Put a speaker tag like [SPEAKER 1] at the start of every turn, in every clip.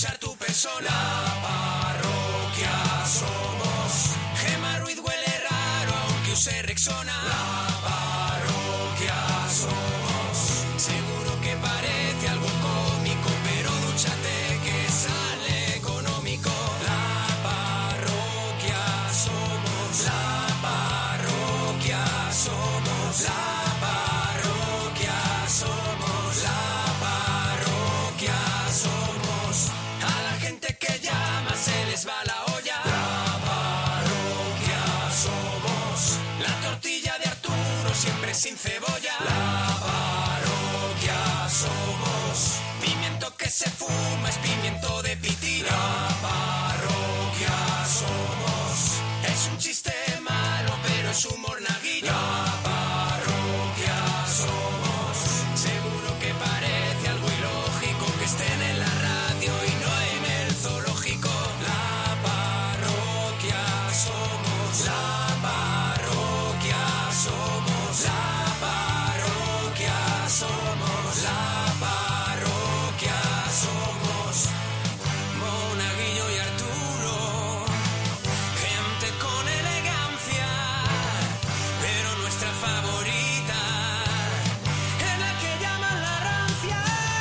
[SPEAKER 1] Somos la parroquia, somos. Gema Ruiz huele raro, aunque use Rexona. La parroquia, somos. Seguro que parece algo cómico, pero dúchate que sale económico. La parroquia, somos. La parroquia, somos. La parroquia, somos. La parroquia, somos. A la gente que llama se les va la olla. La parroquia somos. La tortilla de Arturo siempre sin cebolla. La parroquia somos. Pimiento que se fuma es pimiento de piti. La parroquia somos. Es un chiste malo, pero es humor naguillo. La parroquia somos. Seguro que parece algo ilógico que estén en la radio y no en el zoológico. La parroquia somos. La parroquia somos. La parroquia somos. La parroquia somos. Monaguillo y Arturo. Gente con elegancia. Pero nuestra favorita es la que llaman la rancia.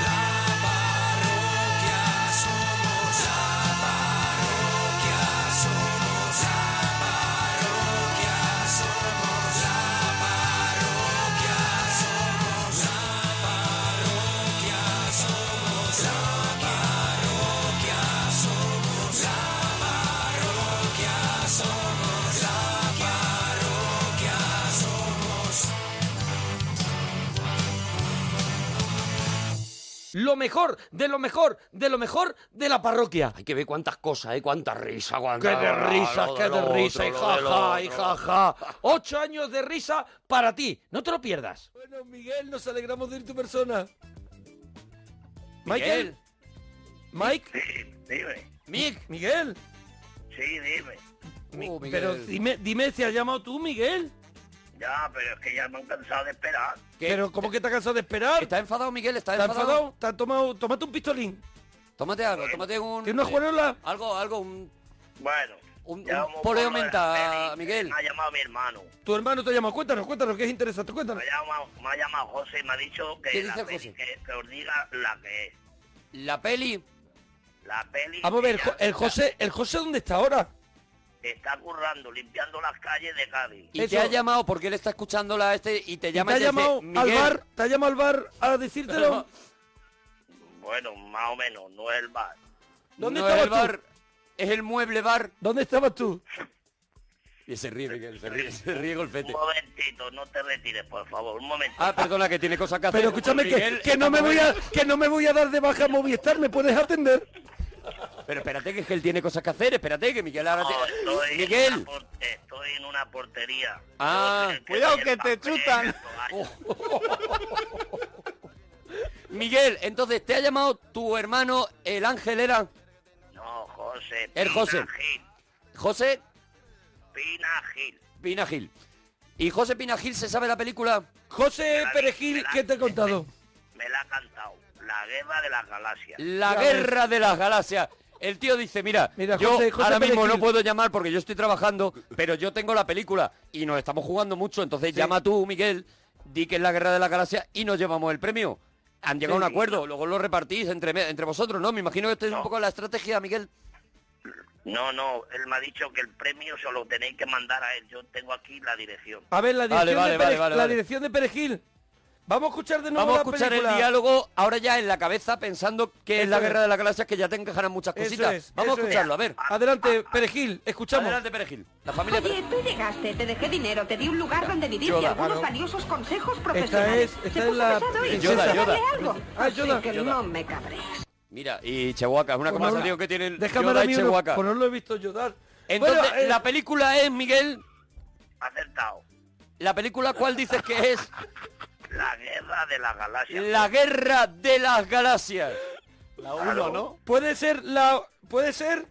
[SPEAKER 1] La parroquia somos, la parroquia somos, la parroquia somos, la parroquia somos, la parroquia somos, la parroquia somos, la parroquia somos, la parroquia somos.
[SPEAKER 2] Lo mejor, de lo mejor, de lo mejor de la parroquia.
[SPEAKER 3] Hay que ver cuántas cosas, ¿eh? Cuánta risa,
[SPEAKER 2] ¡Qué
[SPEAKER 3] cuánta...
[SPEAKER 2] de risas,
[SPEAKER 3] lo
[SPEAKER 2] qué
[SPEAKER 3] del
[SPEAKER 2] de
[SPEAKER 3] otro,
[SPEAKER 2] risa! ¡Y
[SPEAKER 3] lo
[SPEAKER 2] jaja,
[SPEAKER 3] del
[SPEAKER 2] y
[SPEAKER 3] otro.
[SPEAKER 2] jaja! Ocho años de risa para ti. No te lo pierdas.
[SPEAKER 4] Bueno, Miguel, nos alegramos de ir tu persona.
[SPEAKER 2] Michael. Mike.
[SPEAKER 5] Dime,
[SPEAKER 2] Mike.
[SPEAKER 4] Miguel.
[SPEAKER 5] sí, dime.
[SPEAKER 2] Mi-
[SPEAKER 3] Oh, Miguel.
[SPEAKER 2] Pero dime, dime si has llamado tú, Miguel.
[SPEAKER 5] Ya, pero es que ya me han cansado de esperar.
[SPEAKER 3] ¿Qué?
[SPEAKER 4] Pero ¿cómo que te has cansado de esperar?
[SPEAKER 3] ¿Estás enfadado, Miguel? ¿Estás
[SPEAKER 4] ¿Estás
[SPEAKER 3] enfadado?
[SPEAKER 4] enfadado? ¿Te has tomado? Tómate un pistolín.
[SPEAKER 3] Tómate algo, tómate un...
[SPEAKER 4] ¿Tienes una juanola?
[SPEAKER 3] Algo, algo, un...
[SPEAKER 5] Bueno,
[SPEAKER 3] Un-
[SPEAKER 5] ya
[SPEAKER 3] un
[SPEAKER 5] vamos
[SPEAKER 3] poleo
[SPEAKER 5] por lo de
[SPEAKER 3] menta,
[SPEAKER 5] las pelis.
[SPEAKER 3] Miguel.
[SPEAKER 5] Me ha llamado mi hermano.
[SPEAKER 4] Tu hermano te ha llamado. Cuéntanos, cuéntanos, que es interesante.
[SPEAKER 5] Me
[SPEAKER 4] Cuéntanos.
[SPEAKER 5] ha llamado, me ha llamado José y me ha dicho que,
[SPEAKER 3] ¿Qué
[SPEAKER 5] la
[SPEAKER 3] dice el
[SPEAKER 5] peli
[SPEAKER 3] José?
[SPEAKER 5] que, que os diga la que es.
[SPEAKER 3] La peli...
[SPEAKER 5] La peli
[SPEAKER 4] Vamos a ver, el,
[SPEAKER 5] que
[SPEAKER 4] Jo-
[SPEAKER 5] ya
[SPEAKER 4] el José, ¿el José dónde está ahora?
[SPEAKER 5] está currando, limpiando las calles de Cádiz.
[SPEAKER 3] Y te
[SPEAKER 4] Eso.
[SPEAKER 3] ha llamado porque él está escuchándola a este y te
[SPEAKER 4] ¿Y ¿Te
[SPEAKER 3] llama y
[SPEAKER 4] ha
[SPEAKER 3] te dice,
[SPEAKER 4] llamado al
[SPEAKER 3] "Miguel".
[SPEAKER 4] bar? ¿Te ha llamado al bar a decírtelo?
[SPEAKER 5] Bueno, más o menos, no es el bar.
[SPEAKER 4] ¿Dónde
[SPEAKER 3] no es el
[SPEAKER 4] estabas tú?
[SPEAKER 3] bar, es el mueble bar.
[SPEAKER 4] ¿Dónde estabas tú?
[SPEAKER 3] Y se ríe, Miguel, se ríe, se ríe
[SPEAKER 5] Un
[SPEAKER 3] golpete.
[SPEAKER 5] momentito, no te retires, por favor, un momentito.
[SPEAKER 3] Ah, perdona, que tiene cosas que hacer.
[SPEAKER 4] Pero escúchame que,
[SPEAKER 3] Miguel,
[SPEAKER 4] que no me voy a que no me voy a dar de baja en Movistar, ¿me puedes atender?
[SPEAKER 3] Pero espérate, que es que él tiene cosas que hacer, espérate, que Miguel ahora
[SPEAKER 5] No,
[SPEAKER 3] te...
[SPEAKER 5] estoy, en una
[SPEAKER 3] Miguel,
[SPEAKER 5] por- estoy en una portería.
[SPEAKER 3] Ah,
[SPEAKER 5] Yo sé
[SPEAKER 3] cuidado
[SPEAKER 5] soy
[SPEAKER 3] que
[SPEAKER 5] el
[SPEAKER 3] te
[SPEAKER 5] papel,
[SPEAKER 3] chutan.
[SPEAKER 5] el toalla.
[SPEAKER 3] Miguel, entonces te ha llamado tu hermano, el ángel era
[SPEAKER 5] No, José.
[SPEAKER 3] El
[SPEAKER 5] Pina
[SPEAKER 3] Er, José.
[SPEAKER 5] Gil,
[SPEAKER 3] José
[SPEAKER 5] Pina Gil.
[SPEAKER 3] Pinagil. ¿Y José Pinagil se sabe la película?
[SPEAKER 4] José Perejil, ¿qué te he contado?
[SPEAKER 5] Me la ha cantado. La guerra de las galaxias.
[SPEAKER 3] La
[SPEAKER 4] Ya
[SPEAKER 3] guerra de las galaxias. El tío dice, mira,
[SPEAKER 4] Mira,
[SPEAKER 3] yo
[SPEAKER 4] José- José
[SPEAKER 3] ahora mismo
[SPEAKER 4] Perejil.
[SPEAKER 3] no puedo llamar porque yo estoy trabajando, pero yo tengo la película y nos estamos jugando mucho, entonces llama tú, Miguel, di que es la guerra de las galaxias y nos llevamos el premio. Han llegado a un acuerdo, luego lo repartís entre, me- entre vosotros, ¿no? Me imagino que esto es un
[SPEAKER 5] No.
[SPEAKER 3] poco la estrategia, Miguel.
[SPEAKER 5] No, no, él me ha dicho que el premio se lo tenéis que mandar a él. Yo tengo aquí la dirección.
[SPEAKER 4] A ver, la
[SPEAKER 3] Vale,
[SPEAKER 4] dirección,
[SPEAKER 3] vale, vale,
[SPEAKER 4] de, Perejil,
[SPEAKER 3] vale,
[SPEAKER 4] la
[SPEAKER 3] vale.
[SPEAKER 4] dirección de Perejil. Vamos a escuchar de nuevo
[SPEAKER 3] Vamos a
[SPEAKER 4] la
[SPEAKER 3] escuchar
[SPEAKER 4] película.
[SPEAKER 3] el diálogo ahora ya en la cabeza pensando que es
[SPEAKER 4] Eso
[SPEAKER 3] la
[SPEAKER 4] es.
[SPEAKER 3] guerra de las galaxias, que ya te encajarán muchas
[SPEAKER 4] Eso
[SPEAKER 3] cositas.
[SPEAKER 4] es,
[SPEAKER 3] Vamos a
[SPEAKER 4] eso es.
[SPEAKER 3] escucharlo, a ver.
[SPEAKER 4] Adelante, Perejil, escuchamos.
[SPEAKER 3] Adelante, Perejil. La familia
[SPEAKER 6] Oye, tú llegaste, te dejé dinero, te di un lugar donde vivir y
[SPEAKER 3] Yoda, ah,
[SPEAKER 6] algunos
[SPEAKER 3] claro.
[SPEAKER 6] valiosos consejos profesionales.
[SPEAKER 4] es- esta
[SPEAKER 6] Se
[SPEAKER 4] es
[SPEAKER 6] puso
[SPEAKER 4] la
[SPEAKER 6] pesado y
[SPEAKER 3] Yoda,
[SPEAKER 6] quise
[SPEAKER 3] Yoda.
[SPEAKER 6] darle algo.
[SPEAKER 4] Ah,
[SPEAKER 6] Así
[SPEAKER 4] Yoda.
[SPEAKER 6] que
[SPEAKER 3] Yoda.
[SPEAKER 6] no me cabrees.
[SPEAKER 3] Mira, y Chewaka, es una
[SPEAKER 4] Pues
[SPEAKER 3] conversación
[SPEAKER 4] ahora,
[SPEAKER 3] que tienen
[SPEAKER 4] Déjame
[SPEAKER 3] Yoda
[SPEAKER 4] ahora
[SPEAKER 3] y
[SPEAKER 4] mismo,
[SPEAKER 3] Chewbacca.
[SPEAKER 4] pues no lo he visto llorar.
[SPEAKER 3] Entonces,
[SPEAKER 4] Bueno, eh,
[SPEAKER 3] la película es, Miguel,
[SPEAKER 5] Acertado.
[SPEAKER 3] la película cuál dices que es
[SPEAKER 5] La guerra de las galaxias.
[SPEAKER 3] La Guerra de las Galaxias. La
[SPEAKER 5] Claro.
[SPEAKER 4] puede ser la puede ser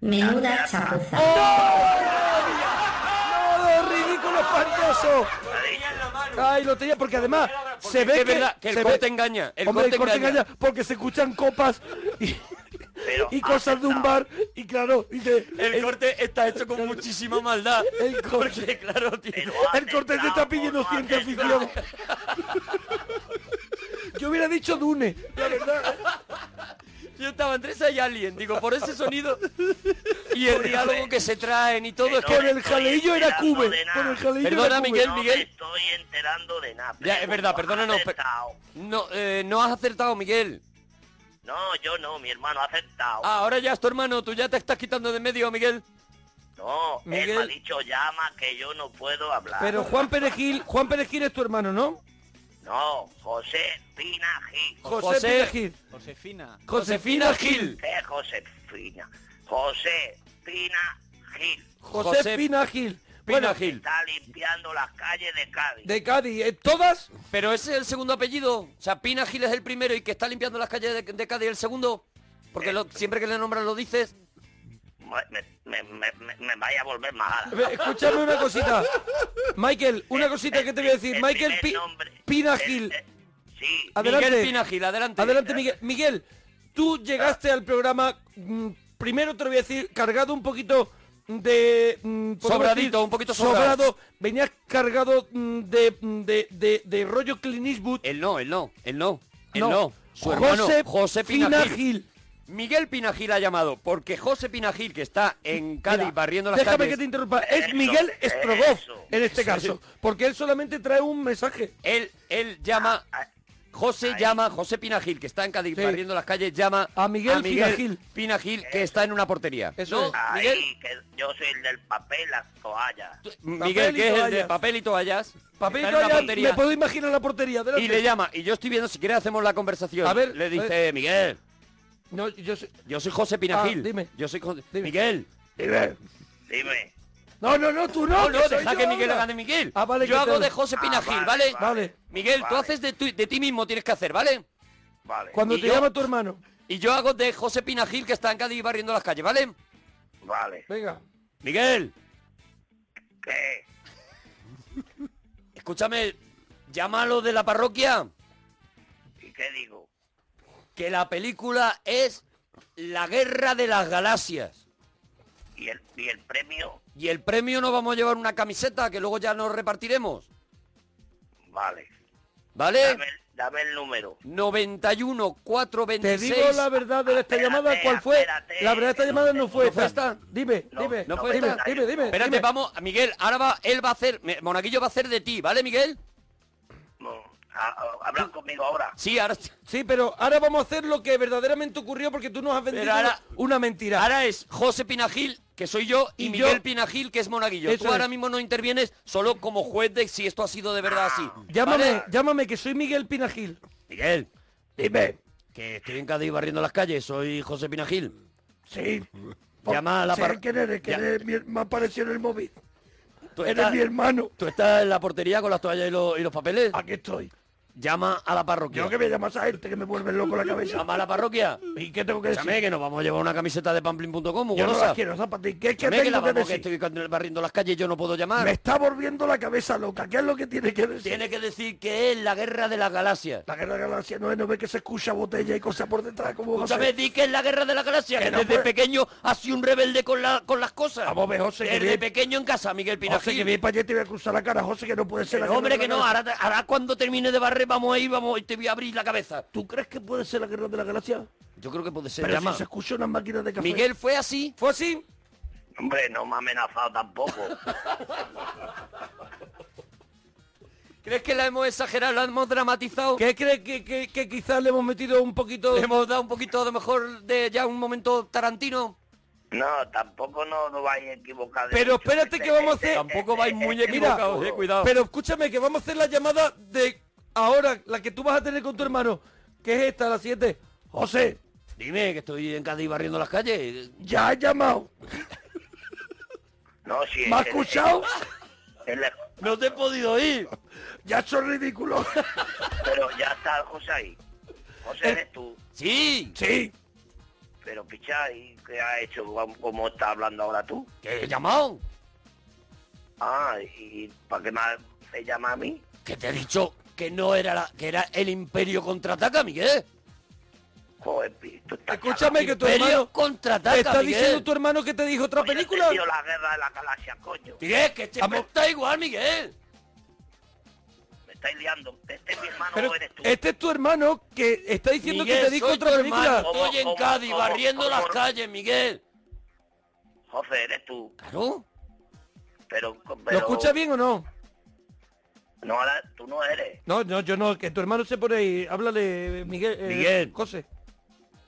[SPEAKER 7] Menuda chapuza.
[SPEAKER 4] ¡No, de ridículo espantoso!
[SPEAKER 5] Me ha dicho,
[SPEAKER 4] Ay, lo tenía, porque además
[SPEAKER 3] Porque
[SPEAKER 4] se
[SPEAKER 3] es
[SPEAKER 4] ve
[SPEAKER 3] que
[SPEAKER 4] que,
[SPEAKER 3] es verdad que el
[SPEAKER 4] se
[SPEAKER 3] corte engaña, el
[SPEAKER 4] Hombre,
[SPEAKER 3] corte engaña.
[SPEAKER 4] porque se escuchan copas y,
[SPEAKER 5] Pero
[SPEAKER 4] y cosas de un bar. Y claro, dice.
[SPEAKER 3] El, corte está hecho con muchísima maldad.
[SPEAKER 4] El corte.
[SPEAKER 3] Porque, claro, tío.
[SPEAKER 5] Pero
[SPEAKER 4] El corte te está pidiendo
[SPEAKER 5] aceptamos,
[SPEAKER 4] ciencia ficción. Yo hubiera dicho Dune. La verdad. ¿eh?
[SPEAKER 3] Yo estaba entre esa y Alien. Digo, por ese sonido y el diálogo que se traen y todo. Es que
[SPEAKER 4] Por el jaleillo era Cube. Por el jaleillo
[SPEAKER 3] Perdona,
[SPEAKER 4] era Cube.
[SPEAKER 3] Miguel,
[SPEAKER 5] no
[SPEAKER 3] Miguel.
[SPEAKER 5] me estoy enterando de nada.
[SPEAKER 3] Ya, es verdad,
[SPEAKER 5] Pregunto,
[SPEAKER 3] perdónanos,
[SPEAKER 5] ¿has
[SPEAKER 3] per-
[SPEAKER 5] acertado?
[SPEAKER 3] no, eh, no has acertado, Miguel.
[SPEAKER 5] No, yo no, mi hermano ha aceptado.
[SPEAKER 3] Ah, ahora ya es tu hermano. Tú ya te estás quitando de en medio, Miguel.
[SPEAKER 5] no, él
[SPEAKER 3] Miguel.
[SPEAKER 5] me ha dicho llama que yo no puedo hablar.
[SPEAKER 4] Pero Juan Perejil, Juan Perejil es tu hermano, ¿no?
[SPEAKER 5] No, José Pina Gil.
[SPEAKER 4] José,
[SPEAKER 3] José-
[SPEAKER 4] Perejil.
[SPEAKER 8] Josefina.
[SPEAKER 3] Josefina Gil.
[SPEAKER 5] ¿Qué Josefina? José Pina Gil.
[SPEAKER 4] José, Pina Gil.
[SPEAKER 3] Pina
[SPEAKER 4] Bueno,
[SPEAKER 3] Gil.
[SPEAKER 5] Está limpiando las calles de Cádiz.
[SPEAKER 4] de Cádiz. ¿eh? ¿Todas?
[SPEAKER 3] Pero ese es el segundo apellido. O sea, Pina Gil es el primero y que está limpiando las calles de, de Cádiz el segundo.
[SPEAKER 5] Eh.
[SPEAKER 3] Porque lo- siempre que le nombran lo dices.
[SPEAKER 5] Me, me- me- me- me vaya a volver mal.
[SPEAKER 4] Ve, Escúchame una cosita. Michael, una cosita que te voy a decir. Michael Pi- Pina Gil.
[SPEAKER 5] Sí,
[SPEAKER 4] Adelante.
[SPEAKER 3] Miguel Pina Gil, adelante.
[SPEAKER 4] Adelante, Miguel. Miguel, tú llegaste al programa, mm, primero te lo voy a decir, cargado un poquito de... mm, podemos
[SPEAKER 3] Sobradito,
[SPEAKER 4] decir,
[SPEAKER 3] un poquito sobrado.
[SPEAKER 4] Venías cargado mm, de, de, de- de rollo Clint Eastwood.
[SPEAKER 3] Él no, él no, él no, él no. Su
[SPEAKER 4] José
[SPEAKER 3] hermano, José
[SPEAKER 4] Pina
[SPEAKER 3] Pinagil.
[SPEAKER 4] Gil.
[SPEAKER 3] Miguel Pinagil ha llamado porque José Pinagil, que está en Cádiz
[SPEAKER 4] Mira,
[SPEAKER 3] barriendo las
[SPEAKER 4] Déjame
[SPEAKER 3] calles,
[SPEAKER 4] que te interrumpa. Es
[SPEAKER 5] Eso,
[SPEAKER 4] Miguel Estrogoff
[SPEAKER 5] eso.
[SPEAKER 4] en este caso, porque él solamente trae un mensaje.
[SPEAKER 3] él, él llama,
[SPEAKER 5] Ah,
[SPEAKER 3] José llama, José Pinagil, que está en Cádiz
[SPEAKER 4] Sí.
[SPEAKER 3] barriendo las calles, llama
[SPEAKER 4] A Miguel Pinagil.
[SPEAKER 3] Pinagil, que está en una portería.
[SPEAKER 4] Eso es.
[SPEAKER 5] ahí,
[SPEAKER 3] Miguel,
[SPEAKER 5] que yo soy el del papel, las toallas.
[SPEAKER 3] tú- Miguel,
[SPEAKER 4] Papel y
[SPEAKER 3] que es el de
[SPEAKER 4] toallas.
[SPEAKER 3] papel y toallas,
[SPEAKER 4] Papel
[SPEAKER 3] está en
[SPEAKER 4] no,
[SPEAKER 3] una
[SPEAKER 4] ya
[SPEAKER 3] portería,
[SPEAKER 4] me puedo imaginar la portería. adelante.
[SPEAKER 3] y le llama, y yo estoy viendo, si quiere hacemos la conversación.
[SPEAKER 4] A ver, eh,
[SPEAKER 3] le
[SPEAKER 4] a
[SPEAKER 3] dice,
[SPEAKER 4] ver.
[SPEAKER 3] Miguel,
[SPEAKER 4] No, yo sé-
[SPEAKER 3] yo soy José Pinagil.
[SPEAKER 4] Ah, dime.
[SPEAKER 3] Yo soy José-
[SPEAKER 4] Dime.
[SPEAKER 3] Miguel.
[SPEAKER 5] Dime.
[SPEAKER 4] No, no, no, tú
[SPEAKER 3] No,
[SPEAKER 4] no.
[SPEAKER 3] no,
[SPEAKER 4] que soy
[SPEAKER 3] deja
[SPEAKER 4] yo
[SPEAKER 3] que Miguel
[SPEAKER 4] ahora.
[SPEAKER 3] haga de Miguel.
[SPEAKER 4] Ah, vale,
[SPEAKER 3] Yo
[SPEAKER 4] que
[SPEAKER 3] hago
[SPEAKER 4] tal.
[SPEAKER 3] de José
[SPEAKER 5] Ah,
[SPEAKER 3] Pinagil,
[SPEAKER 5] vale,
[SPEAKER 3] ¿vale?
[SPEAKER 4] Vale.
[SPEAKER 3] Miguel, tú
[SPEAKER 5] vale,
[SPEAKER 3] haces de, tu- de ti mismo, tienes que hacer, ¿vale?
[SPEAKER 5] Vale,
[SPEAKER 4] Cuando
[SPEAKER 3] Y
[SPEAKER 4] te
[SPEAKER 3] yo-
[SPEAKER 4] llama tu hermano.
[SPEAKER 3] Y yo hago de José Pinagil, que está en Cádiz barriendo las calles, ¿vale?
[SPEAKER 5] vale.
[SPEAKER 4] Venga.
[SPEAKER 3] Miguel,
[SPEAKER 5] ¿Qué?
[SPEAKER 3] escúchame, llámalo de la parroquia,
[SPEAKER 5] ¿Y qué digo?
[SPEAKER 3] que la película es La Guerra de las Galaxias.
[SPEAKER 5] ¿Y el, y el premio?
[SPEAKER 3] Y el premio nos vamos a llevar una camiseta que luego ya nos repartiremos,
[SPEAKER 5] Vale.
[SPEAKER 3] ¿vale?
[SPEAKER 5] Dame, el- dame el número.
[SPEAKER 3] 91
[SPEAKER 4] Te
[SPEAKER 3] 426.
[SPEAKER 4] digo la verdad de esta
[SPEAKER 5] Espérate,
[SPEAKER 4] llamada, ¿cuál fue?
[SPEAKER 5] espérate.
[SPEAKER 4] La verdad de esta llamada no fue
[SPEAKER 3] ¿No fue
[SPEAKER 4] esta.
[SPEAKER 3] esta?
[SPEAKER 4] Dime,
[SPEAKER 5] No,
[SPEAKER 4] dime,
[SPEAKER 5] no
[SPEAKER 3] fue
[SPEAKER 4] dime,
[SPEAKER 3] esta.
[SPEAKER 4] dime, dime.
[SPEAKER 3] Espérate,
[SPEAKER 4] dime.
[SPEAKER 3] vamos, Miguel, ahora va, él va a hacer, me- Monaguillo va a hacer de ti, ¿vale, Miguel?
[SPEAKER 5] No, a- a- Hablan conmigo ahora.
[SPEAKER 3] Sí, ahora...
[SPEAKER 4] Sí, pero ahora vamos a hacer lo que verdaderamente ocurrió porque tú nos has vendido
[SPEAKER 3] ahora-
[SPEAKER 4] una mentira.
[SPEAKER 3] Ahora es José Pinagil, que soy yo, y,
[SPEAKER 4] Y
[SPEAKER 3] Miguel
[SPEAKER 4] yo.
[SPEAKER 3] Pinagil, que es Monaguillo.
[SPEAKER 4] Eso
[SPEAKER 3] Tú ahora
[SPEAKER 4] es.
[SPEAKER 3] mismo no intervienes solo como juez de si esto ha sido de verdad así.
[SPEAKER 4] llámame,
[SPEAKER 3] ¿vale?
[SPEAKER 4] llámame, que soy Miguel Pinagil.
[SPEAKER 3] Miguel,
[SPEAKER 4] Dime.
[SPEAKER 3] que estoy en Cádiz barriendo las calles, soy José Pinagil.
[SPEAKER 4] Sí.
[SPEAKER 3] Llama a la
[SPEAKER 4] Pues, Sé
[SPEAKER 3] par-
[SPEAKER 4] quién eres, que
[SPEAKER 3] Ya.
[SPEAKER 4] eres mi- me apareció en el móvil.
[SPEAKER 3] Tú
[SPEAKER 4] Eres
[SPEAKER 3] estás,
[SPEAKER 4] mi hermano.
[SPEAKER 3] tú estás en la portería con las toallas y los, y los papeles.
[SPEAKER 4] Aquí estoy.
[SPEAKER 3] Llama a la parroquia.
[SPEAKER 4] Yo que me llamas a gente que me vuelve loco la cabeza.
[SPEAKER 3] Llama a la parroquia.
[SPEAKER 4] ¿Y qué tengo que decir?
[SPEAKER 3] Escúchame que nos vamos a llevar una camiseta de pamplin.com,
[SPEAKER 4] Yo no
[SPEAKER 3] golosa.
[SPEAKER 4] las quiero, zapatín. ¿Qué, qué
[SPEAKER 3] Escúchame que la
[SPEAKER 4] tengo que
[SPEAKER 3] vamos, que
[SPEAKER 4] decir?
[SPEAKER 3] estoy barriendo las calles, yo no puedo
[SPEAKER 4] Me
[SPEAKER 3] llamar.
[SPEAKER 4] está volviendo la cabeza loca. ¿Qué es lo que tiene que decir?
[SPEAKER 3] Tiene que decir que es la guerra de las galaxias.
[SPEAKER 4] La guerra de la galaxia no es, no ve que se escucha botella y cosas por detrás. ¿Cómo va a
[SPEAKER 3] Escúchame,
[SPEAKER 4] ser?
[SPEAKER 3] di que es la guerra de la galaxia,
[SPEAKER 4] Que
[SPEAKER 3] que
[SPEAKER 4] no
[SPEAKER 3] desde
[SPEAKER 4] puede-
[SPEAKER 3] pequeño ha sido un rebelde con, la, con las cosas.
[SPEAKER 4] Vamos a ver, José, que
[SPEAKER 3] Desde
[SPEAKER 4] bien.
[SPEAKER 3] pequeño en casa, Miguel
[SPEAKER 4] José, que
[SPEAKER 3] Pinagil.
[SPEAKER 4] bien para allá y te voy a cruzar la cara, José, que no puede ser la
[SPEAKER 3] Pero, hombre,
[SPEAKER 4] guerra
[SPEAKER 3] que
[SPEAKER 4] de la
[SPEAKER 3] no,
[SPEAKER 4] galaxia.
[SPEAKER 3] ahora, ahora cuando termine de barrer vamos ahí, vamos, y te voy a abrir la cabeza.
[SPEAKER 4] ¿Tú crees que puede ser la guerra de la galaxia?
[SPEAKER 3] Yo creo que puede ser.
[SPEAKER 4] Pero
[SPEAKER 3] llama.
[SPEAKER 4] si se escucha una máquina de café.
[SPEAKER 3] Miguel fue así.
[SPEAKER 4] ¿fue así?
[SPEAKER 5] Hombre, no me ha amenazado tampoco.
[SPEAKER 3] ¿Crees que la hemos exagerado, la hemos dramatizado?
[SPEAKER 4] ¿Qué crees que, que, que quizás le hemos metido un poquito...?
[SPEAKER 3] Le hemos dado un poquito, a lo mejor, de ya un momento tarantino.
[SPEAKER 5] No, tampoco no, no vais equivocados.
[SPEAKER 4] Pero espérate
[SPEAKER 5] Este,
[SPEAKER 4] que vamos a hacer-
[SPEAKER 3] Tampoco vais muy
[SPEAKER 4] Mira,
[SPEAKER 3] equivocados, eh, cuidado.
[SPEAKER 4] Pero escúchame, que vamos a hacer la llamada de ahora, la que tú vas a tener con tu hermano, que es esta, la siguiente. José,
[SPEAKER 3] Dime, que estoy en Cádiz barriendo las calles.
[SPEAKER 4] ya has llamado.
[SPEAKER 5] No, si
[SPEAKER 4] ¿Me has escuchado?
[SPEAKER 5] el- el-
[SPEAKER 3] No te he podido ir.
[SPEAKER 4] Ya son ridículos.
[SPEAKER 5] pero ya está José ahí. José eres tú.
[SPEAKER 3] Eh, Sí,
[SPEAKER 4] Sí.
[SPEAKER 5] Pero picha, ¿y qué ha hecho? ¿Cómo estás hablando ahora tú?
[SPEAKER 3] que he llamado.
[SPEAKER 5] Ah, ¿y para qué más se llama a mí?
[SPEAKER 3] Que te he dicho que no era la, que era el imperio contraataca, Miguel.
[SPEAKER 5] Joder, Pi, tú estás
[SPEAKER 4] Escúchame que tu
[SPEAKER 3] Imperio
[SPEAKER 4] hermano...
[SPEAKER 3] contraataca,
[SPEAKER 4] ¿Te está
[SPEAKER 3] Miguel.
[SPEAKER 4] diciendo tu hermano que te dijo otra
[SPEAKER 5] Oye,
[SPEAKER 4] película?
[SPEAKER 5] te dio la guerra de la galaxia, coño.
[SPEAKER 3] Miguel, que este
[SPEAKER 4] Vamos.
[SPEAKER 3] está igual, Miguel.
[SPEAKER 5] Me estáis liando. Este es mi hermano
[SPEAKER 4] Pero
[SPEAKER 5] o eres tú.
[SPEAKER 4] este es tu hermano que está diciendo
[SPEAKER 3] Miguel,
[SPEAKER 4] que te dijo
[SPEAKER 3] soy
[SPEAKER 4] otra
[SPEAKER 3] tu
[SPEAKER 4] película.
[SPEAKER 3] hermano,
[SPEAKER 5] Como-
[SPEAKER 3] Estoy en
[SPEAKER 5] como-
[SPEAKER 3] Cádiz
[SPEAKER 5] como-
[SPEAKER 3] barriendo
[SPEAKER 5] como-
[SPEAKER 3] las calles, Miguel.
[SPEAKER 5] José, eres tú.
[SPEAKER 3] Claro.
[SPEAKER 5] Pero,
[SPEAKER 4] ¿Lo
[SPEAKER 5] pero-
[SPEAKER 4] escuchas bien o no?
[SPEAKER 5] No, ahora tú no eres.
[SPEAKER 4] No, no, yo no, que tu hermano se pone ahí. Háblale, Miguel. eh,
[SPEAKER 3] Miguel.
[SPEAKER 4] José.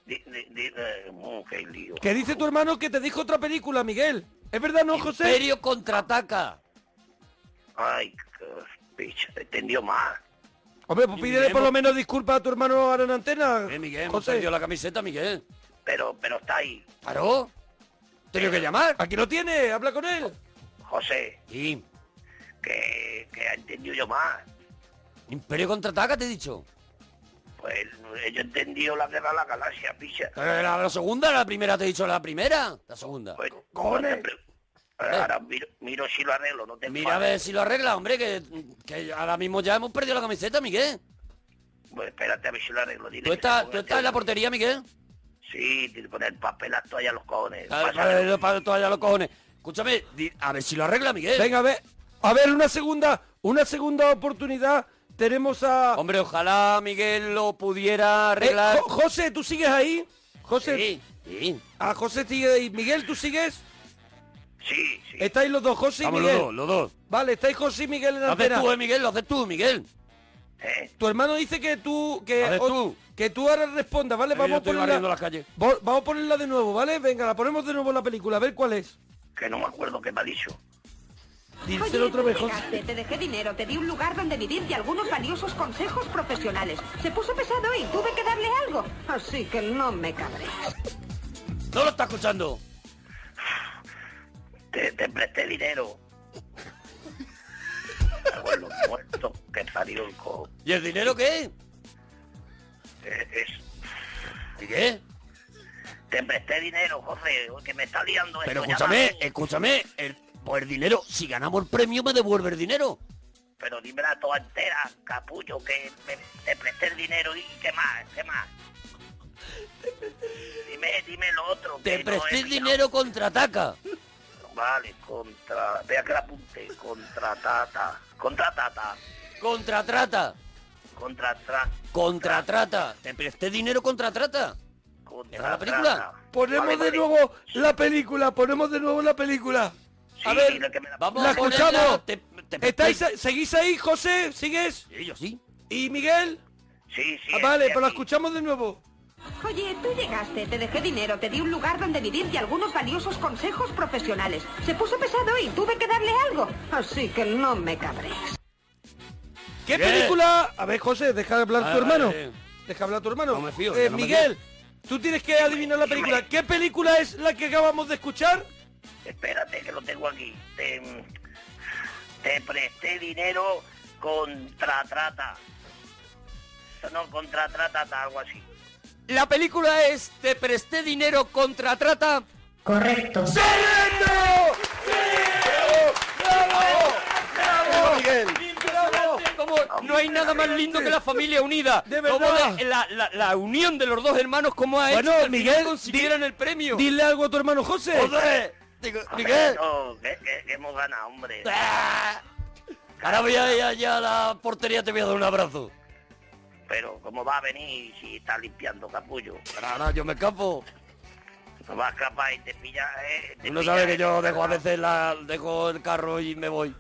[SPEAKER 5] Di- di- di- eh, mm, qué lío.
[SPEAKER 4] Que dice tu hermano que te dijo otra película, Miguel. ¿Es verdad, no, José?
[SPEAKER 3] Imperio contraataca.
[SPEAKER 5] Ay, qué bicho, te entendió más.
[SPEAKER 4] Hombre, pues pídele
[SPEAKER 3] Miguel,
[SPEAKER 4] por lo
[SPEAKER 3] hemos-
[SPEAKER 4] menos disculpas a tu hermano ahora en antena.
[SPEAKER 3] Eh, Miguel, hemos
[SPEAKER 4] José.
[SPEAKER 3] perdido la camiseta, Miguel.
[SPEAKER 5] Pero, pero está ahí.
[SPEAKER 3] Paró. Tengo
[SPEAKER 5] Eh,
[SPEAKER 3] que llamar.
[SPEAKER 4] Aquí lo tiene, habla con él.
[SPEAKER 5] José,
[SPEAKER 3] Sí.
[SPEAKER 5] que, que ha entendido yo más.
[SPEAKER 3] Imperio contraataca, te he dicho.
[SPEAKER 5] Pues yo he entendido la guerra de la galaxia, picha.
[SPEAKER 3] Eh, La, la segunda, la primera, te he dicho la primera. La segunda.
[SPEAKER 5] Pues, no te pre- Ahora miro, miro si lo arreglo, no te
[SPEAKER 3] Eh, Mira a
[SPEAKER 5] enfades.
[SPEAKER 3] ver si lo arregla, hombre, que, que ahora mismo ya hemos perdido la camiseta, Miguel.
[SPEAKER 5] Pues espérate a ver si lo arreglo. Dile
[SPEAKER 3] Tú
[SPEAKER 5] que se
[SPEAKER 3] estás,
[SPEAKER 5] ponga
[SPEAKER 3] tú
[SPEAKER 5] el
[SPEAKER 3] estás en la
[SPEAKER 5] teléfono.
[SPEAKER 3] portería, Miguel.
[SPEAKER 5] Sí, tiene que poner papel a toalla a los cojones.
[SPEAKER 3] Para,
[SPEAKER 5] Pásale.
[SPEAKER 3] para, para todos allá los cojones. Escúchame, di- a ver si lo arregla, Miguel.
[SPEAKER 4] Venga, a ver. A ver, una segunda, una segunda oportunidad. Tenemos a.
[SPEAKER 3] Hombre, ojalá Miguel lo pudiera arreglar.
[SPEAKER 4] Eh, Jo- José, ¿tú sigues ahí? José.
[SPEAKER 3] Sí, sí.
[SPEAKER 4] A José sigue ahí. Miguel, ¿tú sigues?
[SPEAKER 5] Sí, sí.
[SPEAKER 4] Estáis los dos, José y
[SPEAKER 3] Vamos los
[SPEAKER 4] Miguel.
[SPEAKER 3] dos, los dos.
[SPEAKER 4] Vale, estáis José y Miguel en
[SPEAKER 3] Lo haces
[SPEAKER 4] antena.
[SPEAKER 3] tú, eh, Miguel, lo haces tú, Miguel.
[SPEAKER 5] ¿eh?
[SPEAKER 4] Tu hermano dice que tú que
[SPEAKER 3] Haces
[SPEAKER 4] o-
[SPEAKER 3] tú.
[SPEAKER 4] que tú ahora respondas, ¿vale?
[SPEAKER 3] Eh, yo
[SPEAKER 4] vamos a
[SPEAKER 3] estoy
[SPEAKER 4] ponerla.
[SPEAKER 3] barriendo las calles.
[SPEAKER 4] Vol- Vamos a ponerla de nuevo, ¿vale? Venga, la ponemos de nuevo en la película, a ver cuál es.
[SPEAKER 5] Que no me acuerdo qué me ha dicho.
[SPEAKER 4] Díselo
[SPEAKER 6] Oye,
[SPEAKER 4] otra
[SPEAKER 6] tú
[SPEAKER 4] vez, José.
[SPEAKER 6] llegaste, te dejé dinero, te di un lugar donde vivir y algunos valiosos consejos profesionales. Se puso pesado y tuve que darle algo. Así que no me cabré.
[SPEAKER 3] No lo está escuchando.
[SPEAKER 5] Te, te presté dinero. Hago los muertos que parió el co...
[SPEAKER 3] ¿Y el dinero qué?
[SPEAKER 5] eh, es-
[SPEAKER 3] Miguel.
[SPEAKER 5] Te presté dinero, José, que me está liando
[SPEAKER 3] Pero
[SPEAKER 5] esto,
[SPEAKER 3] escúchame,
[SPEAKER 5] llámame.
[SPEAKER 3] escúchame. El, pues el dinero, si ganamos el premio, me devuelve el dinero.
[SPEAKER 5] Pero dime la toa entera, capullo, que me- te presté el dinero y qué más, qué más. Dime, dime lo otro.
[SPEAKER 3] Te
[SPEAKER 5] que no
[SPEAKER 3] presté
[SPEAKER 5] he
[SPEAKER 3] el
[SPEAKER 5] pillado.
[SPEAKER 3] dinero, contraataca.
[SPEAKER 5] Vale, contra... Vea que la apunte. Contra Tata. Contra Tata.
[SPEAKER 3] Contratrata.
[SPEAKER 5] Contra Tra...
[SPEAKER 3] Contratrata. Te presté dinero, contratrata.
[SPEAKER 5] Contra
[SPEAKER 3] ¿Era la película?
[SPEAKER 5] Tata.
[SPEAKER 4] Ponemos de
[SPEAKER 5] Vale, vale.
[SPEAKER 4] nuevo la película, ponemos de nuevo la película.
[SPEAKER 5] Sí,
[SPEAKER 4] A ver,
[SPEAKER 5] dile que me la-
[SPEAKER 3] Vamos
[SPEAKER 4] la
[SPEAKER 3] a ponerla,
[SPEAKER 4] escuchamos.
[SPEAKER 3] te- te-
[SPEAKER 4] ¿Estáis,
[SPEAKER 3] te-
[SPEAKER 4] a- ¿Seguís ahí, José? ¿Sigues?
[SPEAKER 3] Sí, yo sí.
[SPEAKER 4] ¿Y Miguel?
[SPEAKER 5] Sí, sí.
[SPEAKER 4] Ah, vale,
[SPEAKER 5] estoy
[SPEAKER 4] pues la
[SPEAKER 5] aquí.
[SPEAKER 4] escuchamos de nuevo.
[SPEAKER 6] Oye, tú llegaste, te dejé dinero, te di un lugar donde vivir y algunos valiosos consejos profesionales. Se puso pesado y tuve que darle algo. Así que no me cabré.
[SPEAKER 4] ¿Qué
[SPEAKER 3] Bien.
[SPEAKER 4] película? A ver, José, deja de hablar
[SPEAKER 3] Vale,
[SPEAKER 4] tu hermano.
[SPEAKER 3] vale, sí.
[SPEAKER 4] Deja hablar tu hermano.
[SPEAKER 3] No me fío,
[SPEAKER 4] Eh,
[SPEAKER 3] ya no me
[SPEAKER 4] Miguel, tú tienes que adivinar la película. ¿Qué película es la que acabamos de escuchar?
[SPEAKER 5] Espérate, que lo tengo aquí. Te, te presté dinero contra Trata. No, contra Trata, algo así.
[SPEAKER 3] La película es Te presté dinero, contratrata.
[SPEAKER 9] Correcto.
[SPEAKER 3] Como no hay nada más lindo que la familia unida.
[SPEAKER 4] De
[SPEAKER 3] Como
[SPEAKER 4] verdad.
[SPEAKER 3] la, la- la unión de los dos hermanos, como ha
[SPEAKER 4] Bueno,
[SPEAKER 3] hecho que al
[SPEAKER 4] Miguel,
[SPEAKER 3] final consiguieran el premio.
[SPEAKER 4] Dile algo a tu hermano José.
[SPEAKER 3] Joder. Digo, Miguel.
[SPEAKER 5] No, que, que- que hemos ganado, hombre.
[SPEAKER 3] Ah. Ahora voy a ir allá a la portería, te voy a dar un abrazo.
[SPEAKER 5] Pero, ¿cómo va a venir si está limpiando, capullo?
[SPEAKER 3] Ahora yo me escapo.
[SPEAKER 5] No vas capaz y te pilla, eh. te
[SPEAKER 3] Tú no
[SPEAKER 5] pilla,
[SPEAKER 3] sabes que yo dejo a
[SPEAKER 5] ¿verdad?
[SPEAKER 3] veces la, dejo el carro y me voy.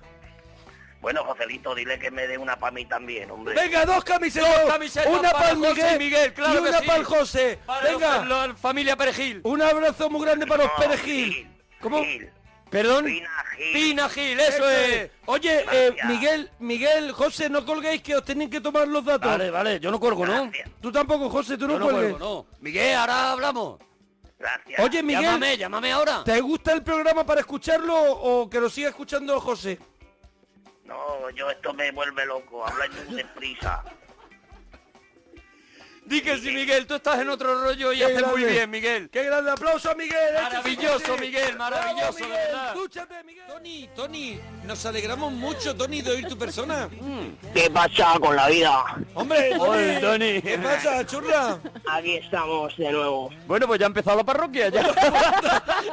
[SPEAKER 5] Bueno, Joselito, dile que me dé una para mí también, hombre.
[SPEAKER 4] Venga, dos camisetas.
[SPEAKER 3] Dos camisetas
[SPEAKER 4] una
[SPEAKER 3] para
[SPEAKER 4] para
[SPEAKER 3] José
[SPEAKER 4] Miguel,
[SPEAKER 3] y Miguel, claro
[SPEAKER 4] y
[SPEAKER 3] que
[SPEAKER 4] una
[SPEAKER 3] sí.
[SPEAKER 4] para el José.
[SPEAKER 3] Para
[SPEAKER 4] Venga,
[SPEAKER 3] los- la familia Perejil.
[SPEAKER 4] un abrazo muy grande para los
[SPEAKER 5] No,
[SPEAKER 4] Perejil.
[SPEAKER 5] Gil,
[SPEAKER 4] ¿Cómo?
[SPEAKER 5] Gil,
[SPEAKER 3] Perdón.
[SPEAKER 5] Pina Gil.
[SPEAKER 3] Pina Gil, eso es.
[SPEAKER 4] Oye, eh,
[SPEAKER 5] Gracias.
[SPEAKER 4] Miguel, Miguel, José, no colguéis que os tienen que tomar los datos.
[SPEAKER 3] Vale, vale, yo no cuelgo, ¿no?
[SPEAKER 5] Gracias,
[SPEAKER 4] Tú tampoco, José, tú no,
[SPEAKER 3] Yo no
[SPEAKER 4] cuelgues.
[SPEAKER 3] cuelgo, no. Miguel, ahora hablamos.
[SPEAKER 5] gracias.
[SPEAKER 4] Oye, Miguel,
[SPEAKER 3] Llámame, llámame ahora.
[SPEAKER 4] ¿te gusta el programa para escucharlo o que lo siga escuchando José?
[SPEAKER 5] No, yo esto me vuelve loco. Habla tú deprisa.
[SPEAKER 3] Di que sí, Miguel, tú estás en otro rollo y
[SPEAKER 4] Qué
[SPEAKER 3] haces muy
[SPEAKER 4] grande.
[SPEAKER 3] bien, Miguel.
[SPEAKER 4] ¡Qué grande aplauso a Miguel! este
[SPEAKER 3] Maravilloso, Miguel, maravilloso, de
[SPEAKER 4] Miguel,
[SPEAKER 3] verdad.
[SPEAKER 4] ¡Dúchate, Miguel!
[SPEAKER 5] Tony, Tony, nos alegramos mucho, Tony, de oír tu persona.
[SPEAKER 9] Mm. ¿Qué pasa con la vida?
[SPEAKER 4] ¡Hombre,
[SPEAKER 3] Hola,
[SPEAKER 4] Tony!
[SPEAKER 3] Tony.
[SPEAKER 4] ¿Qué pasa, churra?
[SPEAKER 9] Aquí estamos de nuevo.
[SPEAKER 3] Bueno, pues ya ha empezado la parroquia, ya.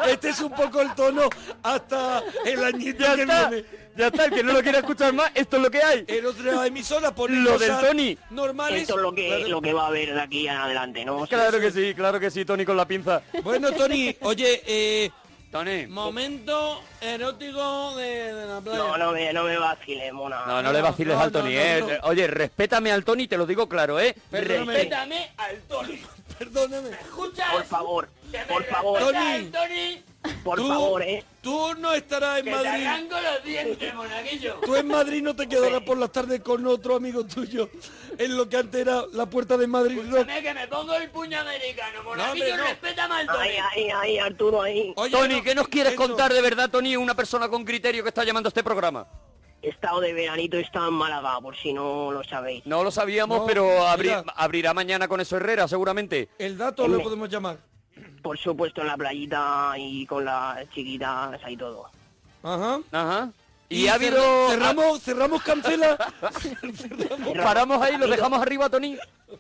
[SPEAKER 4] Este es un poco el tono hasta el añito
[SPEAKER 3] ya
[SPEAKER 4] que
[SPEAKER 3] está.
[SPEAKER 4] viene.
[SPEAKER 3] Ya está, el que no lo quiera escuchar más, esto es lo que hay.
[SPEAKER 4] En otra emisora ponen
[SPEAKER 3] Lo
[SPEAKER 4] cosas
[SPEAKER 3] del Tony.
[SPEAKER 4] normales.
[SPEAKER 9] Esto es lo que, lo que va a haber de aquí en adelante, ¿no?
[SPEAKER 3] Claro que sí, claro que sí, Tony con la pinza.
[SPEAKER 5] Bueno, Tony, oye, eh,
[SPEAKER 3] Tony.
[SPEAKER 5] momento erótico de, de la playa.
[SPEAKER 9] No, no me, no me vaciles, mona.
[SPEAKER 3] No, no le vaciles
[SPEAKER 5] no,
[SPEAKER 3] al Tony,
[SPEAKER 5] no,
[SPEAKER 3] eh.
[SPEAKER 5] no, no.
[SPEAKER 3] Oye, respétame al Tony, te lo digo claro, eh.
[SPEAKER 5] Perdóname.
[SPEAKER 3] Respeta-
[SPEAKER 9] al Tony.
[SPEAKER 5] Perdóname.
[SPEAKER 9] Por favor, por favor,
[SPEAKER 4] Tony,
[SPEAKER 9] por
[SPEAKER 4] tú,
[SPEAKER 9] favor, ¿eh?
[SPEAKER 4] tú no estarás en Madrid.
[SPEAKER 9] los dientes, monaguillo.
[SPEAKER 4] Tú en Madrid no te quedarás por las tardes con otro amigo tuyo en lo que antes era la puerta de Madrid Rock.
[SPEAKER 9] que me pongo el puño americano,
[SPEAKER 4] monaguillo, hombre, no.
[SPEAKER 9] respeta mal Tony. Ay, ay, ay, Arturo, ahí.
[SPEAKER 4] Oye,
[SPEAKER 3] Tony,
[SPEAKER 4] no,
[SPEAKER 3] ¿qué nos quieres
[SPEAKER 4] eso.
[SPEAKER 3] contar de verdad, Tony? Una persona con criterio que está llamando a este programa.
[SPEAKER 9] He estado de veranito, he estado en Málaga, por si no lo sabéis.
[SPEAKER 3] No lo sabíamos,
[SPEAKER 4] No,
[SPEAKER 3] pero
[SPEAKER 4] mira.
[SPEAKER 3] abri- abrirá mañana con eso Herrera, seguramente.
[SPEAKER 4] El dato lo podemos llamar.
[SPEAKER 9] Por supuesto, en la playita y con las chiquitas y todo.
[SPEAKER 4] Ajá.
[SPEAKER 3] Ajá. Y,
[SPEAKER 4] cer-
[SPEAKER 3] ha habido...
[SPEAKER 4] Cerramos, cerramos cancela.
[SPEAKER 3] ah, Paramos ahí, lo dejamos arriba, Tony.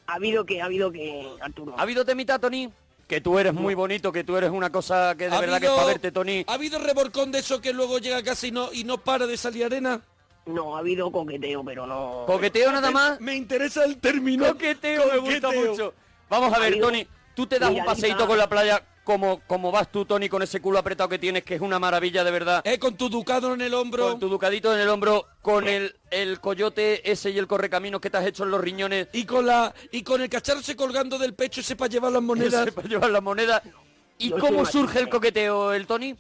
[SPEAKER 9] Ha habido que, ha habido que, Arturo.
[SPEAKER 3] ¿Ha habido temita, Tony? Que tú eres muy bonito, que tú eres una cosa que de
[SPEAKER 4] ¿Ha
[SPEAKER 3] verdad que es
[SPEAKER 4] habido-
[SPEAKER 3] para verte, Tony.
[SPEAKER 4] ¿Ha habido reborcón de eso que luego llega a casa y no, y no para de salir arena?
[SPEAKER 9] No, ha habido coqueteo, pero no.
[SPEAKER 3] Coqueteo nada más.
[SPEAKER 4] Me interesa el término.
[SPEAKER 3] Coqueteo me gusta
[SPEAKER 4] coqueteo.
[SPEAKER 3] mucho. Vamos a ver,
[SPEAKER 9] Amigo,
[SPEAKER 3] Tony, tú te das un
[SPEAKER 9] miradita.
[SPEAKER 3] paseíto con la playa como, como vas tú, Tony, con ese culo apretado que tienes, que es una maravilla de verdad.
[SPEAKER 4] Eh, con tu ducado en el hombro.
[SPEAKER 3] Con tu ducadito en el hombro, con el, el coyote ese y el correcaminos que te has hecho en los riñones,
[SPEAKER 4] Y con la y con el cacharro se colgando del pecho ese para llevar las monedas.
[SPEAKER 3] ese para llevar la moneda. ¿Y
[SPEAKER 9] Yo soy
[SPEAKER 3] cómo
[SPEAKER 9] machista,
[SPEAKER 3] surge el
[SPEAKER 9] eh.
[SPEAKER 3] coqueteo, el Tony?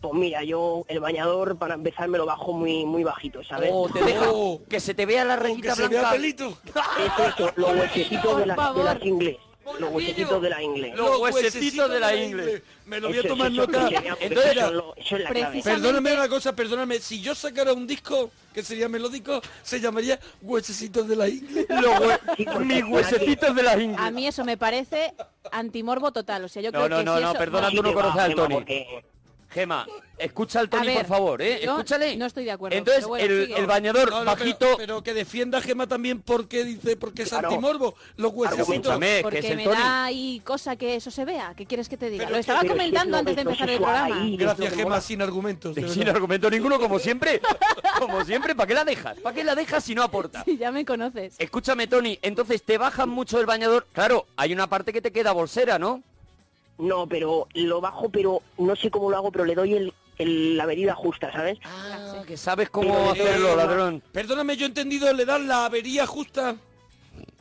[SPEAKER 9] Pues mira, yo el bañador para empezar me lo bajo muy muy bajito, ¿sabes?
[SPEAKER 3] ¿O te deja
[SPEAKER 4] Oh.
[SPEAKER 3] que se te vea la
[SPEAKER 4] Aunque
[SPEAKER 3] rejita
[SPEAKER 4] se
[SPEAKER 3] blanca?
[SPEAKER 4] vea pelito.
[SPEAKER 9] Eso, eso, los huesecitos de, las- de las ingles. Los
[SPEAKER 5] Monaguillo.
[SPEAKER 9] huesecitos de las ingles.
[SPEAKER 3] Los huesecitos de la ingle.
[SPEAKER 4] Me lo voy a
[SPEAKER 9] Eso,
[SPEAKER 4] tomar
[SPEAKER 9] eso, eso,
[SPEAKER 4] nota.
[SPEAKER 9] que se vea, porque
[SPEAKER 4] Entonces,
[SPEAKER 9] eso, es lo- eso es la clave.
[SPEAKER 10] Precisa-
[SPEAKER 4] perdóname una cosa, perdóname. Si yo sacara un disco que sería melódico, se llamaría Huesecitos de la Ingle.
[SPEAKER 3] Los
[SPEAKER 9] Sí,
[SPEAKER 3] hue-
[SPEAKER 9] porque
[SPEAKER 3] mis
[SPEAKER 9] es una
[SPEAKER 3] huesecitos de las
[SPEAKER 11] A
[SPEAKER 3] ingles.
[SPEAKER 11] mí eso me parece antimorbo total. O sea, yo
[SPEAKER 3] No,
[SPEAKER 11] creo
[SPEAKER 3] no,
[SPEAKER 11] que
[SPEAKER 3] no,
[SPEAKER 11] si
[SPEAKER 3] no,
[SPEAKER 11] eso-
[SPEAKER 3] perdona,
[SPEAKER 9] Sí
[SPEAKER 3] tú no
[SPEAKER 9] que va,
[SPEAKER 3] conoces al
[SPEAKER 9] Gemma,
[SPEAKER 3] Tony.
[SPEAKER 9] porque-
[SPEAKER 3] Gema, escucha al Tony,
[SPEAKER 11] ver,
[SPEAKER 3] por favor, ¿eh?
[SPEAKER 11] yo
[SPEAKER 3] Escúchale.
[SPEAKER 11] no estoy de acuerdo,
[SPEAKER 3] Entonces,
[SPEAKER 11] pero bueno,
[SPEAKER 3] el,
[SPEAKER 11] sigue.
[SPEAKER 3] el bañador
[SPEAKER 4] No, no,
[SPEAKER 3] bajito...
[SPEAKER 4] pero, pero que defienda a Gema también porque dice, porque es
[SPEAKER 9] Claro.
[SPEAKER 4] antimorbo. Los huesecitos.
[SPEAKER 3] Escúchame, es que
[SPEAKER 11] Porque
[SPEAKER 3] es el
[SPEAKER 11] me
[SPEAKER 3] Tony.
[SPEAKER 11] da ahí cosa que eso se vea. ¿Qué quieres que te diga?
[SPEAKER 4] Pero
[SPEAKER 11] Lo
[SPEAKER 4] es que-
[SPEAKER 11] estaba
[SPEAKER 9] pero si es
[SPEAKER 11] comentando
[SPEAKER 9] lo
[SPEAKER 11] antes de
[SPEAKER 9] que- lo
[SPEAKER 11] empezar el
[SPEAKER 9] sexual
[SPEAKER 11] programa.
[SPEAKER 9] ahí,
[SPEAKER 4] Gracias,
[SPEAKER 9] es lo que
[SPEAKER 4] Gema,
[SPEAKER 9] mola.
[SPEAKER 4] sin argumentos. de
[SPEAKER 3] Sin
[SPEAKER 4] verdad.
[SPEAKER 3] argumento ninguno, como siempre. Como siempre, ¿para qué la dejas? ¿Para qué la dejas si no aporta?
[SPEAKER 11] Sí, ya me conoces.
[SPEAKER 3] Escúchame, Tony, entonces te bajan mucho el bañador. Claro, hay una parte que te queda bolsera, ¿no?
[SPEAKER 9] No, pero lo bajo, pero no sé cómo lo hago, pero le doy el, el- la medida justa, ¿sabes?
[SPEAKER 3] Ah, que sabes cómo
[SPEAKER 9] Pero-
[SPEAKER 3] hacerlo,
[SPEAKER 9] Eh,
[SPEAKER 3] ladrón.
[SPEAKER 4] Perdóname, yo he entendido, le das la avería justa.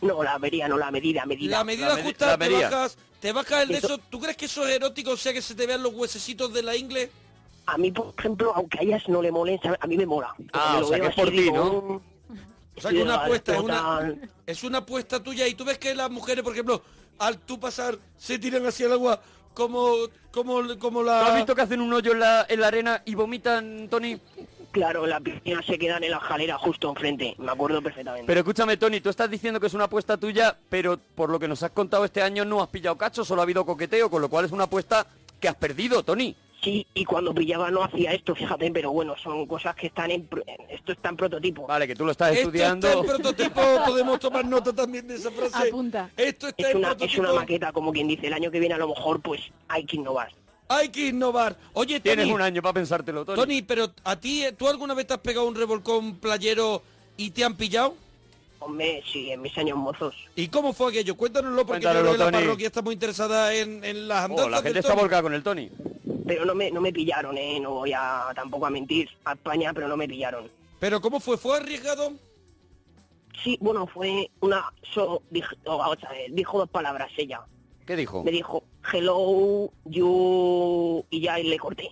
[SPEAKER 9] No, la medida, no, la medida, medida.
[SPEAKER 4] La medida
[SPEAKER 3] medi-
[SPEAKER 4] justa
[SPEAKER 3] la
[SPEAKER 4] te
[SPEAKER 3] medida.
[SPEAKER 4] bajas, te bajas el de
[SPEAKER 9] Eso-
[SPEAKER 4] eso. ¿Tú crees que eso es erótico? O sea, que se te vean los huesecitos de la ingle.
[SPEAKER 9] A mí, por ejemplo, aunque a ellas no le molen, ¿sabes? a mí me mola.
[SPEAKER 3] Ah,
[SPEAKER 9] Me
[SPEAKER 3] o sea,
[SPEAKER 9] veo
[SPEAKER 3] que es por
[SPEAKER 9] así,
[SPEAKER 3] ti,
[SPEAKER 9] digo,
[SPEAKER 3] ¿no?
[SPEAKER 9] mm,
[SPEAKER 4] O sea, que una
[SPEAKER 9] Mira,
[SPEAKER 4] apuesta, es una,
[SPEAKER 9] total.
[SPEAKER 4] es una apuesta tuya. Y tú ves que las mujeres, por ejemplo, al tú pasar, se tiran hacia el agua como, como, como
[SPEAKER 3] ¿Tú has
[SPEAKER 4] la...
[SPEAKER 3] visto que hacen un hoyo en la, en la arena y vomitan, Tony?
[SPEAKER 9] Claro, en la piscina se quedan en la jalera justo enfrente, me acuerdo perfectamente.
[SPEAKER 3] Pero escúchame, Tony, tú estás diciendo que es una apuesta tuya, pero por lo que nos has contado este año no has pillado cacho, solo ha habido coqueteo, con lo cual es una apuesta que has perdido, Tony.
[SPEAKER 9] Sí, y cuando pillaba no hacía esto, fíjate, pero bueno, son cosas que están en... pro- Esto está en prototipo.
[SPEAKER 3] Vale, que tú lo estás
[SPEAKER 4] Esto
[SPEAKER 3] estudiando.
[SPEAKER 4] está en prototipo, podemos tomar nota también de esa frase.
[SPEAKER 11] Apunta.
[SPEAKER 4] Esto está
[SPEAKER 9] Es
[SPEAKER 4] en
[SPEAKER 9] una, es
[SPEAKER 4] prototipo.
[SPEAKER 9] una maqueta, como quien dice, el año que viene a lo mejor pues hay que innovar.
[SPEAKER 4] Hay que innovar. Oye,
[SPEAKER 3] Tienes
[SPEAKER 4] Tony,
[SPEAKER 3] un año para pensártelo, Tony.
[SPEAKER 4] Tony, pero a ti, eh, ¿tú alguna vez te has pegado un revolcón playero y te han pillado?
[SPEAKER 9] Hombre, sí, en mis años mozos.
[SPEAKER 4] ¿Y cómo fue aquello? Cuéntanoslo porque yo
[SPEAKER 3] Cuéntanoslo,
[SPEAKER 4] creo que la
[SPEAKER 3] Tony.
[SPEAKER 4] parroquia está muy interesada en, en las
[SPEAKER 3] Oh,
[SPEAKER 4] andanzas
[SPEAKER 3] la
[SPEAKER 4] del
[SPEAKER 3] gente está
[SPEAKER 4] Tony.
[SPEAKER 3] volcada con el Tony.
[SPEAKER 9] Pero no me, no me pillaron, ¿eh? No voy a tampoco a mentir a España, pero no me pillaron.
[SPEAKER 4] Pero ¿cómo fue? ¿Fue arriesgado?
[SPEAKER 9] Sí, bueno, fue una... so- dijo, o sea, eh, dijo dos palabras ella.
[SPEAKER 3] ¿Qué dijo?
[SPEAKER 9] Me dijo, hello, you... Y ya le corté.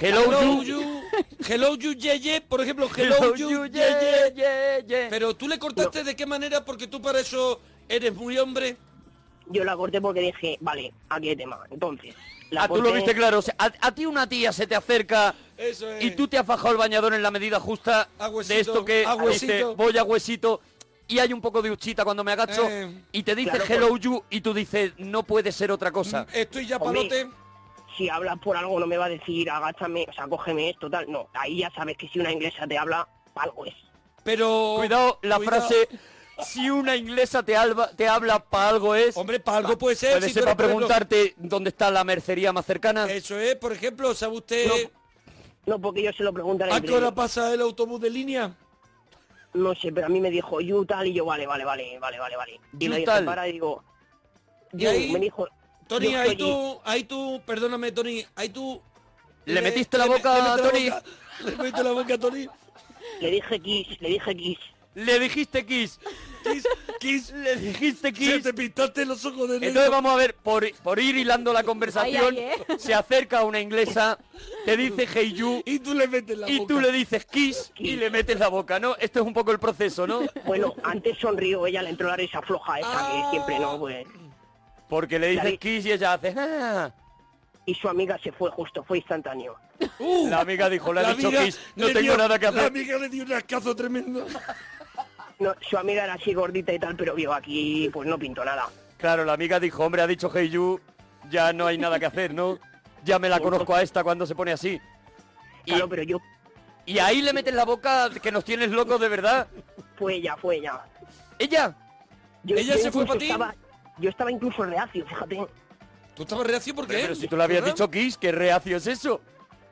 [SPEAKER 3] Hello, you.
[SPEAKER 4] Hello you, ye, ye. Por ejemplo, hello, you, ye, ye.
[SPEAKER 3] yeah, yeah.
[SPEAKER 4] Pero tú le cortaste de qué manera porque tú para eso eres muy hombre.
[SPEAKER 9] Yo la corté porque dije, vale, aquí hay tema. Entonces, la
[SPEAKER 3] Ah, tú lo
[SPEAKER 9] corté-
[SPEAKER 3] viste claro. o sea, a, a ti una tía se te acerca
[SPEAKER 4] Eso es.
[SPEAKER 3] y tú te has bajado el bañador en la medida justa
[SPEAKER 4] A huesito,
[SPEAKER 3] de esto que
[SPEAKER 4] a
[SPEAKER 3] dice,
[SPEAKER 4] huesito.
[SPEAKER 3] voy a huesito. y hay un poco de uchita cuando me agacho
[SPEAKER 4] Eh,
[SPEAKER 3] y te dice
[SPEAKER 9] claro, pues.
[SPEAKER 3] hello you y tú dices no puede ser otra cosa.
[SPEAKER 4] Mm, Estoy ya
[SPEAKER 9] Hombre.
[SPEAKER 4] palote.
[SPEAKER 9] Si hablas por algo no me va a decir agáchame, o sea, cógeme esto, tal. No, ahí ya sabes que si una inglesa te habla, algo es.
[SPEAKER 4] Pero.
[SPEAKER 3] Cuidado, la
[SPEAKER 4] cuidado.
[SPEAKER 3] frase si una inglesa te, alba- te habla para algo es
[SPEAKER 4] Hombre, para algo puede ser.
[SPEAKER 3] puede
[SPEAKER 4] si
[SPEAKER 3] ser
[SPEAKER 4] tú
[SPEAKER 3] para
[SPEAKER 4] eres, por ejemplo,
[SPEAKER 3] preguntarte dónde está la mercería más cercana.
[SPEAKER 4] Eso es, por ejemplo, ¿sabe usted
[SPEAKER 9] No, porque ellos se lo preguntan
[SPEAKER 4] a
[SPEAKER 9] en
[SPEAKER 4] qué hora
[SPEAKER 9] inglés.
[SPEAKER 4] pasa el autobús de línea?
[SPEAKER 9] No sé, pero a mí me dijo you tal y yo, vale, vale, vale, Eh, vale, vale, vale. Y
[SPEAKER 3] You
[SPEAKER 9] me
[SPEAKER 3] tal.
[SPEAKER 9] dijo, para y digo,
[SPEAKER 4] Y
[SPEAKER 9] "You",
[SPEAKER 4] ahí,
[SPEAKER 9] me dijo,
[SPEAKER 4] Tony,
[SPEAKER 9] yo
[SPEAKER 4] ahí
[SPEAKER 9] soy-
[SPEAKER 4] tú, ahí tú, perdóname, Tony, ahí tú...
[SPEAKER 3] ¿Le metiste la boca a
[SPEAKER 4] metí la
[SPEAKER 3] Tony?
[SPEAKER 4] boca- Le metiste la boca a Tony.
[SPEAKER 9] le dije kiss, le dije kiss.
[SPEAKER 3] Le dijiste Kiss. Kiss, Kiss, le dijiste
[SPEAKER 4] Se
[SPEAKER 3] Kiss.
[SPEAKER 4] te pintaste los ojos de
[SPEAKER 3] Entonces
[SPEAKER 4] negro.
[SPEAKER 3] vamos a ver, por, por ir hilando la conversación,
[SPEAKER 11] Ay, ay, eh.
[SPEAKER 3] se acerca una inglesa, te dice hey you,
[SPEAKER 4] Y tú le metes la
[SPEAKER 3] y
[SPEAKER 4] boca.
[SPEAKER 3] tú le dices kiss y le metes la boca, ¿no? Esto es un poco el proceso, ¿no?
[SPEAKER 9] Bueno, antes sonrió, ella le entró la risa floja esa
[SPEAKER 4] Ah.
[SPEAKER 9] que siempre no, pues.
[SPEAKER 3] Porque le dices
[SPEAKER 9] David.
[SPEAKER 3] kiss y ella hace... "Ah".
[SPEAKER 9] Y su amiga se fue justo, fue instantáneo.
[SPEAKER 4] Uh,
[SPEAKER 3] La amiga dijo, le
[SPEAKER 4] la
[SPEAKER 3] ha dicho
[SPEAKER 4] amiga
[SPEAKER 3] kiss, no
[SPEAKER 4] le
[SPEAKER 3] tengo
[SPEAKER 4] dio-
[SPEAKER 3] nada que
[SPEAKER 4] La
[SPEAKER 3] hacer.
[SPEAKER 4] amiga le dio un ascazo tremendo.
[SPEAKER 9] No, su amiga era así gordita y tal, pero vio aquí, pues no pintó nada.
[SPEAKER 3] Claro, la amiga dijo, hombre, ha dicho hey you, ya no hay nada que hacer, ¿no? Ya me la conozco a esta cuando se pone así. Y,
[SPEAKER 9] Claro, pero yo,
[SPEAKER 3] y ahí le metes la boca que nos tienes locos de verdad.
[SPEAKER 9] fue ella, fue ella.
[SPEAKER 3] Ella,
[SPEAKER 9] Yo,
[SPEAKER 4] ¿Ella se fue
[SPEAKER 9] incluso
[SPEAKER 4] pa' ti?
[SPEAKER 9] estaba- Yo estaba incluso reacio, fíjate.
[SPEAKER 4] ¿Tú estabas reacio porque
[SPEAKER 3] Hombre, Pero si tú le habías dicho Kiss, ¿qué reacio es eso?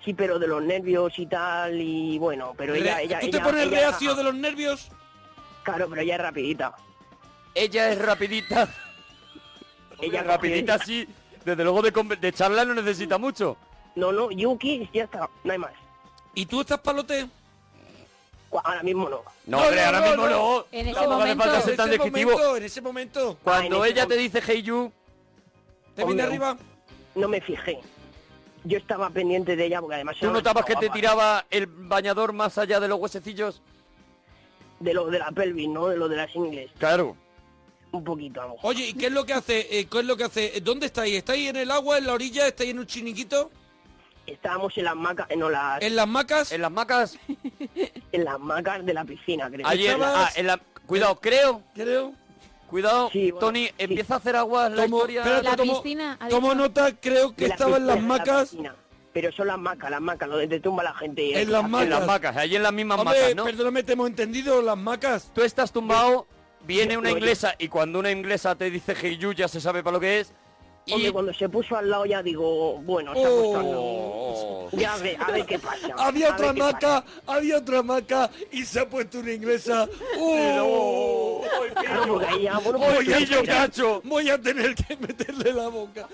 [SPEAKER 9] Sí, pero de los nervios y tal, y bueno, pero ella... ella
[SPEAKER 4] ¿Tú te
[SPEAKER 9] ella-
[SPEAKER 4] pones
[SPEAKER 9] ella-
[SPEAKER 4] reacio de los nervios?
[SPEAKER 9] Claro, pero ella es rapidita.
[SPEAKER 3] Ella es rapidita.
[SPEAKER 9] Ella
[SPEAKER 3] Ella
[SPEAKER 9] es
[SPEAKER 3] rapidita, sí. Desde luego de, conver- de charla no necesita mucho.
[SPEAKER 9] No, no, Yuki, ya está, no hay más.
[SPEAKER 4] ¿Y tú estás palote?
[SPEAKER 9] Cu- Ahora mismo no.
[SPEAKER 3] No,
[SPEAKER 4] No,
[SPEAKER 3] hombre,
[SPEAKER 4] no,
[SPEAKER 3] ahora
[SPEAKER 4] no,
[SPEAKER 3] mismo
[SPEAKER 4] no.
[SPEAKER 3] no.
[SPEAKER 11] En ese
[SPEAKER 3] Tampoco hace
[SPEAKER 11] momento-
[SPEAKER 3] falta
[SPEAKER 4] en
[SPEAKER 3] ser
[SPEAKER 4] ese
[SPEAKER 3] tan descriptivo.
[SPEAKER 4] momento, en ese momento,
[SPEAKER 3] Cuando
[SPEAKER 9] Ah, en ese
[SPEAKER 3] ella te dice Hey You,
[SPEAKER 4] te vine
[SPEAKER 9] Hombre.
[SPEAKER 4] arriba.
[SPEAKER 9] No me fijé. Yo estaba pendiente de ella porque además...
[SPEAKER 3] ¿tú
[SPEAKER 9] era una
[SPEAKER 3] notabas que
[SPEAKER 9] chica
[SPEAKER 3] te
[SPEAKER 9] guapa.
[SPEAKER 3] tiraba el bañador más allá de los huesecillos?
[SPEAKER 9] De lo de la pelvis, ¿no? De lo de las ingles.
[SPEAKER 3] Claro.
[SPEAKER 9] Un poquito, a lo mejor.
[SPEAKER 4] Oye, ¿y qué es lo que hace? Eh, ¿Qué es lo que hace? Eh, ¿Dónde estáis? ¿Estáis en el agua, en la orilla? ¿Estáis en un chiniquito?
[SPEAKER 9] Estábamos en las macas, eh, no, las,
[SPEAKER 4] ¿En las macas?
[SPEAKER 3] En las macas.
[SPEAKER 9] en las macas de la piscina, creo.
[SPEAKER 3] Ayer.
[SPEAKER 4] Estabas-
[SPEAKER 3] ah, en la- Cuidado, creo.
[SPEAKER 4] ¿Eh? Creo.
[SPEAKER 3] Cuidado,
[SPEAKER 9] Sí, bueno,
[SPEAKER 3] Tony,
[SPEAKER 9] sí.
[SPEAKER 3] empieza a hacer aguas la
[SPEAKER 4] Tomo,
[SPEAKER 3] historia.
[SPEAKER 4] espérate,
[SPEAKER 11] La
[SPEAKER 4] tomo-
[SPEAKER 11] piscina, ha
[SPEAKER 4] tomo
[SPEAKER 11] dicho.
[SPEAKER 4] nota, creo que
[SPEAKER 9] De la
[SPEAKER 4] estaba en las
[SPEAKER 9] piscina, de la
[SPEAKER 4] macas.
[SPEAKER 9] piscina. Pero son las macas, las macas, donde te tumba la gente. y-
[SPEAKER 4] En las macas.
[SPEAKER 3] en las macas, allí en las mismas
[SPEAKER 4] Hombre,
[SPEAKER 3] macas, ¿no?
[SPEAKER 4] perdóname, te hemos entendido, las macas.
[SPEAKER 3] Tú estás tumbado, viene
[SPEAKER 9] yo-
[SPEAKER 3] una
[SPEAKER 9] yo-
[SPEAKER 3] inglesa y cuando una inglesa te dice Hey You ya se sabe para lo que es. Y...
[SPEAKER 9] Hombre, cuando se puso al lado ya digo, bueno, está gustando.
[SPEAKER 3] Oh.
[SPEAKER 9] Ya a ver, a ver qué pasa.
[SPEAKER 4] Había
[SPEAKER 9] a ver
[SPEAKER 4] otra
[SPEAKER 9] qué pasa.
[SPEAKER 4] maca, había otra maca y se ha puesto una inglesa. ¡Oh!
[SPEAKER 9] Claro, porque ahí ya, bueno,
[SPEAKER 3] ¡Oh,
[SPEAKER 9] pues,
[SPEAKER 4] Voy a
[SPEAKER 3] pillo,
[SPEAKER 4] tener-
[SPEAKER 3] cacho!
[SPEAKER 4] Voy a tener que meterle la boca.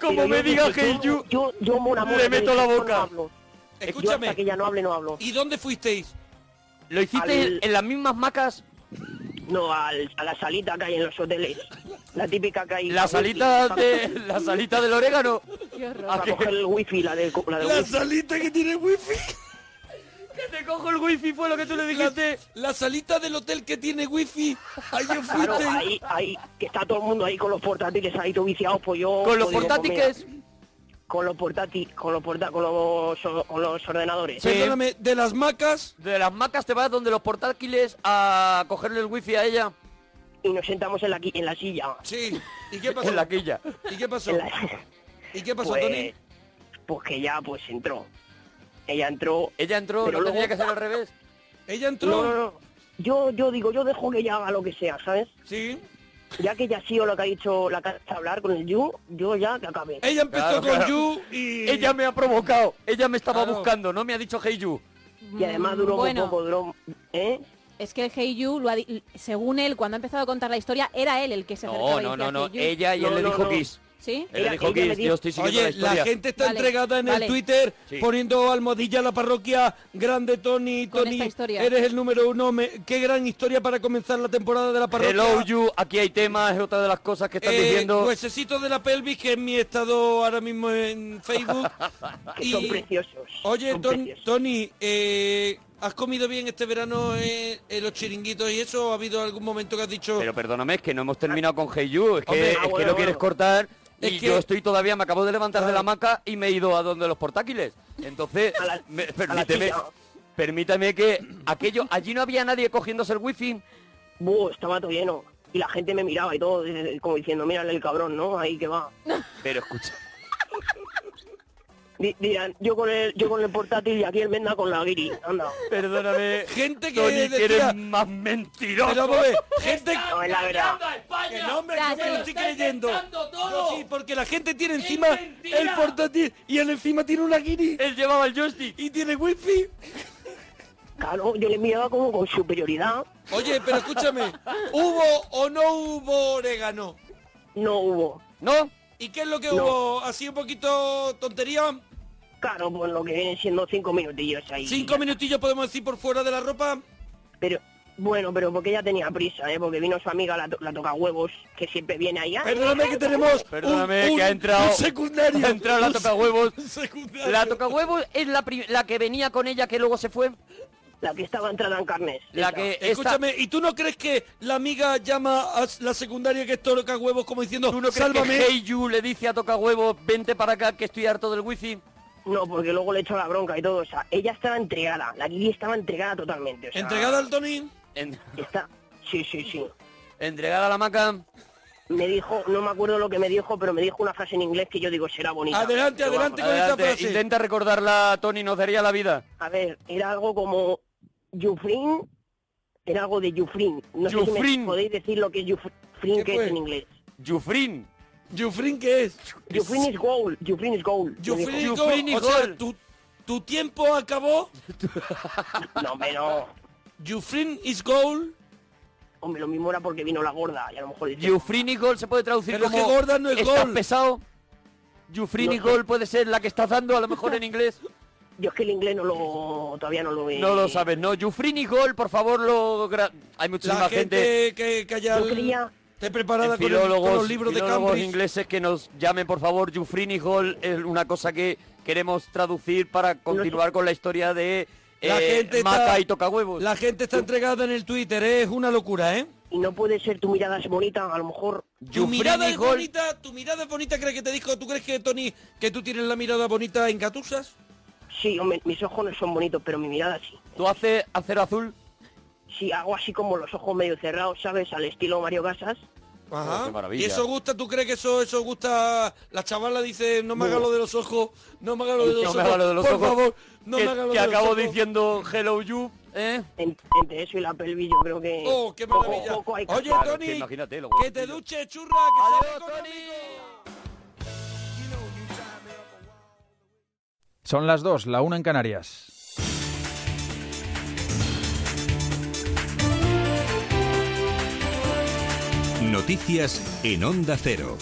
[SPEAKER 3] Como
[SPEAKER 9] pero
[SPEAKER 3] me
[SPEAKER 9] yo-
[SPEAKER 3] diga
[SPEAKER 9] yo-
[SPEAKER 3] Hey You,
[SPEAKER 9] Yo, yo, mona, mona,
[SPEAKER 3] le
[SPEAKER 9] yo
[SPEAKER 3] meto
[SPEAKER 9] dije,
[SPEAKER 3] la
[SPEAKER 9] yo
[SPEAKER 3] boca.
[SPEAKER 9] No hablo. Yo hasta
[SPEAKER 4] Escúchame,
[SPEAKER 9] que ya no hable, no hablo.
[SPEAKER 4] ¿y dónde fuisteis?
[SPEAKER 3] lo hiciste
[SPEAKER 9] al-
[SPEAKER 3] en las mismas macas,
[SPEAKER 9] No, al- a la salita que hay en los hoteles. La típica que hay.
[SPEAKER 3] la
[SPEAKER 9] para wifi,
[SPEAKER 3] salita
[SPEAKER 9] para-
[SPEAKER 3] de la salita del orégano.
[SPEAKER 11] Qué horror.
[SPEAKER 3] Ah,
[SPEAKER 9] Para coger el wifi, la del, co- la del
[SPEAKER 4] La
[SPEAKER 9] wifi.
[SPEAKER 4] salita que tiene wifi.
[SPEAKER 3] Que te cojo el wifi fue lo que tú le
[SPEAKER 4] La,
[SPEAKER 3] dijiste.
[SPEAKER 4] la salita del hotel que tiene wifi. Ahí os
[SPEAKER 9] Claro,
[SPEAKER 4] fuisteis.
[SPEAKER 9] ahí, ahí, que está todo el mundo ahí con los portátiles ahí todo viciados, pues yo...
[SPEAKER 3] Con los
[SPEAKER 9] pues digo, pues mira,
[SPEAKER 3] portátiles,
[SPEAKER 9] con los portátiles, con los porta- con los, o- con los ordenadores.
[SPEAKER 3] Sí.
[SPEAKER 4] Perdóname, de las macas.
[SPEAKER 3] de las macas te vas donde los portátiles a cogerle el wifi a ella
[SPEAKER 9] Y nos sentamos en la, qui- en la silla.
[SPEAKER 4] Sí. ¿Y qué pasó?
[SPEAKER 3] en la quilla.
[SPEAKER 4] ¿Y qué pasó?
[SPEAKER 9] En la-
[SPEAKER 4] ¿Y qué pasó, Tony?
[SPEAKER 9] pues, pues que ya pues entró. Ella entró.
[SPEAKER 3] Ella entró,
[SPEAKER 9] Pero
[SPEAKER 3] no tenía
[SPEAKER 9] luego-
[SPEAKER 3] que ser al revés.
[SPEAKER 4] ¿Ella entró?
[SPEAKER 9] No, no, no. Yo, yo digo, yo dejo que ella haga lo que sea, ¿sabes?
[SPEAKER 4] Sí.
[SPEAKER 9] Ya que ella ha sido lo que ha dicho la casa hablar con el you, yo ya que acabé.
[SPEAKER 4] Ella empezó
[SPEAKER 3] Claro,
[SPEAKER 4] con
[SPEAKER 3] claro.
[SPEAKER 4] You y...
[SPEAKER 3] Ella me ha provocado, ella me estaba
[SPEAKER 4] Claro.
[SPEAKER 3] buscando, no me ha dicho Hey You.
[SPEAKER 9] Y además duró muy
[SPEAKER 11] bueno,
[SPEAKER 9] poco, duró... ¿Eh?
[SPEAKER 11] es que el Hey You, lo ha di- según él, cuando ha empezado a contar la historia, era él el que se acercaba
[SPEAKER 3] No,
[SPEAKER 11] y
[SPEAKER 3] no,
[SPEAKER 11] decía
[SPEAKER 3] no, no,
[SPEAKER 11] Hey You.
[SPEAKER 3] ella y
[SPEAKER 9] No,
[SPEAKER 3] él le
[SPEAKER 9] no,
[SPEAKER 3] dijo
[SPEAKER 9] no.
[SPEAKER 3] Kiss.
[SPEAKER 11] ¿sí.
[SPEAKER 3] Él le
[SPEAKER 9] Ella-
[SPEAKER 3] dijo
[SPEAKER 9] ella
[SPEAKER 3] Kiss,
[SPEAKER 9] le di-
[SPEAKER 3] yo estoy siguiendo
[SPEAKER 4] Oye, la,
[SPEAKER 3] historia.
[SPEAKER 4] gente está
[SPEAKER 11] Vale,
[SPEAKER 4] entregada en
[SPEAKER 11] vale.
[SPEAKER 4] el Twitter
[SPEAKER 3] Sí.
[SPEAKER 4] poniendo almohadilla a la parroquia. Grande Tony,
[SPEAKER 11] Con
[SPEAKER 4] Tony,
[SPEAKER 11] esta historia.
[SPEAKER 4] eres el número uno. me- qué gran historia para comenzar la temporada de la parroquia.
[SPEAKER 3] Hello you, aquí hay temas, es otra de las cosas que están
[SPEAKER 4] Eh,
[SPEAKER 3] diciendo.
[SPEAKER 4] Huesecito de la pelvis, que es mi estado ahora mismo en Facebook.
[SPEAKER 9] Que son
[SPEAKER 4] y,
[SPEAKER 9] preciosos.
[SPEAKER 4] oye,
[SPEAKER 9] son
[SPEAKER 4] Ton-
[SPEAKER 9] preciosos.
[SPEAKER 4] Tony, eh, ¿has comido bien este verano eh, eh, los chiringuitos y eso? ¿Ha habido algún momento que has dicho...
[SPEAKER 3] Pero perdóname, es que no hemos terminado con Hey You, es que,
[SPEAKER 9] Hombre, ah,
[SPEAKER 3] es que
[SPEAKER 9] bueno,
[SPEAKER 3] no quieres
[SPEAKER 9] bueno.
[SPEAKER 3] cortar.
[SPEAKER 4] Es
[SPEAKER 3] y
[SPEAKER 4] que-
[SPEAKER 3] yo estoy todavía, me acabo de levantar de la
[SPEAKER 4] Claro.
[SPEAKER 3] hamaca y me he ido a donde los portáquiles. Entonces,
[SPEAKER 9] A la-
[SPEAKER 3] me-
[SPEAKER 9] a la
[SPEAKER 3] permíteme,
[SPEAKER 9] silla.
[SPEAKER 3] Permítame que aquello, allí no había nadie cogiéndose el wifi.
[SPEAKER 9] Buh, estaba todo lleno. Y la gente me miraba y todo, eh, como diciendo, mírale el cabrón, ¿no? Ahí que va.
[SPEAKER 3] Pero escucha,
[SPEAKER 9] Di- Dirán, yo con el, yo con el portátil y aquí el Menda con la guiri. Anda.
[SPEAKER 3] perdóname.
[SPEAKER 4] Gente que
[SPEAKER 3] Tony, que
[SPEAKER 4] decía...
[SPEAKER 3] eres más mentiroso.
[SPEAKER 4] Pero, vamos a ver, gente...
[SPEAKER 9] No, es la verdad.
[SPEAKER 4] Que no, hombre, yo me lo estoy
[SPEAKER 12] Está
[SPEAKER 4] creyendo.
[SPEAKER 12] inventando todo.
[SPEAKER 4] Yo sí, porque la gente tiene encima
[SPEAKER 12] mentira.
[SPEAKER 4] el portátil y él encima tiene una guiri
[SPEAKER 3] Él llevaba el joystick.
[SPEAKER 4] y tiene wifi.
[SPEAKER 9] Claro, yo le miraba como con superioridad.
[SPEAKER 4] Oye, pero escúchame, ¿hubo o no hubo orégano?
[SPEAKER 9] No hubo.
[SPEAKER 3] ¿No?
[SPEAKER 4] ¿Y qué es lo que
[SPEAKER 9] No.
[SPEAKER 4] hubo? ¿Así un poquito tontería?
[SPEAKER 9] Claro, pues lo que vienen siendo cinco minutillos ahí.
[SPEAKER 4] ¿Cinco minutillos podemos decir por fuera de la ropa?
[SPEAKER 9] Pero, bueno, pero porque ella tenía prisa, ¿eh? Porque vino su amiga, la, to- la toca huevos, que siempre viene ahí. "Ay,
[SPEAKER 4] Perdóname que tenemos
[SPEAKER 3] Perdóname
[SPEAKER 4] un-
[SPEAKER 3] que ha
[SPEAKER 4] un-
[SPEAKER 3] entrado.
[SPEAKER 4] un secundario.
[SPEAKER 3] Ha entrado la
[SPEAKER 4] Un
[SPEAKER 3] toca huevos.
[SPEAKER 4] secundario.
[SPEAKER 3] La toca huevos es la, pri- la que venía con ella que luego se fue.
[SPEAKER 9] La que estaba entrada en carnes.
[SPEAKER 3] La
[SPEAKER 9] Esa.
[SPEAKER 3] que está.
[SPEAKER 4] Escúchame, ¿y tú no crees que la amiga llama a la secundaria que es toca huevos como diciendo,
[SPEAKER 3] ¿Tú no crees
[SPEAKER 4] sálvame?
[SPEAKER 3] que Heiju le dice a toca huevos, vente para acá que estoy harto del wifi?
[SPEAKER 9] No, porque luego le echó la bronca y todo. O sea, ella estaba entregada. La Guiri estaba entregada totalmente. o sea,
[SPEAKER 4] ¿Entregada al Tony?
[SPEAKER 3] En-
[SPEAKER 9] Está... Sí, sí, sí.
[SPEAKER 3] entregada a la maca.
[SPEAKER 9] Me dijo, no me acuerdo lo que me dijo, pero me dijo una frase en inglés que yo digo, será bonita.
[SPEAKER 4] Adelante,
[SPEAKER 9] Pero
[SPEAKER 4] adelante.
[SPEAKER 9] vamos,
[SPEAKER 4] con esta
[SPEAKER 3] Adelante,
[SPEAKER 4] frase.
[SPEAKER 3] Intenta recordarla, Tony, nos daría la vida.
[SPEAKER 9] A ver, era algo como Jufrin, era algo de Jufrin. No sé si
[SPEAKER 3] Jufrin.
[SPEAKER 9] me podéis decir lo que es
[SPEAKER 4] ¿Qué
[SPEAKER 9] Jufrin, que
[SPEAKER 4] fue?
[SPEAKER 9] es en inglés.
[SPEAKER 3] Jufrin.
[SPEAKER 4] ¿Jufrin qué es?
[SPEAKER 9] Jufrin is gold, Jufrin is gold. me dijo.
[SPEAKER 4] Jufrin,
[SPEAKER 3] Jufrin y
[SPEAKER 4] o sea,
[SPEAKER 3] gol.
[SPEAKER 4] tu, tu tiempo acabó,
[SPEAKER 9] No, hombre, no.
[SPEAKER 4] Jufrin is goal,
[SPEAKER 9] Hombre, lo mismo era porque vino la gorda, y a lo mejor... dice,
[SPEAKER 3] Jufrin y gol se puede traducir
[SPEAKER 4] Pero es
[SPEAKER 3] como
[SPEAKER 4] que Gordon no es
[SPEAKER 3] ¿estás
[SPEAKER 4] gol".
[SPEAKER 3] pesado? Jufrin y
[SPEAKER 9] No.
[SPEAKER 3] gol puede ser la que estás dando a lo mejor en inglés.
[SPEAKER 9] Yo es que el inglés no lo... todavía no lo... he-
[SPEAKER 3] No lo sabes, no. Jufrin y gol, por favor, lo... gra- Hay muchísima
[SPEAKER 4] la gente, que, que haya
[SPEAKER 9] Yo creía-
[SPEAKER 4] esté preparada
[SPEAKER 3] en
[SPEAKER 4] con, el- con
[SPEAKER 3] filólogos,
[SPEAKER 4] los libros de
[SPEAKER 3] filólogos
[SPEAKER 4] Cambridge.
[SPEAKER 3] ingleses que nos llamen, por favor, Jufrin y Hall es una cosa que queremos traducir para continuar con la historia de
[SPEAKER 4] La
[SPEAKER 3] eh,
[SPEAKER 4] gente
[SPEAKER 3] Maca
[SPEAKER 4] está-
[SPEAKER 3] y Toca Huevos.
[SPEAKER 4] La gente está entregada en el Twitter, ¿eh? es una locura, ¿eh?
[SPEAKER 9] Y no puede ser tu mirada es bonita, a lo mejor...
[SPEAKER 4] Tu mirada es
[SPEAKER 3] Hall-
[SPEAKER 4] bonita, tu mirada es bonita, ¿crees que te dijo? ¿Tú crees que, Tony, que tú tienes la mirada bonita en Gatusas?
[SPEAKER 9] Sí, hombre, mis ojos no son bonitos, pero mi mirada sí.
[SPEAKER 3] ¿Tú haces acero azul?
[SPEAKER 9] Si hago así como los ojos medio cerrados, ¿sabes? Al estilo Mario Casas.
[SPEAKER 3] Oh, qué maravilla.
[SPEAKER 4] ¿Y ¿Ah? eso gusta? ¿Tú crees que eso, eso gusta? La chavala dice, no me hagas lo de los ojos, no me hagas lo de los
[SPEAKER 3] No
[SPEAKER 4] ojos.
[SPEAKER 3] me hagas lo de los
[SPEAKER 4] por
[SPEAKER 3] ojos,
[SPEAKER 4] favor, no
[SPEAKER 3] que,
[SPEAKER 4] me hagas lo
[SPEAKER 3] que
[SPEAKER 4] de los
[SPEAKER 3] acabo
[SPEAKER 4] ojos.
[SPEAKER 3] diciendo hello you, ¿eh?
[SPEAKER 9] En- entre eso y la pelvis, yo creo que...
[SPEAKER 4] Oh, qué
[SPEAKER 9] poco-
[SPEAKER 4] maravilla.
[SPEAKER 9] poco hay que
[SPEAKER 4] Oye,
[SPEAKER 9] hacer.
[SPEAKER 3] Claro,
[SPEAKER 4] Tony,
[SPEAKER 3] que imagínate, lo
[SPEAKER 4] que
[SPEAKER 3] bueno
[SPEAKER 4] te
[SPEAKER 3] tuyo.
[SPEAKER 4] duche, churra, que
[SPEAKER 3] Adiós,
[SPEAKER 4] sale con
[SPEAKER 13] Son las dos, la una en Canarias.
[SPEAKER 14] Noticias en Onda Cero.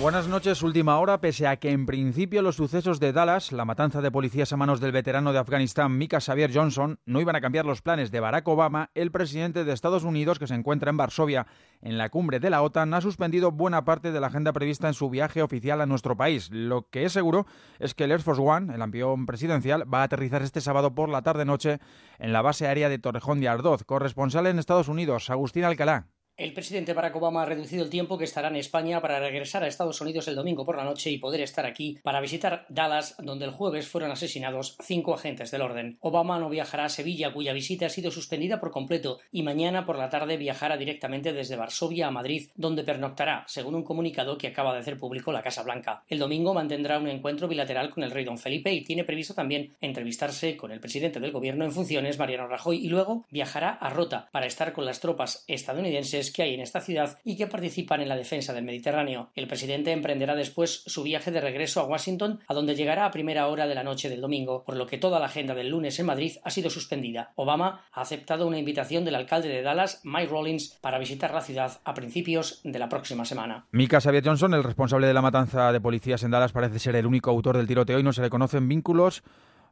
[SPEAKER 13] Buenas noches, última hora, pese a que en principio los sucesos de Dallas, la matanza de policías a manos del veterano de Afganistán Mika Xavier Johnson, no iban a cambiar los planes de Barack Obama, el presidente de Estados Unidos que se encuentra en Varsovia en la cumbre de la OTAN ha suspendido buena parte de la agenda prevista en su viaje oficial a nuestro país. Lo que es seguro es que el Air Force One, el avión presidencial, va a aterrizar este sábado por la tarde-noche en la base aérea de Torrejón de Ardoz. Corresponsal en Estados Unidos, Agustín Alcalá.
[SPEAKER 15] El presidente Barack Obama ha reducido el tiempo que estará en España para regresar a Estados Unidos el domingo por la noche y poder estar aquí para visitar Dallas, donde el jueves fueron asesinados cinco agentes del orden. Obama no viajará a Sevilla, cuya visita ha sido suspendida por completo, y mañana por la tarde viajará directamente desde Varsovia a Madrid, donde pernoctará, según un comunicado que acaba de hacer público la Casa Blanca. El domingo mantendrá un encuentro bilateral con el rey don Felipe y tiene previsto también entrevistarse con el presidente del gobierno en funciones, Mariano Rajoy, y luego viajará a Rota para estar con las tropas estadounidenses que hay en esta ciudad y que participan en la defensa del Mediterráneo. El presidente emprenderá después su viaje de regreso a Washington, a donde llegará a primera hora de la noche del domingo, por lo que toda la agenda del lunes en Madrid ha sido suspendida. Obama ha aceptado una invitación del alcalde de Dallas, Mike Rollins, para visitar la ciudad a principios de la próxima semana.
[SPEAKER 13] Mika Xavier Johnson, el responsable de la matanza de policías en Dallas, parece ser el único autor del tiroteo y no se le conocen vínculos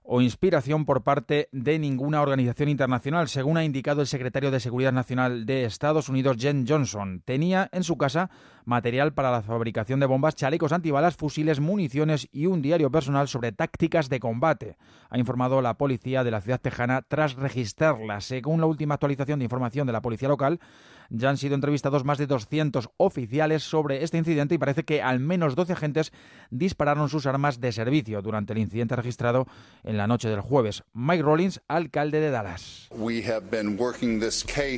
[SPEAKER 13] o inspiración por parte de ninguna organización internacional, según ha indicado el secretario de Seguridad Nacional de Estados Unidos, Jen Johnson. Tenía en su casa material para la fabricación de bombas, chalecos antibalas, fusiles, municiones y un diario personal sobre tácticas de combate, ha informado la policía de la ciudad tejana tras registrarla. Según la última actualización de información de la policía local, ya han sido entrevistados más de 200 oficiales sobre este incidente y parece que al menos 12 agentes dispararon sus armas de servicio durante el incidente registrado en la noche del jueves. Mike Rollins, alcalde de Dallas.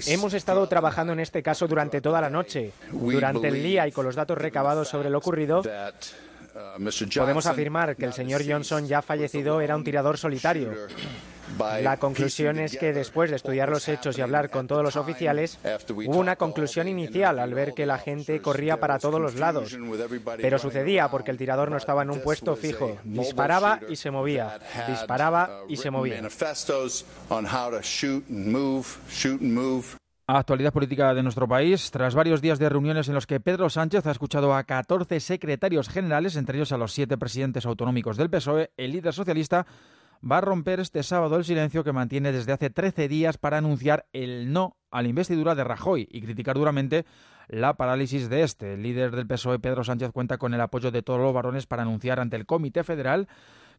[SPEAKER 16] Hemos estado trabajando en este caso durante toda la noche. Durante el día y con los datos recabados sobre lo ocurrido, podemos afirmar que el señor Johnson, ya fallecido, era un tirador solitario. La conclusión es que después de estudiar los hechos y hablar con todos los oficiales, hubo una conclusión inicial al ver que la gente corría para todos los lados. Pero sucedía porque el tirador no estaba en un puesto fijo. Disparaba y se movía. Disparaba y se movía.
[SPEAKER 13] Actualidad política de nuestro país. Tras varios días de reuniones en los que Pedro Sánchez ha escuchado a 14 secretarios generales, entre ellos a los siete presidentes autonómicos del PSOE, E, el líder socialista va a romper este sábado el silencio que mantiene desde hace 13 días para anunciar el no a la investidura de Rajoy y criticar duramente la parálisis de este. El líder del PSOE, Pedro Sánchez, cuenta con el apoyo de todos los varones para anunciar ante el Comité Federal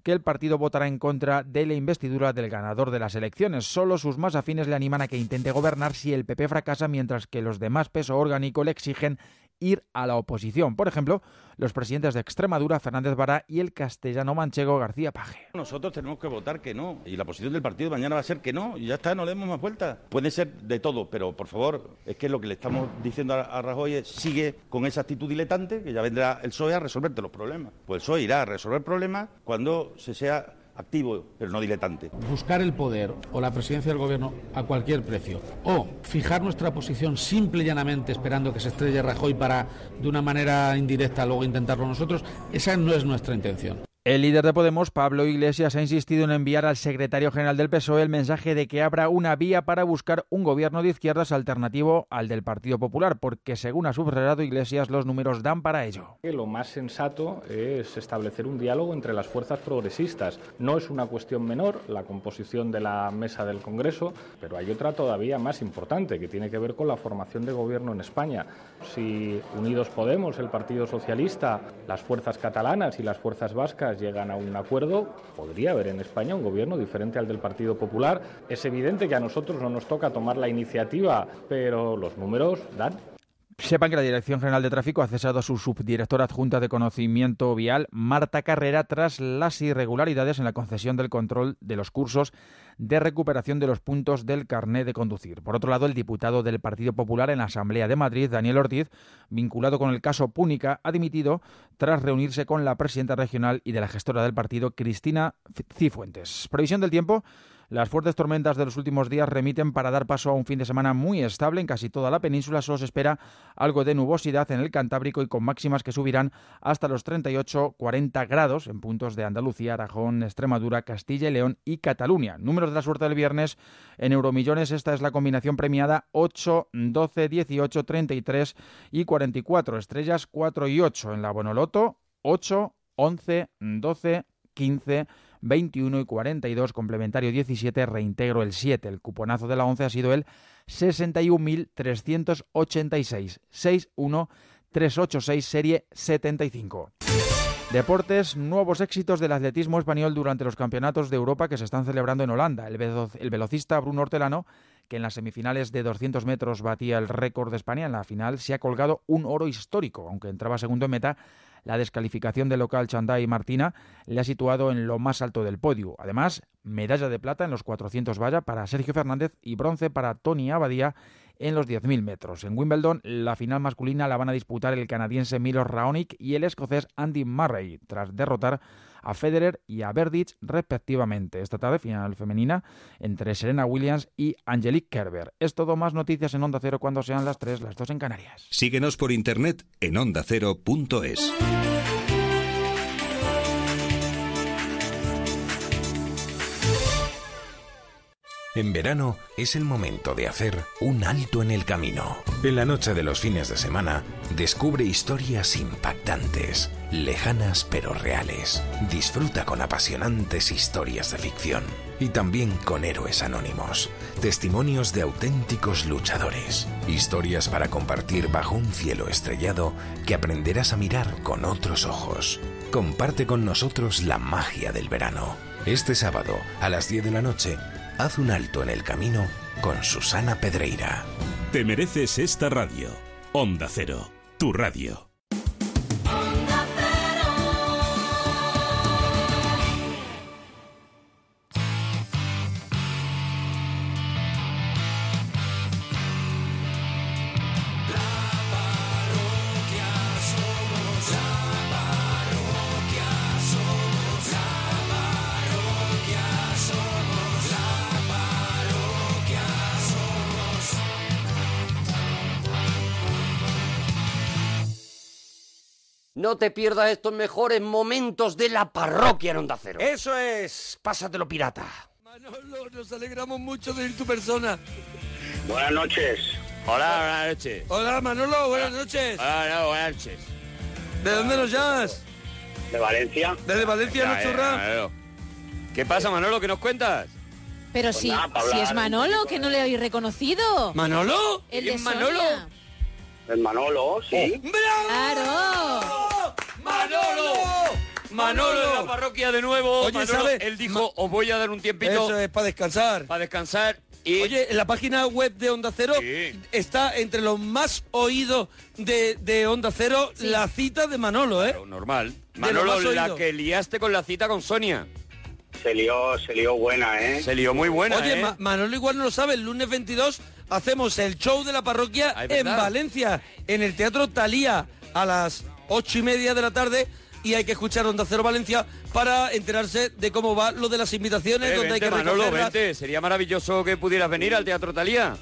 [SPEAKER 13] que el partido votará en contra de la investidura del ganador de las elecciones. Solo sus más afines le animan a que intente gobernar si el PP fracasa, mientras que los demás peso orgánico le exigen ir a la oposición. Por ejemplo, los presidentes de Extremadura, Fernández Bará, y el castellano manchego García Paje.
[SPEAKER 17] Nosotros tenemos que votar que no. Y la posición del partido mañana va a ser que no. Y ya está, no le demos más vueltas. Puede ser de todo, pero por favor, es que lo que le estamos diciendo a, a Rajoy es sigue con esa actitud diletante que ya vendrá el PSOE a resolverte los problemas. Pues el PSOE irá a resolver problemas cuando se sea activo, pero no diletante.
[SPEAKER 18] Buscar el poder o la presidencia del gobierno a cualquier precio. O fijar nuestra posición simple y llanamente esperando que se estrelle Rajoy para, de una manera indirecta, luego intentarlo nosotros. Esa no es nuestra intención.
[SPEAKER 13] El líder de Podemos, Pablo Iglesias, ha insistido en enviar al secretario general del PSOE E el mensaje de que habrá una vía para buscar un gobierno de izquierdas alternativo al del Partido Popular, porque según ha subrayado Iglesias, los números dan para ello.
[SPEAKER 19] Lo más sensato es establecer un diálogo entre las fuerzas progresistas. No es una cuestión menor la composición de la mesa del Congreso, pero hay otra todavía más importante que tiene que ver con la formación de gobierno en España. Si Unidos Podemos, el Partido Socialista, las fuerzas catalanas y las fuerzas vascas llegan a un acuerdo, podría haber en España un gobierno diferente al del Partido Popular. Es evidente que a nosotros no nos toca tomar la iniciativa, pero los números dan.
[SPEAKER 13] Sepan que la Dirección General de Tráfico ha cesado a su subdirectora adjunta de Conocimiento Vial, Marta Carrera, tras las irregularidades en la concesión del control de los cursos de recuperación de los puntos del carné de conducir. Por otro lado, el diputado del Partido Popular en la Asamblea de Madrid, Daniel Ortiz, vinculado con el caso Púnica, ha dimitido tras reunirse con la presidenta regional y de la gestora del partido, Cristina Cifuentes. Previsión del tiempo. Las fuertes tormentas de los últimos días remiten para dar paso a un fin de semana muy estable en casi toda la península. Solo se espera algo de nubosidad en el Cantábrico y con máximas que subirán hasta los 38-40 grados en puntos de Andalucía, Aragón, Extremadura, Castilla y León y Cataluña. Números de la suerte del viernes en Euromillones. Esta es la combinación premiada 8, 12, 18, 33 y 44. Estrellas 4 y 8. En la Bonoloto 8, 11, 12, 15. 21 y 42, complementario 17, reintegro el 7. El cuponazo de la 11 ha sido el 61.386, 61386, serie 75. Deportes, nuevos éxitos del atletismo español durante los campeonatos de Europa que se están celebrando en Holanda. El, velo el velocista Bruno Hortelano, que en las semifinales de 200 metros batía el récord de España, en la final se ha colgado un oro histórico, aunque entraba segundo en meta. La descalificación del local Chandai Martina le ha situado en lo más alto del podio. Además, medalla de plata en los 400 valla para Sergio Fernández y bronce para Tony Abadía en los 10.000 metros. En Wimbledon, la final masculina la van a disputar el canadiense Milos Raonic y el escocés Andy Murray, tras derrotar a Federer y a Berdych respectivamente. Esta tarde, final femenina entre Serena Williams y Angelique Kerber. Es todo, más noticias en Onda Cero cuando sean las 3, las 2 en Canarias.
[SPEAKER 1] Síguenos por internet en ondacero.es.
[SPEAKER 20] En verano es el momento de hacer un alto en el camino. En la noche de los fines de semana, descubre historias impactantes, lejanas pero reales. Disfruta con apasionantes historias de ficción. y también con héroes anónimos, testimonios de auténticos luchadores, historias para compartir bajo un cielo estrellado que aprenderás a mirar con otros ojos. Comparte con nosotros la magia del verano. Este sábado, a las 10 de la noche, haz un alto en el camino con Susana Pedreira.
[SPEAKER 21] Te mereces esta radio. Onda Cero, tu radio.
[SPEAKER 1] parroquia somos, la parroquia somos, la parroquia somos, la parroquia somos.
[SPEAKER 3] No te pierdas estos mejores momentos de la parroquia en Onda Cero.
[SPEAKER 22] Eso es, pásatelo pirata.
[SPEAKER 4] Manolo, nos alegramos mucho de ir tu persona.
[SPEAKER 12] Buenas noches.
[SPEAKER 3] Hola, buenas noches.
[SPEAKER 4] Hola Manolo, buenas noches.
[SPEAKER 3] Hola, buenas noches.
[SPEAKER 4] ¿De dónde nos llamas?
[SPEAKER 12] De Valencia.
[SPEAKER 4] ¿Desde Valencia,
[SPEAKER 3] Ya,
[SPEAKER 4] no
[SPEAKER 3] ya,
[SPEAKER 4] churra?
[SPEAKER 3] Manolo. ¿Qué pasa, Manolo? ¿Qué nos cuentas?
[SPEAKER 11] Pero si,
[SPEAKER 3] nada, para
[SPEAKER 11] si
[SPEAKER 3] hablar
[SPEAKER 11] es
[SPEAKER 3] un
[SPEAKER 11] Manolo, que no le habéis reconocido.
[SPEAKER 3] ¿Manolo?
[SPEAKER 11] El de
[SPEAKER 3] ¿Quién es
[SPEAKER 11] Sonia.
[SPEAKER 3] Manolo?
[SPEAKER 12] El Manolo,
[SPEAKER 3] Oh.
[SPEAKER 12] sí.
[SPEAKER 11] ¡Claro!
[SPEAKER 3] ¡Manolo! Manolo en la parroquia de nuevo.
[SPEAKER 4] Oye,
[SPEAKER 3] Manolo,
[SPEAKER 4] ¿sabes?
[SPEAKER 3] Él dijo, os voy a dar un tiempito.
[SPEAKER 4] Eso es, para descansar.
[SPEAKER 3] Para descansar. Y...
[SPEAKER 4] Oye, en la página web de Onda Cero está entre los más oídos de, de Onda Cero la cita de Manolo, ¿eh?
[SPEAKER 3] Normal.
[SPEAKER 4] De
[SPEAKER 3] Manolo,
[SPEAKER 4] lo más
[SPEAKER 3] la
[SPEAKER 4] oído.
[SPEAKER 3] que liaste con la cita con Sonia.
[SPEAKER 12] Se lió, se lió buena, ¿eh?
[SPEAKER 3] Se lió muy buena,
[SPEAKER 4] Oye,
[SPEAKER 3] ¿eh?
[SPEAKER 4] Ma- Manolo igual no lo sabe, el lunes 22 hacemos el show de la parroquia
[SPEAKER 3] Ah, es
[SPEAKER 4] en
[SPEAKER 3] verdad.
[SPEAKER 4] Valencia, en el Teatro Talía, a las ocho y media de la tarde. Y hay que escuchar Onda Cero Valencia para enterarse de cómo va lo de las invitaciones,
[SPEAKER 3] Eh,
[SPEAKER 4] donde hay
[SPEAKER 3] vente,
[SPEAKER 4] que
[SPEAKER 3] Manolo,
[SPEAKER 4] recogerlas.
[SPEAKER 3] vente. Sería maravilloso que pudieras venir al Teatro Talía.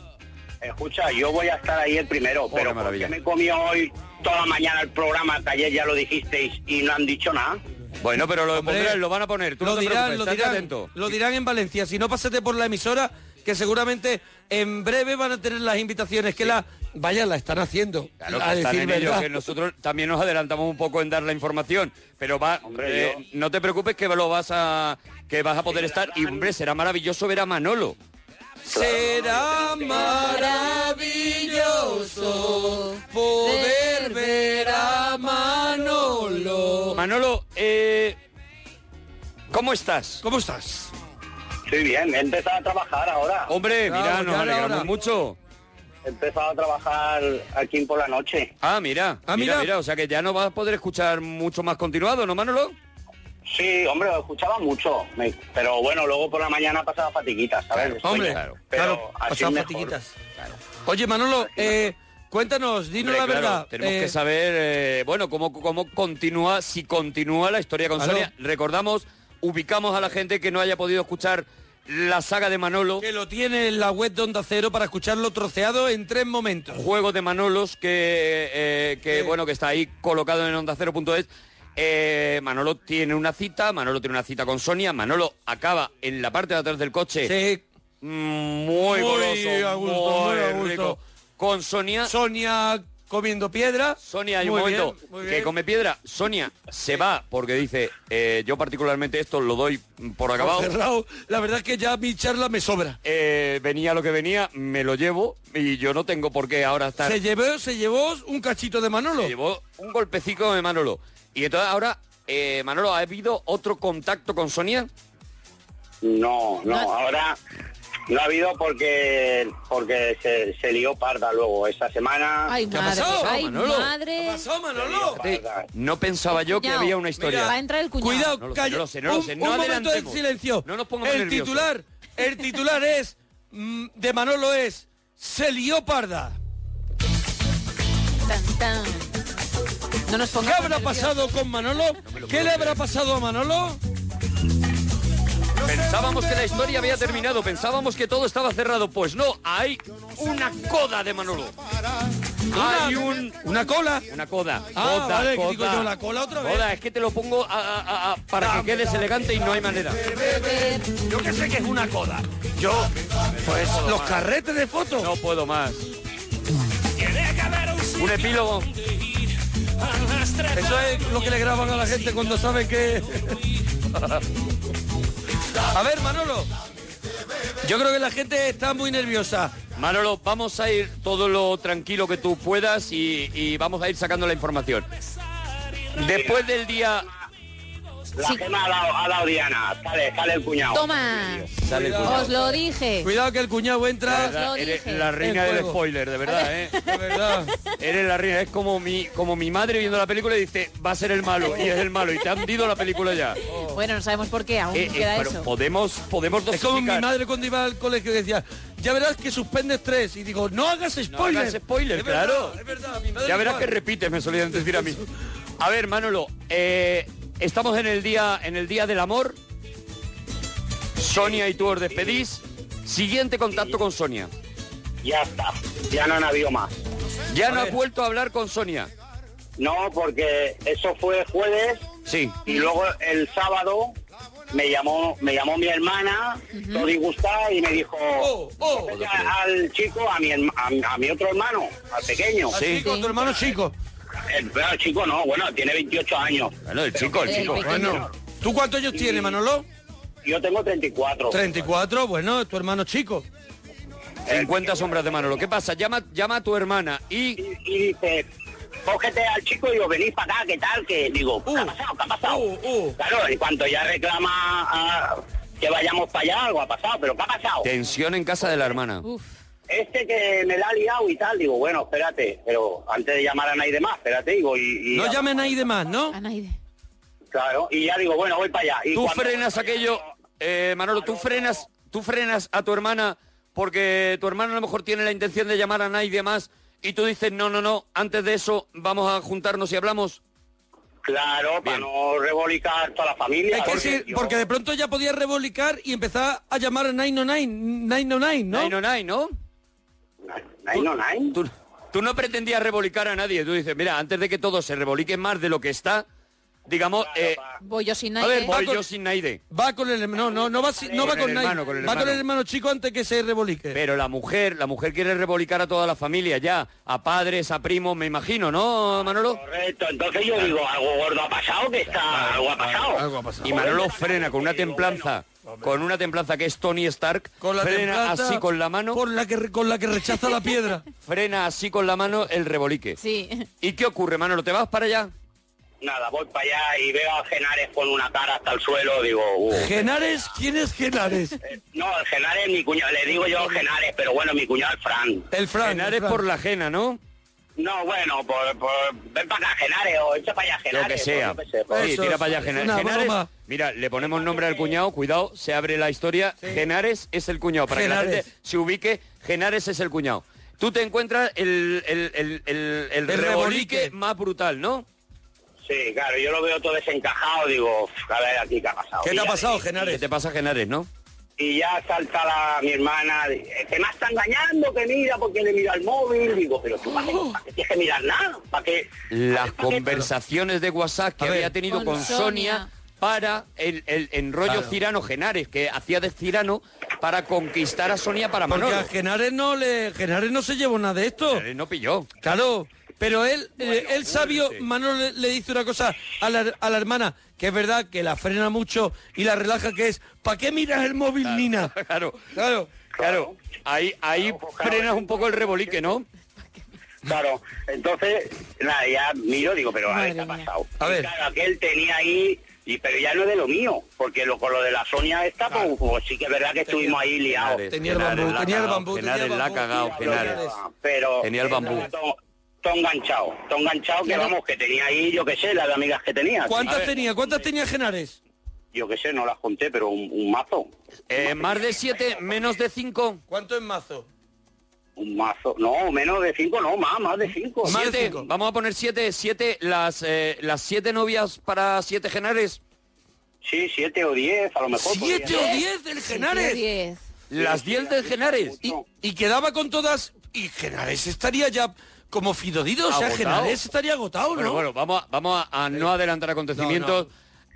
[SPEAKER 12] Escucha, yo voy a estar ahí el primero,
[SPEAKER 3] Oh, qué
[SPEAKER 12] pero porque
[SPEAKER 3] maravilla.
[SPEAKER 12] me comió hoy toda la mañana el programa, que ayer ya lo dijisteis y no han dicho nada.
[SPEAKER 3] Bueno, pero lo,
[SPEAKER 4] Hombre,
[SPEAKER 3] pondrán, lo van a poner. Tú
[SPEAKER 4] lo
[SPEAKER 3] no te
[SPEAKER 4] dirán,
[SPEAKER 3] preocupes,
[SPEAKER 4] lo
[SPEAKER 3] estate
[SPEAKER 4] dirán,
[SPEAKER 3] atento.
[SPEAKER 4] lo dirán en Valencia. Si no, pásate por la emisora, que seguramente en breve van a tener las invitaciones que la... Vaya, la están haciendo.
[SPEAKER 3] Claro, que
[SPEAKER 4] a
[SPEAKER 3] están
[SPEAKER 4] decir
[SPEAKER 3] en ello,
[SPEAKER 4] verdad.
[SPEAKER 3] que nosotros también nos adelantamos un poco en dar la información, pero va, eh, no te preocupes que lo vas a que vas a poder estar y hombre será maravilloso ver a Manolo.
[SPEAKER 4] Será maravilloso poder ver a Manolo.
[SPEAKER 3] Manolo, eh, ¿cómo estás?
[SPEAKER 4] ¿Cómo estás?
[SPEAKER 12] Estoy bien, he empezado a trabajar ahora.
[SPEAKER 3] Hombre, Eh, mira, nos alegramos mucho.
[SPEAKER 12] He empezado a trabajar aquí por la noche.
[SPEAKER 3] Ah, mira,
[SPEAKER 12] Ah,
[SPEAKER 3] mira,
[SPEAKER 12] mira.
[SPEAKER 3] mira, o sea que ya no vas a poder escuchar mucho más continuado, ¿no, Manolo?
[SPEAKER 12] Sí, hombre, lo escuchaba mucho, me- pero bueno, luego por la mañana pasaba fatiguitas, ¿sabes?
[SPEAKER 4] Claro,
[SPEAKER 12] Sueño.
[SPEAKER 4] hombre,
[SPEAKER 12] pero
[SPEAKER 4] claro,
[SPEAKER 12] así
[SPEAKER 4] pasaba
[SPEAKER 12] mejor.
[SPEAKER 4] fatiguitas. Oye, Manolo, eh, cuéntanos, dinos
[SPEAKER 3] Hombre,
[SPEAKER 4] la
[SPEAKER 3] claro,
[SPEAKER 4] verdad.
[SPEAKER 3] tenemos
[SPEAKER 4] eh,
[SPEAKER 3] que saber, eh, bueno, cómo, cómo continúa, si continúa la historia con
[SPEAKER 4] Claro.
[SPEAKER 3] Sonia. Recordamos, ubicamos a la gente que no haya podido escuchar la saga de Manolo.
[SPEAKER 4] Que lo tiene en la web de Onda Cero para escucharlo troceado en tres momentos.
[SPEAKER 3] Juego de Manolos que, eh, que, bueno que está ahí colocado en onda cero.es. Eh, Manolo tiene una cita, Manolo tiene una cita con Sonia, Manolo acaba en la parte de atrás del coche. Mm, Muy,
[SPEAKER 4] Muy
[SPEAKER 3] goloso,
[SPEAKER 4] a gusto, muy a gusto.
[SPEAKER 3] rico. Con Sonia.
[SPEAKER 4] Sonia comiendo piedra.
[SPEAKER 3] Sonia, hay un
[SPEAKER 4] Muy
[SPEAKER 3] momento
[SPEAKER 4] bien, muy
[SPEAKER 3] que
[SPEAKER 4] bien.
[SPEAKER 3] come piedra. Sonia se va porque dice, eh, yo particularmente esto lo doy por acabado.
[SPEAKER 4] Cerrado. La verdad es que ya mi charla me sobra.
[SPEAKER 3] Eh, venía lo que venía, me lo llevo y yo no tengo por qué ahora estar...
[SPEAKER 4] Se llevó, se llevó un cachito de Manolo.
[SPEAKER 3] Se llevó un golpecico de Manolo. Y entonces ahora, eh, Manolo, ¿ha habido otro contacto con Sonia?
[SPEAKER 12] No, no, ahora no ha habido porque porque se, se lió parda luego esta semana.
[SPEAKER 11] ¡Ay, madre! ¡Ay, madre! ¿Qué ha pasado,
[SPEAKER 4] Manolo?
[SPEAKER 3] No pensaba yo que
[SPEAKER 11] Cuñao.
[SPEAKER 3] había una historia.
[SPEAKER 11] Mira, va a entrar el cuñao.
[SPEAKER 4] Cuidado,
[SPEAKER 3] No lo sé,
[SPEAKER 4] calla.
[SPEAKER 3] no lo sé, no lo
[SPEAKER 4] un
[SPEAKER 3] sé, no
[SPEAKER 4] un momento de
[SPEAKER 3] adelantemos.
[SPEAKER 4] silencio.
[SPEAKER 3] No nos pongamos
[SPEAKER 4] el
[SPEAKER 3] nerviosos.
[SPEAKER 4] titular, el titular es mm, de Manolo es se lió parda.
[SPEAKER 11] Tan, tan. No nos
[SPEAKER 4] ¿Qué
[SPEAKER 11] pongamos
[SPEAKER 4] habrá pasado con Manolo? ¿Qué le habrá pasado a Manolo?
[SPEAKER 3] Pensábamos que la historia había terminado, pensábamos que todo estaba cerrado. Pues no, hay una coda de Manolo. Hay un...
[SPEAKER 4] ¿Una cola?
[SPEAKER 3] Una coda.
[SPEAKER 4] Ah,
[SPEAKER 3] coda,
[SPEAKER 4] vale, que
[SPEAKER 3] coda.
[SPEAKER 4] digo yo, la cola otra vez.
[SPEAKER 3] Coda, es que te lo pongo a- a- a- a- para que quedes elegante y no hay manera.
[SPEAKER 4] Yo que sé que es una coda. Yo, pues los carretes de fotos.
[SPEAKER 3] No puedo más. Un epílogo.
[SPEAKER 4] Eso es lo que le graban a la gente cuando saben que... A ver, Manolo,
[SPEAKER 5] Yo creo que la gente está muy nerviosa.
[SPEAKER 3] Manolo, vamos a ir todo lo tranquilo que tú puedas y, y vamos a ir sacando la información. Después del día...
[SPEAKER 12] La gema a la, a la Oriana. Sale, sale el cuñado.
[SPEAKER 11] Toma.
[SPEAKER 3] Sale el cuñado.
[SPEAKER 11] Os lo dije.
[SPEAKER 5] Cuidado que el cuñado
[SPEAKER 3] La
[SPEAKER 5] entra.
[SPEAKER 3] verdad, eres la reina del spoiler, de verdad, ¿eh? De verdad. Eres la reina. Es como mi, como mi madre viendo la película y dice, va a ser el malo, y es el malo, y te han dicho la película ya.
[SPEAKER 11] Bueno, no sabemos por qué, aún
[SPEAKER 3] Eh, eh,
[SPEAKER 11] Oh. queda
[SPEAKER 3] pero
[SPEAKER 11] eso.
[SPEAKER 3] podemos, podemos
[SPEAKER 5] Es como mi
[SPEAKER 3] dosificar.
[SPEAKER 5] madre cuando iba al colegio que decía, ya verás que suspendes tres. Y digo, no hagas spoiler.
[SPEAKER 3] hagas spoiler,
[SPEAKER 5] Es verdad,
[SPEAKER 3] claro.
[SPEAKER 5] es verdad, mi madre
[SPEAKER 3] Ya verás que
[SPEAKER 5] igual.
[SPEAKER 3] repites, me solían decir a mí. A ver, Manolo, eh, estamos en el día en el día del amor. Sonia y tú os despedís. Siguiente contacto con Sonia.
[SPEAKER 12] Ya está. Ya no han habido más.
[SPEAKER 3] Ya no has vuelto a hablar con Sonia.
[SPEAKER 12] No, porque eso fue jueves.
[SPEAKER 3] Sí.
[SPEAKER 12] Y luego el sábado me llamó, me llamó mi hermana, lo disgustada, y me dijo "Cógete a- al chico, a mi, herma- a, mi- a mi otro hermano, al pequeño.
[SPEAKER 5] Al chico, tu hermano chico.
[SPEAKER 12] El, pero el chico no, bueno, tiene 28 años.
[SPEAKER 3] Bueno, el
[SPEAKER 5] chico, el El chico. pequeño. Bueno, ¿Tú cuántos años tienes, Manolo?
[SPEAKER 12] Yo tengo 34.
[SPEAKER 5] 34, bueno, tu hermano chico.
[SPEAKER 3] 50 sombras de Manolo. ¿Qué pasa? Llama, llama a tu hermana y...
[SPEAKER 12] Y dice, cógete al chico y os venís para acá, ¿qué tal? Que digo,
[SPEAKER 5] Uh,
[SPEAKER 12] ¿qué ha pasado? ¿Qué ha pasado? Claro, en cuanto ya reclama ah, que vayamos para allá, algo ha pasado, pero ¿qué ha pasado?
[SPEAKER 3] Tensión en casa de la hermana.
[SPEAKER 12] Este que me la ha liado y tal, digo, bueno, espérate, pero antes de llamar a nadie más, espérate, digo, y... y-
[SPEAKER 5] No llamen ahí de más, ¿no?
[SPEAKER 12] Claro, y ya digo, bueno, voy para allá. Y
[SPEAKER 3] Tú
[SPEAKER 12] cuando-
[SPEAKER 3] frenas aquello, eh, Manolo, tú frenas, tú frenas a tu hermana porque tu hermana a lo mejor tiene la intención de llamar a nadie más y tú dices, no, no, no, antes de eso vamos a juntarnos y hablamos.
[SPEAKER 12] Claro, para no rebolicar toda la familia.
[SPEAKER 5] Es que
[SPEAKER 12] porque
[SPEAKER 5] sí,
[SPEAKER 12] yo-
[SPEAKER 5] porque de pronto ya podías rebolicar y empezar a llamar a 909, 909, ¿no?
[SPEAKER 3] 909, ¿no?
[SPEAKER 12] 909.
[SPEAKER 3] Tú, tú no pretendías rebolicar a nadie, tú dices, mira, antes de que todo se rebolique más de lo que está, digamos, eh,
[SPEAKER 11] Voy yo sin
[SPEAKER 3] a
[SPEAKER 11] nadie.
[SPEAKER 3] ver, voy yo sin Naide.
[SPEAKER 5] Va con el hermano, no, no va, si- no va con,
[SPEAKER 3] el
[SPEAKER 5] nadie.
[SPEAKER 3] hermano, con el
[SPEAKER 5] va con el
[SPEAKER 3] hermano.
[SPEAKER 5] hermano chico antes que se rebolique.
[SPEAKER 3] Pero la mujer, la mujer quiere rebolicar a toda la familia ya, a padres, a primos, me imagino, ¿no, Manolo?
[SPEAKER 12] Correcto, entonces yo digo, algo gordo ha pasado, que está, algo ha pasado.
[SPEAKER 3] Y Manolo frena con una templanza, con una templanza que es Tony Stark,
[SPEAKER 5] Con la
[SPEAKER 3] frena
[SPEAKER 5] templanza
[SPEAKER 3] así con la mano.
[SPEAKER 5] Con la que, re- con la que rechaza la piedra.
[SPEAKER 3] Frena así con la mano el rebolique.
[SPEAKER 11] Sí.
[SPEAKER 3] ¿Y qué ocurre, Manolo? ¿Te vas para allá?
[SPEAKER 12] Nada, voy para allá y veo a Genares con una cara hasta el suelo, digo... "Uh".
[SPEAKER 5] ¿Genares? ¿Quién es Genares?
[SPEAKER 12] No, el Genares, mi cuñado, le digo yo Genares, pero bueno, mi cuñado es Fran.
[SPEAKER 5] El Fran.
[SPEAKER 3] Genares por la ajena, ¿no?
[SPEAKER 12] No, bueno, por, por- ven para acá Genares o echa para allá Genares.
[SPEAKER 3] Lo que sea.
[SPEAKER 12] o yo qué sé, por-
[SPEAKER 3] Sí, tira para allá, Genares.
[SPEAKER 12] Una
[SPEAKER 3] Genares-
[SPEAKER 12] broma.
[SPEAKER 3] mira, le ponemos nombre al cuñado, cuidado, se abre la historia. Genares es el cuñado, para que la
[SPEAKER 5] Genares.
[SPEAKER 3] gente se ubique, Genares es el cuñado. Tú te encuentras el, el- el- el- el
[SPEAKER 12] El
[SPEAKER 3] rebolique,
[SPEAKER 12] rebolique.
[SPEAKER 3] más brutal, ¿no?
[SPEAKER 12] Sí, claro, yo lo veo todo desencajado, digo, "Uf, a ver aquí qué ha pasado. Y ya-
[SPEAKER 3] Genares? ¿Qué eh, te pasa, Genares, no?
[SPEAKER 12] Y ya salta la, mi hermana, "Eh, que me está engañando, que mira, porque le mira el móvil. Digo, pero tú, ¿para qué, para qué tienes que mirar nada? ¿Para qué?
[SPEAKER 3] las conversaciones de WhatsApp que había tenido
[SPEAKER 12] Con
[SPEAKER 3] con, Sonia,
[SPEAKER 12] Sonia.
[SPEAKER 3] para el, el enrollo
[SPEAKER 5] Claro.
[SPEAKER 3] Cirano Genares, que hacía de Cirano para conquistar a Sonia para
[SPEAKER 5] Porque
[SPEAKER 3] Manolo.
[SPEAKER 5] a Genares no le. Genares no se llevó nada de esto. Genares
[SPEAKER 3] no pilló.
[SPEAKER 5] Claro. Pero él, eh, el sabio, Manolo le, le dice una cosa a la, a la hermana, que es verdad que la frena mucho y la relaja, que es, ¿para qué miras el móvil, Nina?
[SPEAKER 3] Claro,
[SPEAKER 5] claro,
[SPEAKER 3] claro. Ahí, ahí frenas un poco el rebolique, ¿no?
[SPEAKER 12] Claro, entonces, nada, ya miro, digo, pero a ver qué ha pasado.
[SPEAKER 5] A ver.
[SPEAKER 12] Claro, aquel tenía ahí, y, pero ya no es de lo mío, porque lo, con lo de la Sonia esta, pues, pues sí que es verdad que estuvimos ahí liados.
[SPEAKER 3] Tenía el Genares, bambú, la ha tenía el cagao, bambú, Genares, tenía el la ha bambú. cagao, Genares.
[SPEAKER 12] Pero...
[SPEAKER 3] Tenía el bambú.
[SPEAKER 12] Todo, todo enganchado, todo enganchado, que vamos, que tenía ahí, yo qué sé, las amigas que tenía. A
[SPEAKER 5] ¿Cuántas
[SPEAKER 12] ver,
[SPEAKER 5] tenía? ¿Cuántas tenía Genares?
[SPEAKER 12] Yo qué sé, no las conté, pero un, un mazo.
[SPEAKER 3] Eh, más de siete, menos de cinco.
[SPEAKER 5] ¿Cuánto es mazo?
[SPEAKER 12] Un mazo, no, menos de cinco, no, más, más de cinco.
[SPEAKER 3] Siete, vamos a poner siete, siete, las, eh, las siete novias para siete Genares.
[SPEAKER 12] Sí, siete o diez, a lo mejor.
[SPEAKER 5] ¿Siete o diez del Genares?
[SPEAKER 3] Las diez del Genares.
[SPEAKER 5] Y, y quedaba con todas. Y Genares estaría ya como fidodido. O sea,
[SPEAKER 3] Agotado.
[SPEAKER 5] Genares estaría agotado, ¿no?
[SPEAKER 3] Bueno, bueno, vamos a, vamos a, a no adelantar acontecimientos.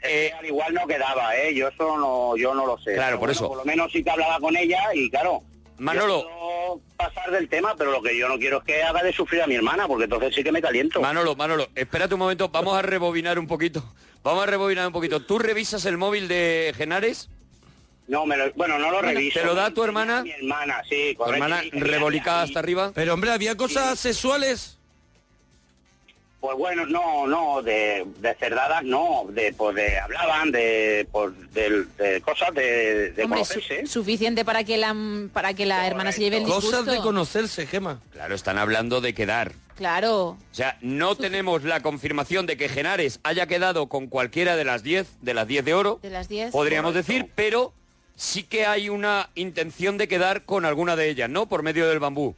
[SPEAKER 12] Eh, al igual no quedaba, ¿eh? Yo eso no, yo no lo sé. Pero
[SPEAKER 3] Claro, por
[SPEAKER 12] bueno,
[SPEAKER 3] eso.
[SPEAKER 12] Por lo menos sí que hablaba con ella y claro.
[SPEAKER 3] Manolo.
[SPEAKER 12] yo puedo pasar del tema, pero lo que yo no quiero es que haga de sufrir a mi hermana, porque entonces sí que me caliento.
[SPEAKER 3] Manolo, Manolo, espérate un momento, vamos a rebobinar un poquito. Vamos a rebobinar un poquito. ¿Tú revisas el móvil de Genares?
[SPEAKER 12] No, me lo- bueno, no lo
[SPEAKER 3] Bueno,
[SPEAKER 12] reviso.
[SPEAKER 3] ¿te lo da tu
[SPEAKER 12] Mi-
[SPEAKER 3] hermana?
[SPEAKER 12] Mi hermana, sí.
[SPEAKER 3] Tu
[SPEAKER 12] correcto.
[SPEAKER 3] hermana
[SPEAKER 12] Y- y-
[SPEAKER 3] revolicada hasta arriba.
[SPEAKER 4] Pero hombre, había cosas sexuales.
[SPEAKER 12] Pues bueno, no, no, de, de cerdadas no, de, pues de, hablaban de, pues del- de cosas de, de
[SPEAKER 11] Hombre, su-
[SPEAKER 3] ¿eh?
[SPEAKER 12] conocerse.
[SPEAKER 11] suficiente para que la, para que la hermana se lleve el disgusto.
[SPEAKER 4] Cosas de conocerse, Gema.
[SPEAKER 3] Claro, están hablando de quedar.
[SPEAKER 11] Claro.
[SPEAKER 3] O sea, no tenemos la confirmación de que Genares haya quedado con cualquiera de las 10, de las 10 de oro,
[SPEAKER 11] De las 10.
[SPEAKER 3] podríamos decir, pero sí que hay una intención de quedar con alguna de ellas, ¿no? Por medio del bambú.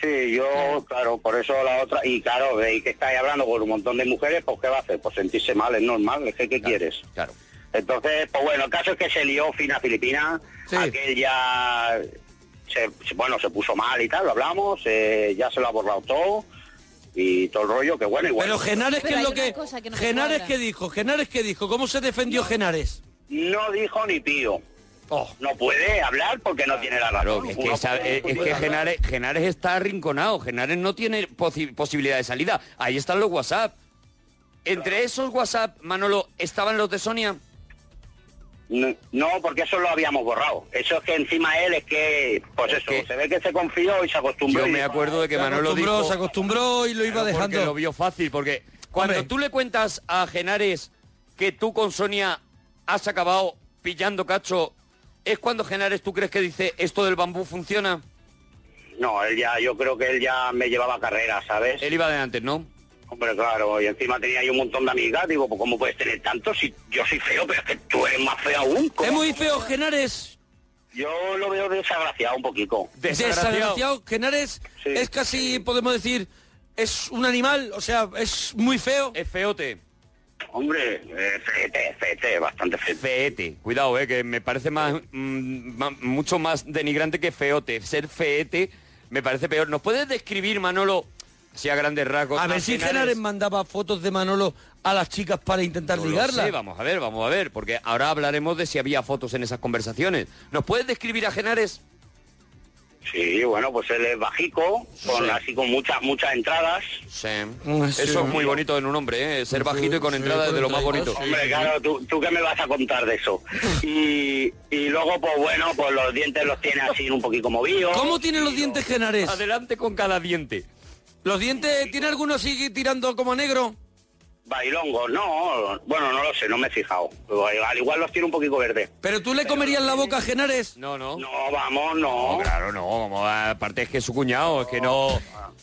[SPEAKER 12] Sí, yo, claro, por eso la otra, y claro, veis que estáis hablando con un montón de mujeres, pues ¿qué va a hacer? Pues sentirse mal, es normal, es que ¿qué quieres?
[SPEAKER 3] Claro.
[SPEAKER 12] Entonces, pues bueno, el caso es que se lió fina Filipina, aquel ya, se, se- bueno, se puso mal y tal, lo hablamos, eh, ya se lo ha borrado todo, y todo el rollo, que bueno, igual.
[SPEAKER 4] Pero Genares, ¿qué
[SPEAKER 11] Pero
[SPEAKER 4] es
[SPEAKER 11] hay
[SPEAKER 4] lo
[SPEAKER 11] una
[SPEAKER 4] que...?
[SPEAKER 11] cosa que no me
[SPEAKER 4] Genares,
[SPEAKER 11] cuadra.
[SPEAKER 4] ¿qué dijo? Genares, ¿qué dijo? ¿Cómo se defendió Genares?
[SPEAKER 12] No dijo ni pío. No puede hablar porque no tiene la
[SPEAKER 3] Claro,
[SPEAKER 12] razón.
[SPEAKER 3] es
[SPEAKER 12] Uno
[SPEAKER 3] que, esa-
[SPEAKER 12] puede-
[SPEAKER 3] es- es
[SPEAKER 12] puede
[SPEAKER 3] que
[SPEAKER 12] hablar.
[SPEAKER 3] Genares, Genares está arrinconado, Genares no tiene posi- posibilidad de salida. Ahí están los WhatsApp. Entre esos WhatsApp, Manolo, ¿estaban los de Sonia?
[SPEAKER 12] No, no, porque eso lo habíamos borrado. Eso es que encima él es que, pues eso, se ve que se confió y se acostumbró.
[SPEAKER 3] Yo me acuerdo de que Manolo
[SPEAKER 4] acostumbró,
[SPEAKER 3] dijo-
[SPEAKER 4] se acostumbró y lo iba
[SPEAKER 3] Claro, Porque
[SPEAKER 4] dejando.
[SPEAKER 3] lo vio fácil, porque cuando tú le cuentas a Genares que tú con Sonia has acabado pillando cacho, ¿es cuando Genares tú crees que dice esto del bambú funciona?
[SPEAKER 12] No, él ya, yo creo que él ya me llevaba carrera, ¿sabes?
[SPEAKER 3] Él iba de antes, ¿no?
[SPEAKER 12] Hombre, claro, y encima tenía yo un montón de amigas, digo, pues ¿cómo puedes tener tanto si yo soy feo, pero es que tú eres más feo aún? ¿cómo?
[SPEAKER 4] Es muy feo, Genares.
[SPEAKER 12] Yo lo veo desgraciado un poquito.
[SPEAKER 4] Desgraciado. Genares es casi, podemos decir, es un animal, o sea, es muy feo.
[SPEAKER 3] Es feote.
[SPEAKER 12] Hombre, eh, feete, feete, bastante feete.
[SPEAKER 3] Feete, cuidado, eh, que me parece más, mm, ma- mucho más denigrante que feote. Ser feete me parece peor. ¿Nos puedes describir, Manolo, si a grandes rasgos?
[SPEAKER 4] A ver si Genares mandaba fotos de Manolo a las chicas para intentar
[SPEAKER 3] No lo
[SPEAKER 4] ligarla.
[SPEAKER 3] sé, vamos a ver, vamos a ver, porque ahora hablaremos de si había fotos en esas conversaciones. ¿Nos puedes describir a Genares?
[SPEAKER 12] Sí, bueno, pues él es bajico, con,
[SPEAKER 3] Sí.
[SPEAKER 12] así con muchas, muchas entradas.
[SPEAKER 3] Sí.
[SPEAKER 12] sí.
[SPEAKER 3] Eso es muy bonito en un hombre, ¿eh? ser bajito y con entrada es de lo más bonito.
[SPEAKER 12] Hombre, claro, ¿tú, tú qué me vas a contar de eso? Y, y luego, pues bueno, pues los dientes los tiene así un poquito movidos.
[SPEAKER 4] ¿Cómo tiene los dientes Genares?
[SPEAKER 3] Adelante con cada diente.
[SPEAKER 4] ¿Los dientes tiene alguno así tirando como a negro?
[SPEAKER 12] Bailongos, no, bueno, no lo sé, no me he fijado. Al igual los tiene un poquito verde.
[SPEAKER 4] ¿Pero tú le comerías la boca a Genares?
[SPEAKER 3] No, no.
[SPEAKER 12] No, vamos, no.
[SPEAKER 3] claro, no, vamos, aparte es que es su cuñado, es que no...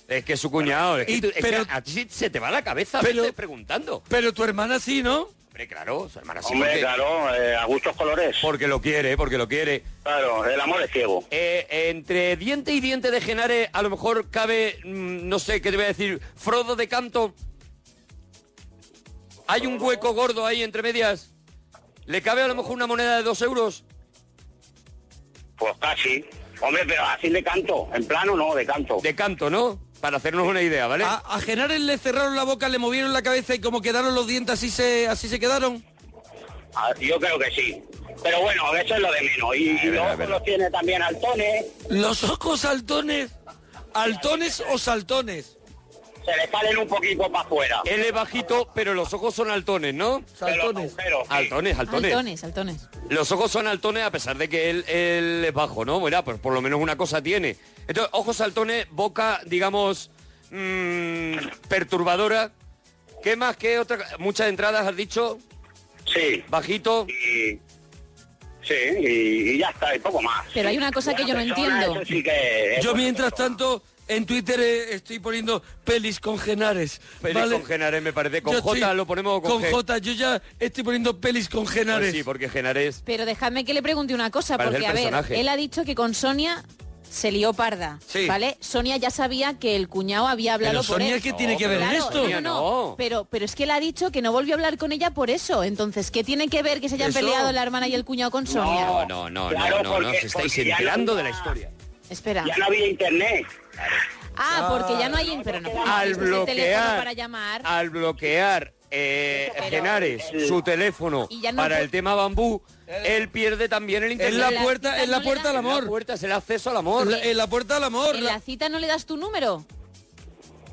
[SPEAKER 3] Es que es su cuñado, es que,
[SPEAKER 4] Y-
[SPEAKER 3] tú- es que
[SPEAKER 4] pero-
[SPEAKER 3] a ti se te va la cabeza a
[SPEAKER 4] Pero-
[SPEAKER 3] veces preguntando.
[SPEAKER 4] Pero tu hermana sí, ¿no?
[SPEAKER 3] Hombre, claro, su hermana sí.
[SPEAKER 12] Hombre,
[SPEAKER 3] porque-
[SPEAKER 12] claro, eh, a gustos colores.
[SPEAKER 3] Porque lo quiere, porque lo quiere.
[SPEAKER 12] Claro, el amor es ciego.
[SPEAKER 3] Eh, entre diente y diente de Genare, a lo mejor cabe, mm, no sé qué te voy a decir, Frodo de Canto. Hay un hueco gordo ahí entre medias. ¿Le cabe a lo mejor una moneda de dos euros?
[SPEAKER 12] Pues casi. Hombre, pero así de canto, en plano no, de canto. Ah,
[SPEAKER 3] De canto, ¿no? Para hacernos una idea, ¿vale?
[SPEAKER 4] A, a Genares le cerraron la boca, le movieron la cabeza y como quedaron los dientes así se, así se quedaron.
[SPEAKER 12] Ah, Yo creo que sí. Pero bueno, eso es lo de menos. Y, y los ojos los tiene también altones,
[SPEAKER 4] Los ojos saltones. ¿Altones o saltones?
[SPEAKER 12] se le salen un poquito para afuera.
[SPEAKER 3] Él es bajito, pero los ojos son altones, ¿no?
[SPEAKER 12] Saltones.
[SPEAKER 3] Altones, altones.
[SPEAKER 11] Altones, altones.
[SPEAKER 3] Los ojos son altones a pesar de que él, él es bajo, ¿no? Bueno, pues por lo menos una cosa tiene. Entonces, ojos saltones, boca, digamos, mm, perturbadora. ¿Qué más? ¿Qué otra? co- Muchas entradas, has dicho.
[SPEAKER 12] Sí.
[SPEAKER 3] Bajito.
[SPEAKER 12] Sí, y, y ya está, y poco más.
[SPEAKER 11] Pero hay una cosa que yo no entiendo.
[SPEAKER 12] Sí que
[SPEAKER 4] Yo mientras tanto en Twitter eh, estoy poniendo pelis con Genares.
[SPEAKER 3] Pelis con Genares, me parece. Con
[SPEAKER 4] Yo
[SPEAKER 3] J
[SPEAKER 4] estoy-
[SPEAKER 3] lo ponemos o con G.
[SPEAKER 4] J, yo ya estoy poniendo pelis con Genares.
[SPEAKER 3] Pues sí, porque Genares...
[SPEAKER 11] Pero dejadme que le pregunte una cosa,
[SPEAKER 3] Parece
[SPEAKER 11] porque
[SPEAKER 3] el
[SPEAKER 11] a ver,
[SPEAKER 3] personaje.
[SPEAKER 11] él ha dicho que con Sonia se lió parda,
[SPEAKER 3] Sí.
[SPEAKER 11] ¿vale? Sonia ya sabía que el cuñado había hablado
[SPEAKER 4] Pero
[SPEAKER 11] por
[SPEAKER 4] Sonia,
[SPEAKER 11] él.
[SPEAKER 4] ¿qué tiene No, que ver
[SPEAKER 11] Claro,
[SPEAKER 4] en esto?
[SPEAKER 11] No, no,
[SPEAKER 4] No.
[SPEAKER 11] Pero, pero es que él ha dicho que no volvió a hablar con ella por eso. Entonces, ¿qué tiene que ver que se hayan
[SPEAKER 3] Eso-
[SPEAKER 11] peleado la hermana y el cuñado con Sonia?
[SPEAKER 3] No, no, no,
[SPEAKER 12] Claro,
[SPEAKER 3] no, no, no,
[SPEAKER 12] porque-
[SPEAKER 3] os estáis
[SPEAKER 12] porque ya
[SPEAKER 3] enterando
[SPEAKER 12] no-
[SPEAKER 3] de la historia.
[SPEAKER 11] Espera.
[SPEAKER 12] Ya no había internet.
[SPEAKER 11] Ah, porque ya no hay... Pero no, ¿cómo
[SPEAKER 3] Al
[SPEAKER 11] tienes ese Este teléfono
[SPEAKER 3] bloquear.
[SPEAKER 11] para llamar.
[SPEAKER 3] Al bloquear eh, Genares su teléfono
[SPEAKER 11] Y ya no
[SPEAKER 3] para
[SPEAKER 11] pu-
[SPEAKER 3] el tema bambú, él pierde también el internet.
[SPEAKER 4] En la puerta, en la puerta al amor.
[SPEAKER 3] En la puerta es el acceso al amor.
[SPEAKER 4] En la puerta al amor.
[SPEAKER 11] ¿En la cita no le das tu número?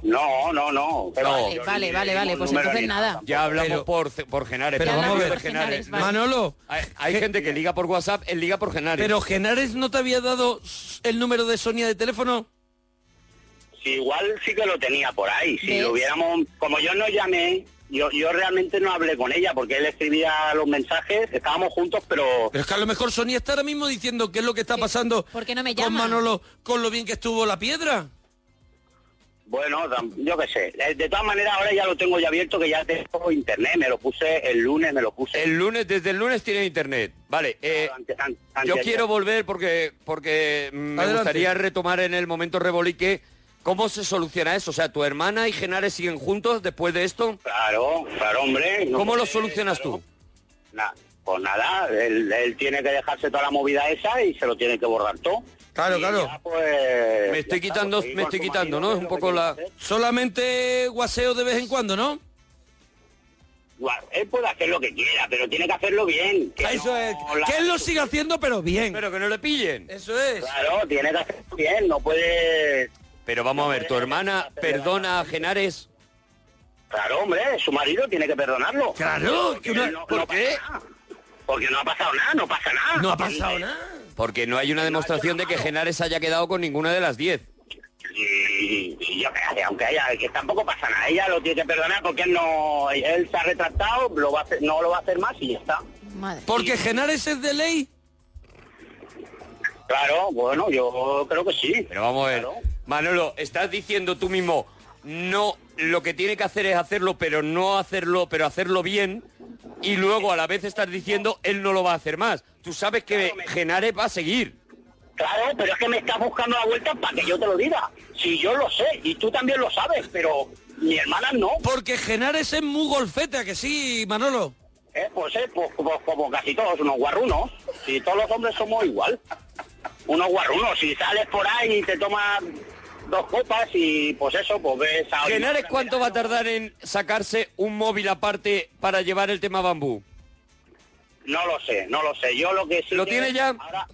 [SPEAKER 12] No, no, no. pero
[SPEAKER 3] No.
[SPEAKER 12] yo
[SPEAKER 11] Vale,
[SPEAKER 12] ni-
[SPEAKER 11] vale, vale,
[SPEAKER 12] ningún
[SPEAKER 11] pues
[SPEAKER 12] número
[SPEAKER 11] entonces
[SPEAKER 12] ni
[SPEAKER 11] nada.
[SPEAKER 3] Ya hablamos
[SPEAKER 4] Pero-
[SPEAKER 3] por, ce- por Genares.
[SPEAKER 4] Pero
[SPEAKER 3] por
[SPEAKER 4] vamos a
[SPEAKER 3] amigos
[SPEAKER 4] ver.
[SPEAKER 3] de Genares.
[SPEAKER 4] vale. Manolo.
[SPEAKER 3] Hay, hay gente que liga por WhatsApp, él liga por Genares.
[SPEAKER 4] Pero Genares no te había dado el número de Sonia de teléfono.
[SPEAKER 12] Si igual sí que lo tenía por ahí. Si
[SPEAKER 4] ¿Ves?
[SPEAKER 12] lo hubiéramos, como yo no llamé, yo, yo realmente no hablé con ella porque él escribía los mensajes, estábamos juntos, pero
[SPEAKER 4] Pero es que a lo mejor Sonia está ahora mismo diciendo qué es lo que está pasando
[SPEAKER 11] ¿Por qué no me
[SPEAKER 4] con
[SPEAKER 11] llama?
[SPEAKER 4] Manolo, con lo bien que estuvo la piedra.
[SPEAKER 12] bueno, tam- yo qué sé. Eh, De todas maneras, ahora ya lo tengo ya abierto, que ya tengo internet, me lo puse el lunes, me lo puse.
[SPEAKER 3] El lunes, desde el lunes tienes internet. Vale, eh, yo
[SPEAKER 12] anteayer.
[SPEAKER 3] quiero volver porque, porque me
[SPEAKER 12] Adelante.
[SPEAKER 3] gustaría retomar en el momento rebolique cómo se soluciona eso. O sea, tu hermana y Genares siguen juntos después de esto.
[SPEAKER 12] Claro, claro, hombre. no
[SPEAKER 3] ¿Cómo lo
[SPEAKER 12] sé,
[SPEAKER 3] solucionas tú?
[SPEAKER 12] na- pues nada, él, él tiene que dejarse toda la movida esa y se lo tiene que borrar todo.
[SPEAKER 4] Claro, claro.
[SPEAKER 12] me estoy quitando,
[SPEAKER 4] me estoy quitando, ¿no? Es un poco la... Solamente guaseo de vez en cuando, ¿no?
[SPEAKER 12] Él puede hacer lo que quiera, pero tiene que hacerlo bien. que
[SPEAKER 4] Ah, Eso es.
[SPEAKER 12] la-
[SPEAKER 4] Que él lo siga haciendo, pero bien.
[SPEAKER 3] Pero que no le pillen.
[SPEAKER 4] Eso es.
[SPEAKER 12] Claro, tiene que hacerlo bien, no puede...
[SPEAKER 3] Pero vamos a ver, tu hermana perdona a Genares.
[SPEAKER 12] Claro, hombre, su marido tiene que perdonarlo.
[SPEAKER 3] Claro,
[SPEAKER 12] porque no, no pasa nada. Porque no ha pasado nada, no pasa nada.
[SPEAKER 3] No ha pasado
[SPEAKER 4] nada.
[SPEAKER 3] Porque no hay una demostración de que Genares haya quedado con ninguna de las 10.
[SPEAKER 12] Y, y yo qué sé, aunque haya, que tampoco pasa nada, ella lo tiene que perdonar porque él no, él se ha retractado, lo va a hacer- no lo va a hacer más y ya está.
[SPEAKER 4] Porque Genares es de ley.
[SPEAKER 12] Claro, bueno, yo creo que sí.
[SPEAKER 3] Pero vamos a ver. Manolo, estás diciendo tú mismo, no, lo que tiene que hacer es hacerlo, pero no hacerlo, pero hacerlo bien. Y luego a la vez estás diciendo, él no lo va a hacer más. Tú sabes que Genares va a seguir.
[SPEAKER 12] Claro, pero es que me estás buscando la vuelta para que yo te lo diga. Si yo lo sé, y tú también lo sabes, pero mi hermana no.
[SPEAKER 4] Porque Genares es muy golfeta, que sí, Manolo.
[SPEAKER 12] Eh, pues, eh, pues, como- como casi todos, unos guarrunos. Si todos los hombres somos igual. Unos guarrunos, si sales por ahí y te tomas dos copas y pues eso, pues ves a...
[SPEAKER 3] Genares, ¿cuánto va a tardar en sacarse un móvil aparte para llevar el tema bambú?
[SPEAKER 12] No lo sé, no lo sé. Yo lo que sí
[SPEAKER 3] ¿Lo
[SPEAKER 12] que
[SPEAKER 3] tiene ya?
[SPEAKER 12] ahora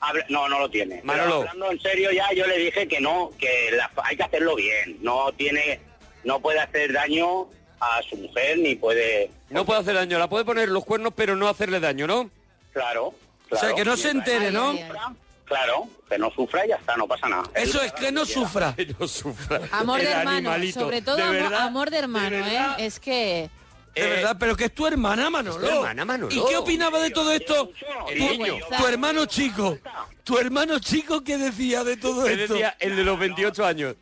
[SPEAKER 12] habla- No, no lo tiene. Pero
[SPEAKER 3] Manolo.
[SPEAKER 12] hablando en serio ya, yo le dije que no, que la- hay que hacerlo bien. No tiene, no puede hacer daño a su mujer ni puede.
[SPEAKER 3] No puede hacer daño, la puede poner los cuernos, pero no hacerle daño, ¿no?
[SPEAKER 12] Claro.
[SPEAKER 3] O sea,
[SPEAKER 12] claro.
[SPEAKER 3] que no se
[SPEAKER 12] Mientras
[SPEAKER 3] entere, ¿no?
[SPEAKER 12] sufra, Claro, que no sufra y ya está, no pasa nada.
[SPEAKER 4] Eso es que no sufra.
[SPEAKER 3] Que no sufra.
[SPEAKER 11] Amor
[SPEAKER 12] El
[SPEAKER 11] de hermano,
[SPEAKER 12] animalito.
[SPEAKER 11] sobre todo
[SPEAKER 12] De
[SPEAKER 11] amor,
[SPEAKER 12] verdad,
[SPEAKER 11] amor de hermano, ¿eh? Es que...
[SPEAKER 4] De verdad, pero que es tu hermana, Manolo.
[SPEAKER 3] Eh, tu hermana, Manolo.
[SPEAKER 4] ¿Y qué opinaba de todo esto?
[SPEAKER 3] El
[SPEAKER 4] Tu,
[SPEAKER 3] niño.
[SPEAKER 4] tu hermano chico. Tu hermano chico, ¿qué decía de todo
[SPEAKER 3] Él
[SPEAKER 4] esto?
[SPEAKER 3] decía, el de los 28 años.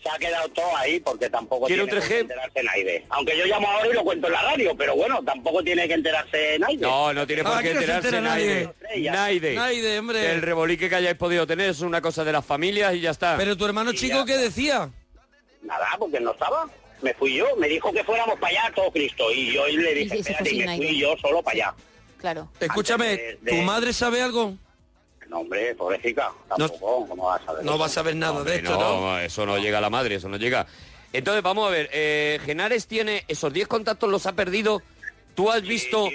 [SPEAKER 12] Se ha quedado todo ahí porque tampoco
[SPEAKER 3] ¿Quiere
[SPEAKER 12] tiene
[SPEAKER 3] un 3G?
[SPEAKER 12] que enterarse nadie. Aunque yo llamo ahora y lo cuento en la radio, pero bueno, tampoco tiene que enterarse nadie.
[SPEAKER 3] No, no tiene
[SPEAKER 4] Ah,
[SPEAKER 3] por qué enterarse nadie. Naide.
[SPEAKER 4] Naide, hombre.
[SPEAKER 3] El rebolique que hayáis podido tener es una cosa de las familias y ya está.
[SPEAKER 4] Pero tu hermano chico, ¿qué decía?
[SPEAKER 12] Nada, porque no estaba. Me fui yo, me dijo que fuéramos para allá todo Cristo. Y yo le
[SPEAKER 11] Y- y se
[SPEAKER 12] dije, espérate,
[SPEAKER 11] fue
[SPEAKER 12] y
[SPEAKER 11] sin
[SPEAKER 12] me
[SPEAKER 11] aire.
[SPEAKER 12] fui yo solo para allá.
[SPEAKER 11] Claro.
[SPEAKER 4] Escúchame,
[SPEAKER 12] Antes de-
[SPEAKER 4] ¿tu
[SPEAKER 12] de-
[SPEAKER 4] madre sabe algo?
[SPEAKER 12] No, hombre, pobrecita, tampoco, no, va a saber.
[SPEAKER 4] No va a saber nada de esto,
[SPEAKER 3] no,
[SPEAKER 4] ¿no?
[SPEAKER 3] eso no llega a la madre, eso no llega. Entonces, vamos a ver, eh, Genares tiene esos 10 contactos, los ha perdido. Tú has visto...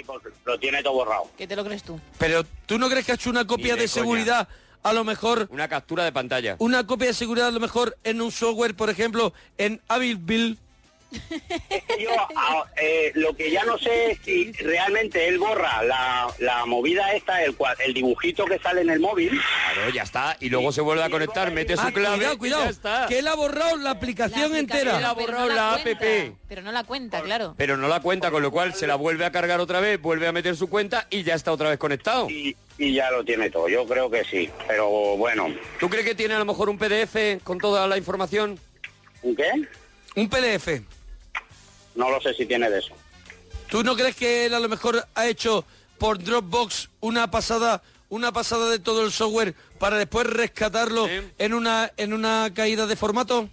[SPEAKER 12] Lo tiene todo borrado.
[SPEAKER 11] ¿Qué te lo crees tú?
[SPEAKER 4] Pero tú no crees que ha hecho una copia
[SPEAKER 3] de
[SPEAKER 4] de,
[SPEAKER 3] coña.
[SPEAKER 4] seguridad, a lo mejor...
[SPEAKER 3] Una captura de pantalla.
[SPEAKER 4] Una copia de seguridad, a lo mejor, en un software, por ejemplo, en Avilville.
[SPEAKER 12] Yo, a- eh, lo que ya no sé es si realmente él borra la, la movida esta, el, cua- el dibujito que sale en el móvil.
[SPEAKER 3] Claro, ya está. Y luego se vuelve a conectar, mete su
[SPEAKER 4] Ah,
[SPEAKER 3] clave.
[SPEAKER 4] cuidado,
[SPEAKER 3] y ya
[SPEAKER 4] cuidado,
[SPEAKER 3] está.
[SPEAKER 4] que él ha borrado la aplicación, entera.
[SPEAKER 3] Él ha borrado la, app.
[SPEAKER 11] Pero no la cuenta, claro.
[SPEAKER 3] Pero no la cuenta, con lo cual se la vuelve a cargar otra vez, vuelve a meter su cuenta y ya está otra vez conectado.
[SPEAKER 12] Y ya lo tiene todo, yo creo que sí. Pero bueno,
[SPEAKER 3] ¿Tú crees que tiene a lo mejor un PDF con toda la información?
[SPEAKER 12] ¿un qué?
[SPEAKER 4] Un PDF.
[SPEAKER 12] No lo sé si tiene de eso.
[SPEAKER 4] ¿Tú no crees que él a lo mejor ha hecho por Dropbox una pasada, una pasada de todo el software para después rescatarlo en una en una caída de formato?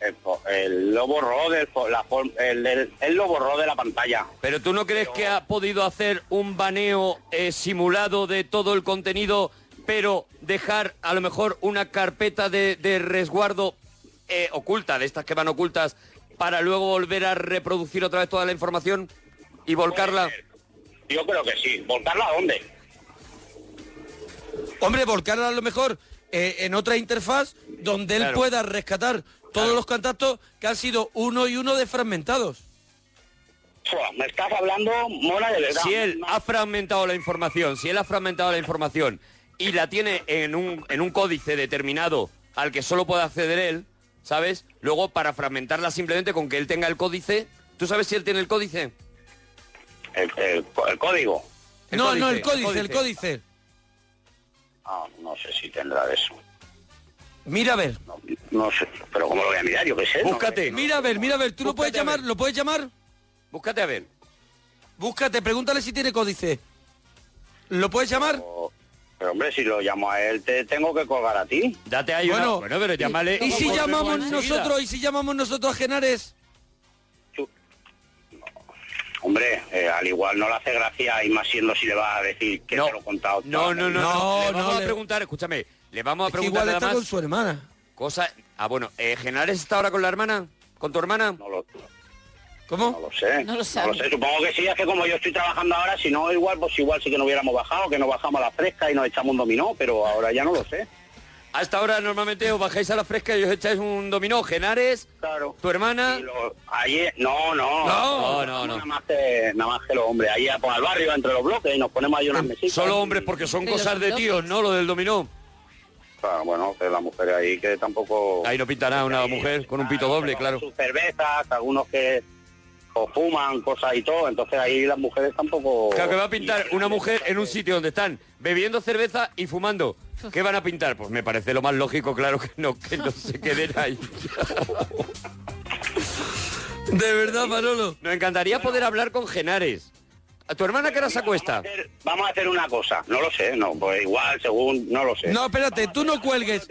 [SPEAKER 12] El, fo- el- lo borró del fo- la form- el- el- él lo borró de la pantalla.
[SPEAKER 3] Pero tú no crees que ha podido hacer un baneo eh, simulado de todo el contenido, pero dejar a lo mejor una carpeta de, de resguardo eh, oculta, de estas que van ocultas, para luego volver a reproducir otra vez toda la información y volcarla.
[SPEAKER 12] Yo creo que sí. ¿Volcarla a dónde?
[SPEAKER 4] Hombre, volcarla a lo mejor eh, en otra interfaz donde él
[SPEAKER 3] Claro.
[SPEAKER 4] pueda rescatar todos los contactos que han sido uno y uno desfragmentados.
[SPEAKER 12] Fua, me estás hablando mola de verdad.
[SPEAKER 3] Si él ha fragmentado la información, si él ha fragmentado la información y la tiene en un, en un códice determinado al que solo puede acceder él, ¿sabes? Luego, para fragmentarla simplemente con que él tenga el códice, ¿tú sabes si él tiene el códice?
[SPEAKER 12] El, el co- el código.
[SPEAKER 4] no, no, el códice, el códice.
[SPEAKER 12] Ah, no sé si tendrá eso.
[SPEAKER 4] Mira a ver.
[SPEAKER 12] No sé, pero ¿cómo lo voy a mirar? Yo qué sé. no
[SPEAKER 4] Búscate.
[SPEAKER 12] sé, no-
[SPEAKER 4] Mira a ver, mira a ver. ¿Tú lo puedes llamar? ¿Lo puedes llamar? Búscate a ver. Búscate, pregúntale si tiene códice. ¿Lo puedes llamar?
[SPEAKER 12] Pero hombre, si lo llamo a él, te tengo que colgar a ti.
[SPEAKER 3] Date ahí
[SPEAKER 12] bueno,
[SPEAKER 3] una- bueno, pero llámale.
[SPEAKER 4] ¿Y si
[SPEAKER 3] Volvemos
[SPEAKER 4] llamamos
[SPEAKER 3] enseguida.
[SPEAKER 4] nosotros? ¿Y si llamamos nosotros a Genares?
[SPEAKER 12] Hombre, eh, al igual no le hace gracia y más siendo si le va a decir que te lo he contado.
[SPEAKER 3] No, no, no, no. Le vamos
[SPEAKER 12] no,
[SPEAKER 3] a preguntar, escúchame, le vamos a
[SPEAKER 12] que
[SPEAKER 3] preguntar
[SPEAKER 12] igual
[SPEAKER 3] nada
[SPEAKER 12] está
[SPEAKER 3] más
[SPEAKER 12] con su
[SPEAKER 4] hermana.
[SPEAKER 3] Cosa... Ah, bueno, eh, ¿Genares está ahora con la hermana? ¿Con tu hermana? No
[SPEAKER 12] lo...
[SPEAKER 4] ¿Cómo?
[SPEAKER 12] No lo sé.
[SPEAKER 3] No lo
[SPEAKER 12] No lo sé, supongo que sí, es que como yo estoy trabajando ahora, si no, igual, pues igual sí que no hubiéramos bajado, que nos bajamos a la fresca y nos echamos un dominó, pero ahora ya no lo sé.
[SPEAKER 3] Hasta ahora normalmente os bajáis a la fresca y os echáis un dominó. Genares, tu hermana...
[SPEAKER 12] Ayer, no, no.
[SPEAKER 3] No, no, no.
[SPEAKER 12] Nada más que, nada más que los hombres. Ahí pues, al barrio, entre los bloques, y nos ponemos ahí unas mesitas.
[SPEAKER 3] Solo hombres, porque son cosas de tíos, ¿no? Lo del dominó.
[SPEAKER 12] Claro, Ah, bueno, que la mujer ahí que tampoco...
[SPEAKER 3] Ahí no pintará una mujer con un pito doble, claro.
[SPEAKER 12] Sus cervezas, algunos que o fuman, cosas y todo, entonces ahí las mujeres tampoco...
[SPEAKER 3] Claro, que va a pintar una mujer en un sitio donde están bebiendo cerveza y fumando. ¿Qué van a pintar? Pues me parece lo más lógico, claro, que no, que no se queden ahí.
[SPEAKER 4] De verdad, Manolo.
[SPEAKER 3] Nos encantaría poder hablar con Genares. ¿A tu hermana qué hora se acuesta?
[SPEAKER 12] Vamos a hacer una cosa, no lo sé, no, pues igual, según, no lo sé.
[SPEAKER 4] No, espérate, tú no cuelgues.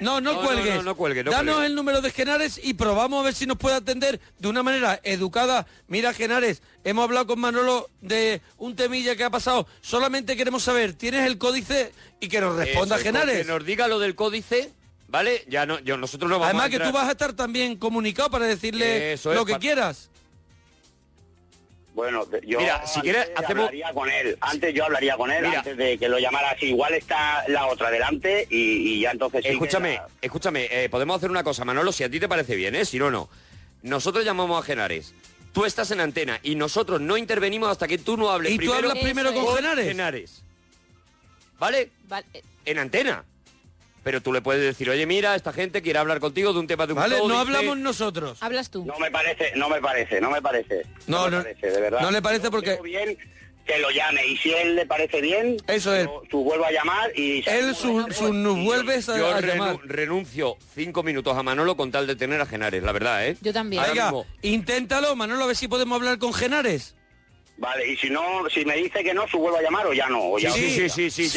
[SPEAKER 4] No, no,
[SPEAKER 3] No, no,
[SPEAKER 4] cuelgues.
[SPEAKER 3] no, no cuelgue, no
[SPEAKER 4] Danos
[SPEAKER 3] cuelgue.
[SPEAKER 4] el número de Genares y probamos a ver si nos puede atender de una manera educada. Mira, Genares, hemos hablado con Manolo de un temilla que ha pasado. Solamente queremos saber, ¿tienes el códice? Y que nos responda
[SPEAKER 3] Eso es, con
[SPEAKER 4] Genares.
[SPEAKER 3] Que nos diga lo del códice, ¿vale? Ya no, yo, nosotros no vamos a
[SPEAKER 4] Además que
[SPEAKER 3] entrar-
[SPEAKER 4] tú vas a estar también comunicado para decirle
[SPEAKER 3] Eso es,
[SPEAKER 4] lo que
[SPEAKER 3] para-
[SPEAKER 4] quieras.
[SPEAKER 12] Bueno, de- yo
[SPEAKER 3] Mira, si
[SPEAKER 12] antes
[SPEAKER 3] quieres, hacemos-
[SPEAKER 12] hablaría con él. Antes yo hablaría con él,
[SPEAKER 3] Mira.
[SPEAKER 12] antes de que lo llamara así. Igual está la otra delante y, y ya entonces... sí que
[SPEAKER 3] Escúchame,
[SPEAKER 12] la-
[SPEAKER 3] escúchame, eh, podemos hacer una cosa, Manolo, si a ti te parece bien, ¿eh? Si no, no. Nosotros llamamos a Genares. Tú estás en antena y nosotros no intervenimos hasta que tú no hables
[SPEAKER 4] ¿Y tú
[SPEAKER 3] primero.
[SPEAKER 4] hablas primero con Genares?
[SPEAKER 3] ¿Vale?
[SPEAKER 23] Vale, eh,
[SPEAKER 3] En antena. Pero tú le puedes decir, oye, mira, esta gente quiere hablar contigo de un tema de un
[SPEAKER 4] ¿Vale? No
[SPEAKER 3] códice".
[SPEAKER 4] hablamos nosotros.
[SPEAKER 23] hablas tú.
[SPEAKER 12] No me parece, no me parece, no me parece.
[SPEAKER 4] No,
[SPEAKER 12] me
[SPEAKER 4] no.
[SPEAKER 12] parece, de verdad.
[SPEAKER 4] No le parece
[SPEAKER 12] Yo
[SPEAKER 4] porque-
[SPEAKER 12] creo bien que lo llame y si él le parece bien,
[SPEAKER 4] Eso es. Eh.
[SPEAKER 12] lo- tú vuelvo a llamar y
[SPEAKER 4] Él su, su- nos vuelves a,
[SPEAKER 3] Yo
[SPEAKER 4] a
[SPEAKER 3] renu-
[SPEAKER 4] llamar.
[SPEAKER 3] renuncio cinco minutos a Manolo con tal de tener a Genares, la verdad, ¿eh?
[SPEAKER 23] Yo también.
[SPEAKER 3] Ahora
[SPEAKER 4] Venga,
[SPEAKER 3] mismo.
[SPEAKER 4] inténtalo, Manolo, a ver si podemos hablar con Genares.
[SPEAKER 12] Vale, y si no, si me dice que no, su vuelvo a llamar o ya no. o ya-
[SPEAKER 4] Sus- sus-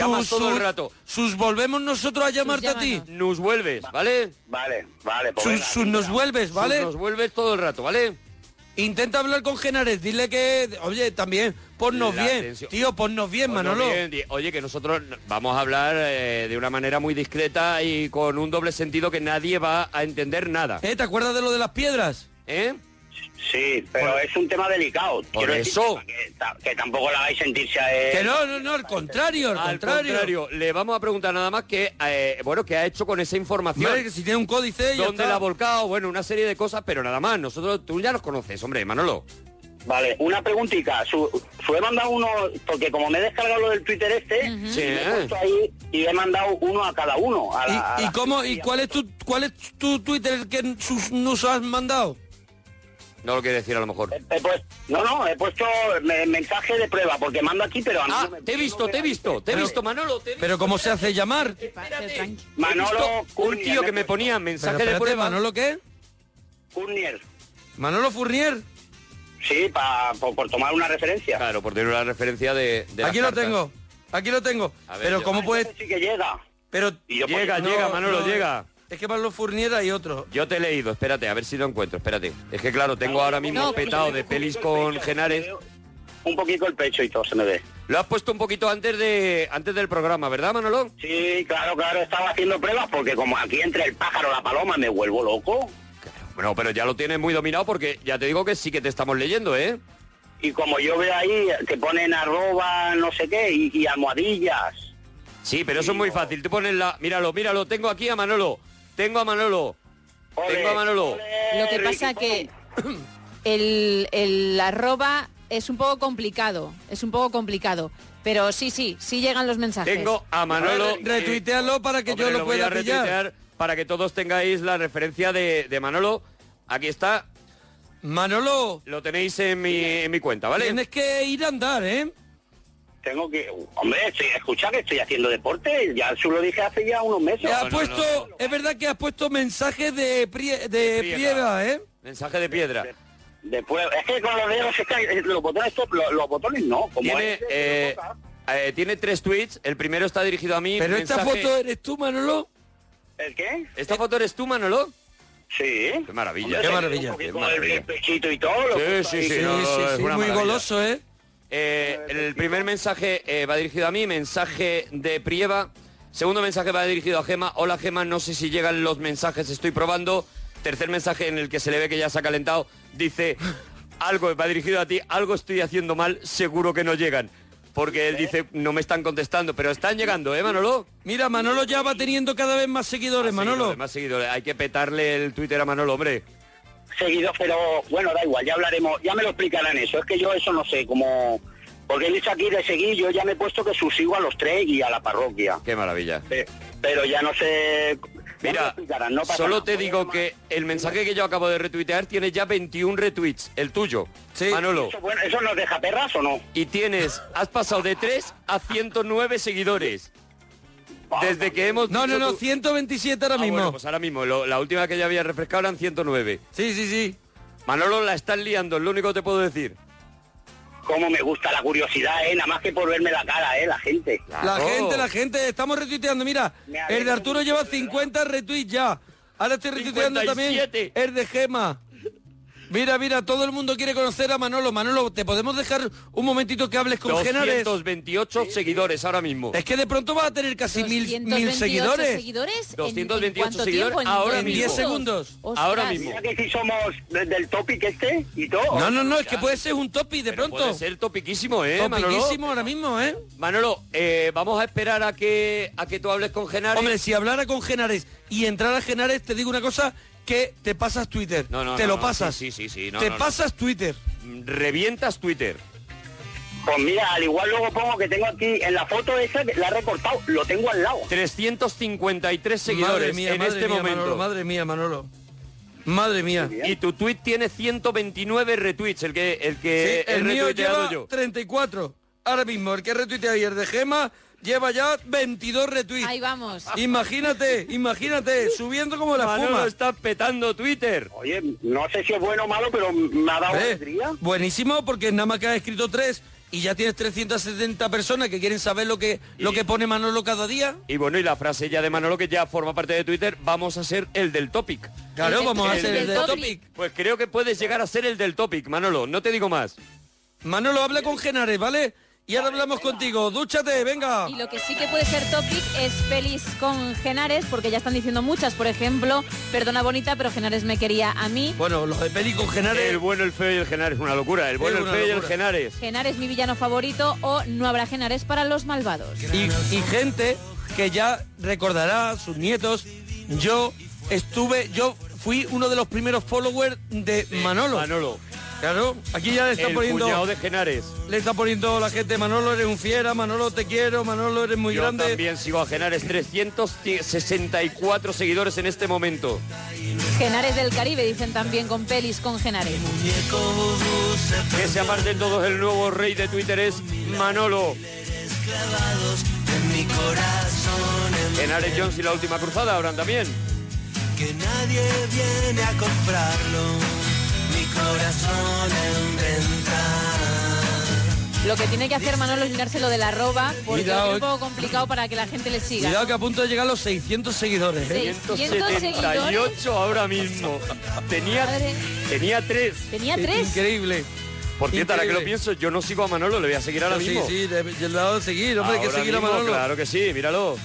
[SPEAKER 4] Sus volvemos nosotros a llamarte a ti.
[SPEAKER 3] Nos vuelves, ¿vale?
[SPEAKER 12] Vale, vale, pues
[SPEAKER 4] Sus,
[SPEAKER 12] venga.
[SPEAKER 4] sus nos vuelves, ¿vale?
[SPEAKER 3] Sus nos vuelves todo el rato, ¿vale?
[SPEAKER 4] Intenta hablar con Genares, dile que, oye, también, ponnos
[SPEAKER 3] La
[SPEAKER 4] bien,
[SPEAKER 3] atención.
[SPEAKER 4] tío, ponnos bien,
[SPEAKER 3] Oye,
[SPEAKER 4] Manolo.
[SPEAKER 3] bien, di- oye, que nosotros n- vamos a hablar eh, de una manera muy discreta y con un doble sentido que nadie va a entender nada.
[SPEAKER 4] ¿Eh? ¿Te acuerdas de lo de las piedras?
[SPEAKER 3] ¿Eh?
[SPEAKER 12] Sí, pero es un tema delicado.
[SPEAKER 3] Por
[SPEAKER 12] Quiero decir
[SPEAKER 3] eso.
[SPEAKER 12] que, ta- que tampoco la vais a sentirse a él.
[SPEAKER 3] Que
[SPEAKER 4] no, no, al contrario, al,
[SPEAKER 3] Eh, contrario. Le vamos a preguntar nada más que, eh, bueno, qué ha hecho con esa información.
[SPEAKER 4] Vale, que si tiene un códice, ya
[SPEAKER 3] ¿Dónde
[SPEAKER 4] está.
[SPEAKER 3] la ha volcado? Bueno, una serie de cosas, pero nada más. Nosotros, tú ya nos conoces, hombre, Manolo.
[SPEAKER 12] Vale, una preguntita. Su, su he mandado uno, porque como me he descargado lo del Twitter este,
[SPEAKER 3] Sí.
[SPEAKER 12] me he puesto ahí y he mandado uno a cada uno. a la- a
[SPEAKER 4] ¿Y
[SPEAKER 12] la-
[SPEAKER 4] cómo, y cuál es tu, cuál es tu Twitter que sus- nos has mandado?
[SPEAKER 3] No lo quiere decir a lo mejor.
[SPEAKER 12] He puesto- Eh, no, no, he puesto me- mensaje de prueba, porque mando aquí, pero a mí
[SPEAKER 3] Ah,
[SPEAKER 12] no me-
[SPEAKER 3] te he visto, te he visto, te he
[SPEAKER 12] Pero-
[SPEAKER 3] visto, Manolo. Te he
[SPEAKER 4] Pero ¿cómo se hace llamar?
[SPEAKER 12] Manolo
[SPEAKER 3] visto un tío que me ponía
[SPEAKER 4] Pero
[SPEAKER 3] mensaje de
[SPEAKER 4] espérate,
[SPEAKER 3] prueba.
[SPEAKER 4] ¿Manolo qué?
[SPEAKER 12] Curnier.
[SPEAKER 4] ¿Manolo Furnier?
[SPEAKER 12] Sí, pa- por, por tomar una referencia.
[SPEAKER 3] Claro, por tener una referencia de, de las
[SPEAKER 4] Aquí lo
[SPEAKER 3] cartas.
[SPEAKER 4] tengo, aquí lo tengo.
[SPEAKER 3] A ver,
[SPEAKER 4] Pero
[SPEAKER 3] yo-
[SPEAKER 4] ¿cómo puedes...?
[SPEAKER 12] Sí que llega.
[SPEAKER 4] Pero
[SPEAKER 3] Llega, llega, Manolo, llega.
[SPEAKER 4] Es que Manolo Furnier hay otro.
[SPEAKER 3] Yo te he leído, espérate, a ver si lo encuentro, espérate. Es que claro, tengo ahora mismo
[SPEAKER 12] No,
[SPEAKER 3] petado
[SPEAKER 12] pero-
[SPEAKER 3] de pelis con Genares.
[SPEAKER 12] Un poquito el pecho y todo se me ve.
[SPEAKER 3] Lo has puesto un poquito antes de antes del programa, ¿verdad, Manolo?
[SPEAKER 12] Sí, claro, claro, estaba haciendo pruebas porque como aquí entre el pájaro la paloma me vuelvo loco.
[SPEAKER 3] Bueno, pero ya lo tienes muy dominado porque ya te digo que sí que te estamos leyendo, ¿eh?
[SPEAKER 12] Y como yo veo ahí que ponen arroba no sé qué y, y almohadillas
[SPEAKER 3] Sí, pero eso es muy fácil. Tú pones la. Míralo, míralo. Tengo aquí a Manolo. Tengo a Manolo. Tengo a Manolo.
[SPEAKER 11] Lo que pasa que el, el arroba es un poco complicado, es un poco complicado. Pero sí, sí, sí llegan los mensajes.
[SPEAKER 3] Tengo a Manolo.
[SPEAKER 4] Retuitealo para que yo lo
[SPEAKER 3] voy
[SPEAKER 4] pueda
[SPEAKER 3] a
[SPEAKER 4] pillar.
[SPEAKER 3] retuitear Para que todos tengáis la referencia de, de Manolo. Aquí está.
[SPEAKER 4] Manolo.
[SPEAKER 3] Lo tenéis en mi, en mi cuenta, ¿vale?
[SPEAKER 4] Tienes que ir a andar, ¿eh?
[SPEAKER 12] Tengo que... Hombre, estoy, escucha que estoy haciendo deporte. Ya se lo dije hace ya unos meses.
[SPEAKER 4] has puesto, es verdad que has puesto mensajes de, prie- de, priega, ¿eh?
[SPEAKER 3] Mensaje de piedra.
[SPEAKER 12] Después, es que con los dedos es que eh, los botones, los, los botones no. Como
[SPEAKER 3] Tiene,
[SPEAKER 12] este,
[SPEAKER 3] eh, eh, tiene tres tweets. El primero está dirigido a mí.
[SPEAKER 4] Pero esta
[SPEAKER 3] mensaje-
[SPEAKER 4] foto eres tú, Manolo.
[SPEAKER 12] ¿El qué?
[SPEAKER 3] ¿Esta foto eres tú, Manolo?
[SPEAKER 12] Sí.
[SPEAKER 3] Qué maravilla.
[SPEAKER 4] Qué maravilla.
[SPEAKER 3] Qué
[SPEAKER 12] el pechito y todo. lo
[SPEAKER 3] Sí,
[SPEAKER 12] puso
[SPEAKER 3] sí,
[SPEAKER 12] ahí.
[SPEAKER 3] sí. no, no, es una maravilla.
[SPEAKER 4] ¿eh?
[SPEAKER 3] El primer mensaje eh, va dirigido a mí, mensaje de Prieva. Segundo mensaje va dirigido a Gema. Hola Gema, no sé si llegan los mensajes, estoy probando. Tercer mensaje en el que se le ve que ya se ha calentado. Dice, algo va dirigido a ti, algo estoy haciendo mal, seguro que no llegan. Porque
[SPEAKER 12] ¿Eh?
[SPEAKER 3] él dice, no me están contestando, pero están llegando, ¿eh, Manolo?
[SPEAKER 4] Mira, Manolo ya va teniendo cada vez más seguidores, Manolo.
[SPEAKER 3] Más seguidores, hay que petarle el Twitter a Manolo, hombre.
[SPEAKER 12] seguido, pero bueno, da igual, ya hablaremos, ya me lo explicarán eso. Es que yo eso no sé, como... Porque él dice aquí de seguir, yo ya me he puesto que suscribo a los tres y a la parroquia.
[SPEAKER 3] Qué maravilla.
[SPEAKER 12] Pe- Pero ya no sé... ya me lo
[SPEAKER 3] Mira,
[SPEAKER 12] explicarán, no pasa
[SPEAKER 3] solo
[SPEAKER 12] nada.
[SPEAKER 3] te digo que el mensaje que yo acabo de retuitear tiene ya 21 retweets, el tuyo, Manolo.
[SPEAKER 12] Eso, bueno, ¿eso nos deja perras o no?
[SPEAKER 3] Y tienes, has pasado de 3 a 109 seguidores. Desde que hemos...
[SPEAKER 4] No, no,
[SPEAKER 3] dicho
[SPEAKER 4] no,
[SPEAKER 3] tu-
[SPEAKER 4] 127 ahora
[SPEAKER 3] Ah,
[SPEAKER 4] mismo.
[SPEAKER 3] bueno, pues ahora mismo, lo- la última que ya había refrescado eran 109.
[SPEAKER 4] Sí, sí, sí.
[SPEAKER 3] Manolo, la estás liando, es lo único que te puedo decir.
[SPEAKER 12] Cómo me gusta la curiosidad, ¿eh? Nada más que por verme la cara, ¿eh? La gente.
[SPEAKER 4] La gente, la gente, estamos retuiteando. Mira, el de Arturo lleva 50 retweets ya. Ahora estoy retuiteando también
[SPEAKER 3] 57.
[SPEAKER 4] el de Gema. Mira, mira, todo el mundo quiere conocer a Manolo. Manolo, ¿te podemos dejar un momentito que hables con Genares?
[SPEAKER 3] 228 seguidores ahora mismo.
[SPEAKER 4] Es que de pronto vas a tener casi mil, mil
[SPEAKER 11] 228
[SPEAKER 4] seguidores.
[SPEAKER 11] seguidores en-
[SPEAKER 3] 228
[SPEAKER 11] ¿en cuánto
[SPEAKER 3] seguidores
[SPEAKER 11] tiempo? ¿En
[SPEAKER 3] ahora
[SPEAKER 11] diez
[SPEAKER 3] mismo.
[SPEAKER 11] minutos?
[SPEAKER 3] 10 segundos.
[SPEAKER 11] Ostras.
[SPEAKER 3] Ahora mismo.
[SPEAKER 12] Mira que si somos de- del topic este y todo.
[SPEAKER 3] No, no, no, es
[SPEAKER 4] Que puede ser un topic de pronto.
[SPEAKER 3] Puede ser topiquísimo, ¿eh,
[SPEAKER 4] Topiquísimo
[SPEAKER 3] Manolo?
[SPEAKER 4] ahora mismo, ¿eh?
[SPEAKER 3] Manolo, eh, vamos a esperar a que, a que tú hables con Genares.
[SPEAKER 4] Hombre, si hablara con Genares y entrara Genares, te digo una cosa, que te pasas Twitter.
[SPEAKER 3] No, no,
[SPEAKER 4] te
[SPEAKER 3] no,
[SPEAKER 4] lo
[SPEAKER 3] no,
[SPEAKER 4] pasas.
[SPEAKER 3] Sí, sí, sí. sí, no,
[SPEAKER 4] te
[SPEAKER 3] no, no.
[SPEAKER 4] pasas Twitter.
[SPEAKER 3] Revientas Twitter.
[SPEAKER 12] Pues mira, al igual luego pongo que tengo aquí en la foto esa, que la he recortado, lo tengo al lado.
[SPEAKER 3] 353 seguidores
[SPEAKER 4] Madre mía,
[SPEAKER 3] en
[SPEAKER 4] madre
[SPEAKER 3] este
[SPEAKER 4] mía,
[SPEAKER 3] momento.
[SPEAKER 4] Manolo, madre mía, Manolo. Madre mía.
[SPEAKER 3] Y tu tweet tiene 129 retweets, el que Eh, el que
[SPEAKER 4] el
[SPEAKER 3] he
[SPEAKER 4] mío
[SPEAKER 3] retuiteado
[SPEAKER 4] lleva
[SPEAKER 3] yo.
[SPEAKER 4] 34. Ahora mismo, el que retuitea ayer de Gema lleva ya 22 retweets.
[SPEAKER 11] Ahí vamos.
[SPEAKER 4] Imagínate, imagínate, subiendo como la
[SPEAKER 3] Manolo
[SPEAKER 4] espuma.
[SPEAKER 3] está petando Twitter.
[SPEAKER 12] Oye, no sé si es bueno o malo, pero me ha dado
[SPEAKER 4] Eh,
[SPEAKER 12] alegría.
[SPEAKER 4] Buenísimo, porque nada más que has escrito tres y ya tienes 370 personas que quieren saber lo que, lo que pone Manolo cada día.
[SPEAKER 3] Y bueno, y la frase ya de Manolo que ya forma parte de Twitter, vamos a ser el del topic.
[SPEAKER 4] Claro, El vamos a del ser el del topic.
[SPEAKER 3] Pues creo que puedes llegar a ser el del topic, Manolo, no te digo más.
[SPEAKER 4] Manolo, habla con Genares, ¿vale? Y ahora hablamos contigo. Dúchate, venga.
[SPEAKER 11] Y lo que sí que puede ser topic es feliz con Genares, porque ya están diciendo muchas. Por ejemplo, perdona bonita, pero Genares me quería a mí.
[SPEAKER 4] Bueno, los de Peli con Genares.
[SPEAKER 3] El bueno, el feo y el Genares, una locura. El bueno,
[SPEAKER 4] Es
[SPEAKER 3] el
[SPEAKER 4] una
[SPEAKER 3] feo y el
[SPEAKER 4] locura.
[SPEAKER 3] Genares.
[SPEAKER 11] Genares mi villano favorito o no habrá Genares para los malvados.
[SPEAKER 4] y, y gente que ya recordará, sus nietos, yo estuve, yo fui uno de los primeros followers de Manolo.
[SPEAKER 3] Manolo.
[SPEAKER 4] Claro, aquí ya le están
[SPEAKER 3] El
[SPEAKER 4] poniendo.
[SPEAKER 3] cuñado de Genares.
[SPEAKER 4] Le está poniendo la gente, Este Manolo eres un fiera, Manolo te quiero, Manolo eres muy
[SPEAKER 3] Yo
[SPEAKER 4] grande.
[SPEAKER 3] también sigo a Genares, 364 seguidores en este momento.
[SPEAKER 11] Genares del Caribe, dicen también con pelis con Genares.
[SPEAKER 3] Que se aparten todos, el nuevo rey de Twitter es Manolo. Genares Jones y la última cruzada habrán también.
[SPEAKER 1] que nadie viene a comprarlo. Mi corazón en venta.
[SPEAKER 11] Lo que tiene que hacer Manolo es mirarse lo de la arroba, porque
[SPEAKER 4] Cuidado,
[SPEAKER 11] es un
[SPEAKER 4] eh.
[SPEAKER 11] poco complicado para que la gente le siga.
[SPEAKER 4] Cuidado que a punto de llegar a los 600 seguidores. ¿eh?
[SPEAKER 11] 600 seguidores.
[SPEAKER 3] ahora mismo. Tenía,
[SPEAKER 11] Madre.
[SPEAKER 3] tenía tres.
[SPEAKER 11] Tenía tres.
[SPEAKER 4] Increíble.
[SPEAKER 3] Por cierto, ahora que lo
[SPEAKER 4] Increíble.
[SPEAKER 3] pienso, yo no sigo a Manolo, le voy a seguir ahora
[SPEAKER 4] Sí,
[SPEAKER 3] mismo.
[SPEAKER 4] sí, le, le he dado a seguir, hombre, hay que
[SPEAKER 3] Ahora
[SPEAKER 4] seguir
[SPEAKER 3] mismo,
[SPEAKER 4] a Manolo.
[SPEAKER 3] Claro que sí, míralo.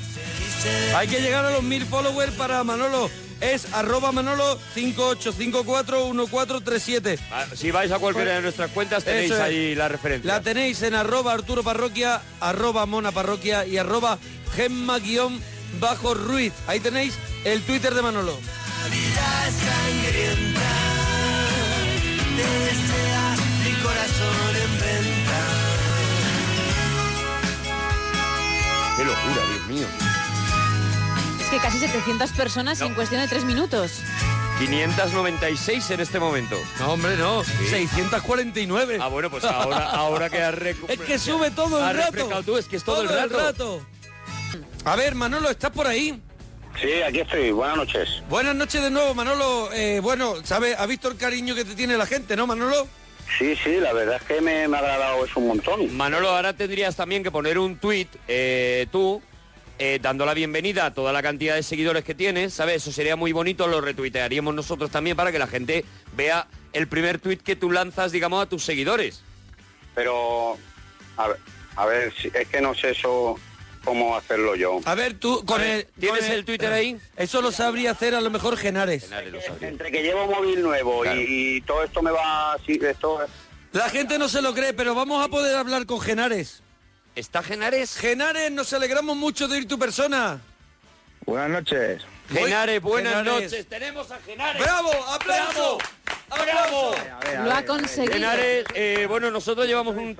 [SPEAKER 4] Hay que llegar a los mil followers para Manolo. Es arroba Manolo 58541437.
[SPEAKER 3] Ah, Si vais a cualquiera de nuestras cuentas tenéis
[SPEAKER 4] Pues, Eso es.
[SPEAKER 3] ahí la referencia.
[SPEAKER 4] La tenéis en arroba Arturo Parroquia, arroba Mona Parroquia y arroba gemma-ruiz. Ahí tenéis el Twitter de Manolo.
[SPEAKER 1] vida sangrienta. Te desea mi corazón en venta.
[SPEAKER 3] Qué locura, Dios mío.
[SPEAKER 11] Es que casi 700 personas en cuestión de tres minutos.
[SPEAKER 3] 596 en este momento.
[SPEAKER 4] No, hombre, no. 649.
[SPEAKER 3] Ah, bueno, pues ahora, ahora que has recu-
[SPEAKER 4] Es que sube todo el
[SPEAKER 3] has
[SPEAKER 4] rato.
[SPEAKER 3] refrescado tú, es que es todo, el rato.
[SPEAKER 4] A ver, Manolo, ¿estás por ahí?
[SPEAKER 12] Sí, aquí estoy. Buenas noches.
[SPEAKER 4] Buenas noches de nuevo, Manolo. Eh, bueno, ¿sabes? ¿Has visto el cariño que te tiene la gente, no, Manolo?
[SPEAKER 12] Sí, sí, la verdad es que me, me ha agradado eso un montón.
[SPEAKER 3] Manolo, ahora tendrías también que poner un tuit, eh, tú, eh, dando la bienvenida a toda la cantidad de seguidores que tienes, ¿sabes? Eso sería muy bonito, lo retuitearíamos nosotros también para que la gente vea el primer tuit que tú lanzas, digamos, a tus seguidores.
[SPEAKER 12] Pero, a ver, a ver, si- es que no sé eso cómo hacerlo yo.
[SPEAKER 4] A ver, tú, con el... ¿Tienes el, Twitter ahí? Eso lo sabría hacer a lo mejor Genares.
[SPEAKER 12] Entre que llevo móvil nuevo y- y, todo esto me va así, esto...
[SPEAKER 4] La gente no se lo cree, pero vamos a poder hablar con Genares.
[SPEAKER 3] ¿Está Genares?
[SPEAKER 4] Genares, nos alegramos mucho de oír tu persona.
[SPEAKER 24] Buenas noches.
[SPEAKER 3] Genares, buenas
[SPEAKER 4] Genares.
[SPEAKER 3] noches. Tenemos a Genares.
[SPEAKER 4] ¡Bravo! ¡Aplauso!
[SPEAKER 3] ¡Bravo!
[SPEAKER 11] Lo ha conseguido.
[SPEAKER 3] Genares, eh, bueno, nosotros llevamos un...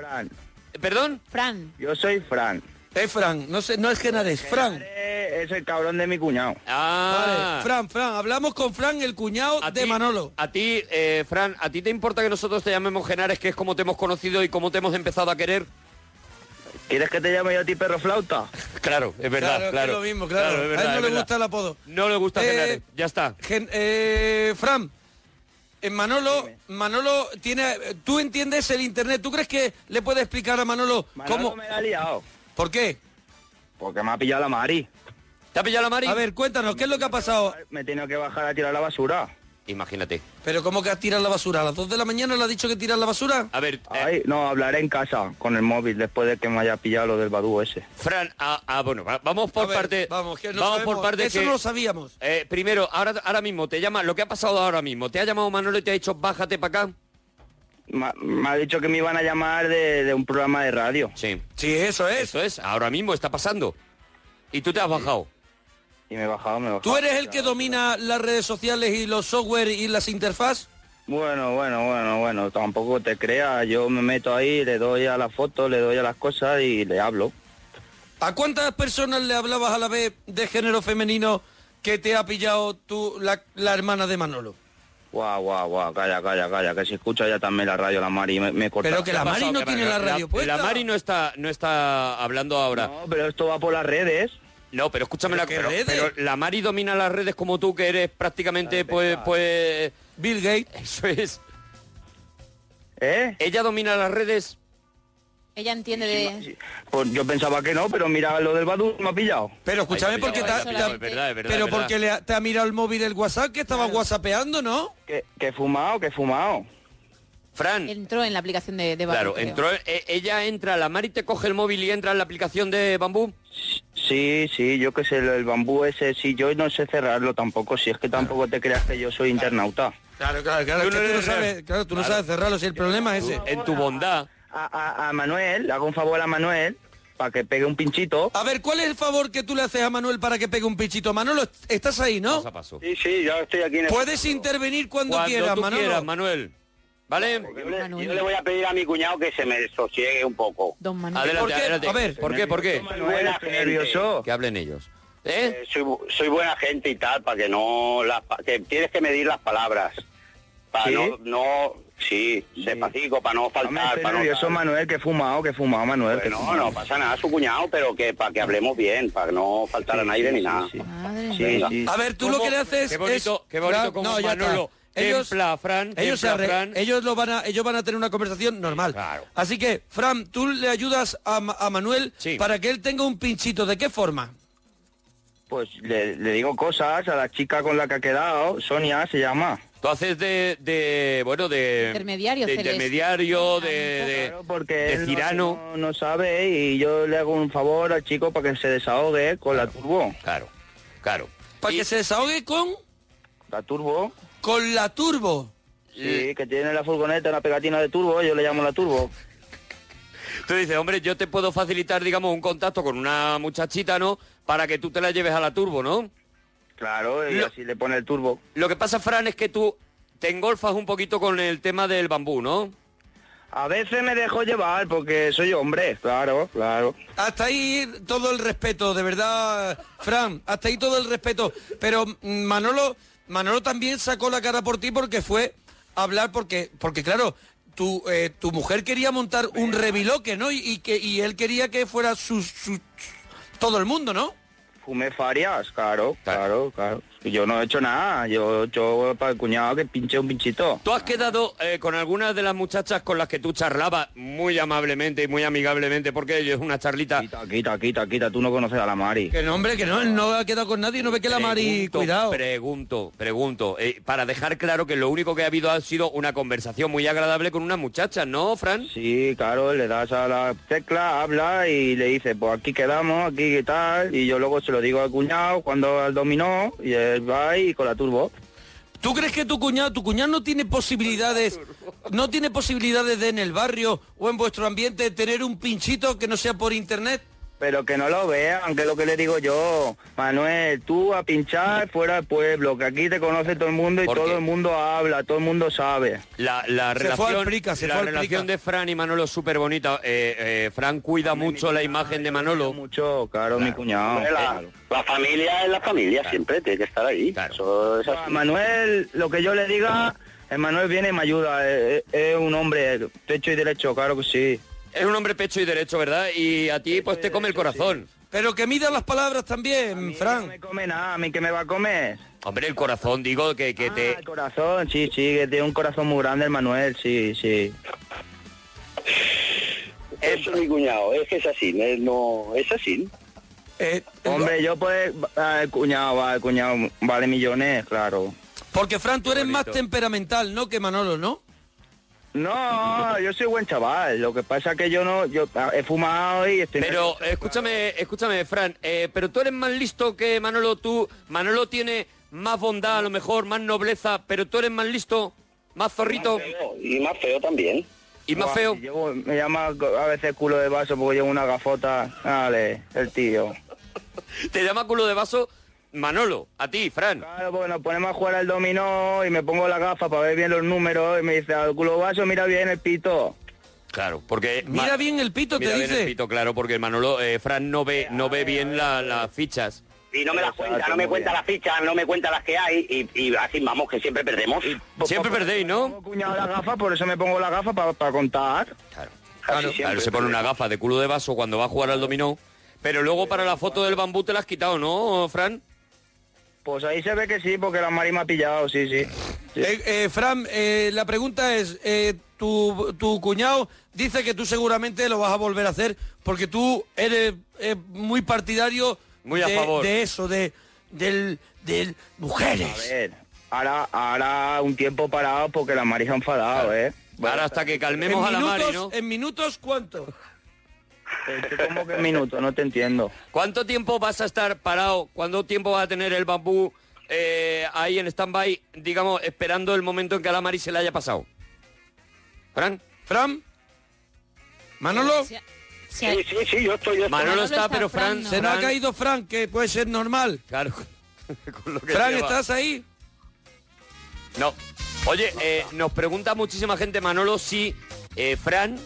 [SPEAKER 3] ¿Perdón?
[SPEAKER 11] Fran.
[SPEAKER 24] Yo soy Fran.
[SPEAKER 4] Es Fran, no, sé, no es Genares, Fran.
[SPEAKER 24] Es el cabrón de mi cuñado.
[SPEAKER 3] Ah.
[SPEAKER 4] Vale, Fran, Fran, hablamos con Fran, el cuñado de Manolo.
[SPEAKER 3] A ti, eh, Fran, ¿a ti te importa que nosotros te llamemos Genares, que es como te hemos conocido y como te hemos empezado a querer?
[SPEAKER 24] ¿Quieres que te llame yo a ti perro flauta?
[SPEAKER 3] Claro, eh. es
[SPEAKER 4] Claro,
[SPEAKER 3] verdad,
[SPEAKER 4] es
[SPEAKER 3] claro.
[SPEAKER 4] lo mismo, claro.
[SPEAKER 3] es
[SPEAKER 4] a
[SPEAKER 3] verdad,
[SPEAKER 4] él
[SPEAKER 3] es
[SPEAKER 4] no le
[SPEAKER 3] verdad.
[SPEAKER 4] gusta el apodo.
[SPEAKER 3] No le gusta
[SPEAKER 4] Eh,
[SPEAKER 3] Genares, ya está.
[SPEAKER 4] Gen- eh, Fran, eh, Manolo, Manolo tiene, tú entiendes el internet, ¿tú crees que le puedes explicar a Manolo, cómo?
[SPEAKER 24] me la ha liado.
[SPEAKER 4] ¿Por qué?
[SPEAKER 24] Porque me ha pillado la Mari.
[SPEAKER 3] ¿Te ha pillado la Mari?
[SPEAKER 4] A ver, cuéntanos, ¿qué es lo que ha pasado?
[SPEAKER 24] Me he tenido que bajar a tirar la basura.
[SPEAKER 3] Imagínate.
[SPEAKER 4] Pero ¿cómo que has tirado la basura? ¿A las 2 de la mañana le has dicho que tiras la basura?
[SPEAKER 3] A ver,
[SPEAKER 24] Ay, no, hablaré en casa con el móvil después de que me haya pillado lo del badú ese.
[SPEAKER 3] Fran, ah, ah, bueno, va- vamos por
[SPEAKER 4] A ver,
[SPEAKER 3] parte.
[SPEAKER 4] vamos, que no
[SPEAKER 3] vamos
[SPEAKER 4] sabemos,
[SPEAKER 3] por parte.
[SPEAKER 4] eso
[SPEAKER 3] que-
[SPEAKER 4] no lo sabíamos.
[SPEAKER 3] Eh, primero, ahora, ahora mismo te llama, lo que ha pasado ahora mismo, te ha llamado Manolo y te ha dicho, bájate para acá.
[SPEAKER 24] Ma- me ha dicho que me iban a llamar de, de un programa de radio.
[SPEAKER 3] Sí.
[SPEAKER 4] Sí, eso es.
[SPEAKER 3] Eso es, ahora mismo Pues está pasando. Y tú te has bajado.
[SPEAKER 24] Y me he bajado, me he bajado.
[SPEAKER 4] ¿Tú eres el que domina las redes sociales y los software y las interfaz?
[SPEAKER 24] Bueno, bueno, bueno, bueno, tampoco te creas. Yo me meto ahí, le doy a la foto, le doy a las cosas y le hablo.
[SPEAKER 4] ¿A cuántas personas le hablabas a la vez de género femenino que te ha pillado tú, la, la hermana de Manolo?
[SPEAKER 24] Guau, guau, guau, calla, calla, calla, que se escucha ya también la radio, la Mari, me, me corta.
[SPEAKER 4] Pero que la
[SPEAKER 24] ¿Qué ha
[SPEAKER 4] Mari
[SPEAKER 24] pasado?
[SPEAKER 4] no
[SPEAKER 24] ¿Qué
[SPEAKER 4] tiene
[SPEAKER 24] pasa?
[SPEAKER 4] la radio pues. puesta.
[SPEAKER 3] La Mari no está, no está hablando ahora.
[SPEAKER 24] No, pero esto va por las redes.
[SPEAKER 3] No, pero escúchame la pero,
[SPEAKER 4] redes?
[SPEAKER 3] pero la Mari domina las redes como tú, que eres prácticamente, pues, pues...
[SPEAKER 4] Bill Gates.
[SPEAKER 3] Eso es.
[SPEAKER 24] ¿Eh?
[SPEAKER 3] Ella domina las redes.
[SPEAKER 11] Ella entiende de...
[SPEAKER 24] Pues yo pensaba que no, pero mira lo del Badu, me ha pillado.
[SPEAKER 4] Pero escúchame,
[SPEAKER 24] Ay,
[SPEAKER 4] porque
[SPEAKER 24] no,
[SPEAKER 4] te ha-
[SPEAKER 24] eso
[SPEAKER 4] te
[SPEAKER 24] no,
[SPEAKER 4] ha-
[SPEAKER 24] es verdad, es verdad,
[SPEAKER 4] pero
[SPEAKER 24] es verdad.
[SPEAKER 4] porque le ha- te ha mirado el móvil el WhatsApp que estaba whatsappeando, ¿no?
[SPEAKER 24] Que, que he fumado, que he fumado.
[SPEAKER 3] Fran.
[SPEAKER 11] Entró en la aplicación de, de Badu,
[SPEAKER 3] Claro,
[SPEAKER 11] creo.
[SPEAKER 3] entró, e- ella entra, la Mari te coge el móvil y entra en la aplicación de Bambú.
[SPEAKER 24] Sí, sí, yo que sé, el bambú ese, sí, yo no sé cerrarlo tampoco, si es que tampoco te creas que yo soy internauta.
[SPEAKER 4] Claro, claro, claro.
[SPEAKER 24] Tú
[SPEAKER 4] es
[SPEAKER 24] no
[SPEAKER 4] que tú no
[SPEAKER 24] eres real.
[SPEAKER 4] sabes, claro, tú no
[SPEAKER 24] Claro.
[SPEAKER 4] sabes cerrarlo, si el problema es ese.
[SPEAKER 3] En tu bondad.
[SPEAKER 24] A, a- a Manuel, le hago un favor a Manuel, para que pegue un pinchito.
[SPEAKER 4] A ver, ¿cuál es el favor que tú le haces a Manuel para que pegue un pichito? Manolo, est- estás ahí, ¿no?
[SPEAKER 12] Sí, sí, yo estoy aquí en el...
[SPEAKER 4] Puedes intervenir cuando, quieras,
[SPEAKER 12] tú
[SPEAKER 4] Manolo.
[SPEAKER 12] quieras,
[SPEAKER 3] Manuel. ¿Vale?
[SPEAKER 12] Yo le, yo le voy a pedir a mi cuñado que se me sosiegue un poco.
[SPEAKER 11] Don
[SPEAKER 3] Adelante,
[SPEAKER 12] ¿Por qué?
[SPEAKER 3] adelante.
[SPEAKER 12] A ver.
[SPEAKER 3] ¿por qué? ¿Por qué?
[SPEAKER 12] Manuel, Buena estoy gente. nervioso.
[SPEAKER 3] Que hablen ellos.
[SPEAKER 12] Eh, soy, bu- soy buena gente y tal, para que no... Las, pa- que tienes que medir las palabras. Para
[SPEAKER 24] ¿Sí?
[SPEAKER 12] no... no sí, despacito, para no
[SPEAKER 24] Hombre,
[SPEAKER 12] faltar,
[SPEAKER 24] estoy
[SPEAKER 12] para no...
[SPEAKER 24] nervioso, Manuel, que he fumado, que he fumado, Manuel. que he
[SPEAKER 12] No,
[SPEAKER 24] fumado.
[SPEAKER 12] no pasa nada, su cuñado, pero que para que hablemos bien, para no faltar al aire ni nada.
[SPEAKER 24] Sí, sí.
[SPEAKER 4] A ver, tú
[SPEAKER 3] ¿Cómo?
[SPEAKER 4] lo que le haces
[SPEAKER 3] Qué bonito,
[SPEAKER 4] es...
[SPEAKER 3] qué bonito
[SPEAKER 4] Fran,
[SPEAKER 3] como
[SPEAKER 4] ya está.
[SPEAKER 3] Manolo templa a Fran,
[SPEAKER 4] ellos, se
[SPEAKER 3] templa a
[SPEAKER 4] arre-
[SPEAKER 3] Fran.
[SPEAKER 4] ellos lo van a, ellos van a tener una conversación normal. Así que, Fran, tú le ayudas a, Ma- a Manuel para que él tenga un pinchito. ¿De qué forma?
[SPEAKER 24] Pues le, le digo cosas a la chica con la que ha quedado, Sonia se llama.
[SPEAKER 3] Tú haces eh, de, de, bueno, de...
[SPEAKER 11] Intermediario,
[SPEAKER 3] De
[SPEAKER 11] Celeste.
[SPEAKER 3] intermediario, de... de-
[SPEAKER 24] Que
[SPEAKER 3] de
[SPEAKER 24] él no-
[SPEAKER 3] Cirano.
[SPEAKER 24] No, no sabe y yo le hago un favor al chico para que se desahogue con la turbo.
[SPEAKER 3] Claro, claro.
[SPEAKER 4] Para que se desahogue con...
[SPEAKER 24] La turbo.
[SPEAKER 4] Con la turbo.
[SPEAKER 24] Sí, que tiene la furgoneta, la pegatina de turbo, yo le llamo la turbo.
[SPEAKER 3] Tú dices, hombre, yo te puedo facilitar, digamos, un contacto con una muchachita, ¿no? Para que tú te la lleves a la turbo, ¿no?
[SPEAKER 24] Claro, y así le pone el turbo.
[SPEAKER 3] Lo que pasa, Fran, es que tú te engolfas un poquito con el tema del bambú, ¿no?
[SPEAKER 24] A veces me dejo llevar porque soy hombre, claro, claro.
[SPEAKER 4] Hasta ahí todo el respeto, de verdad, Fran, hasta ahí todo el respeto. Pero mm, Manolo, Manolo también sacó la cara por ti porque fue a hablar, porque, porque claro, tu, eh, tu mujer quería montar un reviloque, ¿no? Y, y que, y él quería que fuera su, su- todo el mundo, ¿no?
[SPEAKER 24] Fumé farias, claro, claro, claro. Y Yo no he hecho nada, yo, yo para el cuñado que pinche un pinchito.
[SPEAKER 3] ¿Tú has quedado eh, con algunas de las muchachas con las que tú charlabas muy amablemente y muy amigablemente? Porque ello es una charlita...
[SPEAKER 24] Quita, quita, quita, tú no conoces a la Mari.
[SPEAKER 4] Que no, hombre, que no, él no ha quedado con nadie, no ve que la Mari,
[SPEAKER 3] Pregunto,
[SPEAKER 4] cuidado.
[SPEAKER 3] Pregunto, pregunto. eh, para dejar claro que lo único que ha habido ha sido una conversación muy agradable con una muchacha, ¿no, Fran?
[SPEAKER 24] Sí, claro, le das a la tecla, habla y le dices, pues aquí quedamos, aquí y tal. Y yo luego se lo digo al cuñado cuando al dominó y él va y con la turbo.
[SPEAKER 4] ¿Tú crees que tu cuñado, tu cuñado no tiene posibilidades, no tiene posibilidades de en el barrio o en vuestro ambiente de tener un pinchito que no sea por internet?
[SPEAKER 24] Pero que no lo vean, que es lo que le digo yo. Manuel, tú a pinchar fuera del pueblo, que aquí te conoce todo el mundo y
[SPEAKER 3] ¿Por
[SPEAKER 24] todo
[SPEAKER 3] qué?
[SPEAKER 24] el mundo habla, todo el mundo sabe.
[SPEAKER 3] La, la
[SPEAKER 24] Se fue
[SPEAKER 3] relación,
[SPEAKER 24] al prica, se
[SPEAKER 3] la
[SPEAKER 24] fue al
[SPEAKER 3] relación
[SPEAKER 24] prica.
[SPEAKER 3] de Fran y Manolo es súper bonita. Eh, eh, Fran cuida mucho la imagen de Manolo.
[SPEAKER 24] Mucho, claro, mi cuñado.
[SPEAKER 3] La,
[SPEAKER 24] familia es la familia, siempre tiene que estar ahí. A Manuel, lo que yo le diga, el Manuel viene y me ayuda. Es, es un hombre, pecho y derecho, claro que sí.
[SPEAKER 3] Es un hombre pecho y derecho, ¿verdad? Y a ti pues te come el corazón.
[SPEAKER 4] Pero que mida las palabras también, Fran. No me
[SPEAKER 24] come nada, a mí que me va a comer. Ah,
[SPEAKER 3] Hombre, el corazón, digo, que, que te...
[SPEAKER 24] El corazón, sí, sí, que tiene un corazón muy grande el Manuel, sí, sí.
[SPEAKER 4] Ah,
[SPEAKER 3] Es
[SPEAKER 24] mi cuñado, es que es así, no, es así.
[SPEAKER 4] Eh,
[SPEAKER 24] Hombre, yo pues, va- el cuñado, va, el cuñado vale millones, claro.
[SPEAKER 4] Porque Fran, tú eres más
[SPEAKER 24] bonito.
[SPEAKER 4] temperamental, ¿no? Que Manolo, ¿no?
[SPEAKER 24] No, yo soy buen chaval, lo que pasa que yo no, yo ah, he fumado y estoy...
[SPEAKER 3] Pero eh, escúchame, escúchame, Fran, eh, pero tú eres más listo que Manolo, tú. Manolo tiene más bondad, a lo mejor, más nobleza, pero tú eres más listo, más zorrito.
[SPEAKER 24] Y más feo también.
[SPEAKER 3] Y más
[SPEAKER 24] Buah,
[SPEAKER 3] feo.
[SPEAKER 24] llevo- me llama a veces culo de vaso porque llevo una gafota. Dale, el tío.
[SPEAKER 3] Te llama culo de vaso Manolo, a ti, Fran.
[SPEAKER 24] Claro, porque nos ponemos a jugar al dominó y me pongo la gafa para ver bien los números y me dice, al culo de vaso mira bien el pito.
[SPEAKER 3] Claro, porque...
[SPEAKER 24] Mira
[SPEAKER 4] bien el pito, te
[SPEAKER 3] mira bien
[SPEAKER 4] dice.
[SPEAKER 3] el pito, claro, porque Manolo, eh, Fran no ve, no ve bien la- las fichas.
[SPEAKER 24] Y no
[SPEAKER 3] me
[SPEAKER 24] las
[SPEAKER 3] cuenta,
[SPEAKER 24] no me cuenta
[SPEAKER 3] las
[SPEAKER 24] fichas, no me cuenta las que hay y, así vamos, que siempre perdemos.
[SPEAKER 3] Siempre perdéis, ¿no?
[SPEAKER 24] Pues, Cuñado la gafa, por eso me pongo la gafa para contar.
[SPEAKER 3] Claro.
[SPEAKER 24] Claro.
[SPEAKER 3] Claro, se pone una gafa de culo de vaso cuando va a jugar al dominó. Pero luego para la foto del bambú te la has quitado, ¿no, Fran?
[SPEAKER 24] Pues ahí se ve que sí, porque la Mari me ha pillado, sí, sí.
[SPEAKER 4] Eh, eh, Fran, eh, la pregunta es, eh, tu, tu cuñado dice que tú seguramente lo vas a volver a hacer porque tú eres eh, muy partidario
[SPEAKER 24] Muy
[SPEAKER 4] de,
[SPEAKER 24] a favor.
[SPEAKER 4] de eso, de del, del mujeres.
[SPEAKER 24] A ver, ahora, ahora un tiempo parado porque la Mari se ha enfadado, ¿eh?
[SPEAKER 3] Ahora hasta que
[SPEAKER 4] en
[SPEAKER 3] calmemos a la
[SPEAKER 4] minutos,
[SPEAKER 3] Mari, ¿no?
[SPEAKER 4] ¿En minutos cuánto?
[SPEAKER 24] ¿Cómo que minuto? No te entiendo.
[SPEAKER 3] ¿Cuánto tiempo vas a estar parado? ¿Cuánto tiempo vas a tener el bambú eh, ahí en stand-by, digamos, esperando el momento en que a la Mari se le haya pasado? ¿Fran?
[SPEAKER 4] ¿Fran? ¿Manolo?
[SPEAKER 24] Sí, sí, sí, yo estoy... yo
[SPEAKER 3] Manolo
[SPEAKER 24] estoy-
[SPEAKER 3] está, pero Fran...
[SPEAKER 4] Se nos ha caído Fran, que puede ser normal.
[SPEAKER 3] Claro. que
[SPEAKER 4] Fran,
[SPEAKER 3] lleva.
[SPEAKER 4] ¿estás ahí?
[SPEAKER 3] No. Oye, eh, nos pregunta muchísima gente, Manolo, si eh, Fran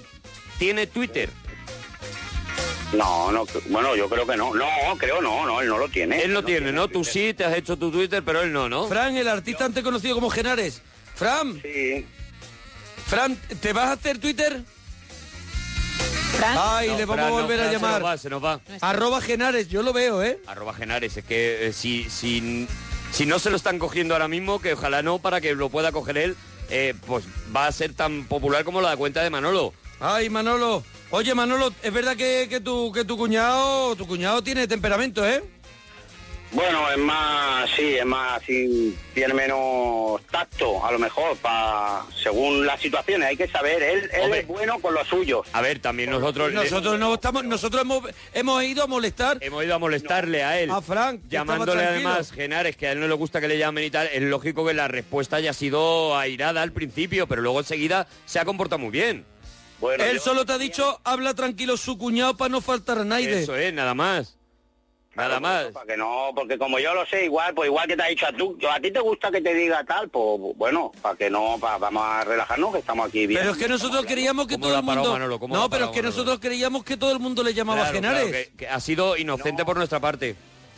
[SPEAKER 3] tiene Twitter.
[SPEAKER 24] No, no, bueno, yo creo que no. No, creo no, no, él no lo tiene.
[SPEAKER 3] Él no tiene, ¿no? Tú sí, te has hecho tu Twitter, pero él no, ¿no?
[SPEAKER 4] Fran, el artista antes conocido como Genares. Fran.
[SPEAKER 24] Sí.
[SPEAKER 4] Fran, ¿te vas a hacer Twitter? Ay,
[SPEAKER 3] No,
[SPEAKER 4] le vamos
[SPEAKER 3] Fran, no,
[SPEAKER 4] a volver
[SPEAKER 3] Fran,
[SPEAKER 4] a
[SPEAKER 3] se nos
[SPEAKER 4] llamar.
[SPEAKER 3] va, se nos va.
[SPEAKER 4] Arroba Genares, yo lo veo, ¿eh?
[SPEAKER 3] Arroba Genares, es que eh, si, si, si no se lo están cogiendo ahora mismo, que ojalá no, para que lo pueda coger él, eh, pues va a ser tan popular como la cuenta de Manolo.
[SPEAKER 4] Ay, Manolo. Oye, Manolo, es verdad que, que tu, que tu cuñado, tu cuñado tiene temperamento, ¿eh?
[SPEAKER 24] Bueno, es más, sí, es más, sí, tiene menos tacto, a lo mejor, para según las situaciones. Hay que saber, él, él es bueno con los suyos.
[SPEAKER 3] A ver, también nosotros...
[SPEAKER 4] Nosotros no estamos, nosotros hemos, hemos ido a molestar.
[SPEAKER 3] Hemos ido a molestarle a él.
[SPEAKER 4] A Frank. que
[SPEAKER 3] Llamándole
[SPEAKER 4] estaba tranquilo.
[SPEAKER 3] además, Genares, que a él no le gusta que le llamen y tal, es lógico que la respuesta haya sido airada al principio, pero luego enseguida se ha comportado muy bien.
[SPEAKER 12] Bueno,
[SPEAKER 4] Él
[SPEAKER 12] yo-
[SPEAKER 4] solo te ha dicho, habla tranquilo su cuñado para no faltar a nadie.
[SPEAKER 12] Eso
[SPEAKER 3] es, Eh, nada más. eh,
[SPEAKER 12] Nada más. Para que no, porque como yo lo sé, igual, pues igual que te ha dicho a tú, yo- a ti te gusta que te diga tal, pues bueno, para que no, pa- vamos a relajarnos, que estamos aquí bien.
[SPEAKER 4] Pero es que nosotros queríamos que
[SPEAKER 12] ¿Cómo
[SPEAKER 4] todo
[SPEAKER 12] la
[SPEAKER 4] el
[SPEAKER 12] paró,
[SPEAKER 4] mundo...
[SPEAKER 12] Manolo? ¿Cómo la
[SPEAKER 4] no, pero
[SPEAKER 12] paró,
[SPEAKER 4] es que
[SPEAKER 12] Manolo?
[SPEAKER 4] nosotros creíamos que todo el mundo le llamaba
[SPEAKER 3] Claro,
[SPEAKER 4] Genares.
[SPEAKER 3] claro, que, que ha sido inocente por nuestra parte.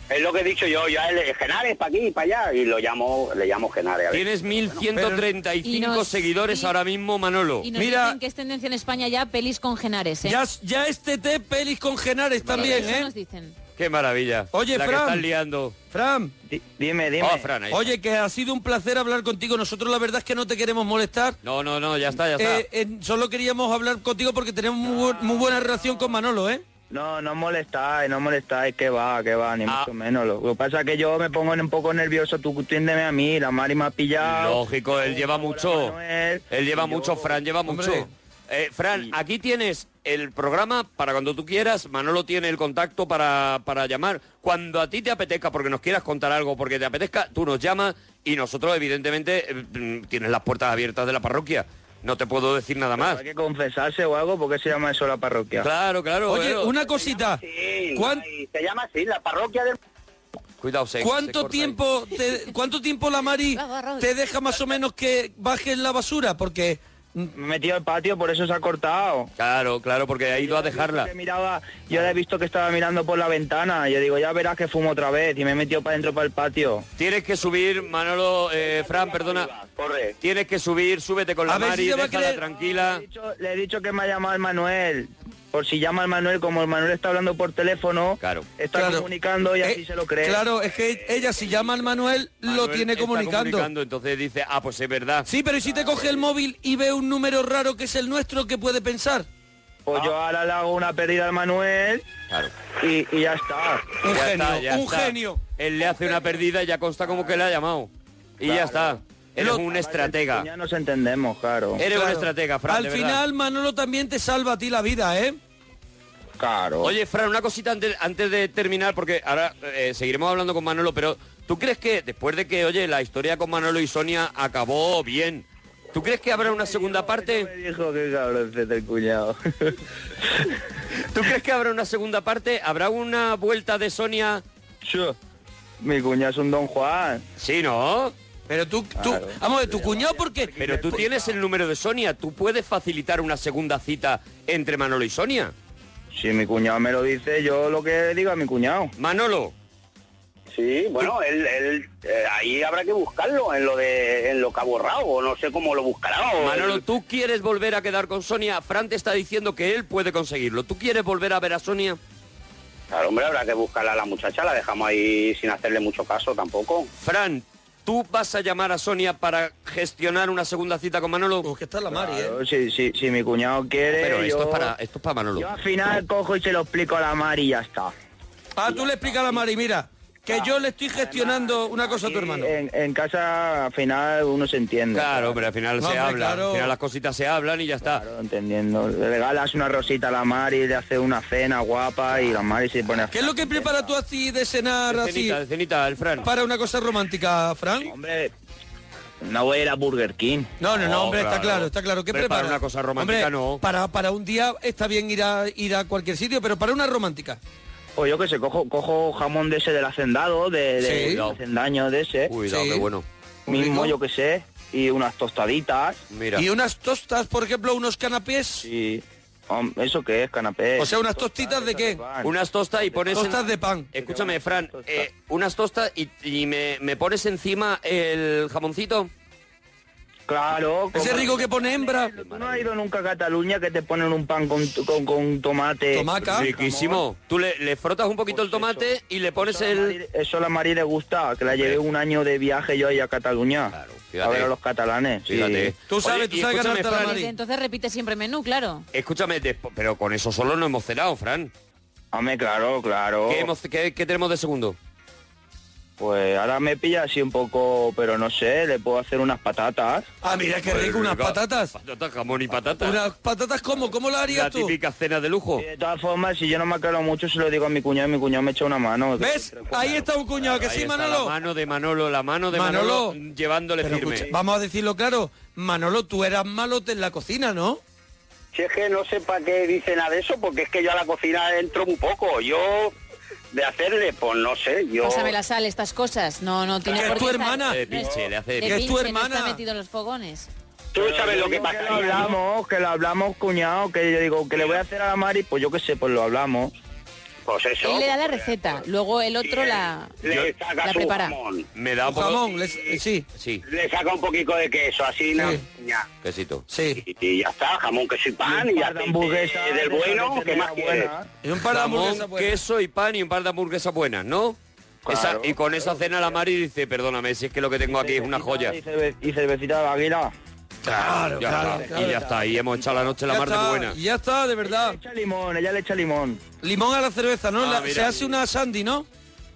[SPEAKER 12] Es lo que he dicho yo, ya es Genares para aquí y para allá, y lo llamo, le llamo Genares. a ver.
[SPEAKER 3] Tienes
[SPEAKER 11] Y
[SPEAKER 3] 1135
[SPEAKER 11] nos-
[SPEAKER 3] seguidores
[SPEAKER 11] y-
[SPEAKER 3] ahora mismo, Manolo.
[SPEAKER 11] Y nos dicen que es tendencia en España ya pelis con Genares, ¿eh?
[SPEAKER 4] Ya, ya este té pelis con Genares también,
[SPEAKER 11] Eso
[SPEAKER 4] ¿eh?
[SPEAKER 11] nos dicen.
[SPEAKER 3] Qué maravilla.
[SPEAKER 4] Oye,
[SPEAKER 3] la
[SPEAKER 4] Fran.
[SPEAKER 3] que estás liando.
[SPEAKER 4] Fran.
[SPEAKER 24] Dime,
[SPEAKER 3] dime. Oh, Fran, ahí está.
[SPEAKER 4] Oye, que ha sido un placer hablar contigo. Nosotros la verdad es que no te queremos molestar.
[SPEAKER 3] No, no, no, ya está, ya está.
[SPEAKER 4] Eh, eh, solo queríamos hablar contigo porque tenemos muy, bu- muy buena relación con Manolo, ¿eh?
[SPEAKER 24] No, no molestáis, no molestáis, que va, que va,
[SPEAKER 3] Ah.
[SPEAKER 24] ni mucho menos. Lo que pasa es que yo me pongo un poco nervioso, tú tiéndeme a mí, la Mari me ha pillado.
[SPEAKER 3] Lógico, él lleva mucho. Él lleva mucho, Fran lleva mucho.
[SPEAKER 24] Hombre.
[SPEAKER 3] Eh, Fran, aquí tienes el programa para cuando tú quieras. Manolo tiene el contacto para, para llamar. Cuando a ti te apetezca, porque nos quieras contar algo, porque te apetezca, tú nos llamas y nosotros, evidentemente, eh, mm, tienes las puertas abiertas de la parroquia. No te puedo decir nada más.
[SPEAKER 24] Hay que confesarse o algo, porque se llama eso la parroquia.
[SPEAKER 3] Claro, claro.
[SPEAKER 4] Oye,
[SPEAKER 3] claro.
[SPEAKER 4] una cosita. ¿Cuán-
[SPEAKER 12] Se llama así, la parroquia del...
[SPEAKER 3] Cuidado, se- se
[SPEAKER 4] ¿Cuánto
[SPEAKER 3] corta
[SPEAKER 4] tiempo, te- ¿Cuánto tiempo la Mari te deja más o menos que bajes la basura? Porque...
[SPEAKER 24] Me he metido al patio, por eso se ha cortado.
[SPEAKER 3] Claro, claro, porque ha ido a dejarla.
[SPEAKER 24] Que miraba, yo le he visto que estaba mirando por la ventana. Yo digo, ya verás que fumo otra vez. Y me he metido para adentro, para el patio.
[SPEAKER 3] Tienes que subir, Manolo, eh, Fran, perdona.
[SPEAKER 12] Corre.
[SPEAKER 3] Tienes que subir, súbete con la
[SPEAKER 24] A ver si
[SPEAKER 3] Mari,
[SPEAKER 24] te va a
[SPEAKER 3] déjala
[SPEAKER 24] creer.
[SPEAKER 3] tranquila.
[SPEAKER 24] Yo le he dicho que me ha llamado el Manuel. Por si llama al Manuel, como el Manuel está hablando por teléfono, está
[SPEAKER 4] Claro.
[SPEAKER 24] comunicando y así
[SPEAKER 4] Eh,
[SPEAKER 24] se lo cree.
[SPEAKER 4] Claro, es que ella si llama al Manuel, lo
[SPEAKER 3] Manuel
[SPEAKER 4] tiene
[SPEAKER 3] está
[SPEAKER 4] comunicando.
[SPEAKER 3] Entonces dice, ah, pues es verdad.
[SPEAKER 4] Sí, pero ¿y si te coge el móvil y ve un número raro que es el nuestro, ¿qué puede pensar?
[SPEAKER 24] Pues yo
[SPEAKER 3] Ah.
[SPEAKER 24] ahora le hago una pérdida al Manuel y, y ya está.
[SPEAKER 3] Ya está, ya está. Él le hace una perdida y ya consta como que le ha llamado. Y ya está. Eres un estratega.
[SPEAKER 24] Ya nos entendemos, claro.
[SPEAKER 3] Eres un estratega, Fran.
[SPEAKER 4] Al
[SPEAKER 3] de verdad.
[SPEAKER 4] final, Manolo también te salva a ti la vida, ¿eh?
[SPEAKER 24] Claro.
[SPEAKER 3] Oye, Fran, una cosita antes, antes de terminar, porque ahora eh, seguiremos hablando con Manolo, pero ¿tú crees que después de que, oye, la historia con Manolo y Sonia acabó bien, ¿tú crees que habrá una segunda parte?
[SPEAKER 24] Dijo que cabroncete el cuñado.
[SPEAKER 3] ¿Tú crees que habrá una segunda parte? ¿Habrá una vuelta de Sonia?
[SPEAKER 24] Mi cuñado es un don Juan.
[SPEAKER 3] Sí, ¿no?
[SPEAKER 4] Pero tú, tú vamos, de tu cuñado porque...
[SPEAKER 3] Pero tú tienes el número de Sonia, tú puedes facilitar una segunda cita entre Manolo y Sonia.
[SPEAKER 24] Si mi cuñado me lo dice, yo lo que digo a mi cuñado.
[SPEAKER 3] Manolo.
[SPEAKER 12] Sí, bueno, él, él, eh, ahí habrá que buscarlo en lo de en lo que ha borrado, o no sé cómo lo buscará. o-
[SPEAKER 3] Manolo, ¿tú quieres volver a quedar con Sonia? Fran te está diciendo que él puede conseguirlo. ¿Tú quieres volver a ver a Sonia?
[SPEAKER 12] Claro, hombre, habrá que buscarla a la muchacha, la dejamos ahí sin hacerle mucho caso tampoco.
[SPEAKER 3] Fran, ¿tú vas a llamar a Sonia para gestionar una segunda cita con Manolo?
[SPEAKER 4] que está la ¿eh?
[SPEAKER 24] Claro, si, si- si mi cuñado quiere.
[SPEAKER 3] Pero esto
[SPEAKER 24] yo-
[SPEAKER 3] es para esto es para Manolo.
[SPEAKER 24] Yo al final cojo y se lo explico a la Mari y ya está.
[SPEAKER 4] Ah, tú le explicas a la Mari, mira, que yo le estoy gestionando una cosa a tu hermano.
[SPEAKER 24] En, en casa al final uno se entiende.
[SPEAKER 3] Claro, pero al final se
[SPEAKER 24] Hombre,
[SPEAKER 3] habla,
[SPEAKER 24] claro.
[SPEAKER 3] al final las cositas se hablan y ya está.
[SPEAKER 24] Entendiendo. Le regalas una rosita a la Mari, le haces una cena guapa y la Mari se pone a...
[SPEAKER 4] ¿Qué es lo que prepara tú así de cenar
[SPEAKER 24] De
[SPEAKER 4] así?
[SPEAKER 24] cenita, de
[SPEAKER 3] cenita, el Fran.
[SPEAKER 4] Para una cosa romántica, Fran.
[SPEAKER 24] Hombre, no voy a ir a Burger King.
[SPEAKER 4] No, no, no, hombre, está claro, está claro. ¿Qué
[SPEAKER 24] Hombre, para
[SPEAKER 4] prepara?
[SPEAKER 24] una cosa romántica, no.
[SPEAKER 4] Para, para un día está bien ir a, ir a cualquier sitio, pero para una romántica.
[SPEAKER 24] O Pues yo que sé, cojo, cojo jamón de ese del hacendado, de, de-
[SPEAKER 4] Sí.
[SPEAKER 24] del hacendaño de ese.
[SPEAKER 4] Sí. qué bueno.
[SPEAKER 24] Mismo
[SPEAKER 4] Rico.
[SPEAKER 24] yo que sé, y unas tostaditas.
[SPEAKER 3] Mira.
[SPEAKER 4] Y unas tostas, por ejemplo, unos canapés.
[SPEAKER 24] Sí. Hom- ¿Eso qué es, Pues canapé?
[SPEAKER 4] O sea, unas tostitas de qué?
[SPEAKER 3] Unas tostas y pones en-
[SPEAKER 4] Tostas de pan.
[SPEAKER 3] Escúchame, Fran, eh, unas tostas y, y me, me pones encima el jamoncito.
[SPEAKER 24] Claro.
[SPEAKER 3] Ese rico
[SPEAKER 4] que pone hembra.
[SPEAKER 24] ¿Tú no has ido nunca a Cataluña que te ponen un pan con, con, con tomate?
[SPEAKER 3] Eh, Riquísimo. Tú le, le frotas un poquito el
[SPEAKER 24] Pues
[SPEAKER 3] tomate y le pones el...
[SPEAKER 24] Eso a la Mari le gusta, que la llevé un año de viaje yo ahí a Cataluña.
[SPEAKER 3] fíjate.
[SPEAKER 24] A ver a los catalanes. sí.
[SPEAKER 3] Fíjate. Tú sabes,
[SPEAKER 24] Oye,
[SPEAKER 3] tú
[SPEAKER 24] y
[SPEAKER 3] sabes
[SPEAKER 24] escúchame,
[SPEAKER 3] ganarte la
[SPEAKER 24] Fran,
[SPEAKER 3] Mari.
[SPEAKER 11] Desde entonces repite siempre menú, claro.
[SPEAKER 3] Escúchame, despo- pero con eso solo no hemos cenado, Fran.
[SPEAKER 24] Hombre, claro, claro.
[SPEAKER 3] ¿Qué, hemos- qué- qué tenemos de segundo?
[SPEAKER 24] Pues ahora me pilla así un poco, pero no sé, le puedo hacer unas patatas.
[SPEAKER 4] Ah, mira qué
[SPEAKER 24] Pues
[SPEAKER 3] Pues
[SPEAKER 4] rico, unas patatas.
[SPEAKER 3] Patatas, jamón y patatas.
[SPEAKER 4] ¿Unas patatas cómo? ¿Cómo las harías
[SPEAKER 24] La
[SPEAKER 4] tú?
[SPEAKER 24] típica
[SPEAKER 3] cena de lujo.
[SPEAKER 24] De todas formas, si yo no me aclaro mucho, se lo digo a mi cuñado y mi cuñado me echa una mano.
[SPEAKER 4] ¿Ves? Ahí está un cuñado, que
[SPEAKER 3] Ahí
[SPEAKER 4] sí,
[SPEAKER 3] está
[SPEAKER 4] Manolo.
[SPEAKER 3] La mano de Manolo, la mano de Manolo,
[SPEAKER 4] Manolo.
[SPEAKER 3] llevándole
[SPEAKER 4] Pero
[SPEAKER 3] firme.
[SPEAKER 4] escucha, vamos a decirlo claro. Manolo, tú eras malote en la cocina, ¿no?
[SPEAKER 12] Si es que no sé para qué dice nada de eso, porque es que yo a la cocina entro un poco. Yo, de hacerle, pues no sé, yo...
[SPEAKER 11] Pásame la sal, estas cosas. No, no tiene
[SPEAKER 12] Que es
[SPEAKER 11] por qué
[SPEAKER 12] tu
[SPEAKER 11] estar-
[SPEAKER 12] hermana.
[SPEAKER 11] no
[SPEAKER 12] De pinche, le hace
[SPEAKER 11] de
[SPEAKER 12] de pinche. Que es tu
[SPEAKER 11] pinche, no
[SPEAKER 12] hermana.
[SPEAKER 11] está metido en los fogones.
[SPEAKER 12] Tú sabes lo que pasa.
[SPEAKER 24] Que lo hablamos, que lo hablamos, cuñado, que yo digo, que le voy a hacer a la Mari, pues yo qué sé, pues lo hablamos.
[SPEAKER 12] Pues
[SPEAKER 11] Él le da la receta, luego el otro la, la prepara.
[SPEAKER 3] Me da un poco...
[SPEAKER 12] jamón,
[SPEAKER 5] sí.
[SPEAKER 3] Sí.
[SPEAKER 12] Le saca un poquito de queso, así, nada, ya.
[SPEAKER 3] Quesito.
[SPEAKER 5] Sí.
[SPEAKER 12] Y, y ya está, jamón, queso y pan, y, ya hamburguesa del bueno, ¿qué más quieres?
[SPEAKER 3] Y un par de
[SPEAKER 12] Jamón,
[SPEAKER 3] hamburguesas buenas. queso y pan y un par de hamburguesas buenas, ¿no? Esa- y con esa cena la Mari dice, perdóname, si es que lo que tengo aquí es una joya.
[SPEAKER 24] Y, cerve- y cervecita de águila.
[SPEAKER 3] Claro, ya
[SPEAKER 24] claro,
[SPEAKER 3] está.
[SPEAKER 24] claro.
[SPEAKER 3] Y ya está, y hemos echado la noche la
[SPEAKER 5] Ya
[SPEAKER 3] mar de
[SPEAKER 5] está,
[SPEAKER 3] buena.
[SPEAKER 5] Ya está, de verdad. Ella
[SPEAKER 24] le echa limón, ella le echa limón.
[SPEAKER 5] Limón a la cerveza, ¿no?
[SPEAKER 24] Ah,
[SPEAKER 5] La-
[SPEAKER 24] mira.
[SPEAKER 5] se hace una sandy, ¿no?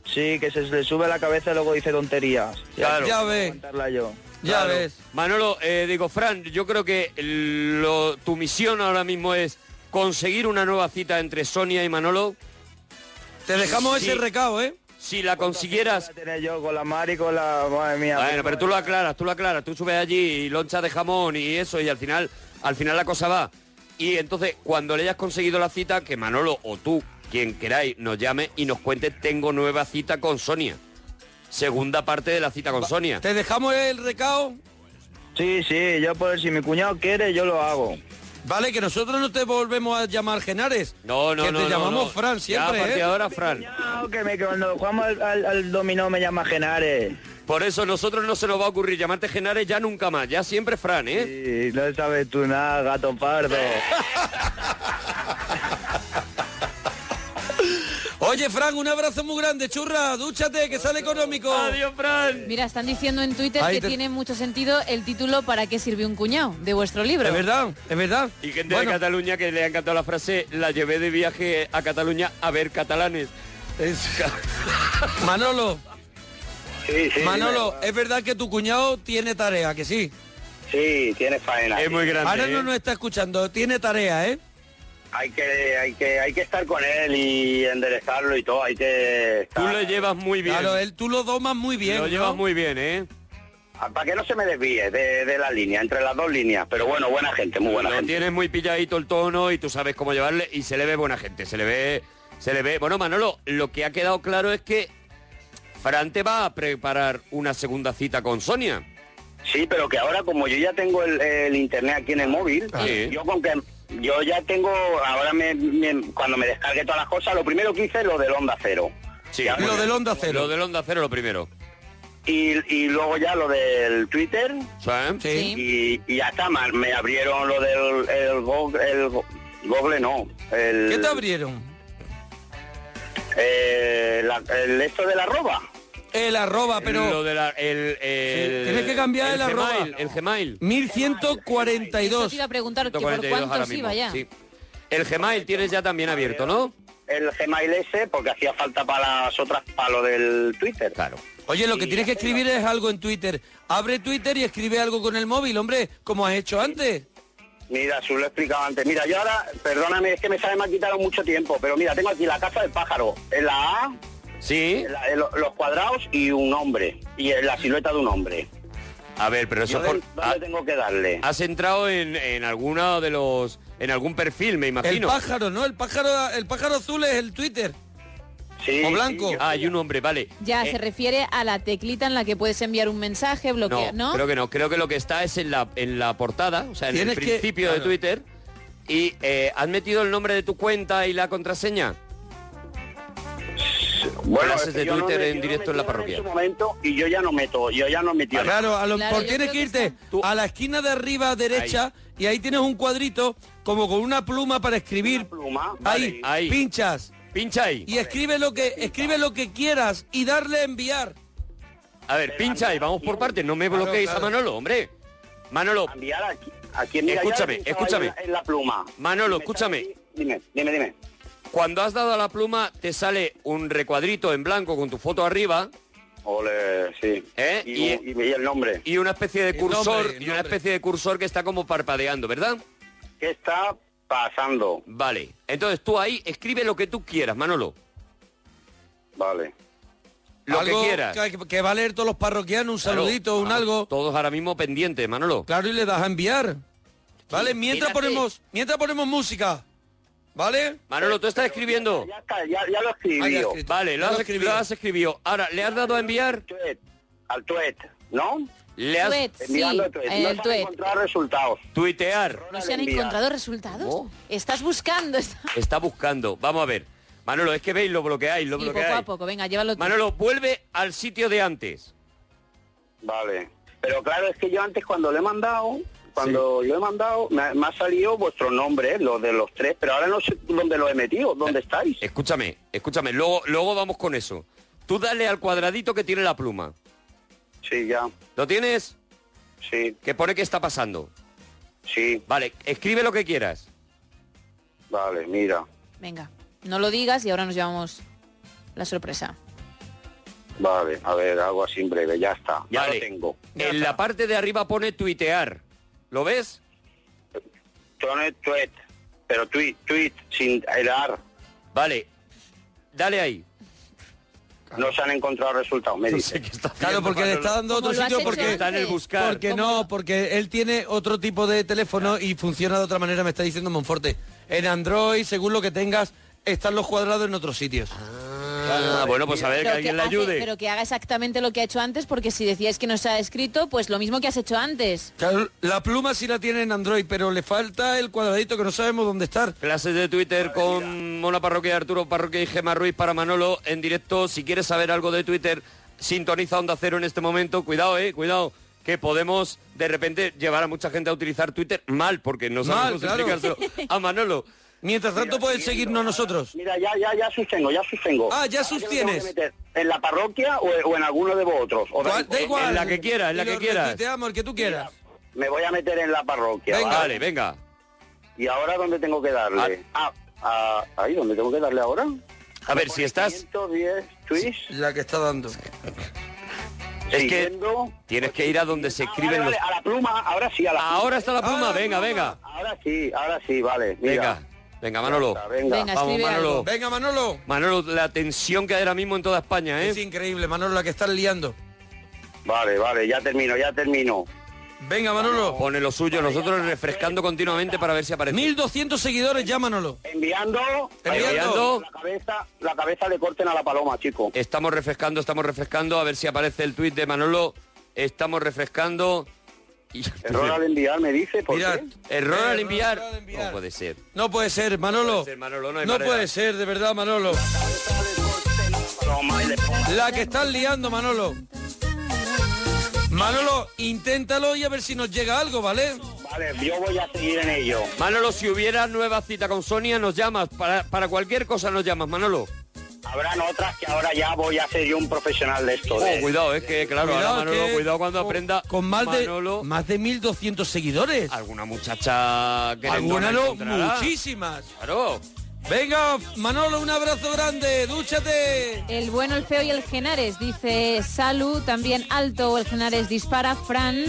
[SPEAKER 24] Sí, que se le sube a la cabeza y luego dice tonterías.
[SPEAKER 3] Claro. Ya ve.
[SPEAKER 24] Aguantarla yo.
[SPEAKER 5] Ya ves.
[SPEAKER 3] Manolo, eh, digo, Fran, yo creo que lo- tu misión ahora mismo es conseguir una nueva cita entre Sonia y Manolo.
[SPEAKER 5] Te dejamos ese recado, ¿eh?
[SPEAKER 3] Si la consiguieras...
[SPEAKER 24] Tener yo con la Mari, con la... Madre mía.
[SPEAKER 3] Bueno, pero tú lo aclaras, tú lo aclaras, tú subes allí y loncha de jamón y eso y al final, al final la cosa va. Y entonces, cuando le hayas conseguido la cita, que Manolo o tú, quien queráis, nos llame y nos cuente, tengo nueva cita con Sonia. Segunda parte de la cita con Sonia.
[SPEAKER 5] ¿Te dejamos el recado?
[SPEAKER 24] Sí, sí, yo por si mi cuñado quiere, yo lo hago.
[SPEAKER 5] Vale, que nosotros no te volvemos a llamar Genares.
[SPEAKER 3] No,
[SPEAKER 24] no,
[SPEAKER 5] que
[SPEAKER 24] no,
[SPEAKER 5] Te
[SPEAKER 24] no,
[SPEAKER 5] llamamos
[SPEAKER 24] no.
[SPEAKER 5] Fran
[SPEAKER 24] Ya,
[SPEAKER 5] siempre,
[SPEAKER 24] a partir
[SPEAKER 5] ¿eh?
[SPEAKER 24] de ahora,
[SPEAKER 3] Fran.
[SPEAKER 24] No, que me, cuando jugamos al, al- al dominó me llama Genares.
[SPEAKER 3] Por eso nosotros no se nos va a ocurrir llamarte Genares ya nunca más, ya siempre Fran, ¿eh?
[SPEAKER 24] Sí, no sabes tú nada, gato pardo.
[SPEAKER 5] Oye, Fran, un abrazo muy grande, churra. Dúchate, que sale económico.
[SPEAKER 3] Adiós, Fran.
[SPEAKER 11] Mira, están diciendo en Twitter
[SPEAKER 5] Ahí
[SPEAKER 11] que
[SPEAKER 5] te-
[SPEAKER 11] tiene mucho sentido el título ¿Para qué sirvió un cuñado? de vuestro libro.
[SPEAKER 5] Es verdad, es verdad.
[SPEAKER 3] Y gente de Cataluña que le ha encantado la frase, la llevé de viaje a Cataluña a ver catalanes.
[SPEAKER 5] Manolo.
[SPEAKER 12] sí,
[SPEAKER 5] Manolo,
[SPEAKER 12] dime.
[SPEAKER 5] es verdad que tu cuñado tiene tarea, que sí.
[SPEAKER 12] Sí, tiene faena.
[SPEAKER 5] Es muy
[SPEAKER 12] grande,
[SPEAKER 5] Ahora
[SPEAKER 12] ¿eh?
[SPEAKER 5] no nos está escuchando, tiene tarea, ¿eh?
[SPEAKER 12] Hay que, hay que, hay que estar con él y enderezarlo y todo, hay que estar-
[SPEAKER 3] Tú lo llevas muy bien.
[SPEAKER 5] Claro, él, tú lo domas muy bien.
[SPEAKER 3] Lo
[SPEAKER 5] ¿no?
[SPEAKER 3] llevas muy bien, ¿eh?
[SPEAKER 12] Ah, Para que no se me desvíe de, de la línea, entre las dos líneas. Pero bueno, buena gente, muy buena
[SPEAKER 3] Lo
[SPEAKER 12] gente.
[SPEAKER 3] tienes muy pilladito el tono y tú sabes cómo llevarle y se le ve buena gente, se le ve, se le ve. Bueno, Manolo, lo que ha quedado claro es que Fran te va a preparar una segunda cita con Sonia.
[SPEAKER 12] Sí, pero que ahora como yo ya tengo el, el internet aquí en el móvil,
[SPEAKER 5] Ah,
[SPEAKER 3] Sí.
[SPEAKER 12] yo con que yo ya tengo, ahora me, me- cuando me descargue todas las cosas, lo primero que hice es lo del Onda Cero.
[SPEAKER 3] Sí.
[SPEAKER 12] Lo del
[SPEAKER 5] Onda Cero.
[SPEAKER 3] Lo del Onda Cero lo primero.
[SPEAKER 12] Y, y luego ya lo del Twitter.
[SPEAKER 5] Sí.
[SPEAKER 12] Y, y ya está, ma- me abrieron lo del el Google, el Go- Google no. El,
[SPEAKER 5] ¿Qué te abrieron?
[SPEAKER 12] eh, la- el esto de la roba.
[SPEAKER 5] El arroba, pero...
[SPEAKER 3] Lo de la- el, el-
[SPEAKER 5] Tienes que cambiar el arroba.
[SPEAKER 3] Gmail, el Gmail.
[SPEAKER 5] 1142.
[SPEAKER 11] Eso te iba a preguntar que por
[SPEAKER 3] 142 ahora
[SPEAKER 11] cuántos
[SPEAKER 3] mismo,
[SPEAKER 11] iba ya.
[SPEAKER 3] sí. El Gmail tienes ya también abierto, ¿no?
[SPEAKER 12] El Gmail ese, porque hacía falta para las otras, para lo del Twitter.
[SPEAKER 3] Claro.
[SPEAKER 5] Oye, lo que tienes que escribir es algo en Twitter. Abre Twitter y escribe algo con el móvil, hombre, como has hecho antes.
[SPEAKER 12] Mira, su lo he explicado antes. Mira, yo ahora, perdóname, es que me sabe, me ha quitado mucho tiempo, pero mira, tengo aquí la casa del pájaro, en la A,
[SPEAKER 3] Sí.
[SPEAKER 12] en la- en lo- los cuadrados y un hombre, y en la silueta de un hombre.
[SPEAKER 3] A ver, pero eso
[SPEAKER 12] Yo
[SPEAKER 3] es por-
[SPEAKER 12] de- ¿Dónde tengo que darle?
[SPEAKER 3] Ah. Has entrado en, en alguna de los. en algún perfil, me
[SPEAKER 5] El
[SPEAKER 3] imagino.
[SPEAKER 5] pájaro, ¿no? El pájaro, el pájaro azul es el Twitter.
[SPEAKER 12] Sí,
[SPEAKER 5] o blanco.
[SPEAKER 3] Ah, hay un hombre, vale.
[SPEAKER 11] Ya,
[SPEAKER 3] Eh,
[SPEAKER 11] se refiere a la teclita en la que puedes enviar un mensaje, bloquear, ¿no?
[SPEAKER 3] creo que no. Creo que lo que está es en la, en la portada, o sea, en el
[SPEAKER 5] Tienes que-
[SPEAKER 3] principio de
[SPEAKER 5] claro.
[SPEAKER 3] Twitter. Y eh, has metido el nombre de tu cuenta y la contraseña. Bueno,
[SPEAKER 12] es
[SPEAKER 3] haces
[SPEAKER 12] que
[SPEAKER 3] de
[SPEAKER 12] yo no
[SPEAKER 3] Twitter
[SPEAKER 12] me-
[SPEAKER 3] en
[SPEAKER 12] yo no
[SPEAKER 3] directo en la
[SPEAKER 12] En
[SPEAKER 3] parroquia.
[SPEAKER 12] su momento, y yo ya no meto, yo ya no metí.
[SPEAKER 5] Claro, a lo mejor tienes que irte a la esquina de arriba derecha y ahí tienes un cuadrito como con una pluma para escribir. ahí,
[SPEAKER 3] ahí.
[SPEAKER 5] pinchas.
[SPEAKER 3] Pincha ahí.
[SPEAKER 5] Y escribe lo que escribe lo que quieras y darle a enviar.
[SPEAKER 3] A ver, pincha y vamos por partes. No me
[SPEAKER 5] Claro,
[SPEAKER 3] bloqueéis
[SPEAKER 5] claro.
[SPEAKER 3] a Manolo, hombre. Manolo.
[SPEAKER 12] Aquí, mira, yo ahora
[SPEAKER 3] escúchame,
[SPEAKER 12] he pinchado
[SPEAKER 3] escúchame.
[SPEAKER 12] ahí En la, en la pluma.
[SPEAKER 3] Manolo, escúchame.
[SPEAKER 12] Dime, dime, dime.
[SPEAKER 3] Cuando has dado a la pluma, te sale un recuadrito en blanco con tu foto arriba.
[SPEAKER 12] Ole, sí.
[SPEAKER 3] ¿Eh?
[SPEAKER 12] Y, y- y el nombre.
[SPEAKER 3] Y una especie de
[SPEAKER 12] El
[SPEAKER 3] cursor,
[SPEAKER 12] nombre, el
[SPEAKER 3] y una especie de cursor que está como parpadeando, ¿verdad?
[SPEAKER 12] ¿Qué está pasando?
[SPEAKER 3] Vale. Entonces tú ahí escribe lo que tú quieras, Manolo.
[SPEAKER 12] Vale.
[SPEAKER 3] Lo
[SPEAKER 5] algo
[SPEAKER 3] que quieras.
[SPEAKER 5] Que, que va a leer todos los parroquianos, un
[SPEAKER 3] Claro,
[SPEAKER 5] saludito, un
[SPEAKER 3] vamos,
[SPEAKER 5] algo.
[SPEAKER 3] Todos ahora mismo pendientes, Manolo.
[SPEAKER 5] Claro, y le das a enviar. ¿Vale? Mientras
[SPEAKER 3] mírate.
[SPEAKER 5] ponemos, mientras ponemos música. ¿Vale? Ah,
[SPEAKER 3] Manolo, tú estás escribiendo. Ya
[SPEAKER 12] está, ya, lo
[SPEAKER 5] ya
[SPEAKER 12] escribió.
[SPEAKER 3] Vale, lo
[SPEAKER 5] Ya
[SPEAKER 3] has
[SPEAKER 5] lo
[SPEAKER 3] escribido. Lo has escribido. Ahora, ¿le has dado a enviar?
[SPEAKER 12] Al tuet, ¿no?
[SPEAKER 3] Le has
[SPEAKER 11] Tuet, sí, eh, el
[SPEAKER 12] no
[SPEAKER 11] tuet.
[SPEAKER 12] tuet. encontrar resultados.
[SPEAKER 3] Tuitear.
[SPEAKER 11] ¿No se han encontrado resultados? Estás buscando. está-
[SPEAKER 3] Está buscando. Vamos a ver. Manolo, es que veis, lo bloqueáis, lo
[SPEAKER 11] Y poco
[SPEAKER 3] bloqueáis.
[SPEAKER 11] a poco, venga, llévalo tú.
[SPEAKER 3] Manolo, vuelve al sitio de antes.
[SPEAKER 12] Vale. Pero claro, es que yo antes cuando lo he mandado, cuando lo he mandado, me, ha- me ha salido vuestro nombre, los de los tres, pero ahora no sé dónde lo he metido,
[SPEAKER 3] Eh,
[SPEAKER 12] dónde estáis.
[SPEAKER 3] Escúchame, escúchame. Luego, luego vamos con eso. Tú dale al cuadradito que tiene la pluma.
[SPEAKER 12] Sí, ya.
[SPEAKER 3] ¿Lo tienes?
[SPEAKER 12] Sí.
[SPEAKER 3] Que pone que está pasando.
[SPEAKER 12] Sí.
[SPEAKER 3] Vale, escribe lo que quieras.
[SPEAKER 12] Vale, mira.
[SPEAKER 11] Venga, no lo digas y ahora nos llevamos la sorpresa.
[SPEAKER 12] Vale, a ver, algo así en breve, ya está. Ya
[SPEAKER 3] Vale.
[SPEAKER 12] lo tengo.
[SPEAKER 3] En la parte de arriba pone tuitear. ¿Lo ves?
[SPEAKER 12] Pone tuet, pero tweet, tweet, sin el ar.
[SPEAKER 3] Vale, dale ahí.
[SPEAKER 12] No se han encontrado resultados, me dice.
[SPEAKER 5] Claro, pues- porque le está dando otro sitio porque Porque no, porque él tiene otro tipo de teléfono y funciona de otra manera, me está diciendo Monforte. En Android, según lo que tengas, están los cuadrados en otros sitios.
[SPEAKER 3] Ah, bueno, pues a ver, que
[SPEAKER 11] Pero
[SPEAKER 3] alguien le
[SPEAKER 11] hace-
[SPEAKER 3] ayude.
[SPEAKER 11] pero que haga exactamente lo que ha hecho antes, porque si decíais que no se ha escrito, pues lo mismo que has hecho antes.
[SPEAKER 5] Claro, la pluma sí la tiene en Android, pero le falta el cuadradito que no sabemos dónde estar.
[SPEAKER 3] Clases de Twitter con Mona Parroquia, Arturo Parroquia y Gemma Ruiz para Manolo en directo. Si quieres saber algo de Twitter, sintoniza Onda Cero en este momento. Cuidado, eh, cuidado, que podemos de repente llevar a mucha gente a utilizar Twitter mal, porque no
[SPEAKER 5] Mal,
[SPEAKER 3] sabemos
[SPEAKER 5] claro.
[SPEAKER 3] explicárselo a Manolo.
[SPEAKER 5] Mientras tanto, puedes seguirnos nosotros.
[SPEAKER 12] Mira, ya, ya, ya sostengo, ya sostengo.
[SPEAKER 5] Ah, ya
[SPEAKER 12] Ahora yo me
[SPEAKER 5] sostienes.
[SPEAKER 12] tengo que meter ¿En la parroquia o, o en alguno de vosotros? O
[SPEAKER 5] Da, da igual.
[SPEAKER 12] En la
[SPEAKER 3] que quieras, en la
[SPEAKER 5] Y
[SPEAKER 3] que
[SPEAKER 5] lo
[SPEAKER 3] quieras.
[SPEAKER 5] retuiteamos, el que tú quieras.
[SPEAKER 12] Me voy a meter en la parroquia.
[SPEAKER 3] Venga.
[SPEAKER 12] ¿vale?
[SPEAKER 3] Vale, venga.
[SPEAKER 12] ¿Y ahora dónde tengo que darle? Ah, ah, ahí, ¿dónde tengo que darle ahora?
[SPEAKER 3] A ver, si estás...
[SPEAKER 12] 110 tweets.
[SPEAKER 5] La que está dando.
[SPEAKER 3] Es que
[SPEAKER 12] Siguiendo.
[SPEAKER 3] tienes que ir a donde se escriben
[SPEAKER 12] Vale,
[SPEAKER 3] los...
[SPEAKER 12] a la pluma, ahora sí, a la
[SPEAKER 3] Ahora está la pluma,
[SPEAKER 12] Ah, la
[SPEAKER 3] venga,
[SPEAKER 12] pluma.
[SPEAKER 3] venga.
[SPEAKER 12] Ahora sí, ahora sí, vale. mira.
[SPEAKER 3] Venga, venga, Manolo.
[SPEAKER 12] Ya está, venga. Venga,
[SPEAKER 3] Vamos,
[SPEAKER 12] escribe
[SPEAKER 3] Manolo.
[SPEAKER 12] algo.
[SPEAKER 5] Venga, Manolo.
[SPEAKER 3] Manolo, la tensión que hay ahora mismo en toda España, ¿eh?
[SPEAKER 5] Es increíble, Manolo, la que estás liando.
[SPEAKER 12] Vale, vale, Eh, ya termino, ya termino.
[SPEAKER 5] Venga, Manolo.
[SPEAKER 3] Pone lo suyo, nosotros refrescando continuamente para ver si aparece.
[SPEAKER 5] 1200 seguidores, ya, Manolo.
[SPEAKER 12] Enviando.
[SPEAKER 3] Enviando.
[SPEAKER 12] La cabeza, la cabeza le corten a la paloma, chico.
[SPEAKER 3] Estamos refrescando, estamos refrescando, a ver si aparece el tuit de Manolo. Estamos refrescando. Y-
[SPEAKER 12] Error al enviar, me dice, ¿por
[SPEAKER 3] Mirad,
[SPEAKER 12] qué?
[SPEAKER 3] Error al enviar. No puede ser.
[SPEAKER 5] No puede ser, Manolo. No puede ser,
[SPEAKER 3] no hay manera.
[SPEAKER 5] de verdad, Manolo. La que estás liando, Manolo. Manolo, inténtalo y a ver si nos llega algo, ¿vale?
[SPEAKER 12] Vale, yo voy a seguir en ello.
[SPEAKER 3] Manolo, si hubiera nueva cita con Sonia, nos llamas. Para, para cualquier cosa nos llamas, Manolo.
[SPEAKER 12] Habrán otras que ahora ya voy a ser yo un profesional de esto.
[SPEAKER 3] Oh,
[SPEAKER 12] de-
[SPEAKER 3] cuidado, es que, claro, ahora
[SPEAKER 5] Cuidado,
[SPEAKER 3] Manolo,
[SPEAKER 5] que
[SPEAKER 3] cuidado cuando
[SPEAKER 5] con-
[SPEAKER 3] aprenda.
[SPEAKER 5] Con más
[SPEAKER 3] Manolo.
[SPEAKER 5] de más de 1200 seguidores.
[SPEAKER 3] Alguna muchacha que
[SPEAKER 5] Alguna no,
[SPEAKER 3] muchísimo.
[SPEAKER 5] muchísimas.
[SPEAKER 3] Claro.
[SPEAKER 5] Venga, Manolo, un abrazo grande. Dúchate.
[SPEAKER 11] El bueno, el feo y el Genares, dice Salu, también Alto, el Genares dispara, Fran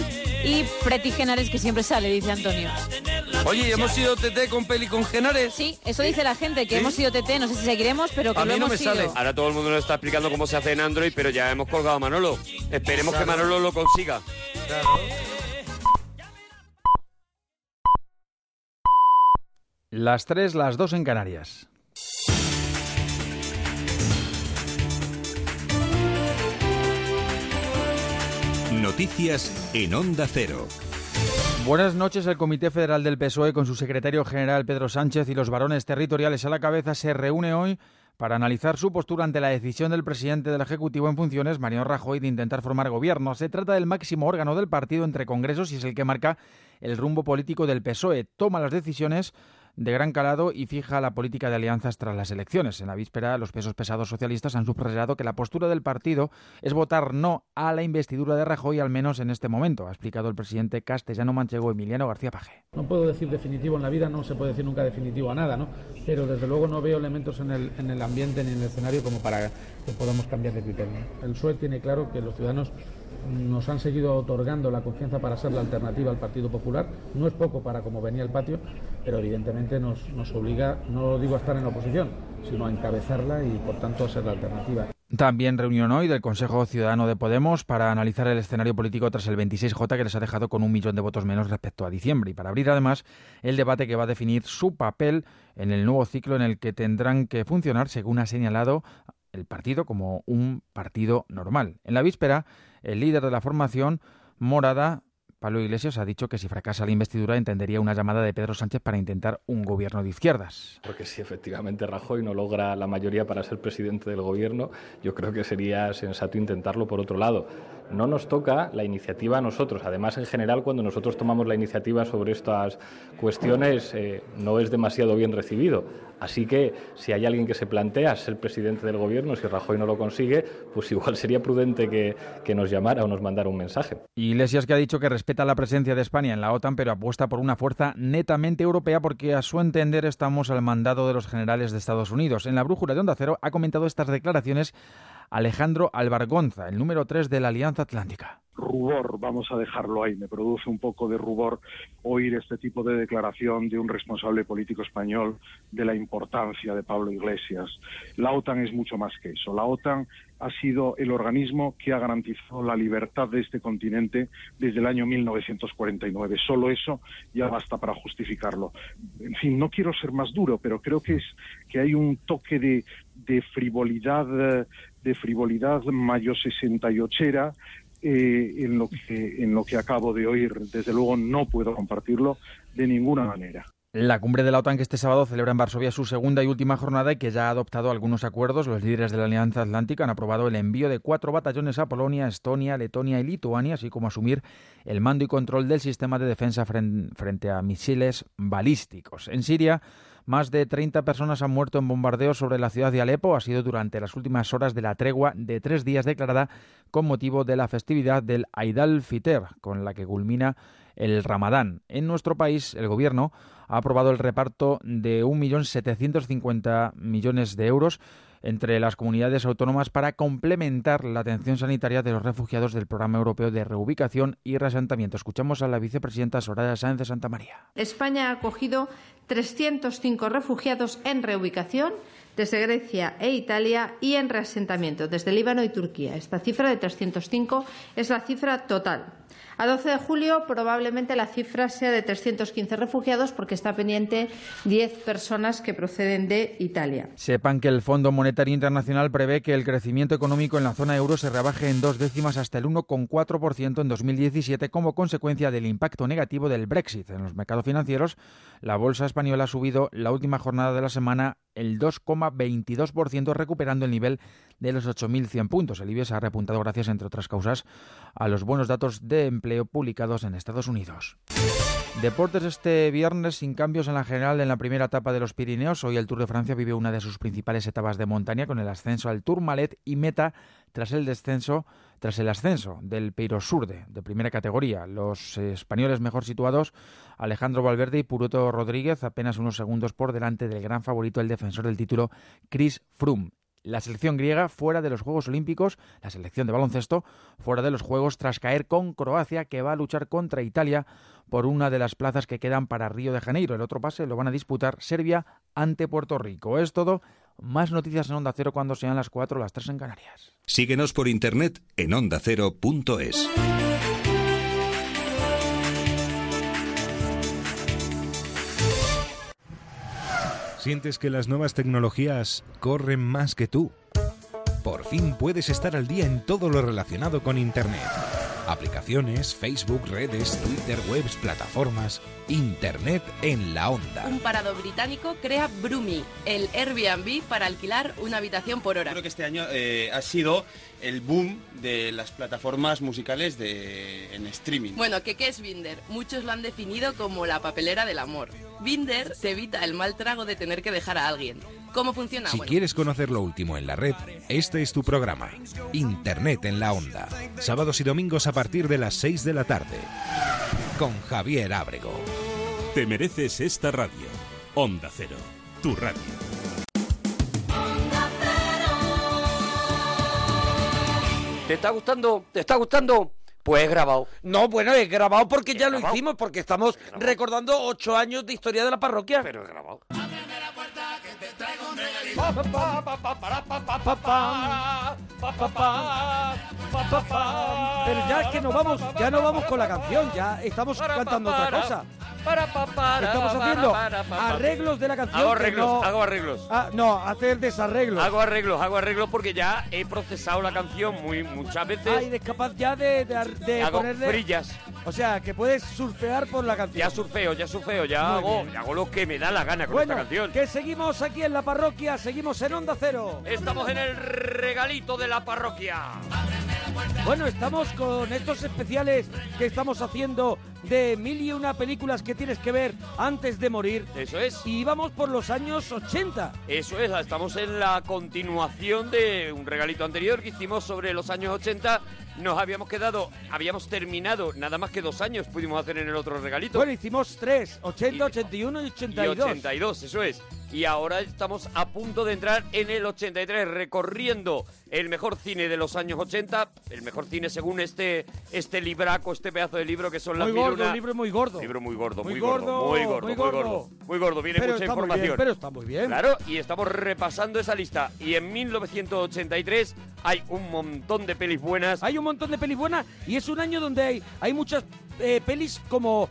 [SPEAKER 11] y Preti Genares que siempre sale, dice Antonio.
[SPEAKER 5] Oye, ¿y hemos sido TT con peli con Genares.
[SPEAKER 11] Sí, eso dice la gente, que
[SPEAKER 3] ¿Sí?
[SPEAKER 11] hemos sido TT, no sé si seguiremos, pero que
[SPEAKER 3] A
[SPEAKER 11] lo
[SPEAKER 3] mí no
[SPEAKER 11] hemos
[SPEAKER 3] me
[SPEAKER 11] sido.
[SPEAKER 3] sale. Ahora todo el mundo nos está explicando cómo se hace en Android, pero ya hemos colgado a Manolo. Esperemos que Manolo lo consiga.
[SPEAKER 13] Las 3, las 2 en Canarias.
[SPEAKER 1] Noticias en Onda Cero.
[SPEAKER 13] Buenas noches. El Comité Federal del PSOE, E, con su secretario general Pedro Sánchez y los varones territoriales a la cabeza, se reúne hoy para analizar su postura ante la decisión del presidente del Ejecutivo en funciones, Mariano Rajoy, de intentar formar gobierno. Se trata del máximo órgano del partido entre congresos y es el que marca el rumbo político del PSOE. E. Toma las decisiones de gran calado y fija la política de alianzas tras las elecciones. En la víspera, los pesos pesados socialistas han subrayado que la postura del partido es votar no a la investidura de Rajoy, al menos en este momento, ha explicado el presidente castellano manchego Emiliano García Paje.
[SPEAKER 18] No puedo decir definitivo en la vida, no se puede decir nunca definitivo a nada, ¿no? Pero desde luego no veo elementos en el, en el ambiente ni en el escenario como para que podamos cambiar de criterio. El PSOE tiene claro que los ciudadanos mm, nos han seguido otorgando la confianza para ser la alternativa al Partido Popular. No es poco para como venía el patio, pero evidentemente nos, nos obliga, no digo a estar en la oposición, sino a encabezarla y por tanto a ser la alternativa.
[SPEAKER 13] También reunión hoy del Consejo Ciudadano de Podemos para analizar el escenario político tras el 26J que les ha dejado con un millón de votos menos respecto a diciembre y para abrir además el debate que va a definir su papel en el nuevo ciclo en el que tendrán que funcionar, según ha señalado el partido, como un partido normal. En la víspera, el líder de la formación morada Pablo Iglesias ha dicho que si fracasa la investidura entendería una llamada de Pedro Sánchez para intentar un gobierno de izquierdas.
[SPEAKER 19] Porque si efectivamente Rajoy no logra la mayoría para ser presidente del gobierno, yo creo que sería sensato intentarlo por otro lado. No nos toca la iniciativa a nosotros. Además, en general, cuando nosotros tomamos la iniciativa sobre estas cuestiones, eh, no es demasiado bien recibido. Así que si hay alguien que se plantea ser presidente del gobierno, si Rajoy no lo consigue, pues igual sería prudente que, que nos llamara o nos mandara un mensaje.
[SPEAKER 13] Iglesias que ha dicho que respeta la presencia de España en la OTAN, pero apuesta por una fuerza netamente europea porque a su entender estamos al mandado de los generales de Estados Unidos. En la brújula de Onda Cero ha comentado estas declaraciones Alejandro Albargonza, el número 3 de la Alianza Atlántica.
[SPEAKER 25] Rubor, vamos a dejarlo ahí. Me produce un poco de rubor oír este tipo de declaración de un responsable político español de la importancia de Pablo Iglesias. La OTAN es mucho más que eso. La OTAN ha sido el organismo que ha garantizado la libertad de este continente desde el año 1949. Solo eso ya basta para justificarlo. En fin, no quiero ser más duro, pero creo que es que hay un toque de, de frivolidad, eh, de frivolidad mayo 68era eh, en, lo que, en lo que acabo de oír. Desde luego no puedo compartirlo de ninguna manera.
[SPEAKER 13] La cumbre de la OTAN que este sábado celebra en Varsovia su segunda y última jornada y que ya ha adoptado algunos acuerdos, los líderes de la Alianza Atlántica han aprobado el envío de cuatro batallones a Polonia, Estonia, Letonia y Lituania, así como asumir el mando y control del sistema de defensa frente a misiles balísticos. En Siria, más de 30 personas han muerto en bombardeos sobre la ciudad de Alepo. Ha sido durante las últimas horas de la tregua de tres días declarada con motivo de la festividad del Aid al-Fitr, con la que culmina el Ramadán. En nuestro país, el Gobierno ha aprobado el reparto de 1.750 millones de euros entre las comunidades autónomas para complementar la atención sanitaria de los refugiados del Programa Europeo de Reubicación y Resentamiento. Escuchamos a la vicepresidenta Soraya Sáenz de Santa María.
[SPEAKER 26] España ha acogido 305 refugiados en reubicación desde Grecia e Italia y en reasentamiento desde Líbano y Turquía. Esta cifra de 305 es la cifra total. A 12 de julio probablemente la cifra sea de 315 refugiados porque está pendiente 10 personas que proceden de Italia.
[SPEAKER 13] Sepan que el Fondo Monetario Internacional prevé que el crecimiento económico en la zona euro se rebaje en dos décimas hasta el 1,4% en 2017 como consecuencia del impacto negativo del Brexit en los mercados financieros. La bolsa española ha subido la última jornada de la semana el 2,22%, recuperando el nivel de los 8.100 puntos. El IBEX ha repuntado gracias, entre otras causas, a los buenos datos de empleo publicados en Estados Unidos. Deportes este viernes sin cambios en la general en la primera etapa de los Pirineos. Hoy el Tour de Francia vive una de sus principales etapas de montaña con el ascenso al Tourmalet y Meta tras el descenso, tras el ascenso del Peiro Surde de primera categoría. Los españoles mejor situados Alejandro Valverde y Puruto Rodríguez apenas unos segundos por delante del gran favorito el defensor del título Chris Froome la selección griega fuera de los Juegos Olímpicos, la selección de baloncesto fuera de los Juegos tras caer con Croacia que va a luchar contra Italia por una de las plazas que quedan para Río de Janeiro. El otro pase lo van a disputar Serbia ante Puerto Rico. Es todo. Más noticias en Onda Cero cuando sean las 4 o las 3 en Canarias.
[SPEAKER 1] Síguenos por internet en ondacero.es.
[SPEAKER 14] ¿Sientes que las nuevas tecnologías corren más que tú? Por fin puedes estar al día en todo lo relacionado con Internet. Aplicaciones, Facebook, redes, Twitter, webs, plataformas. Internet en la onda.
[SPEAKER 27] Un parado británico crea Broomy, el Airbnb para alquilar una habitación por hora.
[SPEAKER 28] Creo que este año eh, ha sido el boom de las plataformas musicales de, en streaming.
[SPEAKER 27] Bueno, ¿qué, ¿qué es Binder? Muchos lo han definido como la papelera del amor. Binder te evita el mal trago de tener que dejar a alguien. ¿Cómo funciona?
[SPEAKER 14] Si
[SPEAKER 27] Bueno,
[SPEAKER 14] quieres conocer lo último en la red, este es tu programa. Internet en la onda. Sábados y domingos a partir de las 6 de la tarde. Con Javier Ábrego.
[SPEAKER 1] Te mereces esta radio. Onda Cero, tu radio.
[SPEAKER 3] ¿Te está gustando? ¿Te está gustando? Pues es grabado.
[SPEAKER 4] No, bueno, es grabado porque ya lo hicimos, porque estamos recordando ocho años de historia de la parroquia. Pero
[SPEAKER 3] grabado.
[SPEAKER 29] ¡Oh!
[SPEAKER 4] Pero ya es que no vamos, ya no vamos con la canción, ya estamos cantando otra cosa. Estamos haciendo arreglos de la canción.
[SPEAKER 3] Hago
[SPEAKER 4] que
[SPEAKER 3] arreglos,
[SPEAKER 4] no-
[SPEAKER 3] hago arreglos.
[SPEAKER 4] Ah, no, hacer desarreglos.
[SPEAKER 3] Hago arreglos, hago arreglos porque ya he procesado la canción muy muchas veces.
[SPEAKER 4] Ay, eres capaz ya de, de ar- de
[SPEAKER 3] hago
[SPEAKER 4] ponerle.
[SPEAKER 3] frillas.
[SPEAKER 4] O sea, que puedes surfear por la canción.
[SPEAKER 3] Ya surfeo, ya surfeo, ya
[SPEAKER 4] Muy
[SPEAKER 3] hago,
[SPEAKER 4] bien.
[SPEAKER 3] hago lo que me da la gana con
[SPEAKER 4] Bueno,
[SPEAKER 3] esta canción.
[SPEAKER 4] que seguimos aquí en la parroquia, seguimos en Onda Cero.
[SPEAKER 3] Estamos en el regalito de la parroquia.
[SPEAKER 4] Bueno, estamos con estos especiales que estamos haciendo de mil y una películas que tienes que ver antes de morir.
[SPEAKER 3] Eso es.
[SPEAKER 4] Y vamos por los años 80.
[SPEAKER 3] Eso es, estamos en la continuación de un regalito anterior que hicimos sobre los años 80. Nos habíamos quedado, habíamos terminado, nada más que dos años pudimos hacer en el otro regalito.
[SPEAKER 4] Bueno, hicimos tres, 80, 81 y
[SPEAKER 3] y
[SPEAKER 4] 82.
[SPEAKER 3] 82, eso es. Y ahora estamos a punto de entrar en el 83, recorriendo el mejor cine de los años 80, el mejor cine según este, este libraco, este pedazo de libro que son las
[SPEAKER 4] Muy
[SPEAKER 3] mil y
[SPEAKER 4] gordo,
[SPEAKER 3] una-
[SPEAKER 4] un libro muy gordo.
[SPEAKER 3] Libro muy gordo,
[SPEAKER 4] Muy
[SPEAKER 3] muy, gordo,
[SPEAKER 4] gordo,
[SPEAKER 3] muy gordo, muy
[SPEAKER 4] muy gordo.
[SPEAKER 3] gordo. Muy gordo, viene
[SPEAKER 4] Pero
[SPEAKER 3] mucha
[SPEAKER 4] está muy bien,
[SPEAKER 3] información.
[SPEAKER 4] pero está muy bien.
[SPEAKER 3] Claro, y estamos repasando esa lista. Y en 1983 hay un montón de pelis buenas.
[SPEAKER 4] Hay un montón de pelis buenas y es un año donde hay, hay muchas eh, pelis como,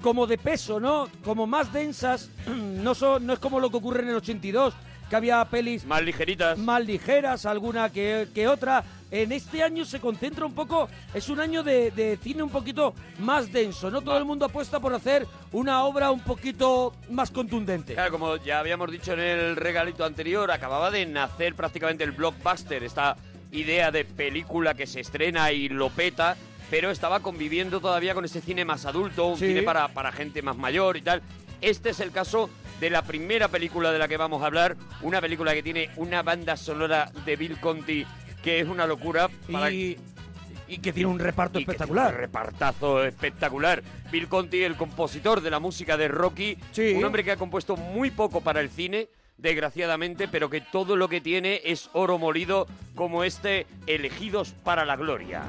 [SPEAKER 4] como de peso, ¿no? Como más densas. No, son, no es como lo que ocurre en el 82, que había pelis...
[SPEAKER 3] Más ligeritas.
[SPEAKER 4] Más ligeras, alguna que, que otra. En este año se concentra un poco, es un año de, de cine un poquito más denso, ¿no? Todo el mundo apuesta por hacer una obra un poquito más contundente.
[SPEAKER 3] Claro, como ya habíamos dicho en el regalito anterior, acababa de nacer prácticamente el blockbuster, esta idea de película que se estrena y lo peta, pero estaba conviviendo todavía con ese cine más adulto, un
[SPEAKER 4] Sí.
[SPEAKER 3] cine para, para gente más mayor y tal. Este es el caso de la primera película de la que vamos a hablar, una película que tiene una banda sonora de Bill Conti que es una locura. Para...
[SPEAKER 4] Y, que tiene un reparto
[SPEAKER 3] espectacular. repartazo espectacular. Bill Conti, el compositor de la música de Rocky,
[SPEAKER 4] Sí.
[SPEAKER 3] un hombre que ha compuesto muy poco para el cine, desgraciadamente, pero que todo lo que tiene es oro molido, como este Elegidos para la Gloria.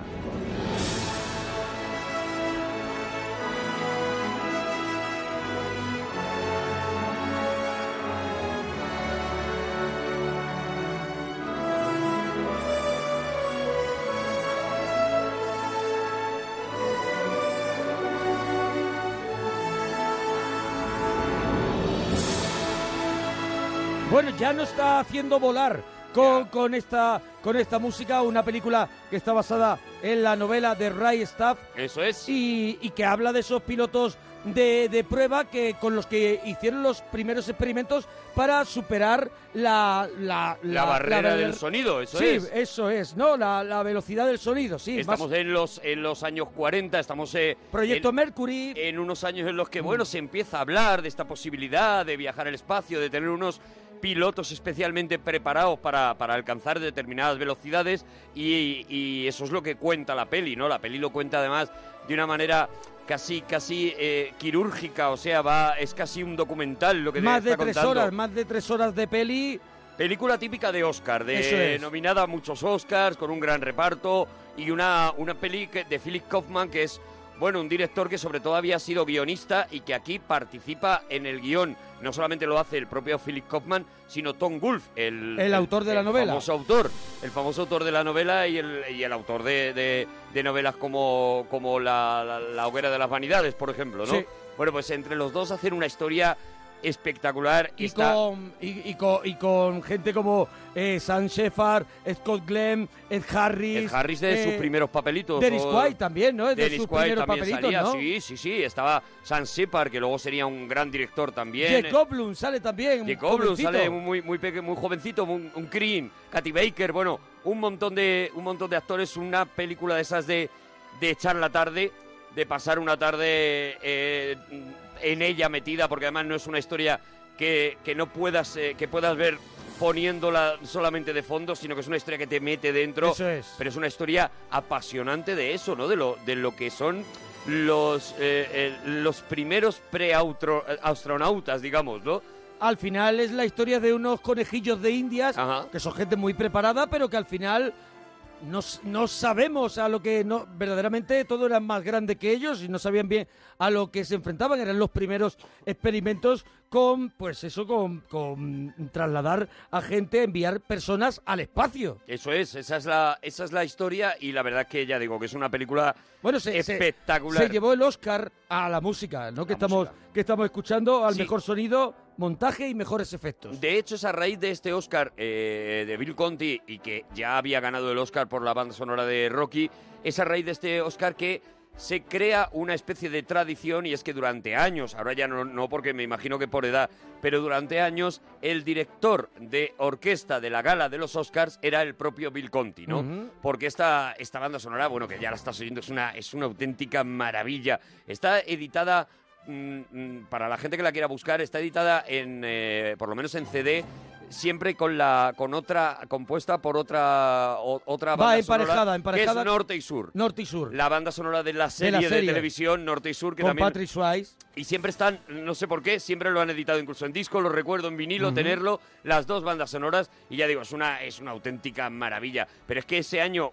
[SPEAKER 4] Bueno, ya no está haciendo volar con, con esta, con esta música una película que está basada en la novela de Ray Staff.
[SPEAKER 3] Eso es.
[SPEAKER 4] Y, y que habla de esos pilotos de, de prueba que, con los que hicieron los primeros experimentos para superar la, la,
[SPEAKER 3] La barrera
[SPEAKER 4] barre-
[SPEAKER 3] del sonido, eso
[SPEAKER 4] sí,
[SPEAKER 3] es.
[SPEAKER 4] Sí, eso es, ¿no? La, la velocidad del sonido, sí. más-
[SPEAKER 3] Estamos en los, en los años 40, estamos... eh,
[SPEAKER 4] Proyecto
[SPEAKER 3] en-
[SPEAKER 4] Mercury. Mm.
[SPEAKER 3] En unos años en los que, bueno, se empieza a hablar de esta posibilidad de viajar al espacio, de tener unos pilotos especialmente preparados para, para alcanzar determinadas velocidades y, y eso es lo que cuenta la peli, ¿no? La peli lo cuenta además de una manera casi casi eh, quirúrgica, o sea, va es casi un documental lo que te
[SPEAKER 4] más de
[SPEAKER 3] está
[SPEAKER 4] tres
[SPEAKER 3] contando.
[SPEAKER 4] horas, más de tres horas de peli.
[SPEAKER 3] Película típica de Oscar,
[SPEAKER 4] Eso
[SPEAKER 3] de
[SPEAKER 4] es.
[SPEAKER 3] nominada a muchos Oscars, con un gran reparto y una, una peli que- de Philip Kaufman que es, bueno, un director que sobre todo había sido guionista y que aquí participa en el guión. No solamente lo hace el propio Philip Kaufman, sino Tom Wolfe, el,
[SPEAKER 4] El autor de la novela.
[SPEAKER 3] famoso autor, el famoso autor de la novela y el, y el autor de, de- de novelas como, como la, la- La hoguera de las vanidades, por ejemplo, ¿no?
[SPEAKER 4] Sí.
[SPEAKER 3] Bueno, pues entre los dos hacen una historia espectacular
[SPEAKER 4] y,
[SPEAKER 3] está-
[SPEAKER 4] con, y, y con, y con gente como eh, Sam Shepard, Scott Glenn, Ed Harris.
[SPEAKER 3] El Harris de sus
[SPEAKER 4] eh,
[SPEAKER 3] primeros papelitos.
[SPEAKER 4] Dennis
[SPEAKER 3] o-
[SPEAKER 4] Quaid también, ¿no? Es de
[SPEAKER 3] Dennis
[SPEAKER 4] sus
[SPEAKER 3] Quaid
[SPEAKER 4] primeros
[SPEAKER 3] también
[SPEAKER 4] papelitos,
[SPEAKER 3] salía,
[SPEAKER 4] ¿no?
[SPEAKER 3] Sí, sí, sí. Estaba Sam Shepard, que luego sería un gran director también.
[SPEAKER 4] Jeff Goldblum sale también.
[SPEAKER 3] Jeff Goldblum
[SPEAKER 4] jovencito.
[SPEAKER 3] eh. sale muy, muy, peque- muy jovencito, un, un Cream, Katy Baker, bueno, un montón de un montón de actores, una película de esas de, de echar la tarde, de pasar una tarde eh, en ella metida, porque además no es una historia que, que no puedas eh, que puedas ver poniéndola solamente de fondo, sino que es una historia que te mete dentro.
[SPEAKER 4] Eso es.
[SPEAKER 3] Pero es una historia apasionante de eso, ¿no? De lo, de lo que son los, eh, eh, los primeros pre-astronautas, digamos, ¿no?
[SPEAKER 4] Al final es la historia de unos conejillos de indias, que son gente muy preparada, pero que al final no, s- no sabemos a lo que no verdaderamente todo era más grande que ellos y no sabían bien a lo que se enfrentaban eran los primeros experimentos con pues eso con, con trasladar a gente enviar personas al espacio
[SPEAKER 3] Eso es, esa es la, esa es la historia y la verdad que ya digo que es una película
[SPEAKER 4] bueno se, se-
[SPEAKER 3] espectacular.
[SPEAKER 4] se llevó el Oscar a la música no que estamos que estamos escuchando al mejor sonido montaje y mejores efectos
[SPEAKER 3] De hecho, es a raíz de este Oscar eh, de Bill Conti y que ya había ganado el Oscar por la banda sonora de Rocky, es a raíz de este Oscar que se crea una especie de tradición y es que durante años, ahora ya no, no porque me imagino que por edad, pero durante años el director de orquesta de la gala de los Oscars era el propio Bill Conti, ¿no?
[SPEAKER 4] Ujú.
[SPEAKER 3] porque esta, esta banda sonora, bueno, que ya la estás oyendo, es una, es una auténtica maravilla. Está editada, mm, mm, para la gente que la quiera buscar, está editada en, eh, por lo menos en CD, siempre con la con otra compuesta por otra o- otra
[SPEAKER 4] va
[SPEAKER 3] banda
[SPEAKER 4] emparejada
[SPEAKER 3] sonora, que
[SPEAKER 4] emparejada
[SPEAKER 3] es norte y sur
[SPEAKER 4] norte y sur
[SPEAKER 3] la banda sonora de la
[SPEAKER 4] De
[SPEAKER 3] serie
[SPEAKER 4] la
[SPEAKER 3] de,
[SPEAKER 4] serie.
[SPEAKER 3] televisión norte y sur que
[SPEAKER 4] con
[SPEAKER 3] también
[SPEAKER 4] Patrick Swayze
[SPEAKER 3] y siempre están, no sé por qué, siempre lo han editado incluso en disco, lo recuerdo en vinilo,
[SPEAKER 4] Ujú.
[SPEAKER 3] tenerlo, las dos bandas sonoras, y ya digo, es una, es una auténtica maravilla. Pero es que ese año,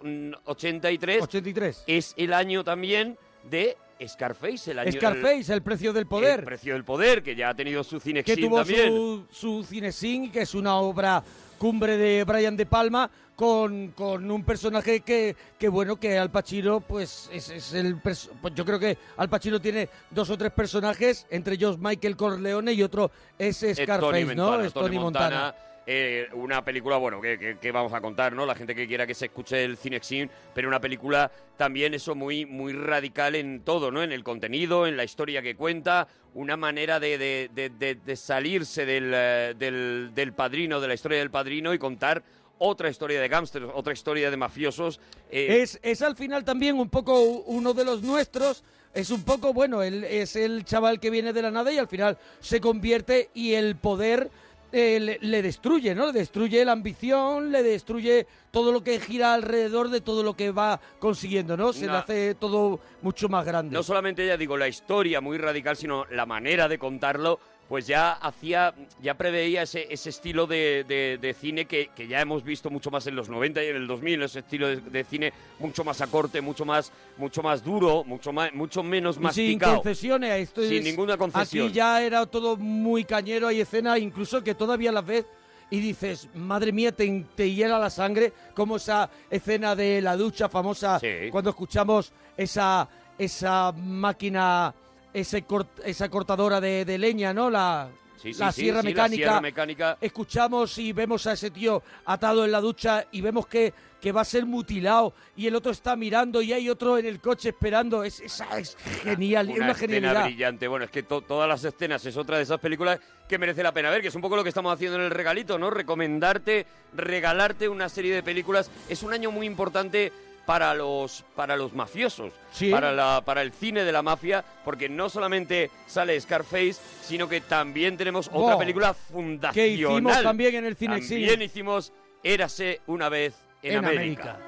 [SPEAKER 3] 1983,
[SPEAKER 4] 83
[SPEAKER 3] es el año también de Scarface, el año el-
[SPEAKER 4] Scarface el precio del
[SPEAKER 3] el,
[SPEAKER 4] poder
[SPEAKER 3] precio del poder, que ya ha tenido su cine
[SPEAKER 4] que tuvo
[SPEAKER 3] también.
[SPEAKER 4] su, su Cinesyn, que es una obra cumbre de Brian De Palma, con, con un personaje que, que, bueno, que Al Pacino, pues es, es el. pers- pues, yo creo que Al Pacino tiene dos o tres personajes, entre ellos Michael Corleone y otro es
[SPEAKER 3] Eh,
[SPEAKER 4] Scarface,
[SPEAKER 3] Tony
[SPEAKER 4] ¿no?
[SPEAKER 3] Montana,
[SPEAKER 4] es Tony Montana.
[SPEAKER 3] eh, una película, bueno, que, que- que vamos a contar, ¿no? La gente que quiera que se escuche el Cinexin, pero una película también eso muy, muy radical en todo, ¿no? En el contenido, en la historia que cuenta, una manera de, de- de- de- de salirse del, eh, del, del padrino, de la historia del padrino y contar otra historia de gángsters, otra historia de mafiosos. eh,
[SPEAKER 4] Es, es al final también un poco u- uno de los nuestros. Es un poco, bueno, él es el chaval que viene de la nada y al final se convierte y el poder eh, le, le destruye, ¿no? Le destruye la ambición, le destruye todo lo que gira alrededor de todo lo que va consiguiendo, ¿no? Se le
[SPEAKER 3] Una-
[SPEAKER 4] hace todo mucho más grande.
[SPEAKER 3] No solamente ya digo la historia muy radical, sino la manera de contarlo, pues ya hacía, ya preveía ese, ese estilo de, de- de cine que, que ya hemos visto mucho más en los 90 y en el 2000, ese estilo de, de cine mucho más a corte, mucho más, mucho más duro, mucho más, mucho menos
[SPEAKER 4] Y sin
[SPEAKER 3] masticado.
[SPEAKER 4] concesiones, esto
[SPEAKER 3] Sin
[SPEAKER 4] es-
[SPEAKER 3] ninguna concesión.
[SPEAKER 4] Aquí ya era todo muy cañero, hay escenas incluso que todavía las ves y dices, madre mía, te, te hiela la sangre, como esa escena de la ducha famosa, cuando escuchamos esa, esa máquina, ese cort- esa cortadora de, de leña, ¿no? La,
[SPEAKER 3] Sí, sí,
[SPEAKER 4] la
[SPEAKER 3] sí,
[SPEAKER 4] sierra
[SPEAKER 3] sí,
[SPEAKER 4] mecánica.
[SPEAKER 3] La sierra mecánica.
[SPEAKER 4] Escuchamos y vemos a ese tío atado en la ducha y vemos que, que va a ser mutilado y el otro está mirando y hay otro en el coche esperando. Es, esa es genial, es
[SPEAKER 3] Una,
[SPEAKER 4] una
[SPEAKER 3] escena
[SPEAKER 4] genialidad.
[SPEAKER 3] brillante. Bueno, es que to- todas las escenas es otra de esas películas que merece la pena ver, que es un poco lo que estamos haciendo en el regalito, ¿no? Recomendarte, regalarte una serie de películas. Es un año muy importante para los para los mafiosos,
[SPEAKER 4] Sí.
[SPEAKER 3] para la para el cine de la mafia, porque no solamente sale Scarface, sino que también tenemos otra
[SPEAKER 4] Wow.
[SPEAKER 3] película fundacional.
[SPEAKER 4] Que hicimos también en el cine
[SPEAKER 3] También hicimos Érase una vez en,
[SPEAKER 4] En
[SPEAKER 3] América.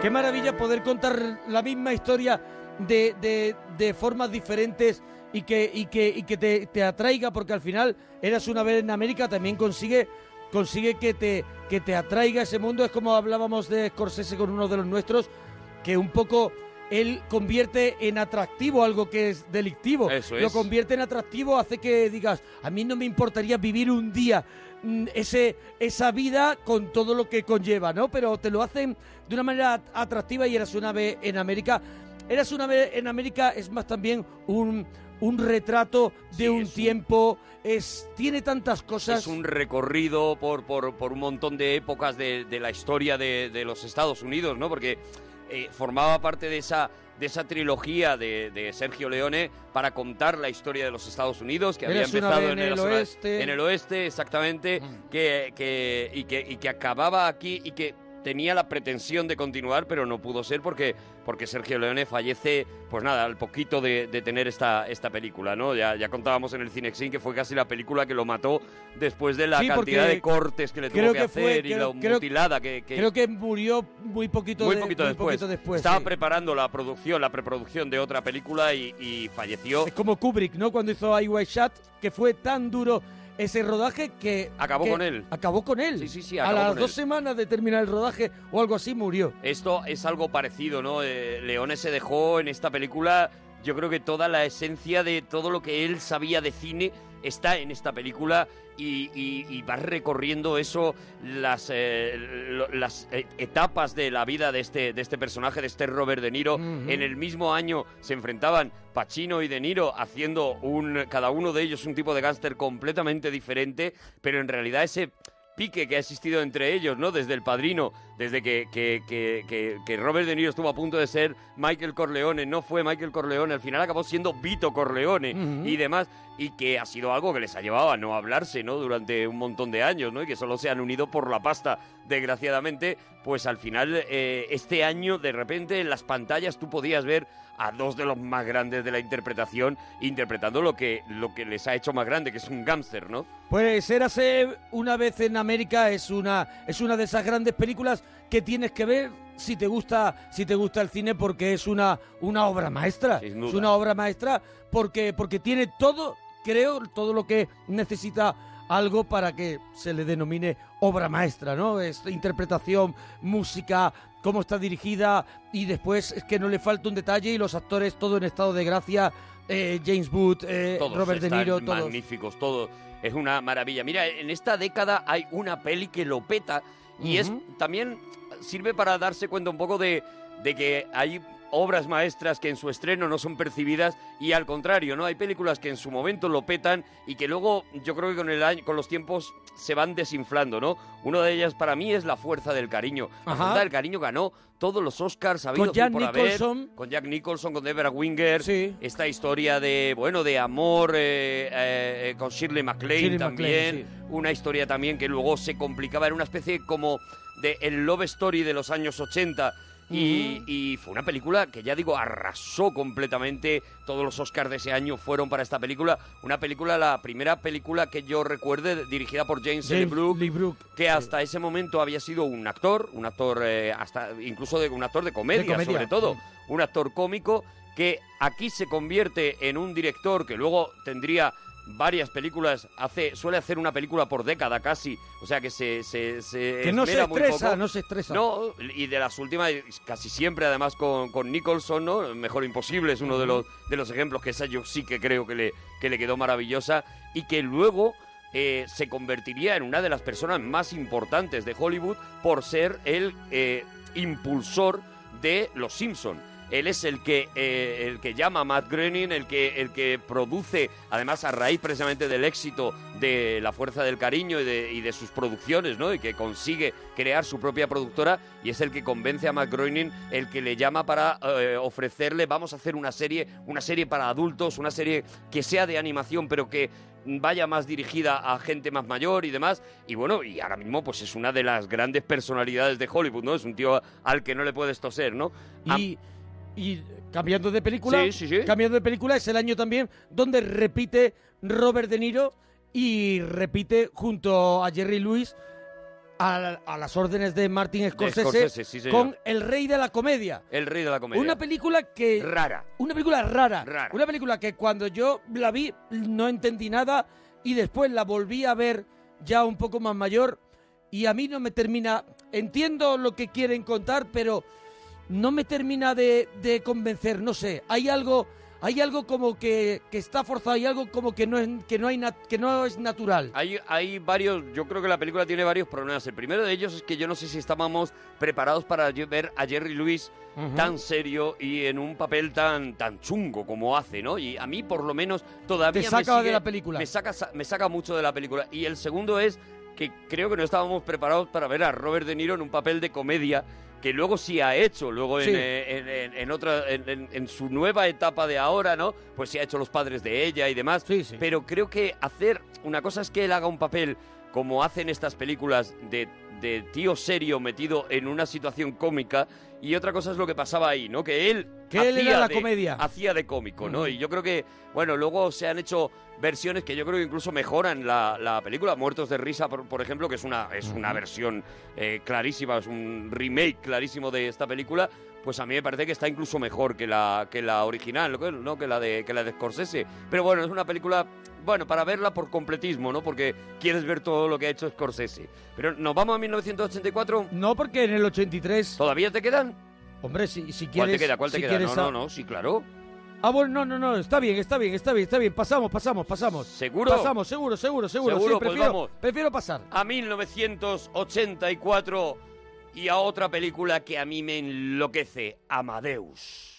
[SPEAKER 4] Qué maravilla poder contar la misma historia de, de- de formas diferentes y que, y que, y que te, te atraiga, porque al final eras una vez en América, también consigue, consigue que, te, que te atraiga ese mundo. Es como hablábamos de Scorsese con uno de los nuestros, que un poco él convierte en atractivo algo que es delictivo.
[SPEAKER 3] Eso
[SPEAKER 4] Lo
[SPEAKER 3] es.
[SPEAKER 4] convierte en atractivo, hace que digas, a mí no me importaría vivir un día mm, ese, esa vida con todo lo que conlleva, ¿no? Pero te lo hacen de una manera at- atractiva y eras una vez en América. Eras una vez en América es más también un, un retrato de un tiempo, es, tiene tantas cosas.
[SPEAKER 3] Es un recorrido por, por, por un montón de épocas de, de la historia de, de los Estados Unidos, ¿no? Porque eh, formaba parte de esa, de esa trilogía de, de Sergio Leone para contar la historia de los Estados Unidos, que había
[SPEAKER 4] Eras una
[SPEAKER 3] empezado
[SPEAKER 4] vez en el
[SPEAKER 3] Eras una vez-
[SPEAKER 4] oeste. Mm.
[SPEAKER 3] En el oeste, exactamente, que, que- y, que, y que acababa aquí y que tenía la pretensión de continuar, pero no pudo ser porque, porque Sergio Leone fallece, pues nada, al poquito de, de tener esta, esta película, ¿no? Ya, ya contábamos en el Cinexin que fue casi la película que lo mató después de la
[SPEAKER 4] Sí, porque
[SPEAKER 3] cantidad de cortes que le tuvo
[SPEAKER 4] creo
[SPEAKER 3] que,
[SPEAKER 4] que
[SPEAKER 3] hacer
[SPEAKER 4] fue-
[SPEAKER 3] y la
[SPEAKER 4] creo- creo-
[SPEAKER 3] mutilada que, que-
[SPEAKER 4] Creo que murió muy poquito,
[SPEAKER 3] muy
[SPEAKER 4] de-
[SPEAKER 3] poquito
[SPEAKER 4] muy
[SPEAKER 3] después.
[SPEAKER 4] poquito después,
[SPEAKER 3] Estaba
[SPEAKER 4] sí.
[SPEAKER 3] preparando la producción, la preproducción de otra película y, y falleció.
[SPEAKER 4] Es como Kubrick, ¿no? Cuando hizo I White Shot, que fue tan duro ese rodaje que...
[SPEAKER 3] Acabó
[SPEAKER 4] que
[SPEAKER 3] con él.
[SPEAKER 4] Acabó con él. Sí, sí,
[SPEAKER 3] sí,
[SPEAKER 4] A
[SPEAKER 3] acabó
[SPEAKER 4] las
[SPEAKER 3] con
[SPEAKER 4] dos
[SPEAKER 3] él.
[SPEAKER 4] semanas de terminar el rodaje o algo así murió.
[SPEAKER 3] Esto es algo parecido, ¿no? Eh, Leone se dejó en esta película, yo creo que toda la esencia de todo lo que él sabía de cine está en esta película y, y- y va recorriendo eso, las, eh, lo- las eh, etapas de la vida de este, de este personaje, de este Robert De Niro.
[SPEAKER 6] Ujú.
[SPEAKER 3] En el mismo año se enfrentaban Pacino y De Niro haciendo un, cada uno de ellos un tipo de gángster completamente diferente, pero en realidad ese pique que ha existido entre ellos, ¿no? Desde el padrino, desde que, que- que- que- que Robert De Niro estuvo a punto de ser Michael Corleone, no fue Michael Corleone, al final acabó siendo Vito Corleone
[SPEAKER 6] Ujú.
[SPEAKER 3] y demás, y que ha sido algo que les ha llevado a no hablarse, ¿no? Durante un montón de años, ¿no? Y que solo se han unido por la pasta, desgraciadamente, pues al final, eh, este año, de repente, en las pantallas tú podías ver a dos de los más grandes de la interpretación interpretando lo que, lo que les ha hecho más grande, que es un gángster, ¿no?
[SPEAKER 4] Pues Érase una vez en América es una, es una de esas grandes películas que tienes que ver si te gusta, si te gusta el cine porque es una, una obra maestra. Es
[SPEAKER 3] duda.
[SPEAKER 4] una obra maestra porque, porque tiene todo, creo, todo lo que necesita algo para que se le denomine obra maestra, ¿no? Es interpretación, música, cómo está dirigida y después es que no le falta un detalle y los actores todo en estado de gracia, eh, James Wood, eh,
[SPEAKER 3] Todos
[SPEAKER 4] Robert De
[SPEAKER 3] están
[SPEAKER 4] Niro, todos.
[SPEAKER 3] magníficos, todos. Es una maravilla. Mira, en esta década hay una peli que lo peta y es también sirve para darse cuenta un poco de, de que hay obras maestras que en su estreno no son percibidas y al contrario, ¿no? Hay películas que en su momento lo petan y que luego yo creo que con el año, con los tiempos se van desinflando, ¿no? Una de ellas para mí es La fuerza del cariño. La
[SPEAKER 4] Ajá.
[SPEAKER 3] fuerza del cariño ganó todos los Oscars habidos y
[SPEAKER 4] Con Jack
[SPEAKER 3] por haber,
[SPEAKER 4] Nicholson.
[SPEAKER 3] con Jack Nicholson, con Deborah Winger, esta historia de bueno de amor eh, eh, eh, con Shirley MacLaine
[SPEAKER 4] Shirley
[SPEAKER 3] también,
[SPEAKER 4] MacLaine,
[SPEAKER 3] una historia también que luego se complicaba, era una especie como de el love story de los años 80 y, y fue una película que ya digo arrasó completamente todos los Oscars de ese año fueron para esta película una película la primera película que yo recuerde dirigida por James, L.
[SPEAKER 4] James
[SPEAKER 3] Brooks
[SPEAKER 4] Lee Brook.
[SPEAKER 3] que hasta ese momento había sido un actor, un actor eh, hasta incluso de un actor de comedia,
[SPEAKER 4] De comedia,
[SPEAKER 3] sobre todo, un actor cómico que aquí se convierte en un director que luego tendría varias películas, hace suele hacer una película por década casi, o sea que se, se, se
[SPEAKER 4] Que no se
[SPEAKER 3] esmera muy
[SPEAKER 4] estresa,
[SPEAKER 3] poco.
[SPEAKER 4] no se estresa.
[SPEAKER 3] No, y de las últimas casi siempre además con, con Nicholson, ¿no? Mejor imposible es uno de los de los ejemplos que esa yo sí que creo que le que le quedó maravillosa y que luego eh, se convertiría en una de las personas más importantes de Hollywood por ser el eh, impulsor de Los Simpson. Él es el que, eh, el que llama a Matt Groening, el que, el que produce, además a raíz precisamente del éxito de La Fuerza del Cariño y de, y de sus producciones, ¿no? Y que consigue crear su propia productora y es el que convence a Matt Groening, el que le llama para eh, ofrecerle, vamos a hacer una serie, una serie para adultos, una serie que sea de animación, pero que vaya más dirigida a gente más mayor y demás. Y bueno, y ahora mismo pues es una de las grandes personalidades de Hollywood, ¿no? Es un tío al que no le puedes toser, ¿no?
[SPEAKER 4] Y, y cambiando de película,
[SPEAKER 3] Sí, sí, sí.
[SPEAKER 4] cambiando de película es el año también donde repite Robert De Niro y repite junto a Jerry Lewis a, a las órdenes de Martin Scorsese,
[SPEAKER 3] Scorsese, sí, señor.
[SPEAKER 4] con El Rey de la Comedia.
[SPEAKER 3] El rey de la comedia.
[SPEAKER 4] Una película que...
[SPEAKER 3] Rara.
[SPEAKER 4] Una película rara.
[SPEAKER 3] Rara.
[SPEAKER 4] Una película que cuando yo la vi no entendí nada y después la volví a ver ya un poco más mayor y a mí no me termina... Entiendo lo que quieren contar, pero no me termina de, de convencer, no sé. Hay algo, hay algo como que, que está forzado, hay algo como que no es, que no hay nat- que no es natural.
[SPEAKER 3] Hay, hay varios, yo creo que la película tiene varios problemas. El primero de ellos es que yo no sé si estábamos preparados para ye- ver a Jerry Lewis
[SPEAKER 4] Ujú.
[SPEAKER 3] tan serio y en un papel tan, tan chungo como hace, ¿no? Y a mí por lo menos todavía...
[SPEAKER 4] Te
[SPEAKER 3] me
[SPEAKER 4] saca de
[SPEAKER 3] sigue-
[SPEAKER 4] la película.
[SPEAKER 3] Me saca, sa- me saca mucho de la película. Y el segundo es que creo que no estábamos preparados para ver a Robert De Niro en un papel de comedia que luego sí ha hecho, luego en,
[SPEAKER 4] Sí.
[SPEAKER 3] eh, en- en- en otra, en, en- en su nueva etapa de ahora, ¿no? Pues sí ha hecho los padres de ella y demás. Pero creo que hacer, una cosa es que él haga un papel como hacen estas películas de, de tío serio metido en una situación cómica, y otra cosa es lo que pasaba ahí, ¿no? Que él
[SPEAKER 4] Que él era la comedia.
[SPEAKER 3] hacía de cómico, ¿no?
[SPEAKER 4] Ujú.
[SPEAKER 3] Y yo creo que, bueno, luego se han hecho versiones que yo creo que incluso mejoran la, la película. Muertos de Risa, por, por ejemplo, que es una, es una
[SPEAKER 4] Ujú.
[SPEAKER 3] versión eh, clarísima, es un remake clarísimo de esta película. Pues a mí me parece que está incluso mejor que la, que la original, ¿no? ¿no? Que la de que la de Scorsese. Pero bueno, es una película, bueno, para verla por completismo, ¿no? Porque quieres ver todo lo que ha hecho Scorsese. Pero nos vamos a 1984.
[SPEAKER 4] No, porque en el 83.
[SPEAKER 3] ¿Todavía te quedan?
[SPEAKER 4] Hombre, si, si
[SPEAKER 3] ¿Cuál
[SPEAKER 4] quieres.
[SPEAKER 3] te queda? ¿Cuál te
[SPEAKER 4] si
[SPEAKER 3] queda?
[SPEAKER 4] quieres
[SPEAKER 3] No,
[SPEAKER 4] a-
[SPEAKER 3] no, no, sí, claro.
[SPEAKER 4] Ah, bueno, no, no, no, está bien, está bien, está bien, está bien. Pasamos, pasamos, pasamos.
[SPEAKER 3] ¿Seguro?
[SPEAKER 4] Pasamos, seguro, seguro, seguro.
[SPEAKER 3] ¿Seguro?
[SPEAKER 4] Sí,
[SPEAKER 3] Pues
[SPEAKER 4] prefiero,
[SPEAKER 3] vamos.
[SPEAKER 4] prefiero pasar.
[SPEAKER 3] a 1984 y a otra película que a mí me enloquece, Amadeus.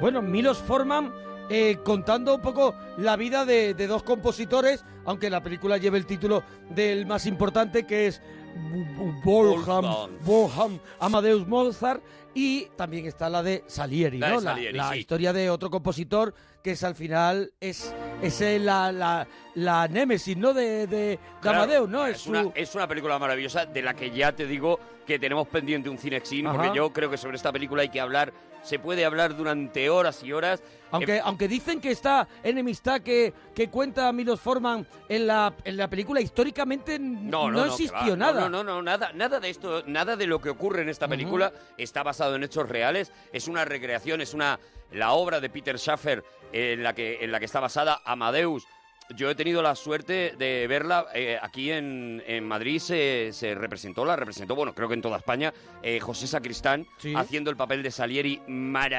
[SPEAKER 4] Bueno, Milos Forman eh, contando un poco la vida de, de dos compositores, aunque la película lleve el título del más importante que es Wolfgang,
[SPEAKER 3] Wolfgang.
[SPEAKER 4] Wolfgang Amadeus Mozart y también está la de Salieri,
[SPEAKER 3] La de
[SPEAKER 4] ¿no?
[SPEAKER 3] Salieri,
[SPEAKER 4] la
[SPEAKER 3] sí.
[SPEAKER 4] historia de otro compositor que es al final es, es eh, la, la, la némesis, ¿no? De, de, de
[SPEAKER 3] Claro, Em
[SPEAKER 4] Amadeus, ¿no?
[SPEAKER 3] Es,
[SPEAKER 4] Es
[SPEAKER 3] una,
[SPEAKER 4] su-
[SPEAKER 3] es una película maravillosa de la que ya te digo que tenemos pendiente un cinexin,
[SPEAKER 4] Ajá.
[SPEAKER 3] porque yo creo que sobre esta película hay que hablar, se puede hablar durante horas y horas.
[SPEAKER 4] Aunque,
[SPEAKER 3] Eh,
[SPEAKER 4] aunque dicen que esta enemistad que, que cuenta Milos Forman en la, en la película históricamente no,
[SPEAKER 3] que va.
[SPEAKER 4] existió
[SPEAKER 3] No,
[SPEAKER 4] nada.
[SPEAKER 3] no, no, nada, nada de esto, nada de lo que ocurre en esta película está basado en hechos reales. Es una recreación, es una la obra de Peter Schaffer eh, en la que en la que está basada Amadeus. Yo he tenido la suerte de verla eh, aquí en, en Madrid. Se, se representó, la representó, bueno, creo que en toda España, eh, José Sacristán haciendo el papel de Salieri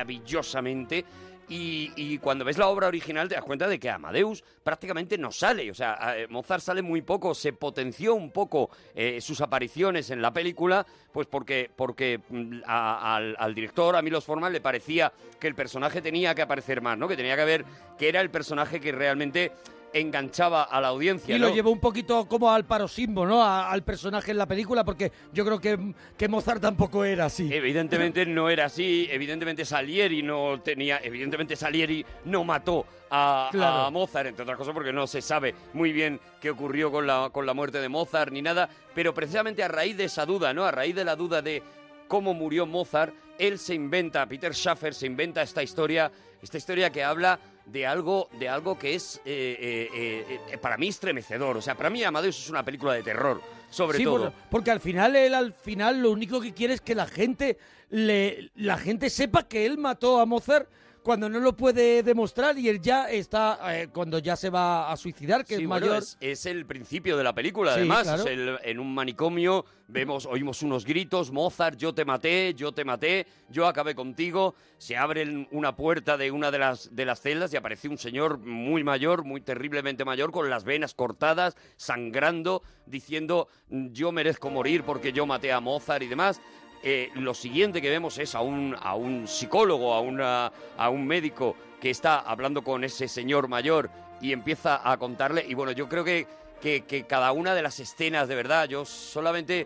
[SPEAKER 3] maravillosamente. Y, y cuando ves la obra original te das cuenta de que Amadeus prácticamente no sale. O sea, eh, Mozart sale muy poco, se potenció un poco eh, sus apariciones en la película, pues porque, porque mm, a- al, al director, a Milos Forman, le parecía que el personaje tenía que aparecer más, ¿no? Que tenía que haber, que era el personaje que realmente enganchaba a la audiencia.
[SPEAKER 4] Y lo
[SPEAKER 3] ¿no?
[SPEAKER 4] llevó un poquito como al paroxismo, ¿no? A- al personaje en la película, porque yo creo que, que Mozart tampoco era así.
[SPEAKER 3] Evidentemente no era así, evidentemente Salieri no tenía, evidentemente Salieri no mató a,
[SPEAKER 4] Claro.
[SPEAKER 3] a Mozart, entre otras cosas porque no se sabe muy bien qué ocurrió con la, con la muerte de Mozart ni nada, pero precisamente a raíz de esa duda, ¿no? A raíz de la duda de cómo murió Mozart, él se inventa, Peter Schaffer se inventa esta historia, esta historia que habla de algo, de algo que es eh, eh, eh, eh, para mí estremecedor, o sea, para mí Amadeus es una película de terror, sobre
[SPEAKER 4] Sí,
[SPEAKER 3] todo.
[SPEAKER 4] por- porque al final él al final lo único que quiere es que la gente le la gente sepa que él mató a Mozart cuando no lo puede demostrar y él ya está eh, cuando ya se va a suicidar, que
[SPEAKER 3] Sí,
[SPEAKER 4] es
[SPEAKER 3] bueno,
[SPEAKER 4] mayor.
[SPEAKER 3] es, es el principio de la película,
[SPEAKER 4] Sí,
[SPEAKER 3] además.
[SPEAKER 4] claro.
[SPEAKER 3] es el- en un manicomio vemos, oímos unos gritos, Mozart, yo te maté, yo te maté, yo acabé contigo. Se abre una puerta de una de las, de las celdas y aparece un señor muy mayor, muy terriblemente mayor, con las venas cortadas, sangrando, diciendo, yo merezco morir porque yo maté a Mozart y demás. Eh, lo siguiente que vemos es a un, a un psicólogo, a, una, a un médico que está hablando con ese señor mayor y empieza a contarle. Y bueno, yo creo que, que, que cada una de las escenas, de verdad, yo solamente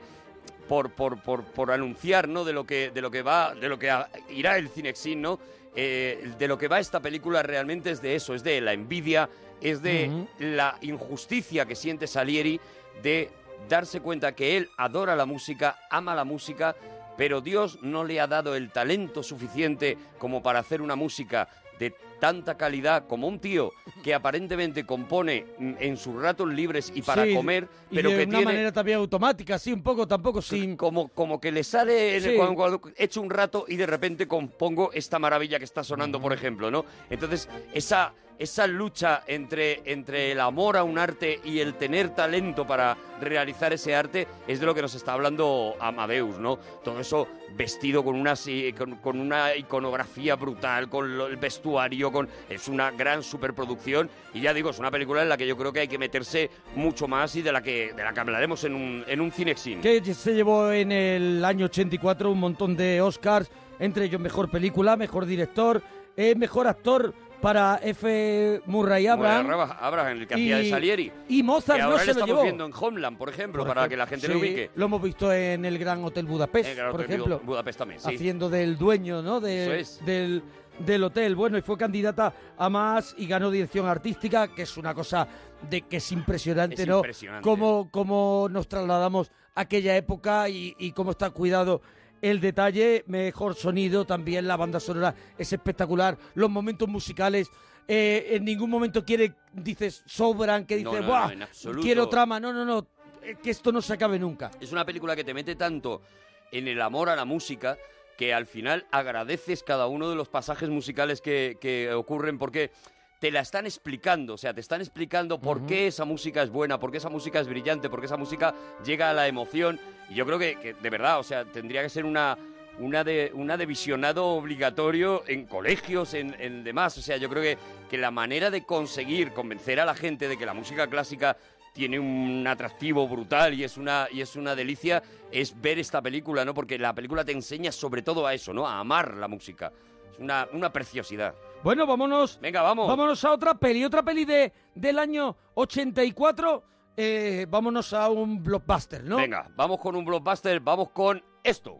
[SPEAKER 3] por, por, por, por anunciar, ¿no? De lo que, de lo que va, de lo que a- irá el Cinexin, ¿no? Eh, de lo que va esta película realmente es de eso, es de la envidia, es de
[SPEAKER 4] Ujú.
[SPEAKER 3] la injusticia que siente Salieri de darse cuenta que él adora la música, ama la música, pero Dios no le ha dado el talento suficiente como para hacer una música de tanta calidad como un tío que aparentemente compone mm, en sus ratos libres y para
[SPEAKER 4] Sí,
[SPEAKER 3] comer,
[SPEAKER 4] y
[SPEAKER 3] pero
[SPEAKER 4] de
[SPEAKER 3] que
[SPEAKER 4] una
[SPEAKER 3] tiene
[SPEAKER 4] manera también automática, sí, un poco, tampoco sin...
[SPEAKER 3] Como, como que le sale en el
[SPEAKER 4] Sí.
[SPEAKER 3] cuadro- cuadro- echo un rato y de repente compongo esta maravilla que está sonando, por ejemplo, ¿no? Entonces, esa esa lucha entre, entre el amor a un arte y el tener talento para realizar ese arte es de lo que nos está hablando Amadeus, ¿no? Todo eso vestido con una, si- con, con una iconografía brutal, con lo- el vestuario, con es una gran superproducción y ya digo, es una película en la que yo creo que hay que meterse mucho más y de la que, de la que hablaremos en un, en un cinexin.
[SPEAKER 4] que se llevó en el año 84 un montón de Oscars, entre ellos mejor película, mejor director, eh, mejor actor para F. Murray Abraham.
[SPEAKER 3] Bueno, Abraham- Abraham, el que hacía
[SPEAKER 4] Y-
[SPEAKER 3] de Salieri.
[SPEAKER 4] y Mozart
[SPEAKER 3] que
[SPEAKER 4] no
[SPEAKER 3] ahora le
[SPEAKER 4] se lo
[SPEAKER 3] estamos
[SPEAKER 4] llevó.
[SPEAKER 3] viendo en Homeland, por ejemplo,
[SPEAKER 4] Por
[SPEAKER 3] para
[SPEAKER 4] ejemplo,
[SPEAKER 3] que la gente
[SPEAKER 4] sí,
[SPEAKER 3] lo ubique.
[SPEAKER 4] Lo hemos visto en el Gran Hotel Budapest,
[SPEAKER 3] Eh, claro,
[SPEAKER 4] por
[SPEAKER 3] te digo,
[SPEAKER 4] ejemplo.
[SPEAKER 3] Budapest también, sí.
[SPEAKER 4] haciendo del dueño, ¿no? De-
[SPEAKER 3] Eso es.
[SPEAKER 4] Del, del hotel. Bueno, y fue candidata a más y ganó dirección artística, que es una cosa de que es impresionante,
[SPEAKER 3] Es
[SPEAKER 4] ¿no?
[SPEAKER 3] impresionante.
[SPEAKER 4] Cómo, cómo nos trasladamos a aquella época y, y cómo está cuidado el detalle, mejor sonido también, la banda sonora es espectacular, los momentos musicales. eh, en ningún momento quiere, dices, sobran, que
[SPEAKER 3] No,
[SPEAKER 4] dices,
[SPEAKER 3] no,
[SPEAKER 4] ¡buah!
[SPEAKER 3] no, en absoluto.
[SPEAKER 4] quiero trama, no, no, no, eh, que esto no se acabe nunca.
[SPEAKER 3] Es una película que te mete tanto en el amor a la música que al final agradeces cada uno de los pasajes musicales que, que ocurren porque te la están explicando, o sea, te están explicando por qué esa música es buena, por qué esa música es brillante, por qué esa música llega a la emoción. Y yo creo que, que de verdad, o sea, tendría que ser una, una, de, una de visionado obligatorio en colegios, en, en demás. O sea, yo creo que, que la manera de conseguir convencer a la gente de que la música clásica tiene un atractivo brutal y es una y es una delicia es ver esta película, ¿no? Porque la película te enseña sobre todo a eso, ¿no? A amar la música. Es una, una preciosidad.
[SPEAKER 4] Bueno, vámonos.
[SPEAKER 3] Venga, vamos.
[SPEAKER 4] Vámonos a otra peli, otra peli de, del año 84. Eh, vámonos a un blockbuster, ¿no?
[SPEAKER 3] Venga, vamos con un blockbuster, vamos con esto.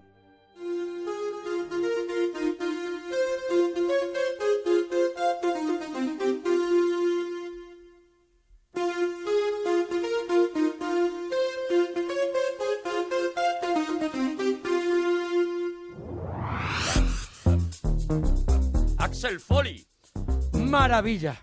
[SPEAKER 3] Axel Foley.
[SPEAKER 4] Maravilla.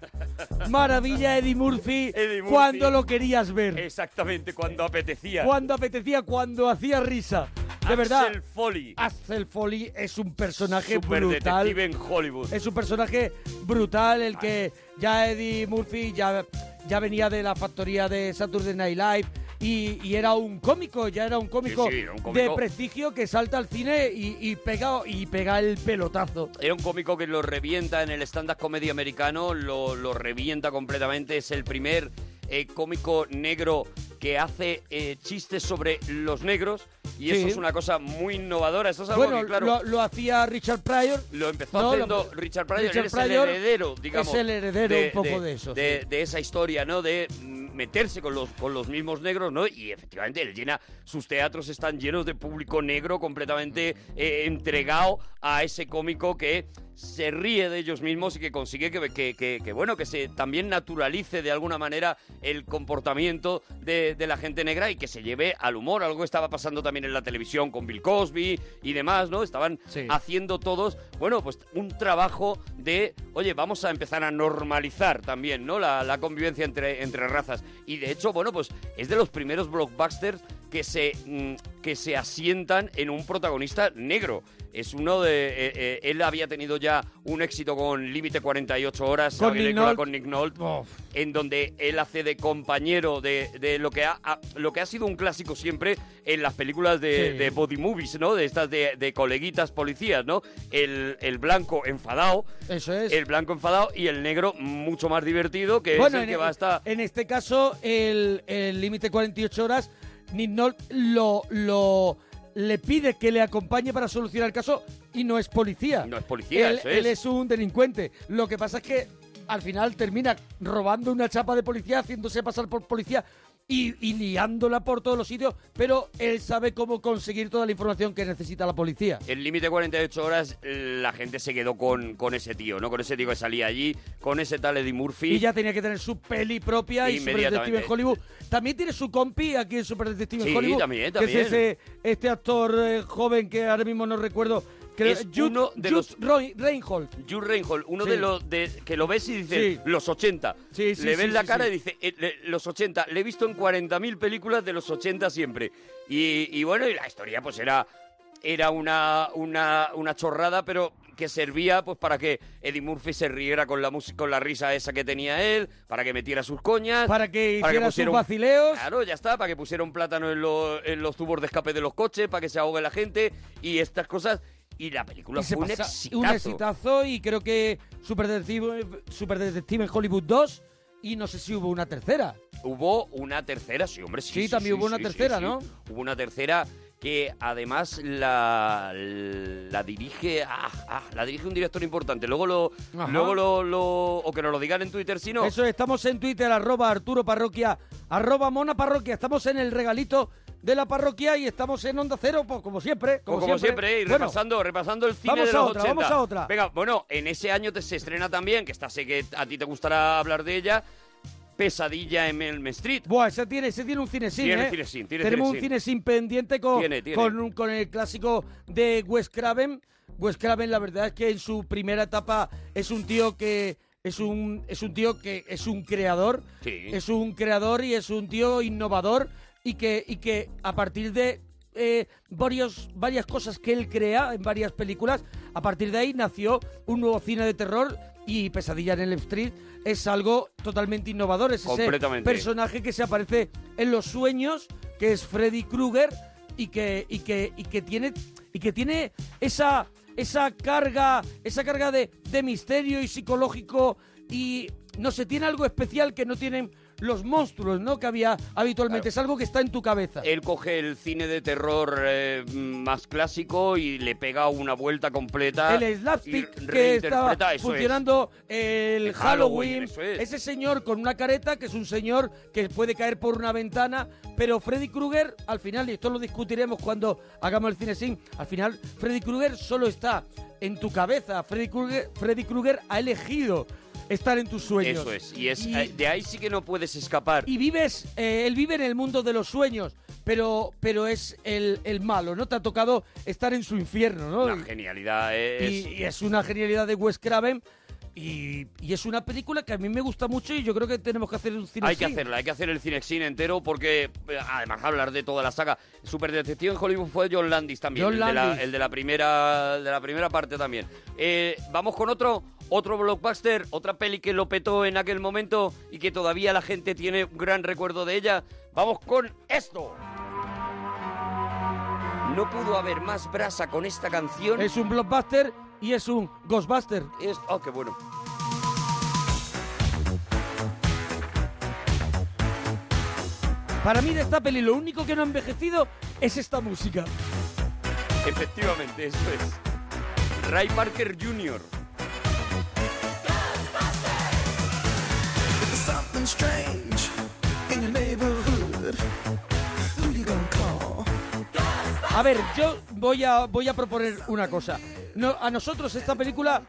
[SPEAKER 4] Maravilla Eddie Murphy,
[SPEAKER 3] Eddie Murphy.
[SPEAKER 4] cuando lo querías ver.
[SPEAKER 3] Exactamente, cuando apetecía.
[SPEAKER 4] Cuando apetecía, cuando hacía risa. De verdad.
[SPEAKER 3] Axel Foley.
[SPEAKER 4] Axel Foley es un personaje brutal.
[SPEAKER 3] Superdetective en Hollywood.
[SPEAKER 4] Es un personaje brutal el que ya Eddie Murphy ya, ya venía de la factoría de Saturday Night Live y, y era un cómico, ya era un cómico,
[SPEAKER 3] sí, era un cómico.
[SPEAKER 4] de prestigio que salta al cine y, y pega y pega el pelotazo.
[SPEAKER 3] Era un cómico que lo revienta en el stand-up comedy americano, lo, lo revienta completamente. Es el primer eh, cómico negro que hace eh, chistes sobre los negros. Y eso
[SPEAKER 4] Sí.
[SPEAKER 3] es una cosa muy innovadora. Eso es algo
[SPEAKER 4] bueno,
[SPEAKER 3] que, claro,
[SPEAKER 4] lo,
[SPEAKER 3] lo,
[SPEAKER 4] lo hacía Richard Pryor.
[SPEAKER 3] empezó
[SPEAKER 4] no, lo-
[SPEAKER 3] haciendo Richard Pryor.
[SPEAKER 4] Richard
[SPEAKER 3] Él es el
[SPEAKER 4] Pryor
[SPEAKER 3] heredero, digamos.
[SPEAKER 4] es el heredero un poco de eso,
[SPEAKER 3] De, de esa historia, ¿no? De mm, meterse con los, con los mismos negros, ¿no? Y efectivamente, él llena. Sus teatros están llenos de público negro completamente eh, entregado a ese cómico que se ríe de ellos mismos y que consigue que, que- que- que, bueno, que se también naturalice de alguna manera el comportamiento de, de la gente negra y que se lleve al humor. Algo que estaba pasando también en la televisión con Bill Cosby y demás, ¿no? Estaban haciendo todos, bueno, pues un trabajo de, oye, vamos a empezar a normalizar también, ¿no? La, la convivencia entre, entre razas. Y de hecho, bueno, pues es de los primeros blockbusters que se, mm, que se asientan en un protagonista negro. Es uno de. eh, eh, él había tenido ya un éxito con Límite 48 Horas,
[SPEAKER 4] Con
[SPEAKER 3] la
[SPEAKER 4] Nick
[SPEAKER 3] película
[SPEAKER 4] Nolte.
[SPEAKER 3] con Nick Nolte,
[SPEAKER 4] Uf.
[SPEAKER 3] en donde él hace de compañero de, de lo, que ha, ha- lo que ha sido un clásico siempre en las películas de,
[SPEAKER 4] Sí.
[SPEAKER 3] de body movies, ¿no? De estas de, de coleguitas policías, ¿no? El, el blanco enfadado.
[SPEAKER 4] Eso es.
[SPEAKER 3] El blanco enfadado y el negro mucho más divertido, que
[SPEAKER 4] bueno,
[SPEAKER 3] es el
[SPEAKER 4] en,
[SPEAKER 3] que va a estar.
[SPEAKER 4] en este caso, el el límite 48 horas, Nick Nolte lo, lo, le pide que le acompañe para solucionar el caso y no es policía. No
[SPEAKER 3] es policía,
[SPEAKER 4] él,
[SPEAKER 3] eso
[SPEAKER 4] él
[SPEAKER 3] es.
[SPEAKER 4] es un delincuente. Lo que pasa es que al final termina robando una chapa de policía, haciéndose pasar por policía. Y, y liándola por todos los sitios, pero él sabe cómo conseguir toda la información que necesita la policía.
[SPEAKER 3] El límite 48 horas, la gente se quedó con, con ese tío, ¿no? Con ese tío que salía allí, con ese tal Eddie Murphy.
[SPEAKER 4] Y ya tenía que tener su peli propia y Superdetective en
[SPEAKER 3] Inmediatamente.
[SPEAKER 4] Hollywood. También tiene su compi aquí en Superdetective
[SPEAKER 3] Sí,
[SPEAKER 4] en Hollywood.
[SPEAKER 3] también,
[SPEAKER 4] Que
[SPEAKER 3] también.
[SPEAKER 4] es ese- este actor eh, joven que ahora mismo no recuerdo. Que
[SPEAKER 3] Es
[SPEAKER 4] Jude-
[SPEAKER 3] uno de
[SPEAKER 4] Jude
[SPEAKER 3] los-
[SPEAKER 4] Roy- Reinhold.
[SPEAKER 3] Jude Reinhold, uno
[SPEAKER 4] Sí.
[SPEAKER 3] de los de- que lo ves y dices,
[SPEAKER 4] Sí.
[SPEAKER 3] los 80.
[SPEAKER 4] Sí, sí,
[SPEAKER 3] le
[SPEAKER 4] sí,
[SPEAKER 3] ves la
[SPEAKER 4] sí,
[SPEAKER 3] cara
[SPEAKER 4] sí.
[SPEAKER 3] y dices, eh, le- los 80. Le he visto en 40.000 películas de los 80 siempre. Y, y bueno, y la historia pues era, era una, una, una chorrada, pero que servía pues para que Eddie Murphy se riera con la mus- con la risa esa que tenía él, para que metiera sus coñas,
[SPEAKER 4] Para que hiciera sus
[SPEAKER 3] pusiera un-
[SPEAKER 4] vacileos.
[SPEAKER 3] Claro, ya está, para que pusiera un plátano en, los- en los tubos de escape de los coches, para que se ahogue la gente y estas cosas. Y la película
[SPEAKER 4] Y se
[SPEAKER 3] fue un
[SPEAKER 4] pasa-
[SPEAKER 3] exitazo.
[SPEAKER 4] un exitazo y creo que Super Detective, Super Detective en Hollywood 2 y no sé si hubo una tercera.
[SPEAKER 3] Hubo una tercera, sí, hombre, sí.
[SPEAKER 4] Sí, también hubo una tercera, ¿no?
[SPEAKER 3] Hubo una tercera que además la, la dirige ah, ah, la dirige un director importante. Luego lo
[SPEAKER 4] Ajá.
[SPEAKER 3] luego lo, lo- o que nos lo digan en Twitter si no.
[SPEAKER 4] Eso es, estamos en Twitter, arroba Arturo Parroquia, arroba Mona Parroquia, estamos en el regalito de la parroquia y estamos en Onda Cero, pues, como siempre.
[SPEAKER 3] Como,
[SPEAKER 4] Como,
[SPEAKER 3] como siempre, ¿eh? y
[SPEAKER 4] Bueno,
[SPEAKER 3] repasando, repasando el cine
[SPEAKER 4] vamos
[SPEAKER 3] de
[SPEAKER 4] a
[SPEAKER 3] los
[SPEAKER 4] otra,
[SPEAKER 3] 80.
[SPEAKER 4] vamos a otra.
[SPEAKER 3] Venga, bueno, en ese año te, se estrena también, que esta sé que a ti te gustará hablar de ella, Pesadilla en Elm Street.
[SPEAKER 4] Buah, ese tiene, ese tiene un cine sin,
[SPEAKER 3] Tiene
[SPEAKER 4] ¿eh?
[SPEAKER 3] cine sin, tiene
[SPEAKER 4] Tenemos
[SPEAKER 3] cine
[SPEAKER 4] un
[SPEAKER 3] sin.
[SPEAKER 4] cine sin pendiente con,
[SPEAKER 3] Tiene, tiene.
[SPEAKER 4] Con, un- con el clásico de Wes Craven. Wes Craven, la verdad es que en su primera etapa es un tío que es un es un tío que es un creador,
[SPEAKER 3] Sí.
[SPEAKER 4] es un creador y es un tío innovador y que y que a partir de eh, varios, varias cosas que él crea en varias películas. A partir de ahí nació un nuevo cine de terror y Pesadilla en el Street es algo totalmente innovador. Es ese
[SPEAKER 3] Completamente.
[SPEAKER 4] personaje que se aparece en los sueños, que es Freddy Krueger y que, y que, y que tiene, y que tiene esa, esa carga, esa carga de, de misterio y psicológico y no sé, tiene algo especial que no tienen los monstruos, ¿no? Que había habitualmente. Es algo que está en tu cabeza.
[SPEAKER 3] Él coge el cine de terror eh, más clásico y le pega una vuelta completa.
[SPEAKER 4] el slapstick
[SPEAKER 3] y
[SPEAKER 4] que estaba
[SPEAKER 3] reinterpreta, eso es.
[SPEAKER 4] funcionando el
[SPEAKER 3] El
[SPEAKER 4] Halloween,
[SPEAKER 3] Halloween, eso es.
[SPEAKER 4] ese señor con una careta que es un señor que puede caer por una ventana, pero Freddy Krueger al final y esto lo discutiremos cuando hagamos el cine sin, al final Freddy Krueger solo está en tu cabeza, Freddy Krueger Freddy Krueger ha elegido estar en tus sueños.
[SPEAKER 3] Eso es. Y, es, eh, de ahí sí que no puedes escapar.
[SPEAKER 4] Y vives, eh, él vive en el mundo de los sueños, pero, pero es el, el malo, ¿no? Te ha tocado estar en su infierno, ¿no?
[SPEAKER 3] Una genialidad es.
[SPEAKER 4] y, y es una genialidad de Wes Craven y, y es una película que a mí me gusta mucho y yo creo que tenemos que hacer un cine
[SPEAKER 3] hay que
[SPEAKER 4] así.
[SPEAKER 3] hacerla, hay que hacer el cinexin entero porque eh, además hablar de toda la saga. Super Detective en Hollywood fue John Landis también,
[SPEAKER 4] John
[SPEAKER 3] el, De
[SPEAKER 4] Landis.
[SPEAKER 3] la, el de la primera, el de la primera parte también. Eh, vamos con otro, otro blockbuster, otra peli que lo petó en aquel momento y que todavía la gente tiene un gran recuerdo de ella. Vamos con esto. No pudo haber más brasa con esta canción.
[SPEAKER 4] Es un blockbuster y es un ghostbuster.
[SPEAKER 3] Es, oh, qué bueno.
[SPEAKER 4] Para mí de esta peli lo único que no ha envejecido es esta música.
[SPEAKER 3] Efectivamente, eso es. Ray Parker Jr.
[SPEAKER 29] There's something strange in your neighborhood. Who you gonna call?
[SPEAKER 4] A ver, yo voy a, voy a proponer una cosa. No, a nosotros esta película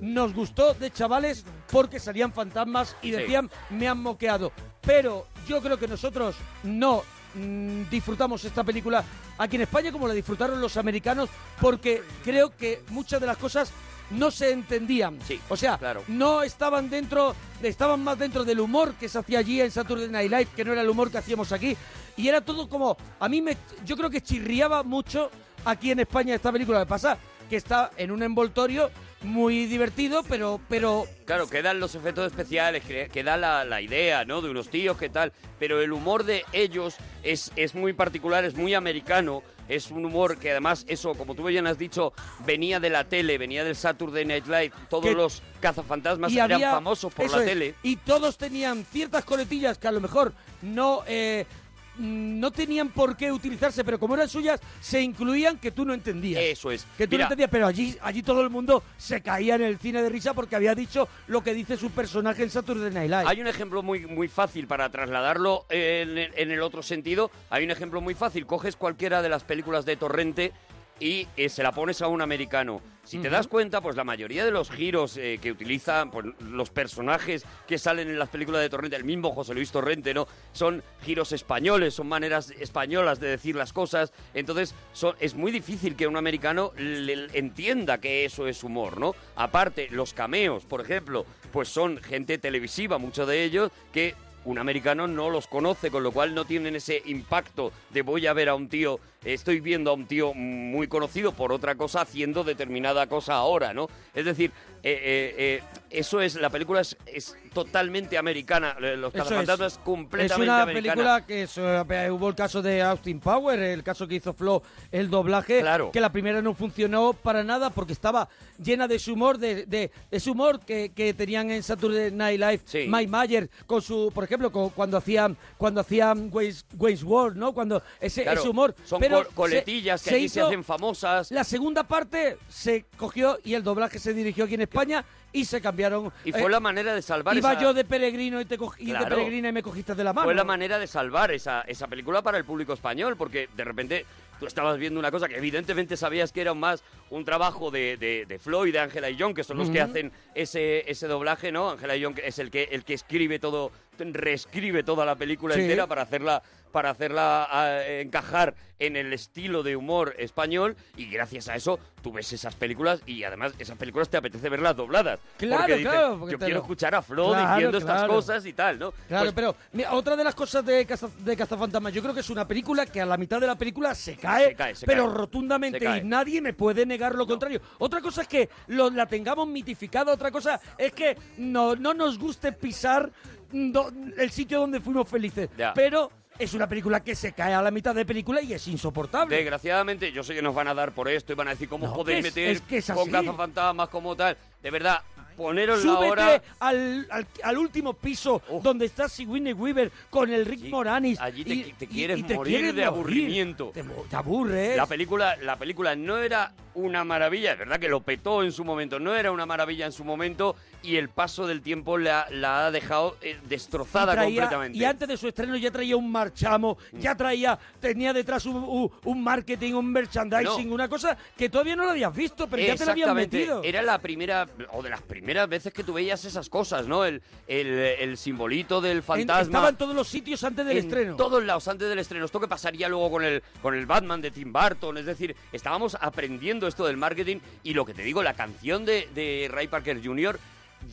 [SPEAKER 4] nos gustó de chavales porque salían fantasmas y decían, me han moqueado. Pero yo creo que nosotros no mm, disfrutamos esta película aquí en España como la disfrutaron los americanos porque creo que muchas de las cosas no se entendían. o sea, no estaban dentro, estaban más dentro del humor que se hacía allí en Saturday Night Live, que no era el humor que hacíamos aquí. Y era todo como, a mí me, yo creo que chirriaba mucho aquí en España esta película. Lo que pasa que está en un envoltorio muy divertido, pero, pero
[SPEAKER 3] Claro, quedan los efectos especiales, que- queda la, la idea, ¿no? De unos tíos, que tal. Pero el humor de ellos es, es muy particular, es muy americano. Es un humor que además, eso, como tú bien has dicho, venía de la tele, venía del Saturday Night Live. Todos
[SPEAKER 4] Que-
[SPEAKER 3] los cazafantasmas
[SPEAKER 4] y
[SPEAKER 3] eran
[SPEAKER 4] había-
[SPEAKER 3] famosos por
[SPEAKER 4] eso
[SPEAKER 3] la
[SPEAKER 4] es,
[SPEAKER 3] tele.
[SPEAKER 4] Y todos tenían ciertas coletillas que a lo mejor no, eh, no tenían por qué utilizarse, pero como eran suyas, se incluían que tú no entendías.
[SPEAKER 3] Eso es.
[SPEAKER 4] Que tú
[SPEAKER 3] Mira.
[SPEAKER 4] no entendías, pero allí, allí todo el mundo se caía en el cine de risa porque había dicho lo que dice su personaje en Saturday Night Live.
[SPEAKER 3] Hay un ejemplo muy, muy fácil para trasladarlo en, en el otro sentido. Hay un ejemplo muy fácil. Coges cualquiera de las películas de Torrente y eh, se la pones a un americano. Si te
[SPEAKER 4] Ujú.
[SPEAKER 3] das cuenta, pues la mayoría de los giros eh, que utilizan pues, los personajes que salen en las películas de Torrente, el mismo José Luis Torrente, ¿no? Son giros españoles, son maneras españolas de decir las cosas. Entonces, son- es muy difícil que un americano le- entienda que eso es humor, ¿no? Aparte, los cameos, por ejemplo, pues son gente televisiva, muchos de ellos, que un americano no los conoce, con lo cual no tienen ese impacto de voy a ver a un tío, estoy viendo a un tío muy conocido por otra cosa haciendo determinada cosa ahora, ¿no? Es decir, eh, eh, eh, eso es, la película es, es totalmente americana, eh, Los
[SPEAKER 4] Eso es.
[SPEAKER 3] Cazafantasmas es completamente
[SPEAKER 4] Es una
[SPEAKER 3] americana.
[SPEAKER 4] película que eso, eh, hubo el caso de Austin Power, el caso que hizo Flo, el doblaje, que la primera no funcionó para nada porque estaba llena de su humor, de, de ese humor que, que tenían en Saturday Night Live, Mike Myers, con su, por ejemplo, con- cuando hacían cuando hacían Wayne's, Wayne's World, ¿no? Cuando ese,
[SPEAKER 3] Claro,
[SPEAKER 4] ese humor,
[SPEAKER 3] son
[SPEAKER 4] pero
[SPEAKER 3] col- coletillas que allí se
[SPEAKER 4] hizo-
[SPEAKER 3] hacen famosas.
[SPEAKER 4] La segunda parte se cogió y el doblaje se dirigió aquí en España y se cambiaron. eh,
[SPEAKER 3] Y fue la manera de salvar
[SPEAKER 4] Iba
[SPEAKER 3] esa-
[SPEAKER 4] yo de peregrino y te cogí de
[SPEAKER 3] Claro.
[SPEAKER 4] peregrina y me cogiste de la mano.
[SPEAKER 3] Fue la manera de salvar esa, esa película para el público español, porque de repente tú estabas viendo una cosa que evidentemente sabías que era más un trabajo de, de, de Flo y de Ángela y John, que son los que
[SPEAKER 4] Ujú.
[SPEAKER 3] hacen ese, ese doblaje, ¿no? Ángela y John es el que, el que escribe todo, reescribe toda la película
[SPEAKER 4] Sí.
[SPEAKER 3] entera para hacerla para hacerla ah, encajar en el estilo de humor español y gracias a eso tú ves esas películas y además esas películas te apetece verlas dobladas
[SPEAKER 4] Claro,
[SPEAKER 3] porque dices,
[SPEAKER 4] claro, porque
[SPEAKER 3] yo
[SPEAKER 4] te
[SPEAKER 3] quiero
[SPEAKER 4] lo-
[SPEAKER 3] escuchar a Flo
[SPEAKER 4] Claro,
[SPEAKER 3] diciendo estas
[SPEAKER 4] claro.
[SPEAKER 3] cosas y tal no
[SPEAKER 4] Claro,
[SPEAKER 3] Pues
[SPEAKER 4] pero mira, otra de las cosas de, Caza- de Cazafantasmas, yo creo que es una película que a la mitad de la película se cae,
[SPEAKER 3] se
[SPEAKER 4] pero
[SPEAKER 3] cae.
[SPEAKER 4] rotundamente
[SPEAKER 3] Se cae.
[SPEAKER 4] y nadie me puede negar lo contrario. Otra cosa es que lo- la tengamos mitificada, otra cosa es que no, no nos guste pisar mm, do- el sitio donde fuimos felices,
[SPEAKER 3] Ya.
[SPEAKER 4] pero es una película que se cae a la mitad de película y es insoportable.
[SPEAKER 3] Desgraciadamente, yo sé que nos van a dar por esto y van a decir cómo podéis
[SPEAKER 4] que es-
[SPEAKER 3] meter
[SPEAKER 4] es que es
[SPEAKER 3] con
[SPEAKER 4] así.
[SPEAKER 3] cazafantasmas como tal. De verdad, poneros
[SPEAKER 4] Súbete
[SPEAKER 3] la hora.
[SPEAKER 4] al, al- al último piso donde está Sigourney Weaver con el Rick Moranis.
[SPEAKER 3] Allí te,
[SPEAKER 4] y-
[SPEAKER 3] te
[SPEAKER 4] y-
[SPEAKER 3] quieres
[SPEAKER 4] y te
[SPEAKER 3] morir
[SPEAKER 4] quieres
[SPEAKER 3] de aburrimiento.
[SPEAKER 4] Te, aburres.
[SPEAKER 3] La película, la película no era una maravilla, es verdad que lo petó en su momento, no era una maravilla en su momento y el paso del tiempo la, la ha dejado eh, destrozada
[SPEAKER 4] y traía-
[SPEAKER 3] completamente. Mm.
[SPEAKER 4] Y antes de su estreno ya traía un marchamo, ya traía, tenía detrás un, un- un marketing, un merchandising, una cosa que todavía no lo habías visto, pero ya te la habían
[SPEAKER 3] Exactamente.
[SPEAKER 4] metido.
[SPEAKER 3] Era la primera, o de las primeras veces que tú veías esas cosas, ¿no? El, el, el simbolito del
[SPEAKER 4] En-
[SPEAKER 3] fantasma.
[SPEAKER 4] estaba en todos los sitios antes del
[SPEAKER 3] en
[SPEAKER 4] estreno.
[SPEAKER 3] todos lados antes del estreno. Esto que pasaría luego con el, con el Batman de Tim Burton. Es decir, estábamos aprendiendo esto del marketing y lo que te digo, la canción de, de Ray Parker Jr.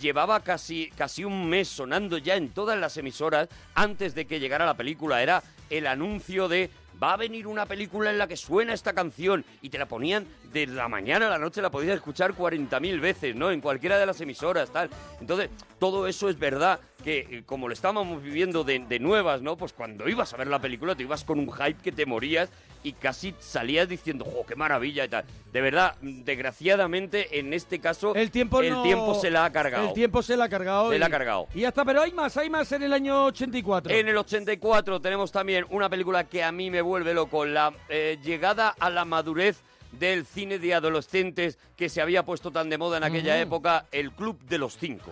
[SPEAKER 3] llevaba casi, casi un mes sonando ya en todas las emisoras antes de que llegara la película. Era el anuncio de... Va a venir una película en la que suena esta canción y te la ponían de la mañana a la noche, la podías escuchar 40.000 veces, ¿no? En cualquiera de las emisoras, tal. Entonces, todo eso es verdad que eh, como lo estábamos viviendo de, de nuevas, ¿no? Pues cuando ibas a ver la película te ibas con un hype que te morías y casi salías diciendo, ¡jo, qué maravilla! y tal. De verdad, mm, desgraciadamente, en este caso,
[SPEAKER 4] El tiempo, no-
[SPEAKER 3] tiempo se la ha cargado.
[SPEAKER 4] El tiempo se la ha cargado.
[SPEAKER 3] Se la
[SPEAKER 4] y-
[SPEAKER 3] ha cargado.
[SPEAKER 4] Y hasta, pero hay más, hay más en el año 84.
[SPEAKER 3] En el 84 tenemos también una película que a mí me vuelve loco, la eh, llegada a la madurez del cine de adolescentes que se había puesto tan de moda en aquella
[SPEAKER 4] Ujú.
[SPEAKER 3] época, El Club de los Cinco.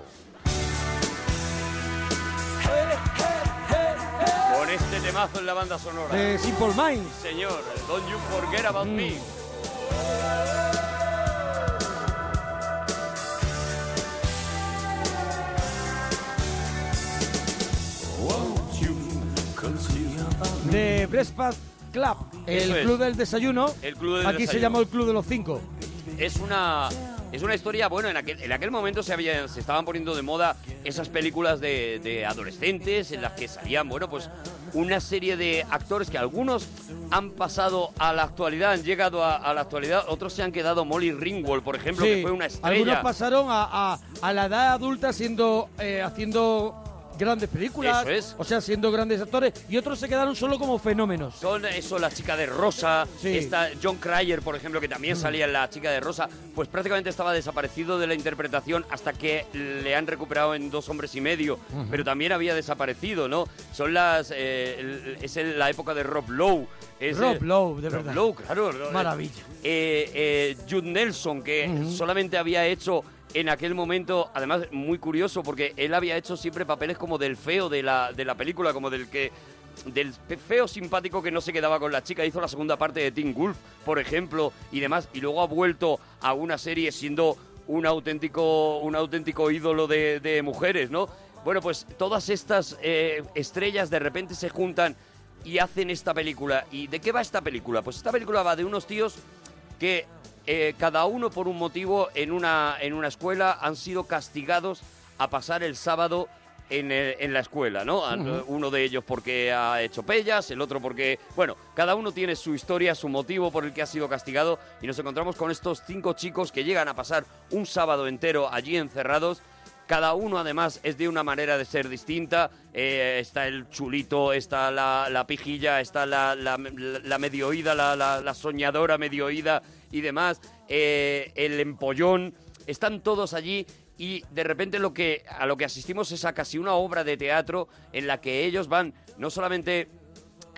[SPEAKER 3] Con este temazo en la banda sonora.
[SPEAKER 4] De Simple Minds.
[SPEAKER 3] Señor, Don't You Forget About
[SPEAKER 4] Mm.
[SPEAKER 3] Me.
[SPEAKER 4] de Breakfast Club, el
[SPEAKER 3] Eso es.
[SPEAKER 4] club del desayuno.
[SPEAKER 3] El club del
[SPEAKER 4] Aquí se
[SPEAKER 3] desayuno.
[SPEAKER 4] llamó el club de los cinco.
[SPEAKER 3] es una es una historia bueno en aquel, en aquel momento se había, se estaban poniendo de moda esas películas de, de adolescentes en las que salían bueno pues una serie de actores que algunos han pasado a la actualidad han llegado a, a la actualidad otros se han quedado Molly Ringwald por ejemplo que
[SPEAKER 4] Sí.
[SPEAKER 3] fue una estrella
[SPEAKER 4] Algunos pasaron a, a- a la edad adulta siendo eh, haciendo grandes películas,
[SPEAKER 3] Eso es.
[SPEAKER 4] o sea, siendo grandes actores, y otros se quedaron solo como fenómenos.
[SPEAKER 3] Son eso, la chica de rosa,
[SPEAKER 4] Sí. Mm.
[SPEAKER 3] esta John Cryer, por ejemplo, que también salía en la chica de rosa, pues prácticamente estaba desaparecido de la interpretación hasta que le han recuperado en dos hombres y medio,
[SPEAKER 4] Ujú.
[SPEAKER 3] pero también había desaparecido, ¿no? Son las. eh, el- es el- la época de Rob Lowe. es
[SPEAKER 4] Rob
[SPEAKER 3] el-
[SPEAKER 4] Lowe, de
[SPEAKER 3] Rob
[SPEAKER 4] verdad.
[SPEAKER 3] Lowe, claro. ¿no?
[SPEAKER 4] Maravilla.
[SPEAKER 3] Eh, eh, Jude Nelson, que
[SPEAKER 4] Ujú.
[SPEAKER 3] solamente había hecho en aquel momento, además muy curioso, porque él había hecho siempre papeles como del feo de la, de la película, como del que del pe- feo simpático que no se quedaba con la chica, hizo la segunda parte de Teen Wolf, por ejemplo, y demás, y luego ha vuelto a una serie siendo un auténtico, un auténtico ídolo de, de mujeres, ¿no? Bueno, pues todas estas eh, estrellas de repente se juntan y hacen esta película. ¿Y de qué va esta película? Pues esta película va de unos tíos que eh, cada uno por un motivo en una, en una escuela han sido castigados a pasar el sábado en, eh, en la escuela, ¿no? A- eh,
[SPEAKER 4] Ujú.
[SPEAKER 3] Uno de ellos porque ha hecho pellas, el otro porque... Bueno, cada uno tiene su historia, su motivo por el que ha sido castigado y nos encontramos con estos cinco chicos que llegan a pasar un sábado entero allí encerrados cada uno además es de una manera de ser distinta. Eh, está el chulito, está la, la pijilla, está la, la, la medio oída, la, la- la soñadora medio oída y demás. Eh, el empollón. Están todos allí y de repente lo que, a lo que asistimos es a casi una obra de teatro en la que ellos van no solamente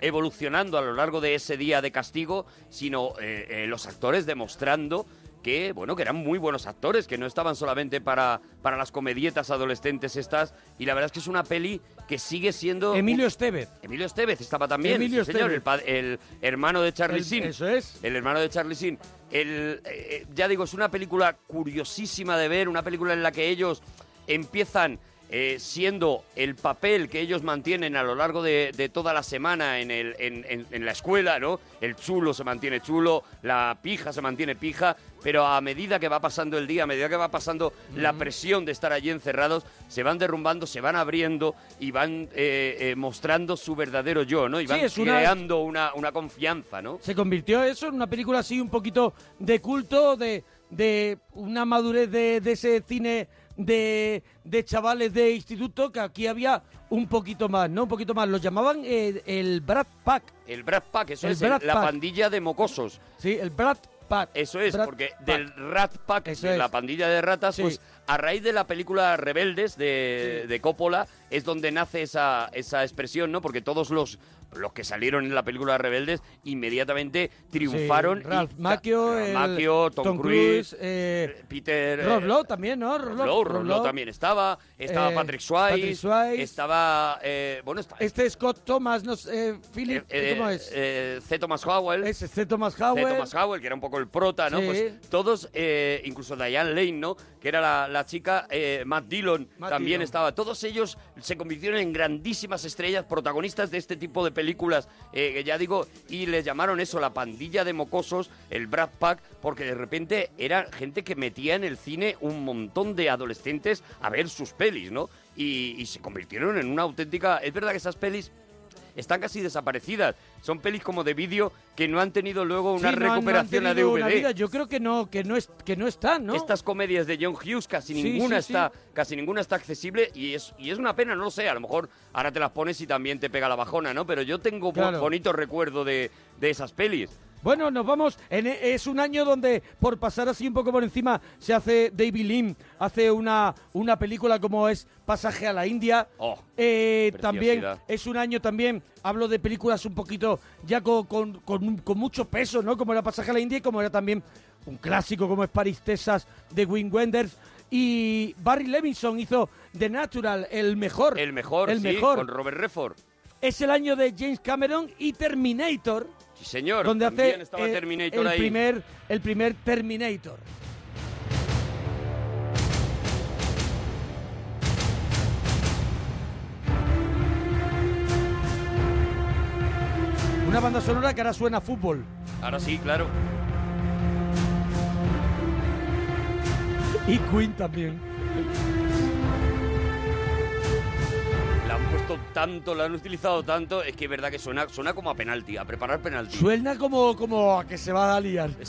[SPEAKER 3] evolucionando a lo largo de ese día de castigo, sino eh, eh, los actores demostrando que, bueno, que eran muy buenos actores, que no estaban solamente para, para las comedietas adolescentes estas, y la verdad es que es una peli que sigue siendo...
[SPEAKER 4] Emilio
[SPEAKER 3] un-
[SPEAKER 4] Estevez.
[SPEAKER 3] Emilio Estevez estaba también,
[SPEAKER 4] Emilio
[SPEAKER 3] sí, señor,
[SPEAKER 4] Estevez.
[SPEAKER 3] el, pa- el hermano de Charlie
[SPEAKER 4] El-
[SPEAKER 3] Sheen.
[SPEAKER 4] eso es.
[SPEAKER 3] El hermano de Charlie Sheen. El, eh, eh, ya digo, es una película curiosísima de ver, una película en la que ellos empiezan eh, siendo el papel que ellos mantienen a lo largo de, de toda la semana en, el- en- en- en la escuela, ¿no? El chulo se mantiene chulo, la pija se mantiene pija, pero a medida que va pasando el día, a medida que va pasando la presión de estar allí encerrados, se van derrumbando, se van abriendo y van eh, eh, mostrando su verdadero yo, ¿no? Y
[SPEAKER 4] Sí,
[SPEAKER 3] van
[SPEAKER 4] es una-
[SPEAKER 3] creando una, una confianza, ¿no?
[SPEAKER 4] Se convirtió eso en una película así un poquito de culto, de, de una madurez de, de ese cine de, de chavales de instituto que aquí había un poquito más, ¿no? Un poquito más. Lo llamaban eh, el Brad Pack.
[SPEAKER 3] El Brad Pack, eso
[SPEAKER 4] El
[SPEAKER 3] es el-
[SPEAKER 4] Brad
[SPEAKER 3] la
[SPEAKER 4] Pack.
[SPEAKER 3] pandilla de mocosos.
[SPEAKER 4] Sí, el Brad Pack.
[SPEAKER 3] Eso es,
[SPEAKER 4] Brad
[SPEAKER 3] porque del Rat Pack, de
[SPEAKER 4] es.
[SPEAKER 3] la pandilla de ratas, pues a raíz de la película Rebeldes de, de Coppola es donde nace esa, esa expresión, ¿no? Porque todos los, los que salieron en la película Rebeldes inmediatamente triunfaron.
[SPEAKER 4] Sí,
[SPEAKER 3] y
[SPEAKER 4] Ralph
[SPEAKER 3] ca-
[SPEAKER 4] Macchio,
[SPEAKER 3] Ralph
[SPEAKER 4] el-
[SPEAKER 3] Macchio, Tom, Cruise,
[SPEAKER 4] eh,
[SPEAKER 3] Peter... eh,
[SPEAKER 4] Rob Lowe también, ¿no? Rob Lowe,
[SPEAKER 3] Rob
[SPEAKER 4] Rob
[SPEAKER 3] Lowe
[SPEAKER 4] Lowe.
[SPEAKER 3] también estaba, estaba
[SPEAKER 4] eh,
[SPEAKER 3] Patrick Swayze,
[SPEAKER 4] Patrick Swayze.
[SPEAKER 3] estaba, eh, bueno, está,
[SPEAKER 4] Este Scott Thomas, no sé, eh, Philip,
[SPEAKER 3] eh,
[SPEAKER 4] ¿cómo es?
[SPEAKER 3] eh, C. Thomas Howell.
[SPEAKER 4] Ese es C. Thomas Howell.
[SPEAKER 3] C. Thomas Howell, que era un poco el prota, ¿no?
[SPEAKER 4] Sí.
[SPEAKER 3] Pues todos, eh, incluso Diane Lane, ¿no? Que era la, la chica, eh, Matt Dillon
[SPEAKER 4] Matt
[SPEAKER 3] también
[SPEAKER 4] Dillon.
[SPEAKER 3] estaba. Todos ellos se convirtieron en grandísimas estrellas, protagonistas de este tipo de películas, eh, que ya digo, y les llamaron eso, la pandilla de mocosos, el Brad Pack, porque de repente era gente que metía en el cine un montón de adolescentes a ver sus pelis, ¿no? Y, y se convirtieron en una auténtica... Es verdad que esas pelis están casi desaparecidas. Son pelis como de vídeo que no han tenido luego una
[SPEAKER 4] Sí, no han- no han
[SPEAKER 3] recuperación a
[SPEAKER 4] tenido una
[SPEAKER 3] DVD.
[SPEAKER 4] vida. Yo creo que no, que no, es, que no están, ¿no?
[SPEAKER 3] Estas comedias de John Hughes casi
[SPEAKER 4] Sí,
[SPEAKER 3] ninguna
[SPEAKER 4] sí, sí.
[SPEAKER 3] está casi ninguna está accesible y es y es una pena, no lo sé, a lo mejor ahora te las pones y también te pega la bajona, ¿no? Pero yo tengo bo-
[SPEAKER 4] Claro.
[SPEAKER 3] bonito recuerdo de, de esas pelis.
[SPEAKER 4] Bueno, nos vamos. En- es un año donde, por pasar así un poco por encima, se hace David Lim, hace una, una película como es Pasaje a la India.
[SPEAKER 3] Oh,
[SPEAKER 4] Eh,
[SPEAKER 3] preciosidad.
[SPEAKER 4] también es un año también, hablo de películas un poquito ya con, con- con- con mucho peso, ¿no? Como era Pasaje a la India y como era también un clásico como es Paris, Texas de Wim Wenders. Y Barry Levinson hizo The Natural, el mejor.
[SPEAKER 3] El mejor,
[SPEAKER 4] El
[SPEAKER 3] sí,
[SPEAKER 4] mejor.
[SPEAKER 3] con Robert Redford.
[SPEAKER 4] Es el año de James Cameron y Terminator.
[SPEAKER 3] Sí, señor.
[SPEAKER 4] Donde
[SPEAKER 3] también
[SPEAKER 4] hace
[SPEAKER 3] estaba
[SPEAKER 4] eh,
[SPEAKER 3] Terminator
[SPEAKER 4] el
[SPEAKER 3] ahí.
[SPEAKER 4] primer el primer Terminator. Una banda sonora que ahora suena a fútbol.
[SPEAKER 3] Ahora sí, claro.
[SPEAKER 4] Y Queen también.
[SPEAKER 3] La han puesto tanto, la han utilizado tanto, es que es verdad que suena suena como a penalti, a preparar penalti.
[SPEAKER 4] Suena como, como a que se va a liar.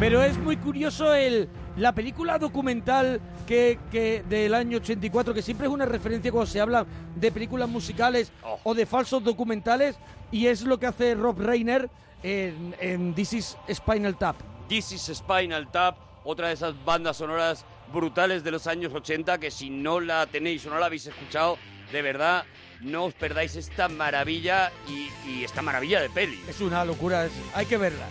[SPEAKER 4] Pero es muy curioso el, la película documental que, que del año 84, que siempre es una referencia cuando se habla de películas musicales o de falsos documentales, y es lo que hace Rob Reiner en, en This is Spinal Tap.
[SPEAKER 3] This is Spinal Tap, otra de esas bandas sonoras brutales de los años 80 que si no la tenéis o no la habéis escuchado, de verdad no os perdáis esta maravilla y, y esta maravilla de peli.
[SPEAKER 4] Es una locura, es- hay que verla.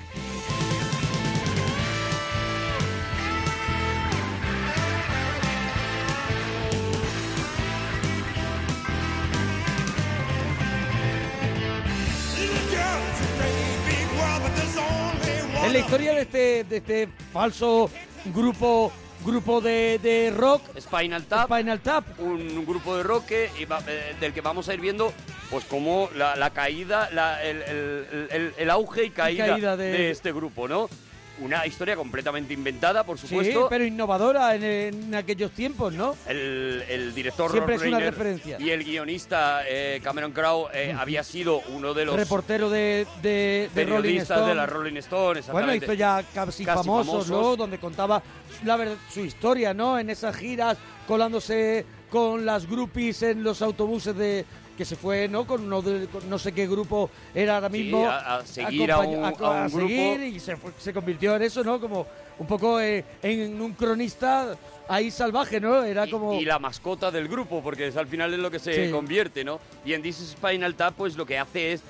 [SPEAKER 4] Es la historia de este, de este falso grupo grupo de, de rock.
[SPEAKER 3] Spinal Tap.
[SPEAKER 4] Spinal Tap.
[SPEAKER 3] Un grupo de rock que iba- eh, del que vamos a ir viendo pues como la, la caída, la- el, el- el- el auge y caída,
[SPEAKER 4] caída de-
[SPEAKER 3] este grupo, ¿no? Una historia completamente inventada, por
[SPEAKER 4] Sí,
[SPEAKER 3] supuesto.
[SPEAKER 4] pero innovadora en, en aquellos tiempos, ¿no?
[SPEAKER 3] El, el director
[SPEAKER 4] Siempre
[SPEAKER 3] Rob
[SPEAKER 4] es una
[SPEAKER 3] Reiner
[SPEAKER 4] referencia.
[SPEAKER 3] y el guionista eh, Cameron Crowe eh, había sido uno de los
[SPEAKER 4] Reportero de, de, de Rolling
[SPEAKER 3] periodistas
[SPEAKER 4] Stone.
[SPEAKER 3] de la Rolling Stone.
[SPEAKER 4] Bueno,
[SPEAKER 3] exactamente.
[SPEAKER 4] hizo ya casi, famosos, ¿no? Donde contaba la ver- su historia, ¿no? En esas giras, colándose con las groupies en los autobuses de que se fue, ¿no? Con, uno de- con no sé qué grupo era ahora
[SPEAKER 3] Sí,
[SPEAKER 4] mismo.
[SPEAKER 3] a- a seguir a
[SPEAKER 4] acompañ-
[SPEAKER 3] un-
[SPEAKER 4] co-
[SPEAKER 3] a un
[SPEAKER 4] seguir
[SPEAKER 3] grupo.
[SPEAKER 4] y se, fue- se convirtió en eso, ¿no? Como un poco eh, en un cronista ahí salvaje, ¿no? Era como...
[SPEAKER 3] y la mascota del grupo, porque es, al final es lo que se
[SPEAKER 4] Sí.
[SPEAKER 3] convierte, ¿no? Y en This is Spinal Tap, pues lo que hace es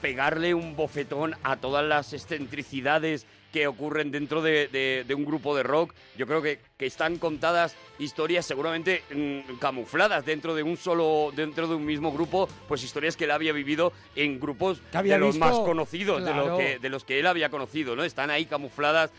[SPEAKER 3] pegarle un bofetón a todas las excentricidades que ocurren dentro de, de- de un grupo de rock. Yo creo que, que están contadas historias seguramente mm, camufladas dentro de un solo, dentro de un mismo grupo, pues historias que él había vivido en grupos
[SPEAKER 4] Que había
[SPEAKER 3] de los
[SPEAKER 4] visto,
[SPEAKER 3] más conocidos, de,
[SPEAKER 4] claro.
[SPEAKER 3] los que, de los que él había conocido, ¿no? Están ahí camufladas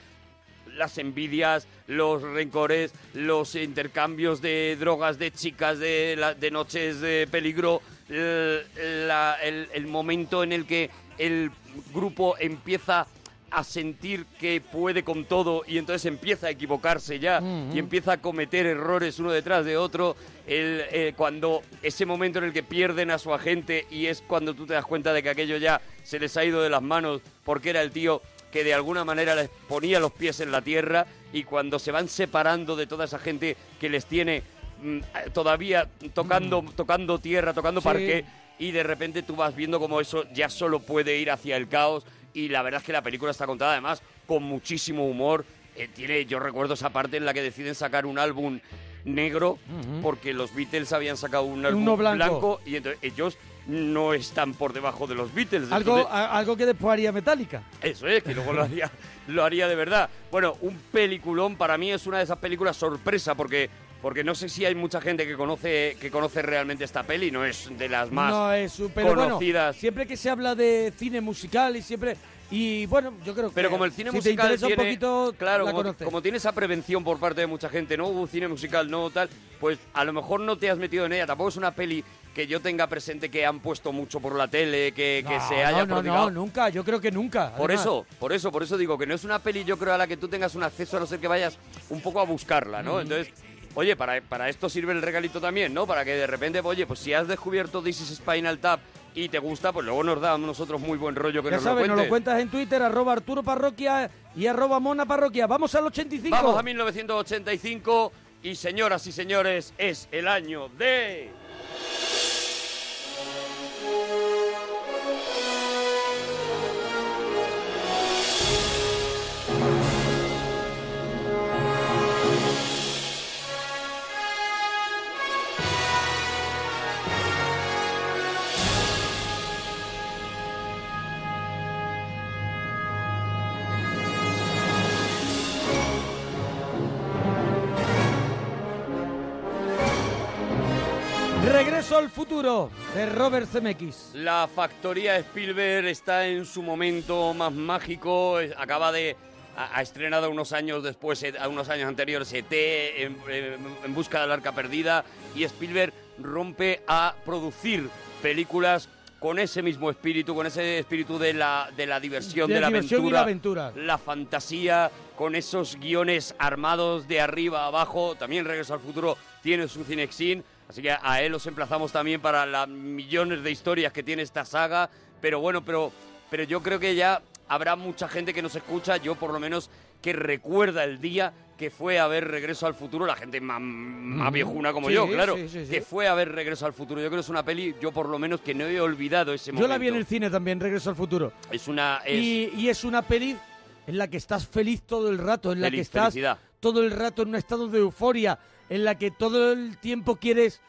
[SPEAKER 3] las envidias, los rencores, los intercambios de drogas, de chicas, de, la- de noches de peligro, el, la- el- el momento en el que el grupo empieza a sentir que puede con todo y entonces empieza a equivocarse ya
[SPEAKER 4] Ujú.
[SPEAKER 3] y empieza a cometer errores uno detrás de otro, el, eh, cuando ese momento en el que pierden a su agente y es cuando tú te das cuenta de que aquello ya se les ha ido de las manos porque era el tío que de alguna manera les ponía los pies en la tierra y cuando se van separando de toda esa gente que les tiene mm, eh, todavía tocando, tocando tierra, tocando
[SPEAKER 4] Sí.
[SPEAKER 3] parqué y de repente tú vas viendo como eso ya solo puede ir hacia el caos y la verdad es que la película está contada además con muchísimo humor. Eh, tiene, yo recuerdo esa parte en la que deciden sacar un álbum negro
[SPEAKER 4] Ujú.
[SPEAKER 3] porque los Beatles habían sacado un álbum
[SPEAKER 4] Uno blanco.
[SPEAKER 3] y entonces ellos no están por debajo de los Beatles.
[SPEAKER 4] Algo,
[SPEAKER 3] Entonces,
[SPEAKER 4] a- algo que después haría Metallica.
[SPEAKER 3] eso es, que luego lo haría, lo haría de verdad. Bueno, un peliculón para mí es una de esas películas sorpresa porque porque no sé si hay mucha gente que conoce que conoce realmente esta peli, no es de las más
[SPEAKER 4] no es su- pero bueno,
[SPEAKER 3] conocidas.
[SPEAKER 4] siempre que se habla de cine musical y siempre y bueno yo creo que
[SPEAKER 3] Pero como el cine
[SPEAKER 4] si te
[SPEAKER 3] musical
[SPEAKER 4] interesa
[SPEAKER 3] tiene,
[SPEAKER 4] un poquito
[SPEAKER 3] claro,
[SPEAKER 4] la
[SPEAKER 3] como,
[SPEAKER 4] conoces.
[SPEAKER 3] como tiene esa prevención por parte de mucha gente, no hubo cine musical, no tal, pues a lo mejor no te has metido en ella. Tampoco es una peli que yo tenga presente que han puesto mucho por la tele, que, que
[SPEAKER 4] No,
[SPEAKER 3] se haya
[SPEAKER 4] no, no,
[SPEAKER 3] prodigado.
[SPEAKER 4] no, nunca yo creo que nunca
[SPEAKER 3] Por
[SPEAKER 4] además.
[SPEAKER 3] eso, por eso, por eso digo que no es una peli, yo creo, a la que tú tengas un acceso a no ser que vayas un poco a buscarla, ¿no?
[SPEAKER 4] Mm.
[SPEAKER 3] Entonces, oye, para, para esto sirve el regalito también, ¿no? Para que de repente, oye, pues si has descubierto This is Spinal Tap y te gusta, pues luego nos da a nosotros muy buen rollo que
[SPEAKER 4] ya
[SPEAKER 3] nos
[SPEAKER 4] sabes
[SPEAKER 3] lo
[SPEAKER 4] nos lo
[SPEAKER 3] cuentes.
[SPEAKER 4] cuentas en Twitter arroba Arturo Parroquia y arroba Mona Parroquia vamos al 85
[SPEAKER 3] Vamos a 1985 y señoras y señores, es el año de...
[SPEAKER 4] regreso al futuro de Robert Zemeckis
[SPEAKER 3] La factoría Spielberg está en su momento más mágico. eh, Acaba de. Ha, ha estrenado unos años después, eh, a unos años anteriores, ET, en, eh, en busca del arca perdida. Y Spielberg rompe a producir películas con ese mismo espíritu, con ese espíritu de la, de la diversión, de,
[SPEAKER 4] De
[SPEAKER 3] la
[SPEAKER 4] diversión y
[SPEAKER 3] aventura.
[SPEAKER 4] la aventura.
[SPEAKER 3] la fantasía, con esos guiones armados de arriba a abajo. También Regreso al Futuro tiene su Cinexin, así que a él los emplazamos también para las millones de historias que tiene esta saga. Pero bueno, pero, pero yo creo que ya habrá mucha gente que nos escucha, yo por lo menos, que recuerda el día que fue a ver Regreso al Futuro, la gente más, más
[SPEAKER 4] Mm.
[SPEAKER 3] viejuna como
[SPEAKER 4] Sí,
[SPEAKER 3] yo, claro,
[SPEAKER 4] sí, sí, sí.
[SPEAKER 3] que fue a ver Regreso al Futuro. Yo creo que es una peli, yo por lo menos, que no he olvidado ese
[SPEAKER 4] yo
[SPEAKER 3] momento.
[SPEAKER 4] la vi en el cine también regreso al futuro
[SPEAKER 3] Es una... es-
[SPEAKER 4] Y, y es una peli en la que estás feliz todo el rato, en la
[SPEAKER 3] Feliz,
[SPEAKER 4] que estás
[SPEAKER 3] felicidad.
[SPEAKER 4] todo el rato en un estado de euforia, en la que todo el tiempo quieres,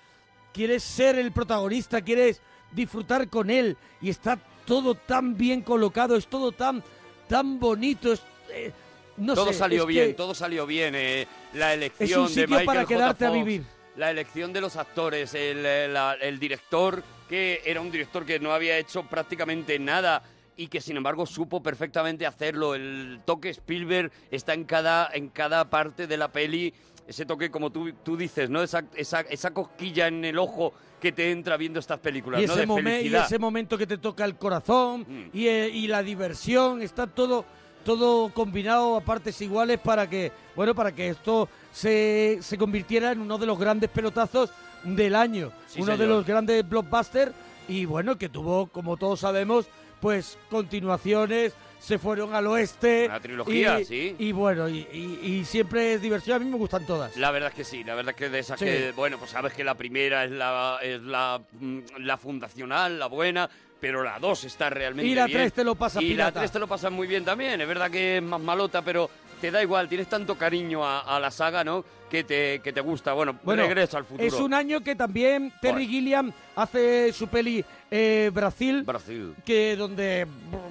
[SPEAKER 4] quieres ser el protagonista, quieres disfrutar con él y está todo tan bien colocado, es todo tan, tan bonito, es, eh, no
[SPEAKER 3] todo
[SPEAKER 4] sé,
[SPEAKER 3] salió
[SPEAKER 4] es
[SPEAKER 3] bien,
[SPEAKER 4] que-
[SPEAKER 3] todo salió bien. eh, la elección
[SPEAKER 4] Es un
[SPEAKER 3] de
[SPEAKER 4] sitio
[SPEAKER 3] Michael
[SPEAKER 4] para
[SPEAKER 3] J.
[SPEAKER 4] quedarte a
[SPEAKER 3] Fox,
[SPEAKER 4] vivir.
[SPEAKER 3] La elección de los actores, el, eh, la- el director, que era un director que no había hecho prácticamente nada y que sin embargo supo perfectamente hacerlo. El toque Spielberg está en cada, en cada parte de la peli. Ese toque, como tú, tú dices, ¿no? Esa, esa, esa cosquilla en el ojo que te entra viendo estas películas,
[SPEAKER 4] y
[SPEAKER 3] ¿no?
[SPEAKER 4] ese
[SPEAKER 3] de
[SPEAKER 4] momen- y
[SPEAKER 3] felicidad. Mm.
[SPEAKER 4] ese momento que te toca el corazón y, eh, y la diversión, está todo todo combinado a partes iguales para que, bueno, para que esto se, se convirtiera en uno de los grandes pelotazos del año,
[SPEAKER 3] Sí,
[SPEAKER 4] uno de
[SPEAKER 3] señor.
[SPEAKER 4] los grandes blockbusters y bueno, que tuvo, como todos sabemos, pues continuaciones, se fueron al oeste.
[SPEAKER 3] Una trilogía,
[SPEAKER 4] y,
[SPEAKER 3] sí.
[SPEAKER 4] Y bueno, y, y- y siempre es diversión, a mí me gustan todas.
[SPEAKER 3] La verdad es que sí, la verdad es que de esas
[SPEAKER 4] Sí.
[SPEAKER 3] que, bueno, pues sabes que la primera es la es la, mm, la fundacional, la buena, pero la dos está realmente
[SPEAKER 4] Y la
[SPEAKER 3] bien.
[SPEAKER 4] tres te lo pasas
[SPEAKER 3] Y la
[SPEAKER 4] pirata.
[SPEAKER 3] tres te lo pasas muy bien también, es verdad que es más malota, pero te da igual, tienes tanto cariño a, a la saga, ¿no? Que te, que te gusta, bueno,
[SPEAKER 4] Bueno,
[SPEAKER 3] regresa al futuro.
[SPEAKER 4] Es un año que también Terry
[SPEAKER 3] Joder.
[SPEAKER 4] Gilliam hace su peli eh, Brasil,
[SPEAKER 3] Brasil.
[SPEAKER 4] que donde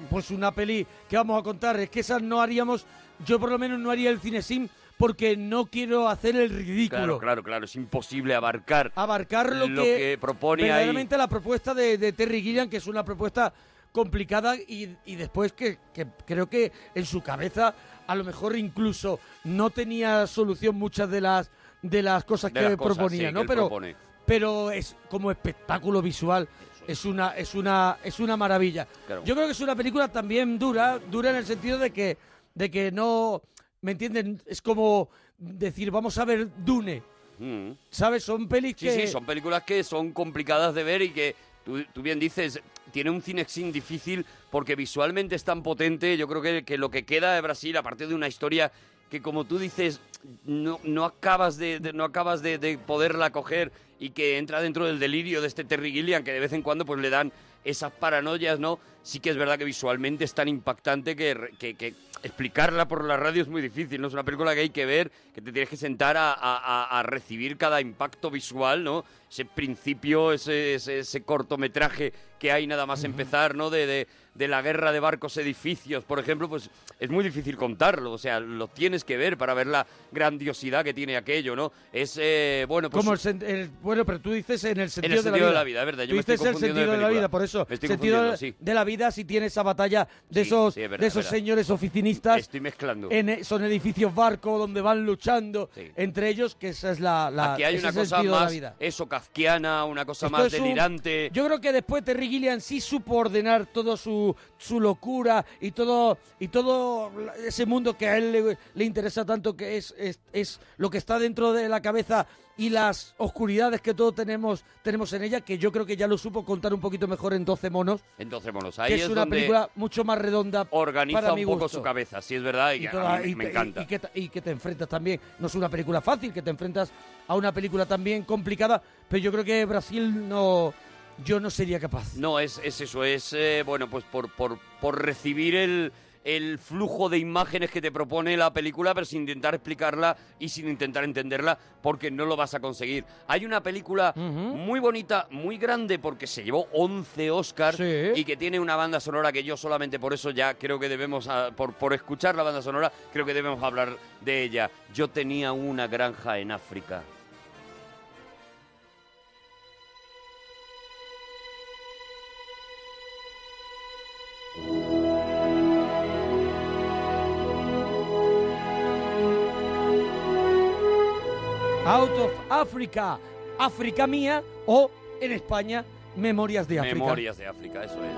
[SPEAKER 4] pues una peli que vamos a contar es que esas no haríamos, yo por lo menos no haría el cinesim porque no quiero hacer el ridículo.
[SPEAKER 3] Claro, claro, claro, es imposible abarcar
[SPEAKER 4] Abarcar lo,
[SPEAKER 3] que, propone ahí.
[SPEAKER 4] verdaderamente la propuesta de, de Terry Gilliam, que es una propuesta complicada y, y después que, que creo que en su cabeza a lo mejor incluso no tenía solución muchas de las de las cosas
[SPEAKER 3] de
[SPEAKER 4] que
[SPEAKER 3] las cosas,
[SPEAKER 4] proponía,
[SPEAKER 3] sí,
[SPEAKER 4] ¿no?
[SPEAKER 3] que él
[SPEAKER 4] Pero
[SPEAKER 3] propone.
[SPEAKER 4] pero es como espectáculo visual es una es una es una maravilla
[SPEAKER 3] Claro.
[SPEAKER 4] yo creo que es una película también dura dura en el sentido de que de que no me entienden es como decir vamos a ver Dune
[SPEAKER 3] Mm.
[SPEAKER 4] sabes son pelis
[SPEAKER 3] Sí,
[SPEAKER 4] que
[SPEAKER 3] sí, son películas que son complicadas de ver y que, tú, tú bien dices, tiene un cinexin difícil porque visualmente es tan potente. Yo creo que, que lo que queda de Brasil, aparte de una historia que, como tú dices, no, no acabas, de, de- no acabas de, de poderla coger y que entra dentro del delirio de este Terry Gilliam, que de vez en cuando pues le dan esas paranoias, ¿no? Sí que es verdad que visualmente es tan impactante que, re- que- que explicarla por la radio es muy difícil, ¿no? Es una película que hay que ver, que te tienes que sentar a, a- a- a recibir cada impacto visual, ¿no? Ese principio, ese, ese- ese cortometraje que hay nada más empezar, ¿no? De, de- de la guerra de barcos edificios, por ejemplo, pues es muy difícil contarlo, o sea, lo tienes que ver para ver la grandiosidad que tiene aquello, ¿no? Es, eh, bueno, pues...
[SPEAKER 4] como el, sen- el- bueno pero tú dices en el sentido,
[SPEAKER 3] sentido de la vida, es verdad, yo
[SPEAKER 4] Tú
[SPEAKER 3] me estoy
[SPEAKER 4] dices el
[SPEAKER 3] confundiendo
[SPEAKER 4] sentido
[SPEAKER 3] de
[SPEAKER 4] de, la
[SPEAKER 3] película.
[SPEAKER 4] vida por eso
[SPEAKER 3] Me estoy
[SPEAKER 4] sentido de,
[SPEAKER 3] confundiendo, sí.
[SPEAKER 4] la vida si tiene esa batalla de
[SPEAKER 3] Sí,
[SPEAKER 4] esos
[SPEAKER 3] sí, es verdad,
[SPEAKER 4] de
[SPEAKER 3] es
[SPEAKER 4] esos
[SPEAKER 3] verdad.
[SPEAKER 4] señores oficinistas
[SPEAKER 3] Estoy mezclando.
[SPEAKER 4] en e- son edificios barco donde van luchando
[SPEAKER 3] Sí.
[SPEAKER 4] entre ellos que esa es la, la
[SPEAKER 3] Aquí hay
[SPEAKER 4] ese
[SPEAKER 3] una
[SPEAKER 4] es el
[SPEAKER 3] cosa
[SPEAKER 4] sentido de la
[SPEAKER 3] más
[SPEAKER 4] vida.
[SPEAKER 3] eso kafkiana, una cosa
[SPEAKER 4] Esto
[SPEAKER 3] más
[SPEAKER 4] es un-
[SPEAKER 3] delirante.
[SPEAKER 4] yo creo que después Terry Gilliam sí supo ordenar toda su, su locura y todo y todo ese mundo que a él le, le interesa tanto que es, es, es lo que está dentro de la cabeza y las oscuridades que todos tenemos tenemos en ella que yo creo que ya lo supo contar un poquito mejor en 12 monos
[SPEAKER 3] Entonces, bueno,
[SPEAKER 4] que
[SPEAKER 3] Pues ahí
[SPEAKER 4] es,
[SPEAKER 3] es
[SPEAKER 4] una
[SPEAKER 3] donde
[SPEAKER 4] película mucho más redonda
[SPEAKER 3] organiza
[SPEAKER 4] para mi
[SPEAKER 3] un poco
[SPEAKER 4] gusto.
[SPEAKER 3] su cabeza, sí es verdad, y, a
[SPEAKER 4] toda-
[SPEAKER 3] mí
[SPEAKER 4] y
[SPEAKER 3] me
[SPEAKER 4] te-
[SPEAKER 3] encanta.
[SPEAKER 4] y que, ta- y que te enfrentas también. No es una película fácil, que te enfrentas a una película también complicada, pero yo creo que Brasil no. Yo no sería capaz.
[SPEAKER 3] No, es, es eso, es, eh, bueno, pues por, por, por recibir el, el flujo de imágenes que te propone la película, pero sin intentar explicarla y sin intentar entenderla, porque no lo vas a conseguir. Hay una película muy bonita, muy grande, porque se llevó 11 Oscars y que tiene una banda sonora que yo solamente por eso ya creo que debemos, ah, por, por escuchar la banda sonora, creo que debemos hablar de ella. Yo tenía una granja en África.
[SPEAKER 4] Out of Africa, África mía, o en España, Memorias de África.
[SPEAKER 3] Memorias de África, eso es.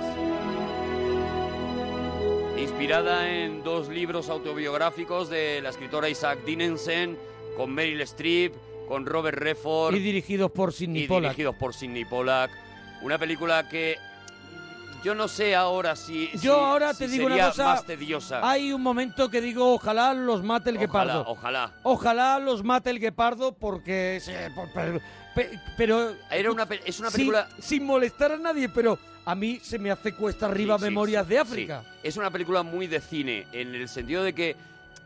[SPEAKER 3] Inspirada en dos libros autobiográficos de la escritora Isaac Dinensen, con Meryl Streep, con Robert Redford
[SPEAKER 4] Y dirigidos por Sidney
[SPEAKER 3] y
[SPEAKER 4] Pollack.
[SPEAKER 3] dirigidos por Sidney Pollack. Una película que yo no sé ahora si, si-
[SPEAKER 4] Yo ahora
[SPEAKER 3] si
[SPEAKER 4] te digo
[SPEAKER 3] sería
[SPEAKER 4] una cosa.
[SPEAKER 3] más tediosa.
[SPEAKER 4] Hay un momento que digo, ojalá los mate el
[SPEAKER 3] ojalá,
[SPEAKER 4] guepardo.
[SPEAKER 3] ojalá.
[SPEAKER 4] Ojalá los mate el guepardo porque... se- por- per- pe- pero...
[SPEAKER 3] Era una pe- es una
[SPEAKER 4] sin-
[SPEAKER 3] película-
[SPEAKER 4] Sin, molestar a nadie, pero a mí se me hace cuesta arriba
[SPEAKER 3] Sí, sí,
[SPEAKER 4] Memorias
[SPEAKER 3] sí,
[SPEAKER 4] de África.
[SPEAKER 3] sí. Es una película muy de cine, en el sentido de que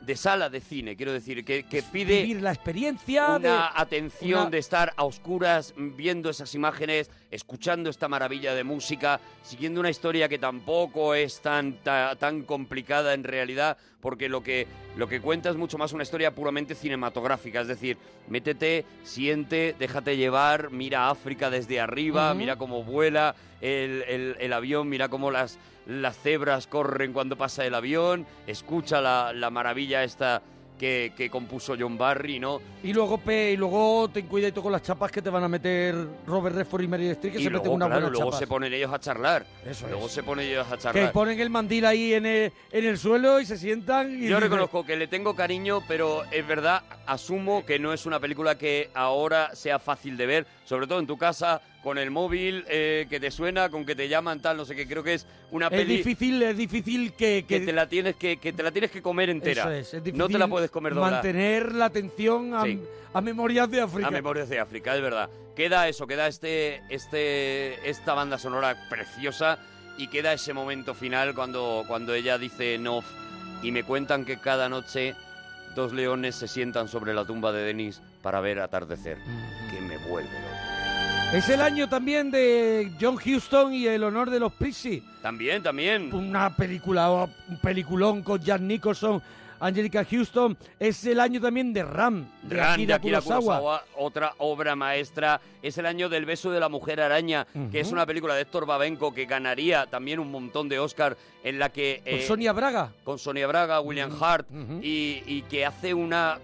[SPEAKER 3] de sala de cine, quiero decir, que, que pide
[SPEAKER 4] Vivir la experiencia de...
[SPEAKER 3] una atención
[SPEAKER 4] una-
[SPEAKER 3] de estar a oscuras mm, viendo esas imágenes, escuchando esta maravilla de música, siguiendo una historia que tampoco es tan, ta- tan complicada en realidad, porque lo que, lo que cuenta es mucho más una historia puramente cinematográfica, es decir, métete, siente, déjate llevar, mira África desde arriba,
[SPEAKER 4] Ujú.
[SPEAKER 3] mira cómo vuela el, el- el avión, mira cómo las, las cebras corren cuando pasa el avión, escucha la, la maravilla esta que, que compuso John Barry, ¿no?
[SPEAKER 4] Y luego, pe, y luego ten cuidado con las chapas que te van a meter Robert Redford y Meryl Streep, que
[SPEAKER 3] y
[SPEAKER 4] se
[SPEAKER 3] luego,
[SPEAKER 4] meten unas
[SPEAKER 3] claro,
[SPEAKER 4] buenas
[SPEAKER 3] luego
[SPEAKER 4] chapas.
[SPEAKER 3] se ponen ellos a charlar.
[SPEAKER 4] Eso
[SPEAKER 3] luego
[SPEAKER 4] es.
[SPEAKER 3] se ponen ellos a
[SPEAKER 4] Que
[SPEAKER 3] charlar.
[SPEAKER 4] ponen el mandil ahí en el, en el suelo y se sientan y...
[SPEAKER 3] Yo
[SPEAKER 4] dicen,
[SPEAKER 3] reconozco que le tengo cariño, pero es verdad, asumo que no es una película que ahora sea fácil de ver, sobre todo en tu casa, con el móvil, eh, que te suena, con que te llaman, tal, no sé qué. Creo que es una
[SPEAKER 4] Es
[SPEAKER 3] peli
[SPEAKER 4] difícil, es difícil que...
[SPEAKER 3] que te la tienes que, que te la tienes que comer entera.
[SPEAKER 4] Eso es, es difícil
[SPEAKER 3] no te la puedes comer doblada.
[SPEAKER 4] Mantener la atención a,
[SPEAKER 3] Sí.
[SPEAKER 4] a Memorias de África.
[SPEAKER 3] A Memorias de África, es verdad. Queda eso, queda este, este, esta banda sonora preciosa y queda ese momento final cuando, cuando ella dice no y me cuentan que cada noche dos leones se sientan sobre la tumba de Denis para ver atardecer.
[SPEAKER 4] Mm.
[SPEAKER 3] Que me vuelve loco.
[SPEAKER 4] Es el año también de John Huston y El honor de los Prissy.
[SPEAKER 3] También, también.
[SPEAKER 4] Una película, un peliculón con Jack Nicholson, Angelica Houston. Es el año también de Ram, de
[SPEAKER 3] Gran
[SPEAKER 4] Akira Kurosawa.
[SPEAKER 3] Kurosawa, otra obra maestra. Es el año del beso de la mujer araña, que es
[SPEAKER 4] Ujú.
[SPEAKER 3] una película de Héctor Babenco que ganaría también un montón de Oscar en la que...
[SPEAKER 4] Con
[SPEAKER 3] eh,
[SPEAKER 4] Sonia Braga.
[SPEAKER 3] con Sonia Braga, William
[SPEAKER 4] Ujú,
[SPEAKER 3] Hart,
[SPEAKER 4] ujú.
[SPEAKER 3] y, y que hace una,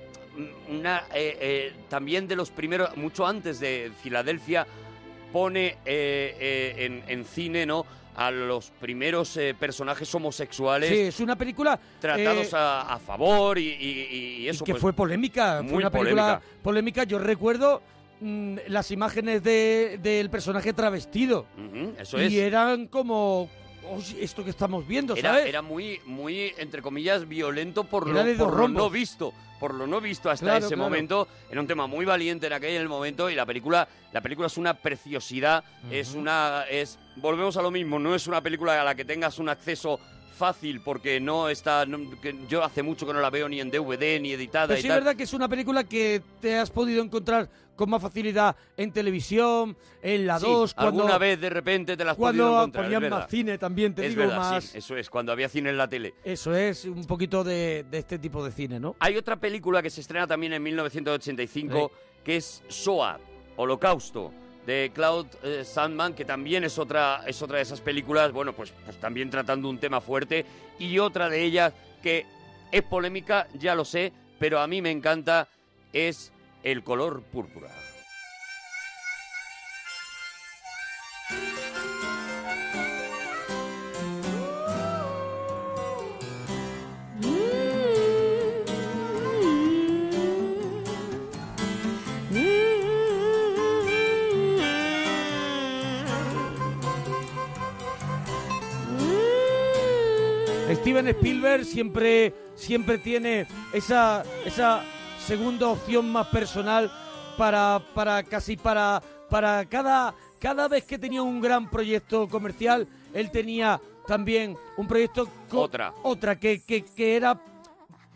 [SPEAKER 3] una eh, eh, también de los primeros, mucho antes de Filadelfia, pone eh, eh, en, en cine, ¿no? A los primeros eh, personajes homosexuales
[SPEAKER 4] Sí, es una película
[SPEAKER 3] tratados
[SPEAKER 4] eh,
[SPEAKER 3] a, a favor y, y- y- y eso.
[SPEAKER 4] que
[SPEAKER 3] pues,
[SPEAKER 4] fue polémica.
[SPEAKER 3] muy
[SPEAKER 4] fue una película
[SPEAKER 3] polémica.
[SPEAKER 4] polémica. Yo recuerdo mm, las imágenes de- del personaje travestido.
[SPEAKER 3] Ujú, eso
[SPEAKER 4] y
[SPEAKER 3] es.
[SPEAKER 4] eran como... "Oye, esto que estamos viendo,
[SPEAKER 3] Era,
[SPEAKER 4] ¿sabes?
[SPEAKER 3] era muy, muy, entre comillas, violento por,
[SPEAKER 4] Era
[SPEAKER 3] lo,
[SPEAKER 4] de dos
[SPEAKER 3] por lo
[SPEAKER 4] rombos.
[SPEAKER 3] no visto. Por lo no visto hasta
[SPEAKER 4] Claro,
[SPEAKER 3] ese
[SPEAKER 4] claro.
[SPEAKER 3] momento. Era un tema muy valiente en aquel en el momento. Y la película, la película es una preciosidad. Es una. es Volvemos a lo mismo. No es una película a la que tengas un acceso fácil porque no está no- que yo hace mucho que no la veo ni en DVD ni editada y
[SPEAKER 4] Pero Pues sí es
[SPEAKER 3] tal.
[SPEAKER 4] verdad que es una película que te has podido encontrar con más facilidad en televisión, en la
[SPEAKER 3] Sí,
[SPEAKER 4] 2, cuando,
[SPEAKER 3] alguna vez de repente te las
[SPEAKER 4] cuando
[SPEAKER 3] encontrar,
[SPEAKER 4] ponían
[SPEAKER 3] es verdad.
[SPEAKER 4] más cine también, te
[SPEAKER 3] es
[SPEAKER 4] digo,
[SPEAKER 3] verdad,
[SPEAKER 4] más...
[SPEAKER 3] sí, eso es cuando había cine en la tele
[SPEAKER 4] Eso es un poquito de, de este tipo de cine, ¿no?
[SPEAKER 3] Hay otra película que se estrena también en 1985 que es SOA, Holocausto, de Cloud eh, Sandman, que también es otra, es otra de esas películas, bueno, pues, pues también tratando un tema fuerte. Y otra de ellas que es polémica, ya lo sé, pero a mí me encanta, es El color púrpura.
[SPEAKER 4] Steven Spielberg siempre, siempre tiene esa, esa segunda opción más personal para, para casi para, para cada, cada vez que tenía un gran proyecto comercial, él tenía también un proyecto co-
[SPEAKER 3] Otra.
[SPEAKER 4] otra que, que, que era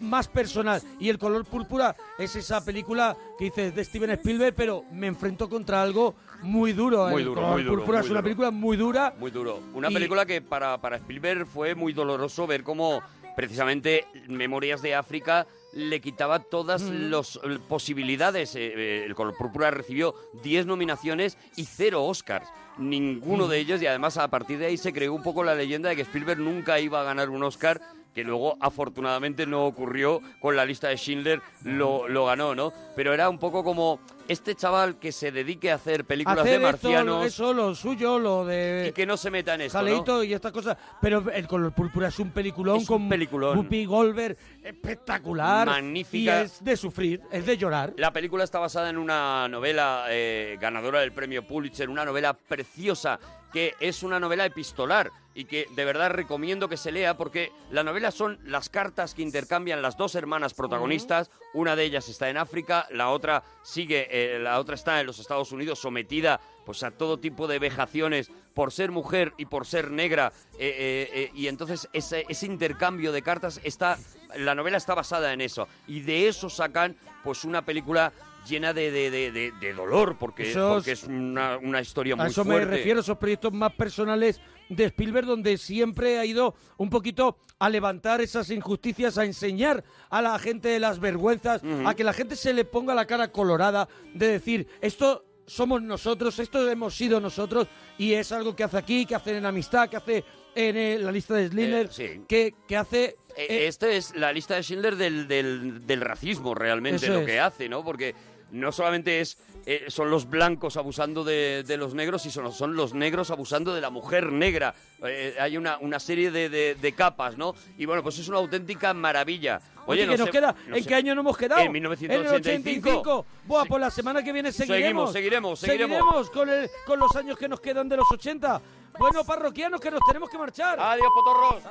[SPEAKER 4] más personal. Y El color púrpura es esa película que dices de Steven Spielberg, pero me enfrento contra algo muy duro.
[SPEAKER 3] Muy
[SPEAKER 4] El
[SPEAKER 3] duro,
[SPEAKER 4] color
[SPEAKER 3] muy duro,
[SPEAKER 4] púrpura
[SPEAKER 3] muy
[SPEAKER 4] es una
[SPEAKER 3] duro.
[SPEAKER 4] película muy dura.
[SPEAKER 3] Muy duro. Una
[SPEAKER 4] Y-
[SPEAKER 3] película que para, para Spielberg fue muy doloroso ver cómo precisamente Memorias de África le quitaba todas
[SPEAKER 4] Mm.
[SPEAKER 3] las posibilidades. Eh, eh, el color púrpura recibió 10 nominaciones y 0 Oscars. Ninguno
[SPEAKER 4] Mm.
[SPEAKER 3] de ellos, y además a partir de ahí se creó un poco la leyenda de que Spielberg nunca iba a ganar un Oscar, que luego afortunadamente no ocurrió con la lista de Schindler, lo, lo ganó, ¿no? Pero era un poco como este chaval que se dedique a hacer películas
[SPEAKER 4] Hacer
[SPEAKER 3] de
[SPEAKER 4] esto,
[SPEAKER 3] marcianos
[SPEAKER 4] eso, lo suyo, lo de...
[SPEAKER 3] y que no se meta en esto, ¿no?
[SPEAKER 4] Jaleito y estas cosas. Pero el color púrpura es un peliculón
[SPEAKER 3] Es un
[SPEAKER 4] con
[SPEAKER 3] peliculón.
[SPEAKER 4] Whoopi Goldberg espectacular.
[SPEAKER 3] Magnífica.
[SPEAKER 4] Y es de sufrir, es de llorar.
[SPEAKER 3] La película está basada en una novela eh, ganadora del premio Pulitzer, una novela preciosa que es una novela epistolar y que de verdad recomiendo que se lea porque la novela son las cartas que intercambian las dos hermanas protagonistas, una de ellas está en África, la otra sigue, eh, la otra está en los Estados Unidos sometida pues a todo tipo de vejaciones por ser mujer y por ser negra eh, eh, eh, y entonces ese, ese intercambio de cartas está la novela está basada en eso y de eso sacan pues una película llena de, de- de- de- de dolor porque,
[SPEAKER 4] Esos-
[SPEAKER 3] porque es una, una historia
[SPEAKER 4] A
[SPEAKER 3] muy
[SPEAKER 4] eso
[SPEAKER 3] fuerte
[SPEAKER 4] me refiero, esos proyectos más personales de Spielberg, donde siempre ha ido un poquito a levantar esas injusticias, a enseñar a la gente las vergüenzas, a que la gente se le ponga la cara colorada de decir, esto somos nosotros, esto hemos sido nosotros y es algo que hace aquí, que hace en Amistad, que hace en eh, la lista de Slimer,
[SPEAKER 3] Eh, sí.
[SPEAKER 4] que, que hace...
[SPEAKER 3] Eh, Esta es la lista de Schindler del, del- del racismo realmente,
[SPEAKER 4] Eso
[SPEAKER 3] lo
[SPEAKER 4] es.
[SPEAKER 3] que hace, ¿no? Porque no solamente es eh, son los blancos abusando de, de los negros, y son, son los negros abusando de la mujer negra. Eh, hay una, una serie de, de- de capas, ¿no? Y bueno, pues es una auténtica maravilla.
[SPEAKER 4] Oye, que
[SPEAKER 3] no
[SPEAKER 4] nos
[SPEAKER 3] sé-
[SPEAKER 4] queda,
[SPEAKER 3] no
[SPEAKER 4] ¿en
[SPEAKER 3] sé.
[SPEAKER 4] qué año no hemos quedado?
[SPEAKER 3] En 1985.
[SPEAKER 4] En el 85. Buah, pues la semana que viene seguiremos.
[SPEAKER 3] Seguimos, seguiremos, seguiremos.
[SPEAKER 4] con, el- con los años que nos quedan de los 80. Bueno, parroquianos, que nos tenemos que marchar.
[SPEAKER 3] Adiós, potorros.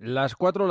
[SPEAKER 13] Las 4, las